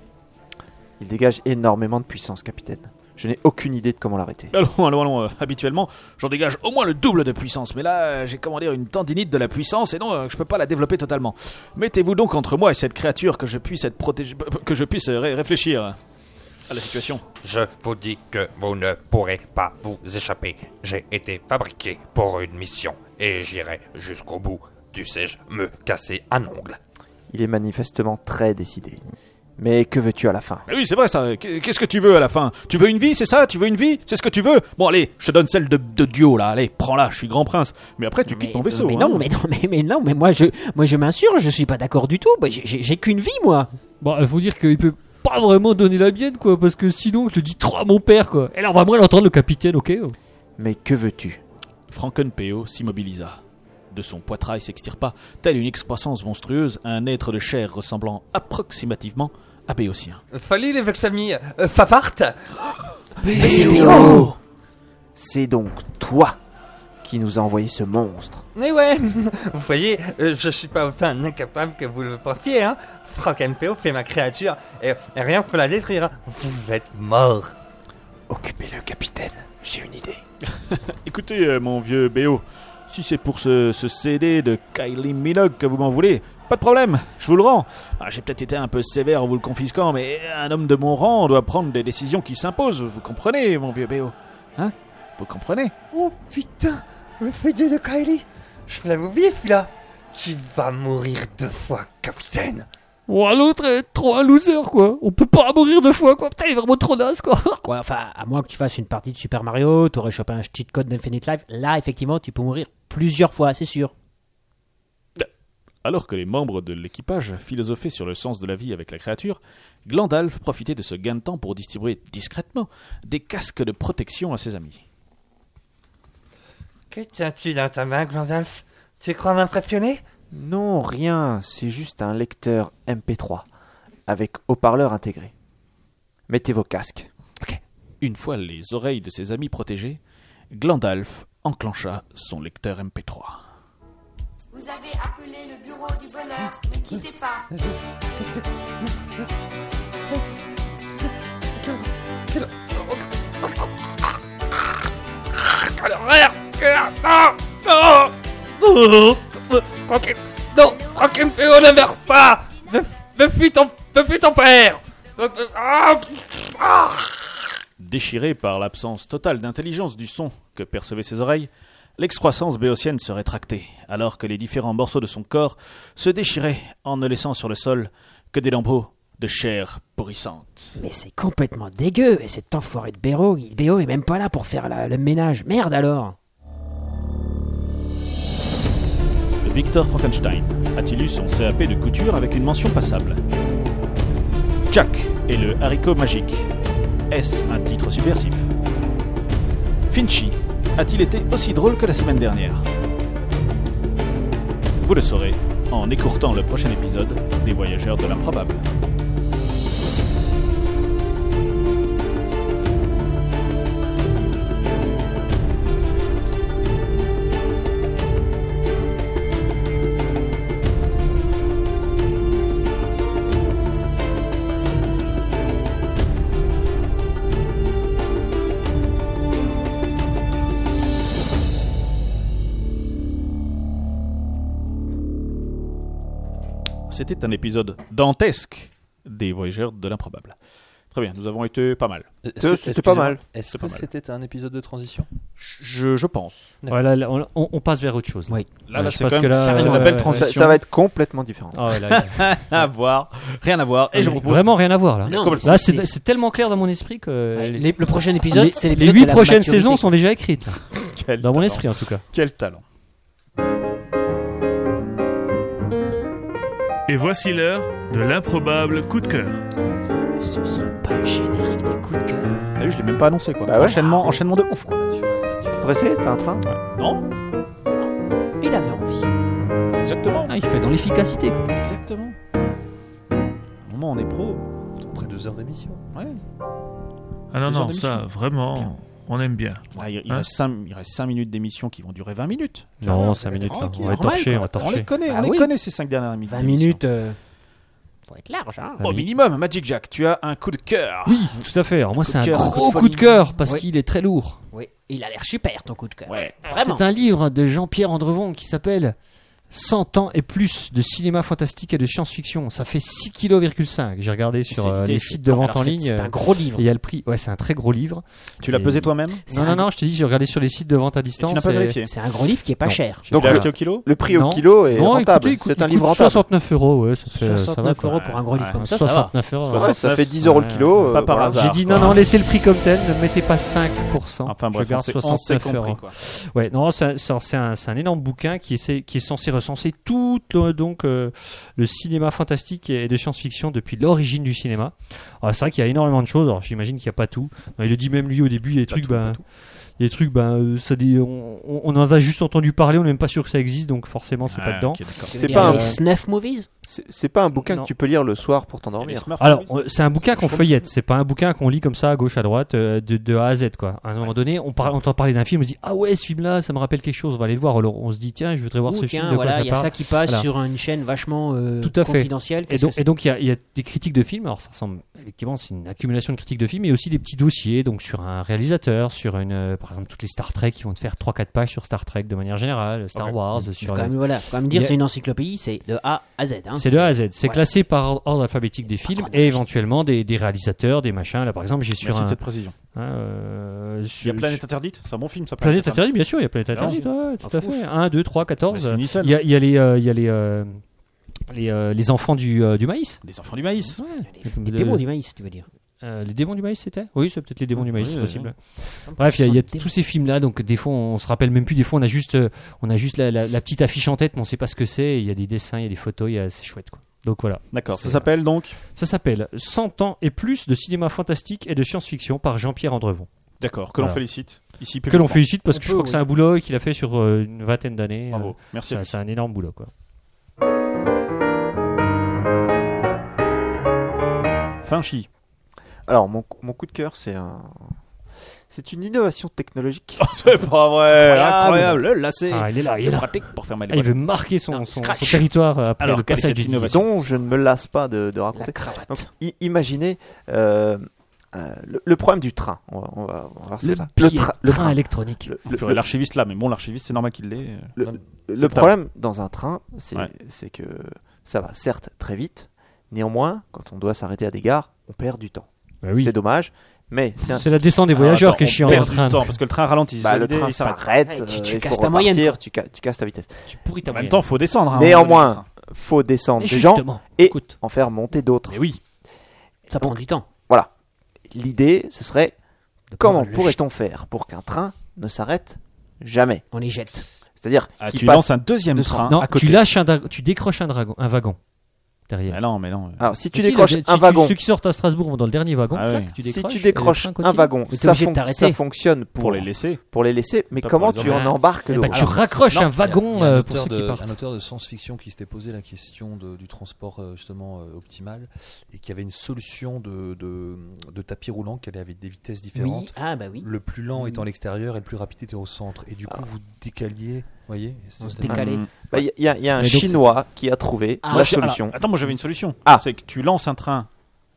S3: Il dégage énormément de puissance, capitaine. Je n'ai aucune idée de comment l'arrêter.
S1: Allons, allons, allons. euh, habituellement, j'en dégage au moins le double de puissance. Mais là, euh, j'ai comment dire une tendinite de la puissance et non, euh, je peux pas la développer totalement. Mettez-vous donc entre moi et cette créature que je puisse être protégé, que je puisse euh, ré- réfléchir à la situation.
S14: Je vous dis que vous ne pourrez pas vous échapper. J'ai été fabriqué pour une mission. Et j'irai jusqu'au bout. Tu sais-je me casser un ongle.
S3: Il est manifestement très décidé. Mais que veux-tu à la fin
S1: Mais Ben oui, c'est vrai ça. Qu- Qu'est-ce que tu veux à la fin Tu veux une vie, c'est ça Tu veux une vie C'est ce que tu veux Bon, allez, je te donne celle de, de Duo là. Allez, prends-la. Je suis grand prince. Mais après, tu quittes mon vaisseau.
S4: mais
S1: hein.
S4: non, mais non, mais, mais non, mais moi je, moi je m'insurge. Je suis pas d'accord du tout. Moi, j'ai- J'ai j'ai qu'une vie, moi.
S2: Bon, il faut dire qu'il peut pas vraiment donner la mienne, quoi, parce que sinon, je le dis trop à mon père, quoi. Et là, on va moins l'entendre, le capitaine, ok
S3: Mais que veux-tu
S1: Frankenpeo s'immobilisa. De son poitrail s'extirpa, telle une excroissance monstrueuse, un être de chair ressemblant approximativement à Béotien.
S13: Fallait les vexamis, euh, Fafart
S3: Péo C'est donc toi qui nous a envoyé ce monstre.
S13: Mais Eh ouais, [LAUGHS] vous voyez, euh, je suis pas autant incapable que vous le pensiez, hein. Franck MPO fait ma créature et et rien pour la détruire. hein. Vous êtes mort.
S3: Occupez-le, capitaine. J'ai une idée.
S1: Écoutez, euh, mon vieux Béo, si c'est pour ce, ce CD de Kylie Minogue que vous m'en voulez, pas de problème, je vous le rends. Ah, J'ai peut-être été un peu sévère en vous le confisquant, mais un homme de mon rang doit prendre des décisions qui s'imposent, vous comprenez, mon vieux Béo Hein Vous comprenez
S13: Oh putain, le feuillet de Kylie. Je la vous vif là. Tu vas mourir deux fois, capitaine.
S2: Ouah, l'autre est trop un loser, quoi. On peut pas mourir deux fois, quoi. Putain, il est vraiment trop naze, quoi.
S4: Ouais, enfin, à moins que tu fasses une partie de Super Mario, t'aurais chopé un cheat code d'Infinite Life. Là, effectivement, tu peux mourir plusieurs fois, c'est sûr.
S1: Alors que les membres de l'équipage philosophaient sur le sens de la vie avec la créature, Glandalf profitait de ce gain de temps pour distribuer discrètement des casques de protection à ses amis.
S13: Que tiens-tu dans ta main, Gandalf Tu crois m'impressionner
S3: Non, rien. C'est juste un lecteur MP3 avec haut-parleur intégré. Mettez vos casques.
S1: Une fois les oreilles de ses amis protégées, Glandalf enclencha son lecteur MP3.
S15: Vous avez appelé le bureau du bonheur. Ne quittez pas.
S14: Alors, merde, merde, non, non, non, non, tranquille, non, tranquille, mais on ne meurt pas. Me, me fuis ton, me fuis ton père. Me- me- ah, ah.
S1: Déchiré par l'absence totale d'intelligence du son que percevaient ses oreilles, l'excroissance béotienne se rétractait, alors que les différents morceaux de son corps se déchiraient en ne laissant sur le sol que des lambeaux de chair pourrissante.
S4: Mais c'est complètement dégueu, et cet enfoiré de Béo, il Béo est même pas là pour faire la- le ménage. Merde alors
S1: Victor Frankenstein a-t-il eu son CAP de couture avec une mention passable Jack et le haricot magique. Est-ce un titre subversif Finchy a-t-il été aussi drôle que la semaine dernière Vous le saurez en écourtant le prochain épisode des Voyageurs de l'improbable. C'était un épisode dantesque des Voyageurs de l'improbable. Très bien, nous avons été pas mal.
S3: Est-ce que- C'était pas mal.
S1: excusez-moi,
S5: Est-ce
S1: C'est
S5: que
S1: pas mal.
S5: c'était un épisode de transition
S1: Je, je pense.
S2: Ouais, là, là, on, on- on passe vers autre chose.
S4: Oui.
S1: Là,
S2: Ouais,
S1: là
S2: je
S1: c'est
S2: pense
S1: quand
S2: que
S1: même
S2: là,
S1: c'est
S2: euh,
S1: une belle
S2: ouais,
S3: Ça,
S1: transition.
S3: ça va être complètement différent.
S2: Ah ouais, là,
S1: à voir, rien à voir. Et je propose.
S2: Vraiment rien à voir, là.
S4: Non,
S2: Là, c'est c'est tellement clair dans mon esprit que.
S4: Ouais,
S2: Ah, les-
S4: les- le prochain épisode,
S2: les-
S4: c'est
S2: les
S4: l'épisode
S2: huit
S4: de la
S2: prochaines
S4: maturité.
S2: saisons sont déjà écrites, là.
S1: Quel
S2: dans mon
S1: talent.
S2: esprit en tout cas.
S1: Quel talent.
S7: Et voici l'heure de l'improbable coup de cœur.
S4: Ce serait pas le générique des coups de cœur.
S1: T'as vu, je l'ai même pas annoncé quoi.
S3: Bah ouais.
S1: Ah Enchaînement, enchaînement de ouf quoi.
S5: Naturel, naturel.
S3: Pressé T'as un train
S1: Non
S4: Il avait envie.
S1: Exactement.
S4: Ah, il fait dans l'efficacité. quoi.
S1: Ah, Exactement. Au moment, on est pro.
S5: Après deux heures d'émission.
S1: Ouais.
S16: Ah non,
S1: Deux heures
S16: non,
S1: d'émission.
S16: ça, vraiment, on aime bien.
S1: Ouais, il, il
S16: Hein
S1: reste 5, il reste cinq minutes d'émission qui vont durer 20 minutes.
S2: Non,
S1: Ah,
S2: cinq minutes, là.
S1: tranquille,
S2: On va
S1: normal,
S2: torcher,
S1: quoi.
S2: on va
S1: On les
S2: torcher.
S1: connaît,
S2: Bah
S1: on les
S2: oui.
S1: connaît ces 5 dernières minutes.
S2: 20
S1: d'émission.
S2: minutes,
S4: euh, être large, hein.
S1: Au minimum, Magic Jack, tu as un coup de cœur.
S2: Oui, Ah, tout à fait. Alors moi,
S1: coup
S2: c'est
S1: de
S2: un
S1: cœur,
S2: gros
S1: coup de
S2: coup de
S1: folie.
S2: cœur parce
S4: Oui.
S2: qu'il est très lourd.
S4: Oui, il a l'air super ton coup de cœur.
S1: Ouais,
S4: vraiment.
S2: C'est un livre de Jean-Pierre Andrevon qui s'appelle 100 ans et plus de cinéma fantastique et de science-fiction. Ça fait 6,5 kg. J'ai regardé sur
S1: C'est-
S2: euh,
S1: c'est-
S2: les sites de vente
S1: alors,
S2: en
S1: c'est-
S2: ligne.
S1: c'est un
S2: euh,
S1: gros livre.
S2: et Il y a le prix. Ouais, c'est un très gros livre.
S1: Tu l'as
S2: Et-
S1: pesé toi-même
S2: Non, non, non, je t'ai dit, j'ai regardé sur les sites de vente à distance.
S1: n'as pas
S2: et-
S1: vérifié
S4: C'est un gros livre qui est pas
S2: Non.
S4: cher.
S1: Tu l'as
S2: euh,
S1: acheté au kilo
S3: Le prix
S2: non.
S3: au kilo est
S2: Non,
S3: rentable.
S2: écoutez, il coûte-
S3: c'est un
S2: il
S3: livre
S2: coûte
S3: rentable.
S2: 69 euros, ouais, ça fait, ça va,
S4: 69
S2: quoi.
S4: euros pour un gros livre
S1: Ouais.
S4: comme ça, ça va.
S2: 69 euros.
S3: Ouais, ça fait 10 euros le kilo. euh,
S1: Pas par
S3: voilà.
S1: hasard.
S2: J'ai dit non,
S1: quoi.
S2: non, laissez le prix comme tel, ne mettez pas 5%.
S1: Enfin bref,
S2: je garde
S1: on s'est- on s'est
S2: 69
S1: compris,
S2: euros.
S1: quoi.
S2: Ouais, non, c'est un- c'est un- c'est un, c'est un énorme bouquin qui, essaie- qui est censé recenser tout le, donc, euh, le cinéma fantastique et de science-fiction depuis l'origine du cinéma. Alors, C'est vrai qu'il y a énormément de choses, alors j'imagine qu'il n'y a pas tout. Non, il le dit même lui au début, il y a des trucs, ben, il y a des trucs, ben, euh, ça dit, on, on- on en a juste entendu parler, on n'est même pas sûr que ça existe, donc forcément c'est pas
S1: Ah,
S2: dedans.
S1: ok, d'accord.
S4: Tu veux
S3: C'est
S4: dire
S3: pas un-
S4: les snuff movies
S3: C'est c'est pas un bouquin
S2: Euh, Non.
S3: que tu peux lire le soir pour
S1: Il y a les
S3: t'endormir.
S1: Smurfs,
S2: Alors,
S1: oui.
S2: on- c'est un bouquin qu'on feuillette, c'est pas un bouquin qu'on lit comme ça à gauche à droite euh, de, de A à Z quoi. À un moment donné, on parle, on entend parler d'un film, on se dit ah ouais ce film là, ça me rappelle quelque chose, on va aller le voir. Alors on se dit tiens, je voudrais voir
S4: Ou
S2: ce
S4: tiens,
S2: film de quoi
S4: voilà,
S2: ça
S4: il y a
S2: parle.
S4: ça qui passe
S2: Voilà.
S4: sur une chaîne vachement euh,
S2: Tout à fait.
S4: confidentielle.
S2: Et
S4: Qu'est-ce
S2: donc,
S4: que c'est
S2: et donc, il y a, il y a des critiques de films. Alors, ça ressemble effectivement, c'est une accumulation de critiques de films, mais aussi des petits dossiers, donc sur un réalisateur, sur une, euh, par exemple, toutes les Star Trek qui vont te faire 3-4 pages sur Star Trek de manière générale, Star Wars,
S4: Faut
S2: sur.
S4: quand
S2: les-
S4: même, voilà, faut quand même
S2: Il
S4: dire,
S2: y a-
S4: c'est une encyclopédie, c'est de A à Z. hein.
S2: C'est de A à Z. C'est
S4: Ouais.
S2: classé par or- ordre alphabétique des films et éventuellement des, des réalisateurs, des machins. Là, par exemple, j'ai sur
S1: Merci
S2: un.
S1: de cette précision.
S2: hein, euh,
S1: Il y a
S2: sur-
S1: Planète Interdite, c'est un bon film ça.
S2: Planète Interdite, bien sûr, il y a Planète
S1: Alors,
S2: Interdite, ouais, tout
S1: Ah,
S2: à
S1: ouf.
S2: fait. 1, 2, 3, 14.
S1: C'est Nissan.
S2: Il y a, il y a les, euh, il y a les, euh, les, euh, les enfants du, euh, du maïs.
S1: Des enfants du maïs.
S4: Les démons du maïs, tu veux dire.
S2: Euh, les démons du maïs, c'était Oui, c'est peut-être les démons du maïs,
S1: Oui,
S2: c'est
S1: oui,
S2: possible. Bref, il y a, il y a
S4: Démons.
S2: tous ces films-là, donc des fois on se rappelle même plus, des fois on a juste, euh, on a juste la, la- la petite affiche en tête, mais on sait pas ce que c'est. Il y a des dessins, il y a des photos, il y a- c'est chouette quoi. Donc voilà.
S1: D'accord, ça
S2: C'est-
S1: s'appelle donc.
S2: Ça s'appelle 100 ans et plus de cinéma fantastique et de science-fiction par Jean-Pierre Andrevon.
S1: D'accord, que l'on
S2: Voilà.
S1: félicite. Ici,
S2: Que l'on
S1: publiquement.
S2: félicite parce
S4: On
S2: que je
S4: peut,
S2: crois que
S4: oui.
S2: c'est un boulot qu'il a fait sur euh, une vingtaine d'années.
S1: Bravo,
S2: Euh,
S1: merci.
S2: c'est- C'est un énorme boulot quoi.
S1: Finchi.
S3: Alors, mon, mon coup de cœur, c'est un. C'est une innovation
S2: [LAUGHS]
S3: technologique.
S1: [LAUGHS] C'est pas vrai, incroyable, le lacet.
S2: Ah, il est là, il est là.
S1: pratique pour fermer
S2: Ah,
S1: les
S2: il
S1: boîtes.
S2: veut marquer son,
S4: Non,
S2: son- son
S4: scratch.
S2: territoire euh, après
S1: Alors,
S2: le
S1: quelle est
S2: passage
S1: cette
S2: du
S1: innovation
S3: dont je ne me lasse pas de, de
S4: La
S3: raconter.
S4: cravate.
S3: Donc, i- imaginez euh, euh, le, le problème du train. On va, on va- on va voir ça
S2: Le,
S3: comme ça.
S2: billet,
S3: tra-
S2: le train électronique.
S3: Le,
S1: Oh,
S3: le-
S1: purée, L'archiviste là, mais bon, l'archiviste, c'est normal qu'il l'ait.
S3: le-
S1: Non,
S3: le
S1: c'est pas-
S3: problème dans un train, c'est
S1: Ouais.
S3: c'est que ça va certes très vite. Néanmoins, quand on doit s'arrêter à des gares, on perd du temps.
S2: Bah oui.
S3: C'est dommage, mais c'est un
S2: C'est la descente des
S1: Alors,
S2: voyageurs
S1: Ah, attends,
S2: qui est
S1: on
S2: chiant
S1: perd
S2: en
S1: du
S2: train.
S1: temps, parce que le train ralentit.
S3: Bah,
S1: ça,
S3: le
S1: l'idée,
S3: train
S1: il s'arrête.
S3: s'arrête,
S4: Ouais, tu-
S3: euh,
S4: tu
S3: il faut
S4: casses ta moyenne,
S3: repartir, tu, ca- tu casses ta vitesse.
S2: Tu pourris ta
S1: En même
S2: moyenne.
S1: temps, faut descendre. hein,
S3: Néanmoins,
S1: on est dans le train.
S3: Faut descendre
S2: Mais
S3: des gens,
S2: justement,
S3: et-
S2: écoute,
S3: en faire monter d'autres.
S1: Mais oui.
S4: Ça prend du temps.
S3: Voilà. L'idée, ce serait
S4: De
S3: comment
S4: prendre le
S3: pourrait-on faire pour qu'un train ne s'arrête jamais
S4: On les jette.
S3: C'est-à-dire
S1: Ah,
S3: qu'il
S1: tu
S3: passe-
S1: lances un deuxième
S3: 200.
S1: train
S2: non,
S1: à côté.
S2: tu lâches un, dragon- tu décroches un, dragon, un wagon derrière.
S1: Ah non, mais non.
S3: Alors, si tu
S2: Si, le-
S3: décroches
S2: si
S3: un
S2: tu-
S3: wagon,
S2: Ceux qui sortent à Strasbourg vont dans le dernier wagon.
S1: Ah
S2: c'est ça
S1: oui.
S2: que tu
S3: si
S2: décroches,
S3: tu
S2: et le
S3: décroches
S2: train
S3: un
S2: continue.
S3: wagon,
S4: Mais t'es
S3: ça,
S4: obligé de
S3: fon-
S4: t'arrêter.
S3: ça fonctionne pour,
S1: Pour les laisser.
S3: pour les laisser, mais
S1: Pas
S3: comment
S1: pour
S3: tu
S1: les
S3: en
S2: emmener.
S3: embarques
S2: Eh ben,
S3: d'autres
S2: tu raccroches un wagon
S5: Il y a un
S2: euh,
S5: auteur
S2: pour ceux qui
S5: de- Un
S2: partent.
S5: auteur de science-fiction qui s'était posé la question de- du transport euh, justement euh, optimal et qui avait une solution de, de, de tapis roulant qui allait avec des vitesses différentes.
S4: Oui. Ah bah oui.
S5: Le plus lent étant à l'extérieur et le plus rapide était au centre. Et du coup, vous décaliez, voyez
S4: On se
S5: c'était-
S4: décale. Calais.
S1: Hum.
S3: Bah, Il y, a- il y a un
S2: Mais donc,
S3: Chinois qui a trouvé
S4: Ah,
S3: la
S4: moi,
S1: J'ai- alors,
S3: solution
S1: attends, moi j'avais une solution.
S3: Ah.
S1: C'est que tu lances un train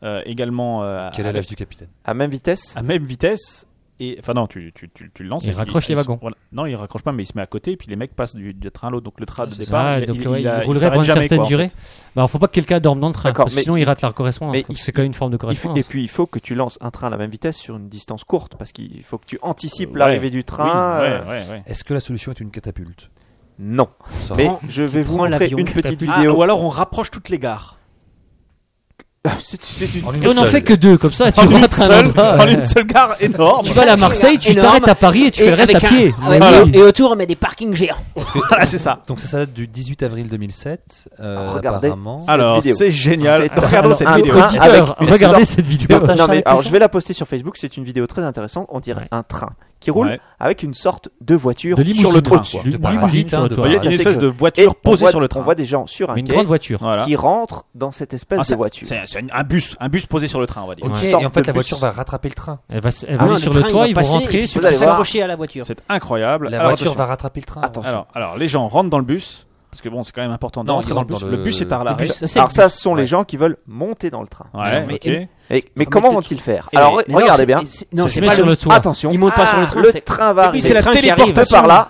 S1: euh, également euh,
S5: Quel est
S1: avec-
S5: l'âge du capitaine
S3: à même vitesse.
S1: Ah, à même vitesse. Et, enfin non, tu, tu, tu, tu le lances.
S2: Il
S1: et puis-
S2: raccroche les
S1: il-
S2: wagons.
S1: voilà. Non, il raccroche pas, mais il se met à côté et puis les mecs passent du, du train à l'autre. Donc le train de
S5: c'est
S1: départ,
S2: ça.
S1: il,
S2: Donc,
S1: il,
S2: ouais,
S1: il a-
S2: il
S1: il
S2: roulerait
S1: s'arrête
S2: pour une
S1: jamais,
S2: certaine
S1: quoi, en
S2: durée.
S1: fait.
S2: Bah, alors, faut pas que quelqu'un dorme dans le train,
S3: D'accord,
S2: parce que
S3: mais-
S2: sinon il rate la correspondance.
S3: mais
S2: quoi,
S3: il-
S2: C'est quand même une forme de
S3: Il faut-
S2: correspondance.
S3: et puis il faut que tu lances un train à la même vitesse sur une distance courte parce qu'il faut que tu anticipes l'arrivée du train.
S1: Oui,
S3: euh,
S1: ouais, ouais, [LAUGHS] ouais.
S5: Est-ce que la solution est une catapulte
S3: Non,
S5: Ça
S3: mais
S5: va.
S3: je vais vous
S4: prends
S3: montrer
S4: l'avion,
S3: une
S4: t'as
S3: petite
S4: plus-
S1: Ah,
S3: vidéo.
S1: ou alors on rapproche toutes les gares.
S3: C'est- c'est une-
S5: En une
S2: Et on en
S5: seule.
S2: fait que deux, comme ça, tu
S1: En une
S2: rentres à un
S1: seule- en
S2: endroit.
S1: une seule gare énorme. [LAUGHS]
S2: [LAUGHS] Tu vas à la Marseille, tu
S4: Énorme.
S2: t'arrêtes à Paris et tu fais le reste à
S4: avec un- ah
S2: pied.
S4: ouais,
S2: Voilà.
S4: et, et autour, on met des parkings géants.
S5: Est-ce que-
S1: Voilà, c'est ça.
S5: Donc ça, ça date du 18 avril 2007. euh,
S3: Regardez.
S5: Apparemment.
S3: Cette
S1: Alors,
S3: vidéo.
S1: c'est génial.
S3: C'est-
S1: Regardons cette
S3: un
S1: vidéo.
S3: train
S2: Auditeur,
S3: avec une
S2: regardez
S3: sorte-
S2: cette vidéo.
S3: Non, mais alors je vais la poster sur Facebook. C'est une vidéo très intéressante. On dirait
S2: Ouais.
S3: un train qui roule
S1: Ouais.
S3: avec une sorte de voiture
S1: De
S3: sur
S1: limousine,
S3: le toit.
S1: quoi.
S3: dessus.
S1: De Voilà. limousine
S3: Limousine
S1: sur le
S3: de
S1: toit.
S3: voiture.
S1: Il y a une espèce de
S3: Et
S1: voiture
S3: on
S1: posée
S3: voit-
S1: sur le train.
S3: On voit des gens sur un
S1: Une
S3: quai
S1: grande voiture. Voilà.
S3: qui rentrent dans cette espèce
S1: Ah,
S3: de
S1: ça-
S3: voiture.
S1: C'est c'est un bus, un bus posé sur le train, on va dire.
S3: Ok,
S1: Une
S3: et
S1: sorte
S3: en fait,
S1: de
S3: la
S1: bus.
S3: voiture
S5: va rattraper le train.
S2: Elle va, s- elle va
S4: Ah,
S2: aller Ah sur le toit, ils vont rentrer.
S1: Vous allez voir.
S4: à la voiture.
S1: C'est incroyable.
S5: La
S1: Alors,
S5: voiture
S1: Ah, attention.
S5: va rattraper le train.
S3: Attention.
S1: Alors, alors, les gens rentrent dans le bus, parce que bon, c'est quand même important de
S3: Non,
S1: rentrer
S3: ils
S1: dans le
S3: rentrent
S1: bus.
S3: dans
S1: Le
S3: le-
S1: bus est par
S3: le
S1: l'arrêt.
S3: bus, c'est- Alors ça, ce sont les gens qui veulent monter dans le train.
S1: Ouais, ok.
S3: Et- mais comment vont-ils faire Alors,
S4: mais non,
S3: regardez
S4: c'est-
S3: bien.
S4: c'est- non,
S3: Ça
S4: c'est
S3: se
S4: pas
S3: met
S4: le-
S3: Attention.
S4: Ils montent pas sur le
S3: Ah,
S4: train,
S3: Le
S4: c'est-
S3: train va
S4: Et puis,
S3: arriver.
S4: c'est la
S3: Le train qui arrive
S4: téléportation.
S3: par là.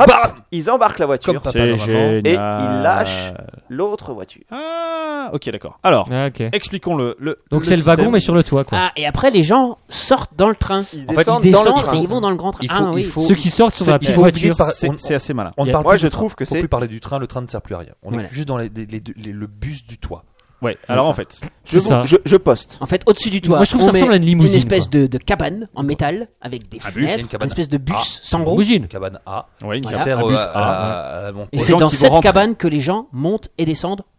S3: Hop, ils embarquent la voiture.
S1: Comme Papa C'est Noël.
S3: Et ils
S1: génial.
S3: lâchent l'autre voiture.
S1: Ah, ok, d'accord. Alors,
S2: Ah, ok.
S1: expliquons le. le
S2: Donc c'est le wagon,
S1: système.
S2: mais sur le toit, quoi.
S4: Ah, et après, les gens sortent dans le train.
S3: Ils
S4: En fait,
S3: descendent
S4: ils
S3: dans le
S4: descendent
S3: train.
S4: et ils vont dans le grand train.
S5: Il
S4: Ah
S5: faut-
S4: oui.
S5: il faut-
S2: Ceux qui sortent sur la
S5: il
S2: petite
S5: faut oublier
S2: voiture.
S5: de par-
S1: C'est-
S5: on-
S1: c'est assez malin.
S5: On ne
S2: Moi,
S5: parle plus
S3: je
S5: du train.
S3: trouve que
S5: Faut
S3: c'est-
S5: plus parler du train, le train ne sert plus à rien. On
S4: Voilà.
S5: est juste dans les- les- les- les- le bus du toit.
S1: Ouais, alors en fait.
S3: Je,
S2: C'est ça.
S3: je- je poste.
S4: En fait, au-dessus du toit,
S2: Moi, je trouve
S4: on
S2: ça ressemble
S4: met
S2: à une limousine,
S4: espèce
S2: quoi.
S4: de, de cabane en métal avec des
S5: Un bus,
S4: fenêtres,
S5: une
S4: une,
S5: cabane.
S4: espèce de bus
S5: Ah,
S4: sans roues.
S2: Limousine.
S5: Cabane A.
S1: Ouais, une
S5: Qui
S4: cabane,
S5: sert
S1: un
S5: euh,
S1: bus
S5: à-
S1: A,
S5: à- à la montée.
S4: Et
S1: Aux
S4: c'est
S1: gens
S4: dans
S1: qui vont
S4: cette
S1: rentrer.
S4: cabane que les gens montent et descendent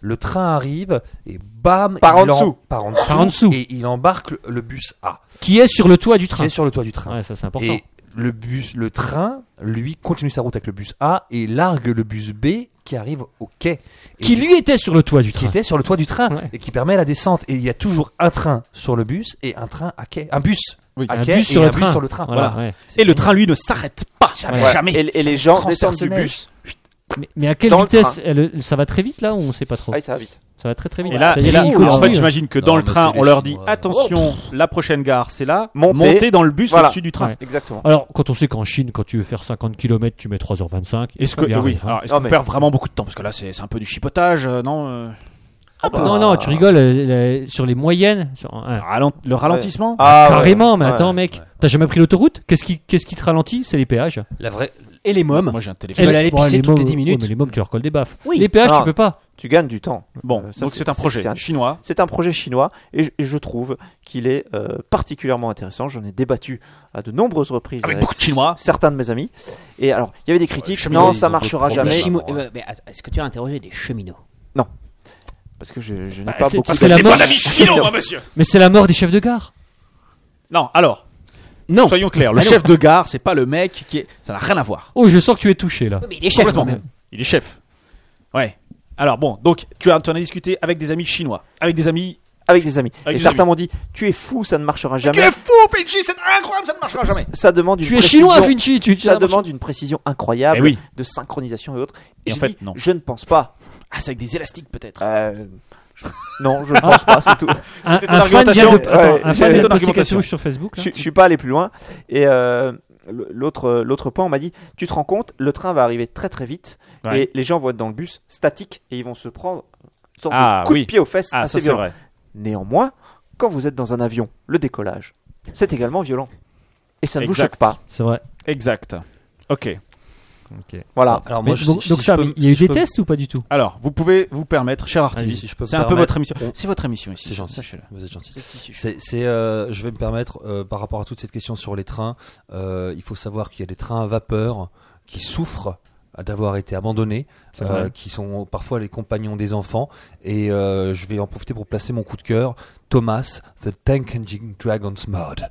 S5: Le train arrive et bam,
S3: Par
S5: il
S3: en dessous.
S5: par, en dessous,
S2: en dessous.
S5: et il embarque le- le bus A
S2: Qui est sur le toit du
S5: qui
S2: train.
S5: est sur le toit du train.
S2: Ouais, ça c'est important.
S5: et le bus, le train, lui continue sa route avec le bus A et largue le bus B qui arrive au quai. Et
S2: Qui
S5: du-
S2: lui était sur le toit du
S5: qui
S2: train.
S5: était sur le toit du train
S2: Ouais.
S5: et qui permet la descente. Et il y a toujours un train sur le bus et un train à quai, un bus
S1: Oui,
S5: à
S2: un
S5: quai
S2: bus
S5: et
S2: sur
S5: un
S2: le
S5: bus
S2: train.
S5: sur le train.
S2: Voilà,
S5: Voilà.
S2: ouais.
S1: Et le train, lui, ne s'arrête pas. Jamais.
S3: Ouais.
S1: jamais.
S3: Et, et les gens descendent du
S5: transpersonnel.
S3: bus.
S2: Mais, mais à quelle
S3: Dans le
S2: vitesse
S3: train.
S2: elle- Ça va très vite là ou on sait pas trop
S3: Ah, ça va vite.
S2: Ça va très très vite.
S1: Et là,
S2: C'est-à-dire,
S1: et là,
S2: il
S1: en fait,
S2: continue.
S1: j'imagine que
S5: Non,
S1: dans le
S5: mais c'est
S1: train,
S5: les
S1: on leur dit
S5: Chinois.
S1: attention, la prochaine gare, c'est là.
S3: Oh. Montez.
S1: Montez dans le bus
S3: Voilà.
S1: au-dessus du train.
S2: Ouais.
S3: Exactement.
S2: Alors, quand on sait qu'en Chine, quand tu veux faire 50 km, tu mets 3h25.
S1: Est-ce que
S2: on y
S1: oui
S2: arrive, hein.
S1: alors, est-ce
S3: Non,
S1: qu'on
S3: mais-
S1: perd vraiment beaucoup de temps parce que là c'est c'est un peu du chipotage euh, non euh,
S2: Non, non, tu rigoles. euh, la- sur les moyennes, sur- hein.
S1: ralent- le ralentissement
S3: Ah, ouais.
S2: carrément, mais
S3: Ouais.
S2: attends, mec, t'as jamais pris l'autoroute Qu'est-ce qui, qu'est-ce qui te ralentit C'est les péages.
S5: La vraie,
S4: Et les mômes.
S1: Moi j'ai un
S4: Tu
S1: téléphone.
S4: vas aller
S2: bon,
S4: pisser toutes
S2: mômes,
S4: les 10
S2: ouais,
S4: minutes.
S2: mais les mômes, tu leur colles des baffes.
S4: Oui.
S2: Les péages,
S3: Non.
S2: tu peux pas.
S3: Tu gagnes du temps.
S1: Bon,
S3: Euh, ça,
S1: donc
S3: c'est-
S1: c'est un
S3: c'est-
S1: projet
S3: c'est un-
S1: chinois.
S3: C'est un projet chinois et je, et je trouve qu'il est euh, particulièrement intéressant. J'en ai débattu à de nombreuses reprises
S1: Avec beaucoup de Chinois.
S3: certains de mes amis. Et alors, il y avait des critiques.
S5: Ouais, les
S3: non,
S5: cheminots, ils
S3: ça
S5: ont
S3: marchera
S5: d'autres
S4: Les
S3: jamais.
S5: problèmes.
S4: chimo-
S5: Ouais.
S4: euh, mais att- Est-ce que tu as interrogé des cheminots
S3: Parce que je, je n'ai
S2: Bah,
S3: pas
S2: c'est-
S3: beaucoup
S2: c'est la
S1: Eh ben,
S3: d'amis.
S2: mort.
S8: Pas d'amis
S5: [LAUGHS]
S8: chinois, moi, monsieur.
S2: Mais c'est la mort des chefs de gare.
S1: Non, alors
S4: Non.
S1: soyons clairs, le chef de gare c'est pas le mec qui est ça n'a rien à voir.
S2: Oh, je sens que tu es touché là.
S4: Oui, Mais il est chef quand
S1: Complètement.
S4: même.
S1: Il est chef. Ouais. Alors bon, donc tu as tu en as discuté avec des amis chinois, avec des amis
S3: Avec des amis.
S1: Avec
S3: et
S1: des
S3: certains
S1: amis.
S3: m'ont dit Tu es fou, ça ne marchera jamais.
S6: Tu es fou, Pinchy, c'est incroyable, ça ne marchera jamais.
S3: Ça- Ça demande une
S2: Tu es
S3: précision.
S2: chinois, Finchi. Tu
S3: Ça demande une précision incroyable
S1: Eh oui.
S3: de synchronisation et autres. Et,
S1: Et en
S3: j'ai
S1: fait,
S3: dit,
S1: non.
S3: Je ne pense pas.
S1: ah c'est avec des élastiques peut-être.
S3: Euh, je- Non, je ne pense pas, c'est tout.
S2: Un,
S1: C'était ton
S2: un fan vient de,
S1: argumentation.
S2: attends,
S3: Ouais,
S2: un
S3: c'était
S1: ton
S2: fan vient de poster quelque
S1: argumentation.
S2: chose sur Facebook. là.
S3: je, je suis pas allé plus loin. Et euh, le- l'autre, euh, l'autre point, on m'a dit, tu te rends compte, le train va arriver très très vite
S1: Ouais.
S3: et les gens vont être dans le bus statique et ils vont se prendre une sorte
S1: Ah,
S3: de coup
S1: oui.
S3: de pied aux fesses
S1: Ah ça
S3: assez
S1: c'est
S3: violent.
S1: vrai.
S3: Néanmoins, quand vous êtes dans un avion, le décollage, c'est également violent. Et ça ne vous
S1: Exact.
S3: choque pas.
S2: C'est vrai.
S1: Exact. OK.
S3: Voilà.
S5: Alors
S2: Mais
S5: moi, je-
S2: donc,
S5: si-
S2: donc
S5: si
S2: ça,
S5: je peux-
S2: il y a eu
S5: si je
S2: des
S5: peux-
S2: tests ou pas du tout
S1: Alors, vous pouvez vous permettre, cher artiste,
S5: si je peux me
S1: c'est un peu
S5: permettre,
S1: votre émission.
S5: on-
S1: C'est votre émission ici.
S5: C'est gentil.
S1: Sachez-le.
S5: Vous êtes gentil.
S1: Si, si, si, je-
S5: C'est, c'est, euh, je vais me permettre, euh, par rapport à toute cette question sur les trains, euh, il faut savoir qu'il y a des trains à vapeur qui souffrent d'avoir été abandonnés,
S2: C'est
S5: euh,
S2: vrai.
S5: qui sont parfois les compagnons des enfants. Et euh, je vais en profiter pour placer mon coup de cœur, Thomas, The Tank Engine Dragon's Mod.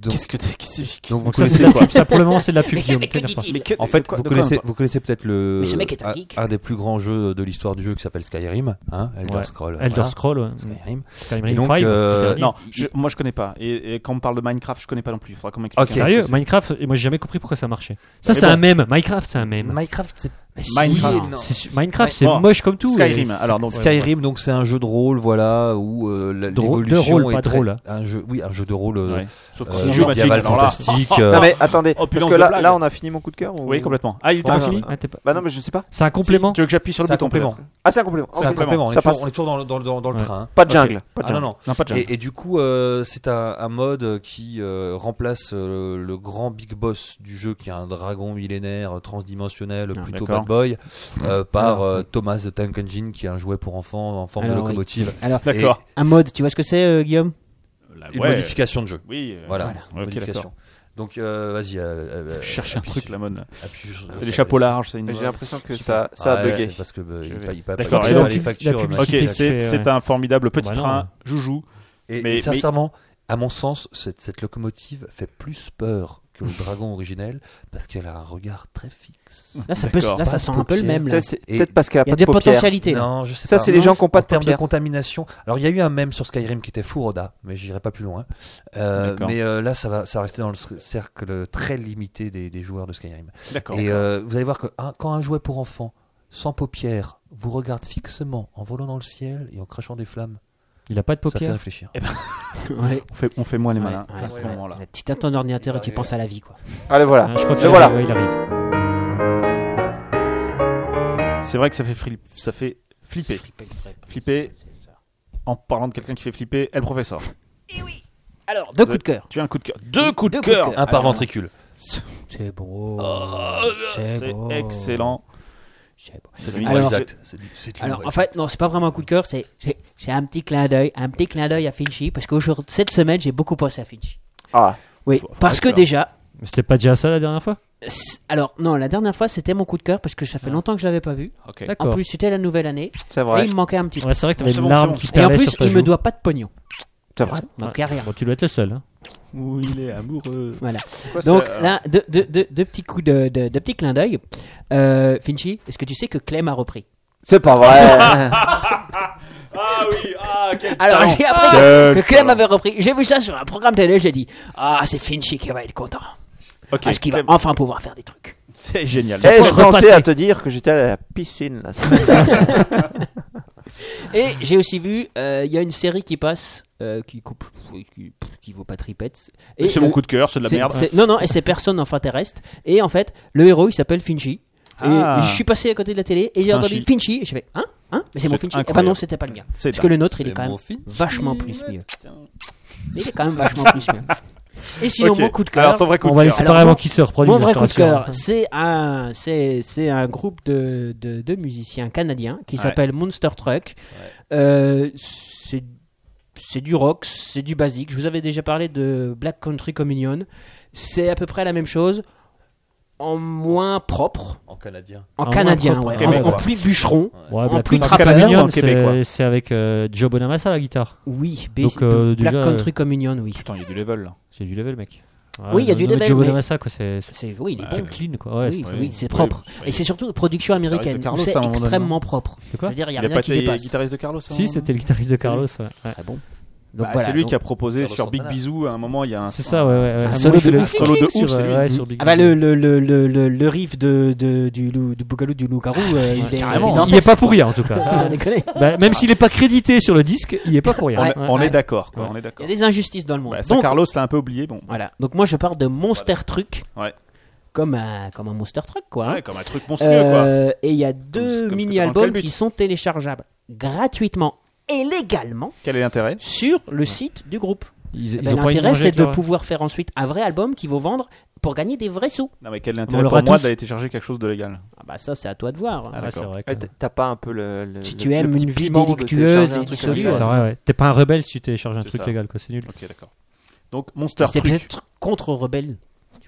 S5: Donc-
S1: Qu'est-ce que t'es- qu'est-ce que-
S5: Donc vous
S2: Donc ça, c'est
S5: connaissez
S2: de la pub. Ça, pour le moment, c'est de la pub.
S4: Mais
S2: Guillaume,
S4: mais que
S2: t'énerve pas.
S4: dit-il
S1: que-
S5: En fait,
S1: de quoi-
S5: vous,
S1: de quoi
S5: connaissez,
S1: on parle
S5: vous connaissez peut-être le
S4: Mais ce mec est un geek.
S5: des plus grands jeux de l'histoire du jeu qui s'appelle Skyrim, hein, Elder
S2: Ouais.
S5: Scrolls.
S2: Elder
S5: voilà,
S2: Scroll, ouais.
S5: Skyrim.
S2: Skyrim
S5: Et donc,
S2: Five,
S5: euh,
S2: dernier.
S1: Non, je- moi je connais pas. Et, et quand on parle de Minecraft, je connais pas non plus. Il faudra qu'on m'explique.
S5: Ok.
S1: un peu
S2: Sérieux,
S1: ce que
S2: Minecraft, et moi j'ai jamais compris pourquoi ça marchait. Ça,
S1: Mais
S2: c'est
S1: bon.
S2: un mème. Minecraft, c'est un mème.
S5: Minecraft, c'est
S1: Minecraft.
S2: C'est su- Minecraft, c'est
S1: Bon,
S2: moche comme tout.
S1: Skyrim,
S2: et c'est-
S1: alors, donc,
S2: ouais, ouais.
S5: Skyrim, donc c'est un jeu de rôle, voilà, où euh, la-
S2: De rô-
S5: l'évolution
S2: de rôle,
S5: est
S2: pas de
S5: très-
S2: rôle, hein.
S5: Un jeu, oui, un jeu de rôle.
S1: c'est.
S5: euh,
S1: Ouais. Sauf que
S5: euh,
S1: c'est jeu Mathilde,
S5: médiéval
S1: alors là-
S5: fantastique.
S3: Non
S5: euh,
S3: mais attendez,
S1: Oh, putain,
S3: parce que
S1: de
S3: là,
S1: blague.
S3: là, on a fini mon coup de cœur ou-
S1: Oui, complètement. Ah, il était
S3: Ouais,
S1: infini
S3: ouais.
S2: Ah, t'es pas-
S3: Bah non mais je sais pas.
S2: C'est un complément.
S1: Tu veux que j'appuie sur le
S5: C'est un
S1: bouton
S5: complément.
S1: peut-être
S3: Ah c'est un complément.
S5: C'est un
S3: Ok.
S5: complément. On est
S3: Ça
S5: toujours,
S3: passe.
S5: on est toujours dans le, dans le- dans le
S2: Ouais.
S5: train. hein.
S3: Pas de jungle. Pas de
S5: Ah non,
S3: jungle.
S5: non.
S1: Non, pas de jungle.
S5: Et, et du coup, euh, c'est un, un mode qui euh, remplace euh, le grand big boss du jeu, qui est un dragon millénaire euh, transdimensionnel,
S1: Ah,
S5: plutôt
S1: d'accord. Ah.
S5: Boy euh, par euh, Thomas the Tank Engine, qui est un jouet pour enfants en forme de
S4: Alors, oui.
S5: locomotive.
S4: Alors,
S5: Et
S4: un mode, tu vois ce que c'est, euh, Guillaume
S5: Une modification de jeu.
S1: euh,
S5: voilà. une modification. Donc euh, vas-y.
S1: Je cherche un truc, la mode. C'est des
S5: des
S1: chapeaux larges, c'est une-
S3: J'ai l'impression que ça, ça a bugué.
S5: Parce que bah,
S3: Je
S5: il
S3: vais-
S5: pa- il pa-
S1: D'accord,
S5: il
S1: et
S5: pa-
S1: donc,
S5: les
S1: la
S5: factures.
S1: publicité
S5: machin,
S1: se fait,
S5: machin.
S1: euh, c'est un formidable petit Bah non. train, joujou.
S5: Et,
S1: Mais-
S5: et sincèrement, à mon sens, cette, cette locomotive fait plus peur que le dragon originel parce qu'elle a un regard très fixe.
S4: Là, ça peut- D'accord. là, ça
S5: Pas de
S4: sent un peu le
S5: paupières.
S4: même, là.
S3: Ça, c'est
S5: Et-
S3: peut-être parce qu'elle a
S4: Il y a
S3: pas
S4: des
S3: de paupières.
S4: potentialités.
S5: Non, je sais
S3: Ça,
S5: pas.
S3: c'est les
S5: Non,
S3: gens qui n'ont pas
S5: en
S3: de
S5: termes de
S3: paupières.
S5: contamination. Alors, il y a eu un même sur Skyrim qui était fou, Roda, mais j'irai pas plus loin. Euh,
S14: D'accord.
S5: mais euh, là, ça va, ça va rester dans le cercle très limité des, des joueurs de Skyrim.
S14: D'accord.
S5: Et euh, vous allez voir que un- quand un jouet pour enfants, sans paupières, vous regarde fixement en volant dans le ciel et en crachant des flammes.
S2: Il a pas de
S5: Ça fait
S2: paupières
S5: réfléchir.
S2: Eh ben,
S4: Ouais.
S1: On, fait, on fait moins les
S4: Ouais,
S1: malins
S4: ouais,
S1: à ce
S4: ouais.
S1: moment-là.
S4: Tu tapes ton ordinateur et tu penses à la vie, quoi.
S3: Allez, voilà.
S2: Ah, je crois qu'il
S3: Et
S2: arrive,
S3: voilà.
S2: ouais, il arrive.
S1: C'est vrai que ça fait, fri- ça fait flipper. Flipper. En parlant de quelqu'un qui fait flipper, elle professeur.
S4: Alors, deux coups de cœur.
S1: Tu as un coup de cœur. Deux coups de cœur.
S5: Un par
S1: Alors,
S5: ventricule.
S4: C'est beau.
S1: c'est
S4: beau.
S1: excellent. C'est la
S4: Alors-
S1: musique.
S4: Alors, en fait, non, c'est pas vraiment un coup de cœur, c'est j'ai j'ai un petit clin d'œil, un petit clin d'œil à Finchy, parce qu'aujourd'hui, cette semaine, j'ai beaucoup pensé à Finchy.
S3: Ah.
S4: Oui, parce que déjà,
S2: Mais c'était pas déjà ça la dernière fois
S4: c'est- alors non, la dernière fois, c'était mon coup de cœur, parce que ça fait longtemps que je l'avais pas vu.
S1: Ok.
S4: En
S2: D'accord.
S4: plus, c'était la nouvelle année.
S3: C'est vrai.
S4: Et il me manquait un petit truc.
S2: Ouais, c'est vrai que t'avais
S1: C'est
S2: une
S1: bon,
S2: larme
S1: c'est bon,
S2: qui
S1: c'est
S4: Et en
S2: perlait
S4: plus,
S2: sur ta
S4: il me
S2: joue.
S4: doit pas de pognon.
S3: C'est vrai.
S4: Donc, il y a rien.
S2: Bon, tu dois être le seul. hein.
S1: Où il est amoureux.
S4: Voilà.
S1: quoi,
S4: Donc
S1: ça, euh
S4: là, deux, deux- deux- deux petits coups de, de- de petits clins d'œil. Euh, Finchy, est-ce que tu sais que Clem a repris
S3: C'est pas vrai.
S1: Ah oui, ah quel
S4: Alors
S1: talent.
S4: j'ai appris que Clem avait repris. J'ai vu ça sur un programme télé, j'ai dit Ah, c'est Finchy qui va être content.
S1: Ok,
S4: parce qu'il ah, va
S1: Clem.
S4: enfin pouvoir faire des trucs.
S1: C'est génial.
S3: Eh, je pensais
S2: repasser.
S3: à te dire que j'étais à la piscine là.
S4: Et j'ai aussi vu, euh, il y a une série qui passe, euh, qui, coupe, qui, qui vaut pas tripette. Et
S1: C'est
S4: le-
S1: mon coup de cœur, c'est de la
S4: c'est-
S1: merde.
S4: c'est- Non, non, et c'est personne enfin terrestre. Et en fait, le héros, il s'appelle Finchy. Et
S1: Ah.
S4: je suis passé à côté de la télé et j'ai entendu Finchy. Et je fais Hein Hein Mais c'est mon
S1: C'est
S4: Finchy. Eh ben
S1: incroyable.
S4: non, c'était pas le mien.
S1: C'est
S4: Parce que le nôtre, il
S5: C'est
S4: est quand même
S5: mon Finchy.
S4: vachement plus mieux. Il est quand même vachement plus
S1: [LAUGHS]
S4: mieux. Et sinon,
S1: Ok.
S4: mon coup de cœur.
S1: Alors ton vrai coup
S2: On
S1: de
S2: va les
S1: cœur.
S2: séparer
S4: Alors,
S2: avant
S4: mon-
S2: qu'ils se reproduisent.
S4: Mon vrai
S2: je te
S4: coup de
S2: rassure.
S1: Hum.
S4: cœur, c'est un, c'est, c'est un groupe de, de, de musiciens canadiens qui
S1: Ouais.
S4: s'appelle Monster Truck. Euh, c'est, c'est du rock, c'est du basique. Je vous avais déjà parlé de Black Country Communion. C'est à peu près la même chose, en moins propre,
S5: En canadien.
S2: En
S4: en
S2: moins
S4: canadien,
S2: propre,
S4: ouais,
S2: ouais,
S4: en,
S2: ouais.
S4: en plus bûcheron.
S2: Ouais,
S4: en
S2: Black
S4: plus
S2: Country
S1: trapper la
S2: Communion,
S1: mignon, le
S2: c'est-
S1: Québec, quoi.
S2: C'est avec euh, Joe Bonamassa à la guitare.
S4: Oui, B-
S2: Donc, euh,
S4: Black
S2: déjà,
S4: Country Communion, oui.
S1: Putain, il y a du level là.
S2: C'est du level, mec. Ouais,
S4: Oui, il y a
S2: non,
S4: du
S2: non, mais
S4: level,
S2: Joe
S4: mais-
S2: Bonamassa, quoi. C'est c'est
S4: C'est, oui, il est
S2: c'est
S4: bon.
S2: clean, quoi. Ouais,
S4: oui,
S2: c'est-
S4: oui, c'est
S1: oui,
S4: propre.
S1: oui.
S4: Et c'est surtout production américaine.
S1: Carlos,
S4: où
S1: à
S4: C'est
S1: un moment donné,
S4: extrêmement propre.
S2: C'est quoi
S4: Je veux dire, il n'y a
S1: Il a
S4: rien
S1: pas
S4: qui
S1: été
S4: dépasse.
S1: guitariste de Carlos hein. à un
S2: Si,
S1: moment
S2: c'était le guitariste de Carlos, ouais. ouais.
S4: Très bon.
S1: Bah,
S4: Donc, voilà,
S1: c'est lui
S4: donc-
S1: qui a proposé
S5: Carlos
S1: sur Big
S5: Santana.
S1: Bisou à un moment, il y a un.
S2: C'est ça, ouais, ouais. ouais.
S4: Un
S2: Ah,
S4: solo
S2: moi, je
S4: de
S2: l'ai-
S4: ouf,
S1: solo de
S2: sur,
S1: ouf, c'est lui.
S2: ouais, sur Big
S4: Ah bah
S2: Bang.
S4: le, le, le, le, le, le riff de, de, du, loup- du Bougalou du loup-garou, euh, il est
S2: Carrément.
S4: il est Ah,
S2: Il est pas pour rien, en tout cas.
S4: Sans déconner.
S2: Bah, même s'il est pas crédité sur le disque, il est pas pour rien.
S1: On
S2: Ouais,
S1: est-
S2: ouais.
S1: On est d'accord, quoi.
S2: Ouais.
S1: On est
S4: Il y
S1: d'accord.
S4: a des injustices dans le monde.
S1: Bah, ça,
S4: Donc,
S1: Carlos l'a un peu oublié. Bon,
S4: voilà. Donc moi je parle de Monster Truck.
S1: Ouais.
S4: Comme un, comme un Monster Truck quoi. hein.
S1: Ouais, comme un truc monstrueux, quoi.
S4: Euh, et il y a
S1: comme
S4: deux
S1: ce que t'as dans
S4: mini-albums
S1: le but.
S4: qui sont téléchargeables gratuitement et légalement
S1: Quel est l'intérêt
S4: sur le site du groupe.
S2: Ils,
S4: Eh
S2: ils
S4: ben,
S2: ont pas une
S4: L'intérêt
S2: rangée
S4: c'est
S2: avec
S4: de
S2: leur-
S4: pouvoir faire ensuite un vrai album qu'ils vont vendre pour gagner des vrais sous.
S1: Non, mais quel est
S2: on
S1: l'intérêt
S2: l'aura
S1: pour moi
S2: tous.
S1: d'aller télécharger quelque chose de légal
S4: Ah bah ça c'est à toi de voir.
S1: Ah bah,
S2: Ouais, c'est vrai. que-
S3: Eh, t- T'as pas un peu le. le-
S4: Si
S3: le-
S4: tu
S3: le
S4: aimes
S3: petit
S4: une vie
S3: piment de
S4: délictueuse
S3: télécharger un
S4: et
S3: truc
S2: Ouais,
S3: comme
S4: absolue,
S2: c'est
S3: ça.
S4: ouais.
S2: vrai, ouais. T'es pas un rebelle si tu télécharges un
S1: C'est
S2: truc
S1: ça.
S2: légal, quoi. C'est nul.
S1: Ok, d'accord. Donc, Monster
S4: C'est
S1: Truc.
S4: peut-être contre rebelle.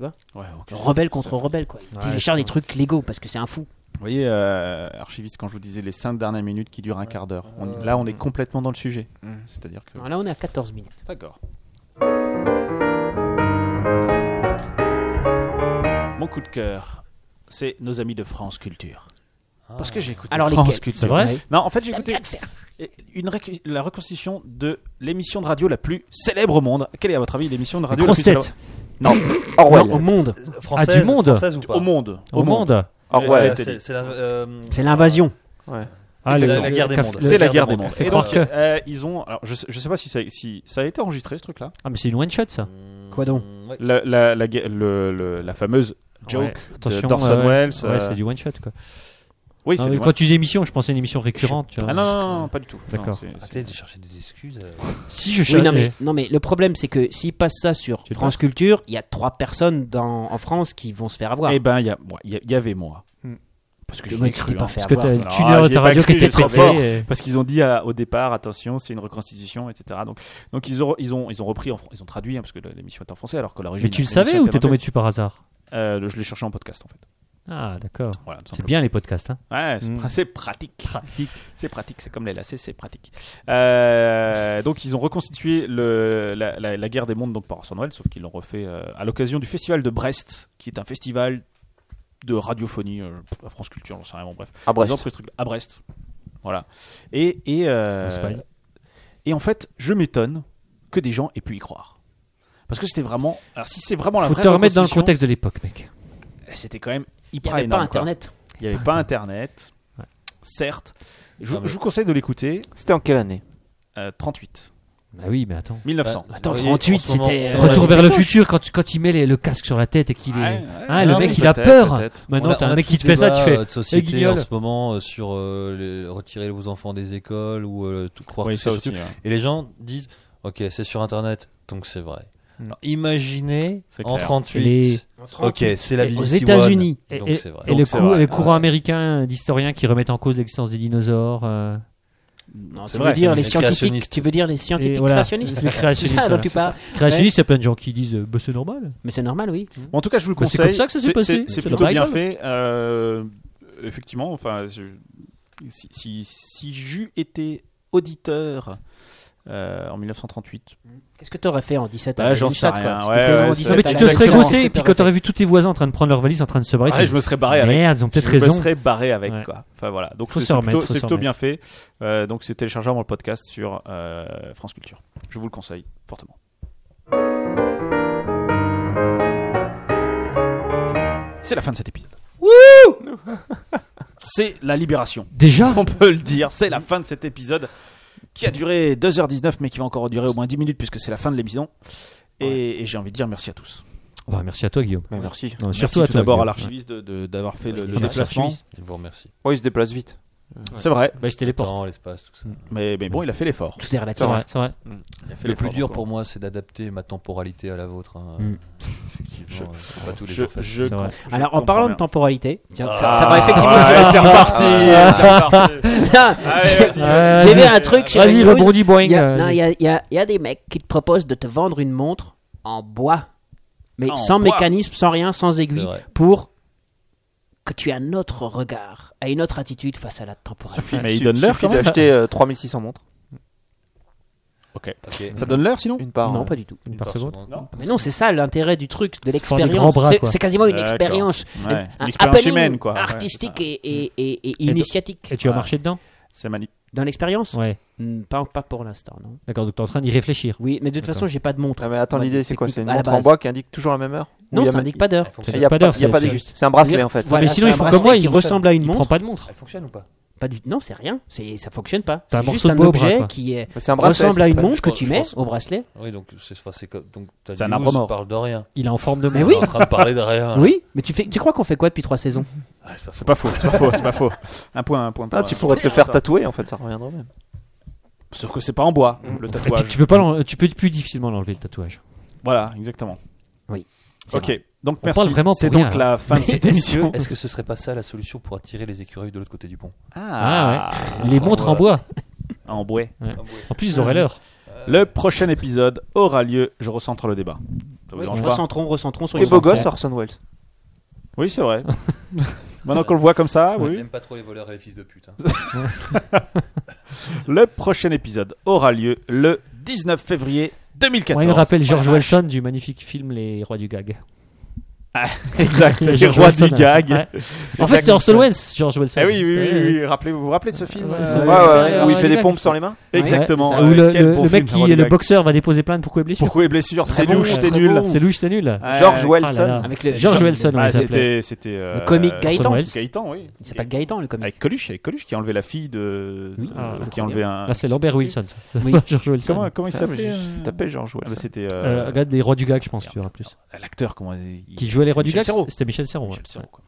S1: Ouais, ok.
S4: Rebelle contre rebelle, quoi. Il
S2: Ouais,
S4: Télécharge des
S2: putain.
S4: trucs légaux parce que c'est un fou.
S1: Vous voyez, euh, archiviste, quand je vous disais les 5 dernières minutes qui durent un quart d'heure, on- là on est complètement dans le sujet.
S2: Mmh.
S1: C'est-à-dire que.
S4: Alors là, on est à 14 minutes.
S1: D'accord. Mon coup de cœur, c'est nos amis de France Culture. Parce que j'ai écouté
S2: [LAUGHS]
S4: Alors,
S1: France
S4: lesquels
S1: Culture.
S2: C'est vrai
S1: Non, en fait, j'ai
S4: T'as
S1: écouté
S4: bien de faire.
S1: une récu- la reconstitution de l'émission de radio la plus célèbre au monde. Quelle est, à votre avis, l'émission de radio la
S2: Grosse
S1: plus célèbre
S2: tête.
S1: Non,
S3: Orwell.
S4: Non, au monde.
S5: Française,
S2: Ah, du monde
S5: française ou pas
S1: au monde.
S2: Au monde.
S3: Orwell.
S5: Euh, c'est- c'est la, euh,
S4: C'est l'invasion.
S2: Ah,
S5: C'est
S2: le-
S5: la, la guerre des
S2: le-
S5: mondes.
S1: C'est la guerre des mondes.
S2: Fait
S1: Et
S2: croire
S1: donc,
S2: que-
S1: euh, ils ont. Alors, je, sais- je sais pas si ça, si ça a été enregistré ce truc-là.
S2: Ah, mais c'est une one shot, ça.
S4: Quoi donc
S5: Ouais.
S1: La, la, la, gue- le- le- la fameuse joke
S2: Ouais,
S1: de
S2: Attention,
S1: Dorson
S2: ouais, ouais.
S1: Welles.
S2: Ouais,
S1: euh,
S2: c'est du one shot, quoi.
S1: Oui,
S2: Ah,
S1: c'est
S2: mais
S1: du-
S2: Quand tu dis émission, je pensais à une émission récurrente, tu vois.
S1: Ah non, non, non, non, pas du tout.
S2: D'accord.
S1: Non, c'est- c'est-
S5: Arrêtez de Ah, chercher des excuses. euh.
S2: Si je
S4: Oui,
S2: cherche.
S4: non, mais, non, mais le problème, c'est que s'ils passent ça sur
S2: Tu te
S4: France Culture, il y a trois personnes dans, en France qui vont se faire avoir.
S1: Eh ben, il y, a- moi, il y a- il y avait moi. Parce que
S4: Le
S1: j'y ai
S4: mec,
S1: cru.
S4: t'es pas
S1: hein.
S4: fait avoir, toi. Alors, j'y ai pas cru, j'ai trop fort.
S1: Parce qu'ils ont dit à- au départ, attention, c'est une reconstitution, etc. Donc, donc ils, ont, ils, ont, ils ont repris, en fr- ils ont traduit, hein, parce que l'émission est en français, alors que l'origine.
S2: Mais tu le
S1: l'émission
S2: savais
S1: était
S2: ou
S1: en
S2: t'es tombé
S1: anglais.
S2: dessus par hasard
S1: Euh, le- Je l'ai cherché en podcast, en fait.
S2: Ah, d'accord.
S1: Voilà, tout
S2: c'est
S1: simplement.
S2: bien les podcasts. Hein.
S1: Ouais, c'est
S2: Mm.
S1: pra- c'est pratique. C'est pratique, c'est comme les lacets, c'est pratique. Euh, donc ils ont reconstitué le, la, la- la guerre des mondes donc par Orson Welles, sauf qu'ils l'ont refait euh, à l'occasion du festival de Brest, qui est un festival de radiophonie, euh, à France Culture, j'en sais rien, bon, bref.
S3: À Brest.
S1: Ils ont pris ce truc à Brest. Voilà. Et, et, euh,
S3: En Espagne.
S1: et en fait, je m'étonne que des gens aient pu y croire. Parce que c'était vraiment. Alors, si c'est vraiment la
S2: Faut
S1: vraie.
S2: te remettre dans le
S1: reconstitution, eh,
S2: contexte de l'époque, mec.
S1: c'était quand même hyper
S2: avait pas
S1: énorme, quoi.
S2: Internet.
S1: Il n'y avait pas Internet. Certes. Je,
S2: Ah, mais-
S1: je vous conseille de l'écouter. euh,
S3: C'était en quelle année
S1: 38.
S2: Bah oui, mais attends.
S1: 1900.
S2: Bah,
S4: attends, 38, c'était, euh,
S2: Retour
S4: on
S2: vers le
S4: avait des
S2: futur quand, quand il met les- le casque sur la tête et qu'il est. Hein,
S5: Ah, Non,
S2: le mec
S5: mais
S2: il a
S5: peut-être,
S2: peur.
S5: peut-être. On
S2: Maintenant
S5: a-
S2: t'as
S5: on
S2: un
S5: a
S2: mec
S5: tout
S2: qui
S5: ce
S2: te fait ça,
S5: débat,
S2: tu fais.
S5: euh, de
S2: Eh,
S5: société en
S2: guignol.
S5: ce moment euh, sur euh, les- retirer vos enfants des écoles ou euh, tout croire
S1: Oui,
S5: que
S1: ça
S5: c'est
S1: aussi, hein.
S5: sur-
S1: ouais.
S5: Et les gens disent Ok, c'est sur internet, donc c'est vrai.
S3: Mm.
S5: Alors, imaginez
S1: C'est
S5: en
S1: clair.
S5: 38.
S2: Les-
S5: Ok, c'est la
S2: Et-
S5: BBC
S2: Aux États-Unis.
S5: One,
S2: Et,
S5: donc
S2: et-
S5: c'est vrai.
S2: et le, courant- le courant américain d'historiens qui remettent en cause l'existence des dinosaures. euh,
S1: Non,
S4: Tu veux dire les scientifiques Tu veux dire les
S2: Et
S4: scientifiques
S2: voilà,
S4: créationnistes
S2: Les créationnistes.
S4: C'est ça dont
S2: voilà,
S4: tu
S2: c'est ça.
S4: parles.
S2: Créationnistes, il y a plein de gens qui disent euh, bah, c'est normal.
S4: Mais c'est normal, oui.
S1: Bon, en tout cas, je vous le
S2: Bah, c'est
S1: conseille.
S2: comme ça que ça s'est passé.
S1: c'est- C'est
S2: C'est
S1: plutôt
S2: la
S1: bien
S2: Bible.
S1: fait. Euh, effectivement, enfin, je- si, si, si j'eus été auditeur euh, en 1938,
S4: Qu'est-ce que t'aurais fait en 17
S1: Bah,
S4: ans
S1: j'en sais
S4: Une chatte,
S1: rien,
S4: quoi.
S1: ouais,
S4: Si t'étais
S1: ouais,
S4: en
S1: c'est-
S4: 17
S1: Non,
S2: mais tu te
S1: Exactement.
S2: serais gossé, et
S4: Qu'est-ce
S2: puis
S4: que
S2: quand
S4: t'aurais
S2: t'aurais vu tous tes voisins en train de prendre leur valise, en train de se barrer,
S1: Ah,
S2: tu
S1: ouais,
S2: dis,
S1: je me serais barré avec.
S2: Merde, ils ont peut-être
S1: Je me
S2: raison.
S1: serais barré avec,
S2: Ouais.
S1: quoi. Enfin, voilà. Donc,
S2: Faut
S1: c'est
S2: se
S1: c'est
S2: remettre,
S1: plutôt,
S2: faut
S1: c'est
S2: se
S1: plutôt bien fait. Euh, donc, c'est téléchargeable le podcast sur euh, France Culture. Je vous le conseille fortement. C'est la fin de cet épisode. C'est la libération.
S2: Déjà
S1: [LAUGHS] On peut le dire, c'est la fin de cet épisode qui a duré 2h19 mais qui va encore durer au moins 10 minutes puisque c'est la fin de l'émission. Et, et j'ai envie de dire merci à tous.
S2: Bah, merci à toi, Guillaume.
S3: Mais merci.
S2: Non,
S1: Merci
S2: surtout à
S1: tout
S2: toi,
S1: d'abord à
S2: Guillaume.
S1: l'archiviste de- de- d'avoir fait le, le
S2: déjà
S1: déplacement.
S2: l'archiviste.
S5: Je vous remercie.
S3: Ouais, il se déplace vite.
S1: C'est vrai.
S2: Bah, je téléporte.
S5: Temps, l'espace, tout ça.
S1: Mais, mais bon, il a fait l'effort.
S4: Tout est
S2: C'est
S4: relatif.
S2: vrai, c'est vrai.
S1: Il a fait
S5: Le plus
S1: l'effort,
S5: dur
S1: donc,
S5: pour moi, c'est d'adapter ma temporalité à la vôtre. hein.
S2: Mm.
S5: Effectivement, c'est pas tous les
S1: je-
S5: jours facile.
S1: je-
S2: C'est vrai.
S1: je
S4: Alors, en
S1: comprends
S4: parlant
S1: bien.
S4: de temporalité, tiens, ça,
S1: Ah,
S4: ça va
S1: [LAUGHS]
S4: effectivement.
S1: ouais, c'est reparti, c'est reparti. Ah Allez, vas-y,
S2: Ah, vas-y.
S4: J'ai vu un truc sur
S2: Vas-y,
S4: une news.
S2: rebondis, boing.
S4: Il y a-
S2: euh,
S4: non, il y a- il y a- il y a des mecs qui te proposent de te vendre une montre en bois, mais
S1: En
S4: sans
S1: bois.
S4: mécanisme, sans rien, sans
S5: C'est
S4: aiguille,
S5: vrai.
S4: pour que tu aies un autre regard, à une autre attitude face à la temporalité.
S1: Mais il donne l'heure
S3: Suffit
S1: quand même.
S3: d'acheter euh, 3600 montres.
S1: Ok. Ah,
S5: Ok.
S1: Ça donne l'heure sinon
S3: Une par.
S4: Non,
S3: euh,
S4: pas du tout.
S2: Une par seconde.
S4: Mais non, c'est ça l'intérêt du truc, de
S2: Se prendre des grands
S4: l'expérience.
S2: bras,
S4: C'est-
S2: quoi.
S4: C'est quasiment une
S1: D'accord.
S4: expérience,
S1: Ouais, une
S4: un- un
S1: expérience
S4: happening
S1: humaine, quoi. Ouais.
S4: artistique et, et- et- et
S2: de-
S4: initiatique.
S2: Et tu as marché dedans
S1: C'est magnifique.
S4: Dans l'expérience
S2: Ouais.
S4: Hmm, pas, pas pour l'instant, non.
S2: D'accord, donc t'es en train d'y réfléchir.
S4: Oui, mais de toute
S2: D'accord.
S4: façon, j'ai pas de montre.
S3: Ah, mais attends,
S4: Moi,
S3: l'idée c'est quoi C'est une
S4: à la
S3: montre en
S4: base.
S3: bois qui indique toujours la même heure Ou
S4: Non,
S3: il y a
S4: ça
S3: ma-
S4: indique pas d'heure.
S3: Il n'y a
S2: pas
S3: pas,
S2: d'heure,
S3: il y a
S2: c'est-
S3: pas d'aiguille. C'est un bracelet en fait.
S4: Voilà,
S2: mais
S4: c'est
S2: sinon,
S4: un
S2: ils font comme
S4: bracelet
S2: moi,
S4: qui
S2: ils
S4: ressemble à une
S2: Ils
S4: montre.
S2: prend pas de montre.
S5: Elle fonctionne ou pas
S4: Pas du... Non, c'est rien. C'est... Ça fonctionne pas.
S2: T'as un
S4: C'est
S2: morceau
S4: juste
S2: de
S4: un
S2: beau bras,
S4: objet
S2: quoi.
S4: qui est-
S3: C'est un bracelet.
S4: ressemble à
S3: c'est
S4: une
S3: pas-
S4: montre que
S5: pense-
S4: tu
S5: je
S4: mets
S5: pense-
S4: au bracelet.
S5: Oui, donc c'est enfin, c'est comme. Donc, t'as
S1: C'est un
S5: dit,
S1: arbre
S5: Ouz
S1: mort.
S5: parle de rien.
S2: Il est en forme de
S4: Mais
S2: montre.
S4: oui.
S5: On est en train de parler de
S9: [LAUGHS]
S5: rien.
S4: Oui, mais tu, fais... tu crois qu'on fait quoi depuis trois saisons
S1: C'est pas faux, c'est pas faux, c'est pas faux. Un point, un point. pour euh,
S3: Ah, tu pourrais te le faire tatouer en fait, ça reviendra même.
S1: Sauf que c'est pas en bois,
S5: Mm.
S1: le
S2: Et tu,
S5: [LAUGHS]
S1: tatouage.
S2: tu peux pas l'en- tu peux plus difficilement l'enlever le tatouage.
S1: Voilà, exactement.
S4: Oui, c'est
S1: Ok, donc
S2: On
S1: merci.
S2: parle vraiment
S1: c'est
S2: pour
S1: donc
S2: rien,
S1: la fin de cette émission.
S5: hein. Est-ce que ce serait pas ça la solution pour attirer les écureuils de l'autre côté du pont
S2: Ah ouais. Les montres en bois.
S1: En bouet.
S2: En plus, ils auraient l'heure.
S1: Le prochain épisode aura lieu. Je recentre le débat. Ça vous
S4: Oui,
S1: dérange pas
S4: Recentrons, recentrons sur
S3: T'es
S4: les
S3: beau
S4: enfants.
S3: gosse Orson Welles.
S1: Oui, c'est
S2: [LAUGHS]
S1: vrai. Maintenant qu'on le voit comme ça, oui.
S5: N'aime pas trop les voleurs et les fils de pute. hein.
S1: [LAUGHS] Le prochain épisode aura lieu le 19
S2: [LAUGHS]
S1: février 2014.
S2: Moi, il me rappelle George
S1: Voilà.
S2: Wilson du magnifique film Les Rois du Gag.
S1: Exact, les
S2: George
S1: rois du
S2: Wilson,
S1: gag.
S2: ouais.
S1: Les
S2: En fait,
S1: Jack
S2: c'est Orson
S1: Nicholson.
S2: Welles, George Wilson.
S1: Eh oui, oui, oui,
S2: Ouais,
S1: oui,
S2: ouais.
S1: Rappelez, vous vous rappelez de ce film
S2: Ouais,
S1: euh,
S2: ouais,
S3: Ouais,
S2: ouais,
S3: ouais, où il
S2: ouais,
S3: fait des
S2: ouais.
S3: pompes sans les mains
S1: Exactement.
S2: Où
S1: euh,
S2: le,
S1: quel
S2: le-
S1: bon
S2: le
S1: film,
S2: mec
S1: Roy
S2: qui est le
S1: Black.
S2: boxeur va déposer plainte pour coups et blessures.
S1: Pourquoi les blessures C'est
S2: Très bon,
S1: louche,
S2: très
S1: c'est
S2: bon.
S1: nul.
S2: C'est louche, c'est nul.
S1: Ouais.
S3: George
S2: Ah là
S3: Wilson.
S2: là.
S4: Avec le-
S2: George
S4: Jean-
S2: Wilson,
S1: Ah,
S2: ouais, il
S1: c'était
S2: s'appelait.
S1: c'était euh,
S4: comique
S2: Gaëtan.
S1: Orson Welles. Gaëtan, oui.
S4: Il s'appelle Gaëtan, le comique.
S1: Avec Coluche, avec Coluche qui enlevait la fille de
S4: Oui.
S1: euh,
S2: Ah,
S1: qui enlevait un
S2: Là, c'est Lambert Wilson. ça. C'est
S4: Oui.
S2: pas George Wilson.
S1: Comment comment il
S3: Putain, mais
S1: s'appelait
S3: j'ai-
S1: euh
S3: j'ai tapé George
S1: Ah, bah,
S3: Welles.
S1: c'était euh,
S2: Euh, regarde les rois du gag, je pense, tu auras plus.
S1: l'acteur comment il...
S2: Qui jouait les
S1: c'est
S2: rois du
S1: Michel
S2: gag
S1: Serrault.
S2: C'était Michel Serrault. ouais.
S1: Michel Serrault, quoi.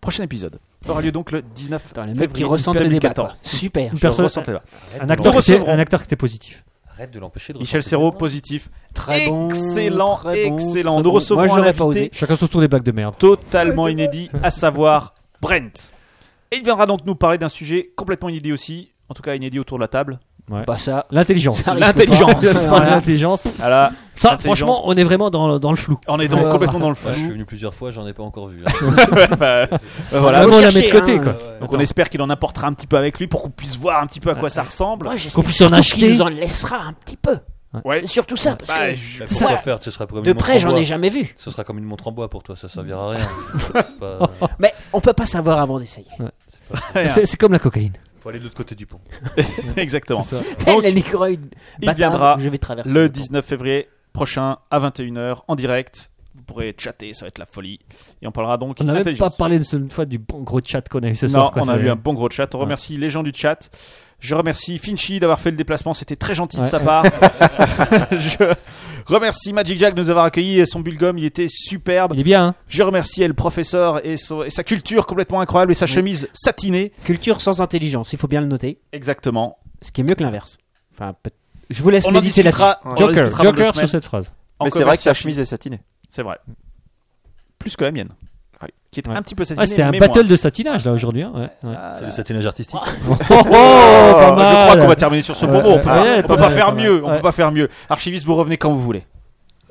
S1: Prochain épisode aura lieu donc le 19
S4: Attends, les mecs qui
S1: février
S4: ressentent le débat.
S1: 2014.
S4: quoi. Super.
S2: Une
S1: Je
S2: personne-
S1: ressens le débat.
S5: Arrête
S2: Un
S5: de
S2: acteur,
S1: Nous
S2: qui était,
S1: recevrons-
S2: un acteur qui était positif.
S5: l'em- Arrête de l'empêcher de
S1: Michel
S5: ressentir
S1: Serrault
S5: des gens.
S1: positif.
S4: Très bon,
S1: excellent,
S4: très bon,
S1: excellent.
S4: très
S1: Nous
S4: bon.
S1: recevrons
S4: Moi,
S1: un
S4: j'aurais pas
S1: invité
S4: osé.
S2: Chacun son tour des blagues de merde.
S1: totalement inédit, à savoir Brent. Et il viendra donc nous parler d'un sujet complètement inédit aussi, en tout cas inédit autour de la table.
S2: Bah ça, l'intelligence. Ça risque
S1: L'intelligence.
S2: pas. Ça,
S1: Voilà.
S2: l'intelligence.
S1: Voilà.
S2: Ça,
S1: L'intelligence.
S2: franchement, on est vraiment dans, dans le flou.
S1: Ah On est donc
S2: Voilà.
S1: complètement dans le
S4: [LAUGHS]
S1: flou.
S5: Ouais, je suis venu plusieurs fois, j'en ai pas encore vu.
S1: Ouais, bah, bah, voilà.
S2: Faut On la chercher, met de côté, hein. quoi.
S1: Donc on espère qu'il en apportera un petit peu avec lui pour qu'on puisse voir un petit peu à quoi ça ressemble.
S2: Moi, j'espère Qu'on puisse en surtout qu'il acheter. nous en
S4: laissera un petit peu.
S1: Ouais.
S4: Surtout ça, parce
S1: Bah,
S4: que
S1: je-
S5: Mais
S4: ça,
S5: pourquoi faire Ce sera comme
S4: de
S5: une montre
S4: près,
S5: en
S4: j'en
S5: bois.
S4: ai jamais vu.
S5: Ce sera comme une montre en bois pour toi, ça servira à rien. C'est pas- euh,
S4: Mais on peut pas savoir avant d'essayer.
S2: C'est c'est comme la cocaïne.
S5: Faut aller de l'autre côté du pont.
S1: [LAUGHS] Exactement.
S2: C'est ça.
S4: Tel l'écureuil
S1: Il
S4: bâtard,
S1: viendra
S4: je vais traverser
S1: le
S4: le pont.
S1: 19 février prochain à 21h en direct. Vous pourrez chatter, ça va être la folie. Et on parlera donc
S2: On n'a même pas
S1: intelligence.
S2: parlé de cette fois du bon gros chat qu'on a eu ce
S1: Non,
S2: soir. quoi,
S1: on a
S2: c'est-
S1: eu un bon gros chat. On remercie les gens du chat. Je remercie Finchy d'avoir fait le déplacement, c'était très gentil de
S2: Ouais.
S1: sa
S2: [LAUGHS]
S1: part. Je remercie Magic Jack de nous avoir accueillis et son bulgum, il était superbe.
S2: Il est bien. hein.
S1: Je remercie le professeur et, son- et sa culture complètement incroyable et sa chemise satinée.
S4: Culture sans intelligence, il faut bien le noter.
S1: Exactement.
S4: Ce qui est mieux que l'inverse. Enfin, peut- je vous laisse
S1: On en
S4: méditer
S1: discutera-
S4: là-dessus.
S1: on en
S2: Joker,
S1: discutera dans deux
S2: Joker sur
S1: semaines.
S2: cette phrase.
S1: En
S3: Mais c'est vrai que
S1: commercial
S3: ta chemise est satinée.
S1: C'est vrai. Plus que la mienne. Qui est
S2: Ouais.
S1: un petit peu satinée.
S2: Ah, c'était un
S1: mais
S2: battle
S1: moins.
S2: de satinage là aujourd'hui. hein, ouais, ouais.
S1: Euh,
S5: C'est le satinage artistique.
S2: Oh, pas
S1: bah, je
S2: mal.
S1: crois qu'on va terminer sur ce bon
S2: Ouais,
S1: mot. On peut
S2: ouais,
S1: pas,
S2: ouais,
S1: on peut
S2: pas
S1: pas
S2: mal,
S1: faire
S2: pas mal.
S1: mieux. On
S2: Ouais.
S1: peut pas faire mieux. Archiviste, vous revenez quand vous voulez.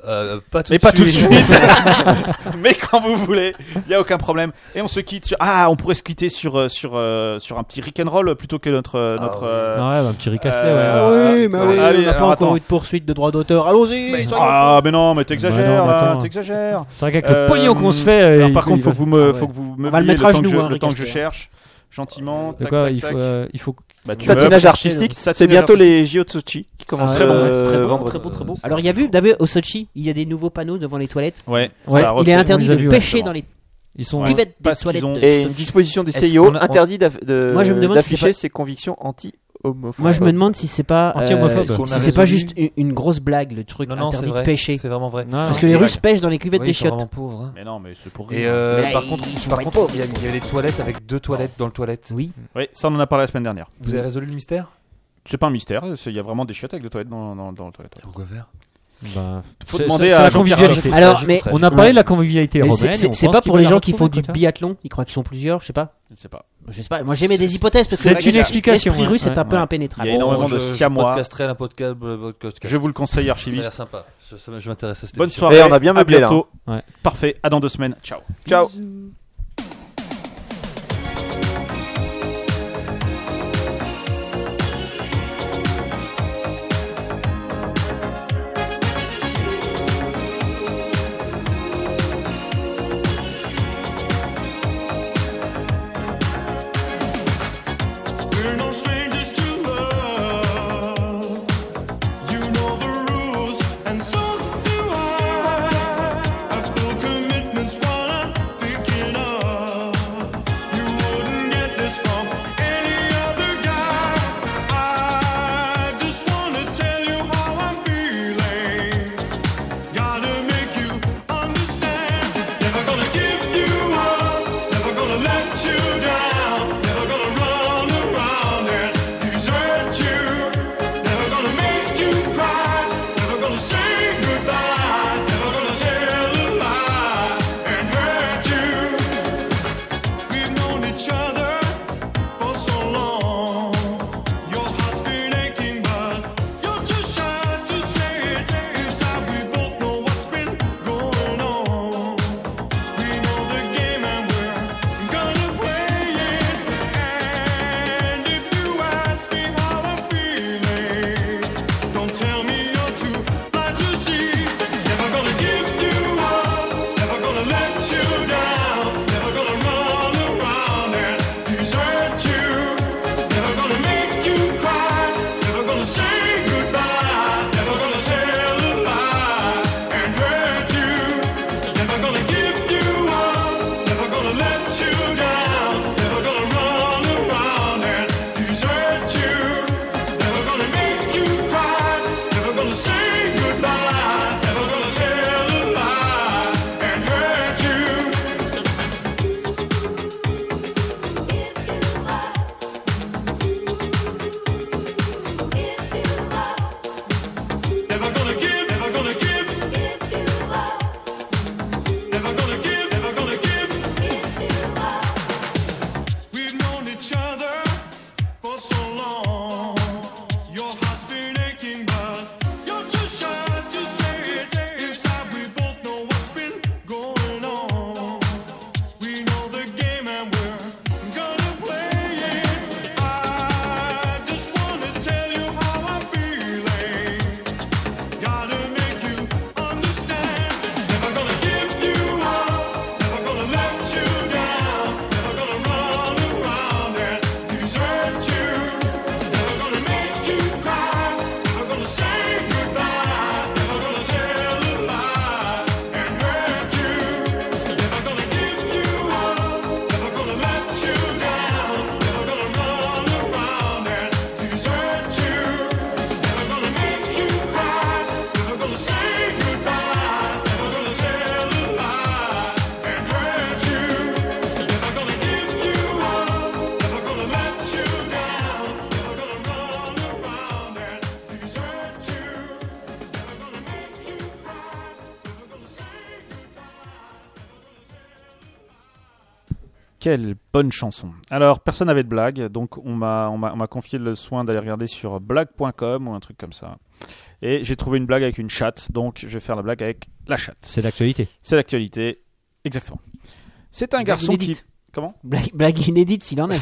S5: Euh, pas tout
S1: Mais
S5: de
S1: pas tout de
S5: suite.
S1: suite. [LAUGHS] Mais quand vous voulez, il y a aucun problème. Et on se quitte. Sur... Ah, on pourrait se quitter sur euh, sur euh, sur un petit rick and roll plutôt que notre euh, notre. euh,
S2: Ouais, bah, un petit ricassé, ouais.
S1: euh,
S4: Ah oui, mais
S1: euh,
S4: oui,
S1: allez,
S4: on n'a pas
S1: alors,
S4: encore
S1: attends.
S4: eu de poursuite de droit d'auteur. Allons-y. soyons
S1: Ah, mais non, mais
S2: Bah
S1: t'exagères,
S2: non, mais
S1: là,
S2: attends.
S1: t'exagères.
S2: C'est vrai qu'avec le pognon qu'on se fait,
S1: euh, alors
S2: euh,
S1: par
S2: il-
S1: contre,
S2: il
S1: faut
S2: va-
S1: que vous me,
S2: Ah ouais.
S1: faut que vous me
S4: On va le
S1: meubliez
S4: mettre à
S1: temps que
S4: genoux,
S1: je-
S4: hein,
S1: le temps que je
S4: Ricaster.
S1: cherche gentiment.
S2: De
S1: Tac,
S2: quoi,
S1: tac,
S2: il
S1: tac.
S2: faut, euh, il faut.
S1: Bah, tu meubles.
S3: Satinage artistique.
S1: Satinage
S3: C'est bientôt
S1: artistique.
S3: les JO de Sochi qui commencent
S4: Ah
S1: très bon, ouais,
S3: euh,
S1: c'est très bon,
S3: vendredi.
S1: très bon, très bon.
S4: Alors, il y a vu, d'abord, au Sochi, il y a des nouveaux panneaux devant les toilettes.
S1: Ouais.
S2: Ouais,
S1: ça a
S4: il est
S1: refait-
S4: interdit
S2: on les a
S4: de
S2: vus, ouais,
S4: pêcher
S1: exactement.
S4: dans les
S2: Ils sont.
S1: Ouais.
S4: cuvettes des
S1: Parce
S4: toilettes.
S1: qu'ils ont-
S4: de
S3: Et
S4: Sochi.
S3: une disposition du
S4: Est-ce
S3: CIO
S4: qu'on a-
S3: interdit d'aff- de-
S4: Moi, je me demande si
S3: d'afficher
S4: c'est pas-
S3: ses convictions anti-homophobes.
S4: Moi, je me demande si c'est pas, euh,
S2: Anti-homophobe.
S4: si
S2: Est-ce qu'on a
S4: c'est pas
S9: résolu
S4: juste une, une grosse blague le truc
S9: Non, non, c'est
S4: interdit de
S9: vrai.
S4: pêcher.
S9: C'est vraiment vrai.
S4: Parce que les
S9: Blague.
S4: Russes pêchent dans les cuvettes
S9: Oui,
S4: des
S9: ils sont
S4: chiottes.
S9: vraiment pauvres. hein.
S1: Mais non, mais c'est pour
S9: Et
S1: rire.
S9: euh,
S4: Mais là,
S9: par
S4: ils
S9: contre,
S4: sont
S9: par
S4: pas
S9: contre,
S4: pauvres,
S9: il y, a- il y a les toilettes avec deux toilettes dans le toilette.
S4: Oui.
S1: Oui, ça on en a parlé la semaine dernière.
S9: Vous avez résolu le mystère
S1: C'est pas un mystère, c'est- il y a vraiment des chiottes avec des toilettes dans, dans, dans le toilette.
S9: Pourquoi faire
S2: Bah,
S1: Faut
S2: c'est-
S1: demander
S2: c'est-
S1: à
S2: c'est la
S1: Jean-Pierre
S2: convivialité.
S5: Raffarin.
S4: Alors,
S5: Tragique,
S4: mais
S5: tragique.
S2: On a parlé de la convivialité
S4: mais
S2: romaine.
S4: c'est-
S2: et on
S4: c'est c'est
S2: pense
S4: pas
S2: qu'il
S4: pour
S2: va
S4: les
S2: la
S4: gens qui font
S2: retrouver,
S4: du
S2: quoi.
S4: biathlon. Ils croient qu'ils sont plusieurs. Je sais pas.
S1: Je ne sais pas.
S4: Je sais pas. Moi, j'aimais des hypothèses parce que
S2: C'est
S4: vrai
S2: une
S4: que
S2: explication,
S4: L'esprit
S2: ouais.
S4: russe est un peu
S2: Ouais.
S1: Il y
S4: impénétrable.
S1: a énormément
S5: je-
S1: de
S5: je
S1: siamois.
S5: podcasterai un podcast. euh, podcast.
S1: Je vous le conseille,
S5: Ça a l'air
S1: archiviste.
S5: sympa. Ça- ça- Je m'intéresse à cette
S1: Bonne
S5: émission.
S1: soirée.
S3: Et on a bien
S1: à
S3: meublé, là.
S1: bientôt.
S2: hein. Ouais.
S1: Parfait. À dans deux semaines. Ciao.
S3: Ciao.
S7: We're no strangers to love. You know the rules, and so do I. I feel commitments while I'm thinking of.
S1: Quelle bonne chanson. Alors, personne n'avait de blague, donc on m'a, on m'a, on m'a confié le soin d'aller regarder sur blague.com ou un truc comme ça. Et j'ai trouvé une blague avec une chatte, donc je vais faire la blague avec la chatte.
S2: C'est d'actualité.
S1: C'est l'actualité, exactement. C'est un
S4: Blague
S1: garçon qui.
S4: inédite.
S1: Comment
S4: Blague, blague inédite s'il
S1: [LAUGHS]
S4: en est.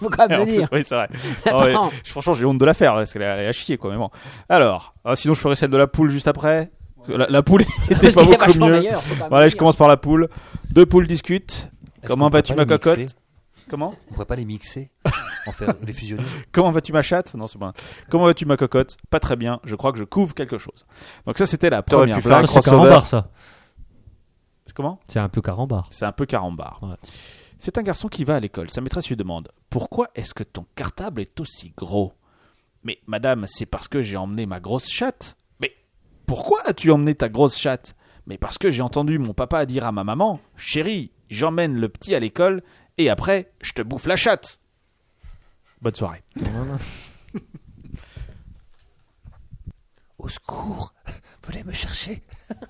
S4: Faut quand même
S1: En
S4: le
S1: plus,
S4: dire.
S1: [LAUGHS] Oui, c'est vrai.
S4: Attends.
S1: Ah ouais, je- franchement, j'ai honte de la faire parce qu'elle est elle est à chier, quoi. Mais bon. Alors, ah, sinon, je ferai celle de la poule juste après. Parce que La, la poule [LAUGHS] était pas
S4: Parce qu'elle est
S1: beaucoup
S4: vachement
S1: mieux.
S4: meilleure, faut quand même
S1: Voilà,
S4: le
S1: je
S4: dire.
S1: commence par la poule. Deux poules discutent.
S5: Est-ce
S1: Comment
S5: qu'on pourrait
S1: vas-tu
S5: pas
S1: ma
S5: les mixer
S1: cocotte Comment
S5: On pourrait pas les mixer, en faire les fusionner.
S1: Comment vas-tu ma chatte Non, c'est pas. Comment vas-tu ma cocotte Pas très bien. Je crois que je couvre quelque chose. Donc ça, c'était la
S3: T'aurais
S1: première
S3: pu faire
S1: blague.
S3: un Ça, c'est crossover. carambar,
S2: Ah, ça.
S1: C'est comment
S2: C'est un peu carambar.
S1: C'est un peu carambar. C'est un garçon qui va à l'école. Sa maîtresse lui demande Pourquoi est-ce que ton cartable est aussi gros Mais madame, c'est parce que j'ai emmené ma grosse chatte. Mais pourquoi as-tu emmené ta grosse chatte Mais parce que j'ai entendu mon papa dire à ma maman Chérie, j'emmène le petit à l'école et après, je te bouffe la chatte. Bonne soirée.
S5: Au secours Venez me chercher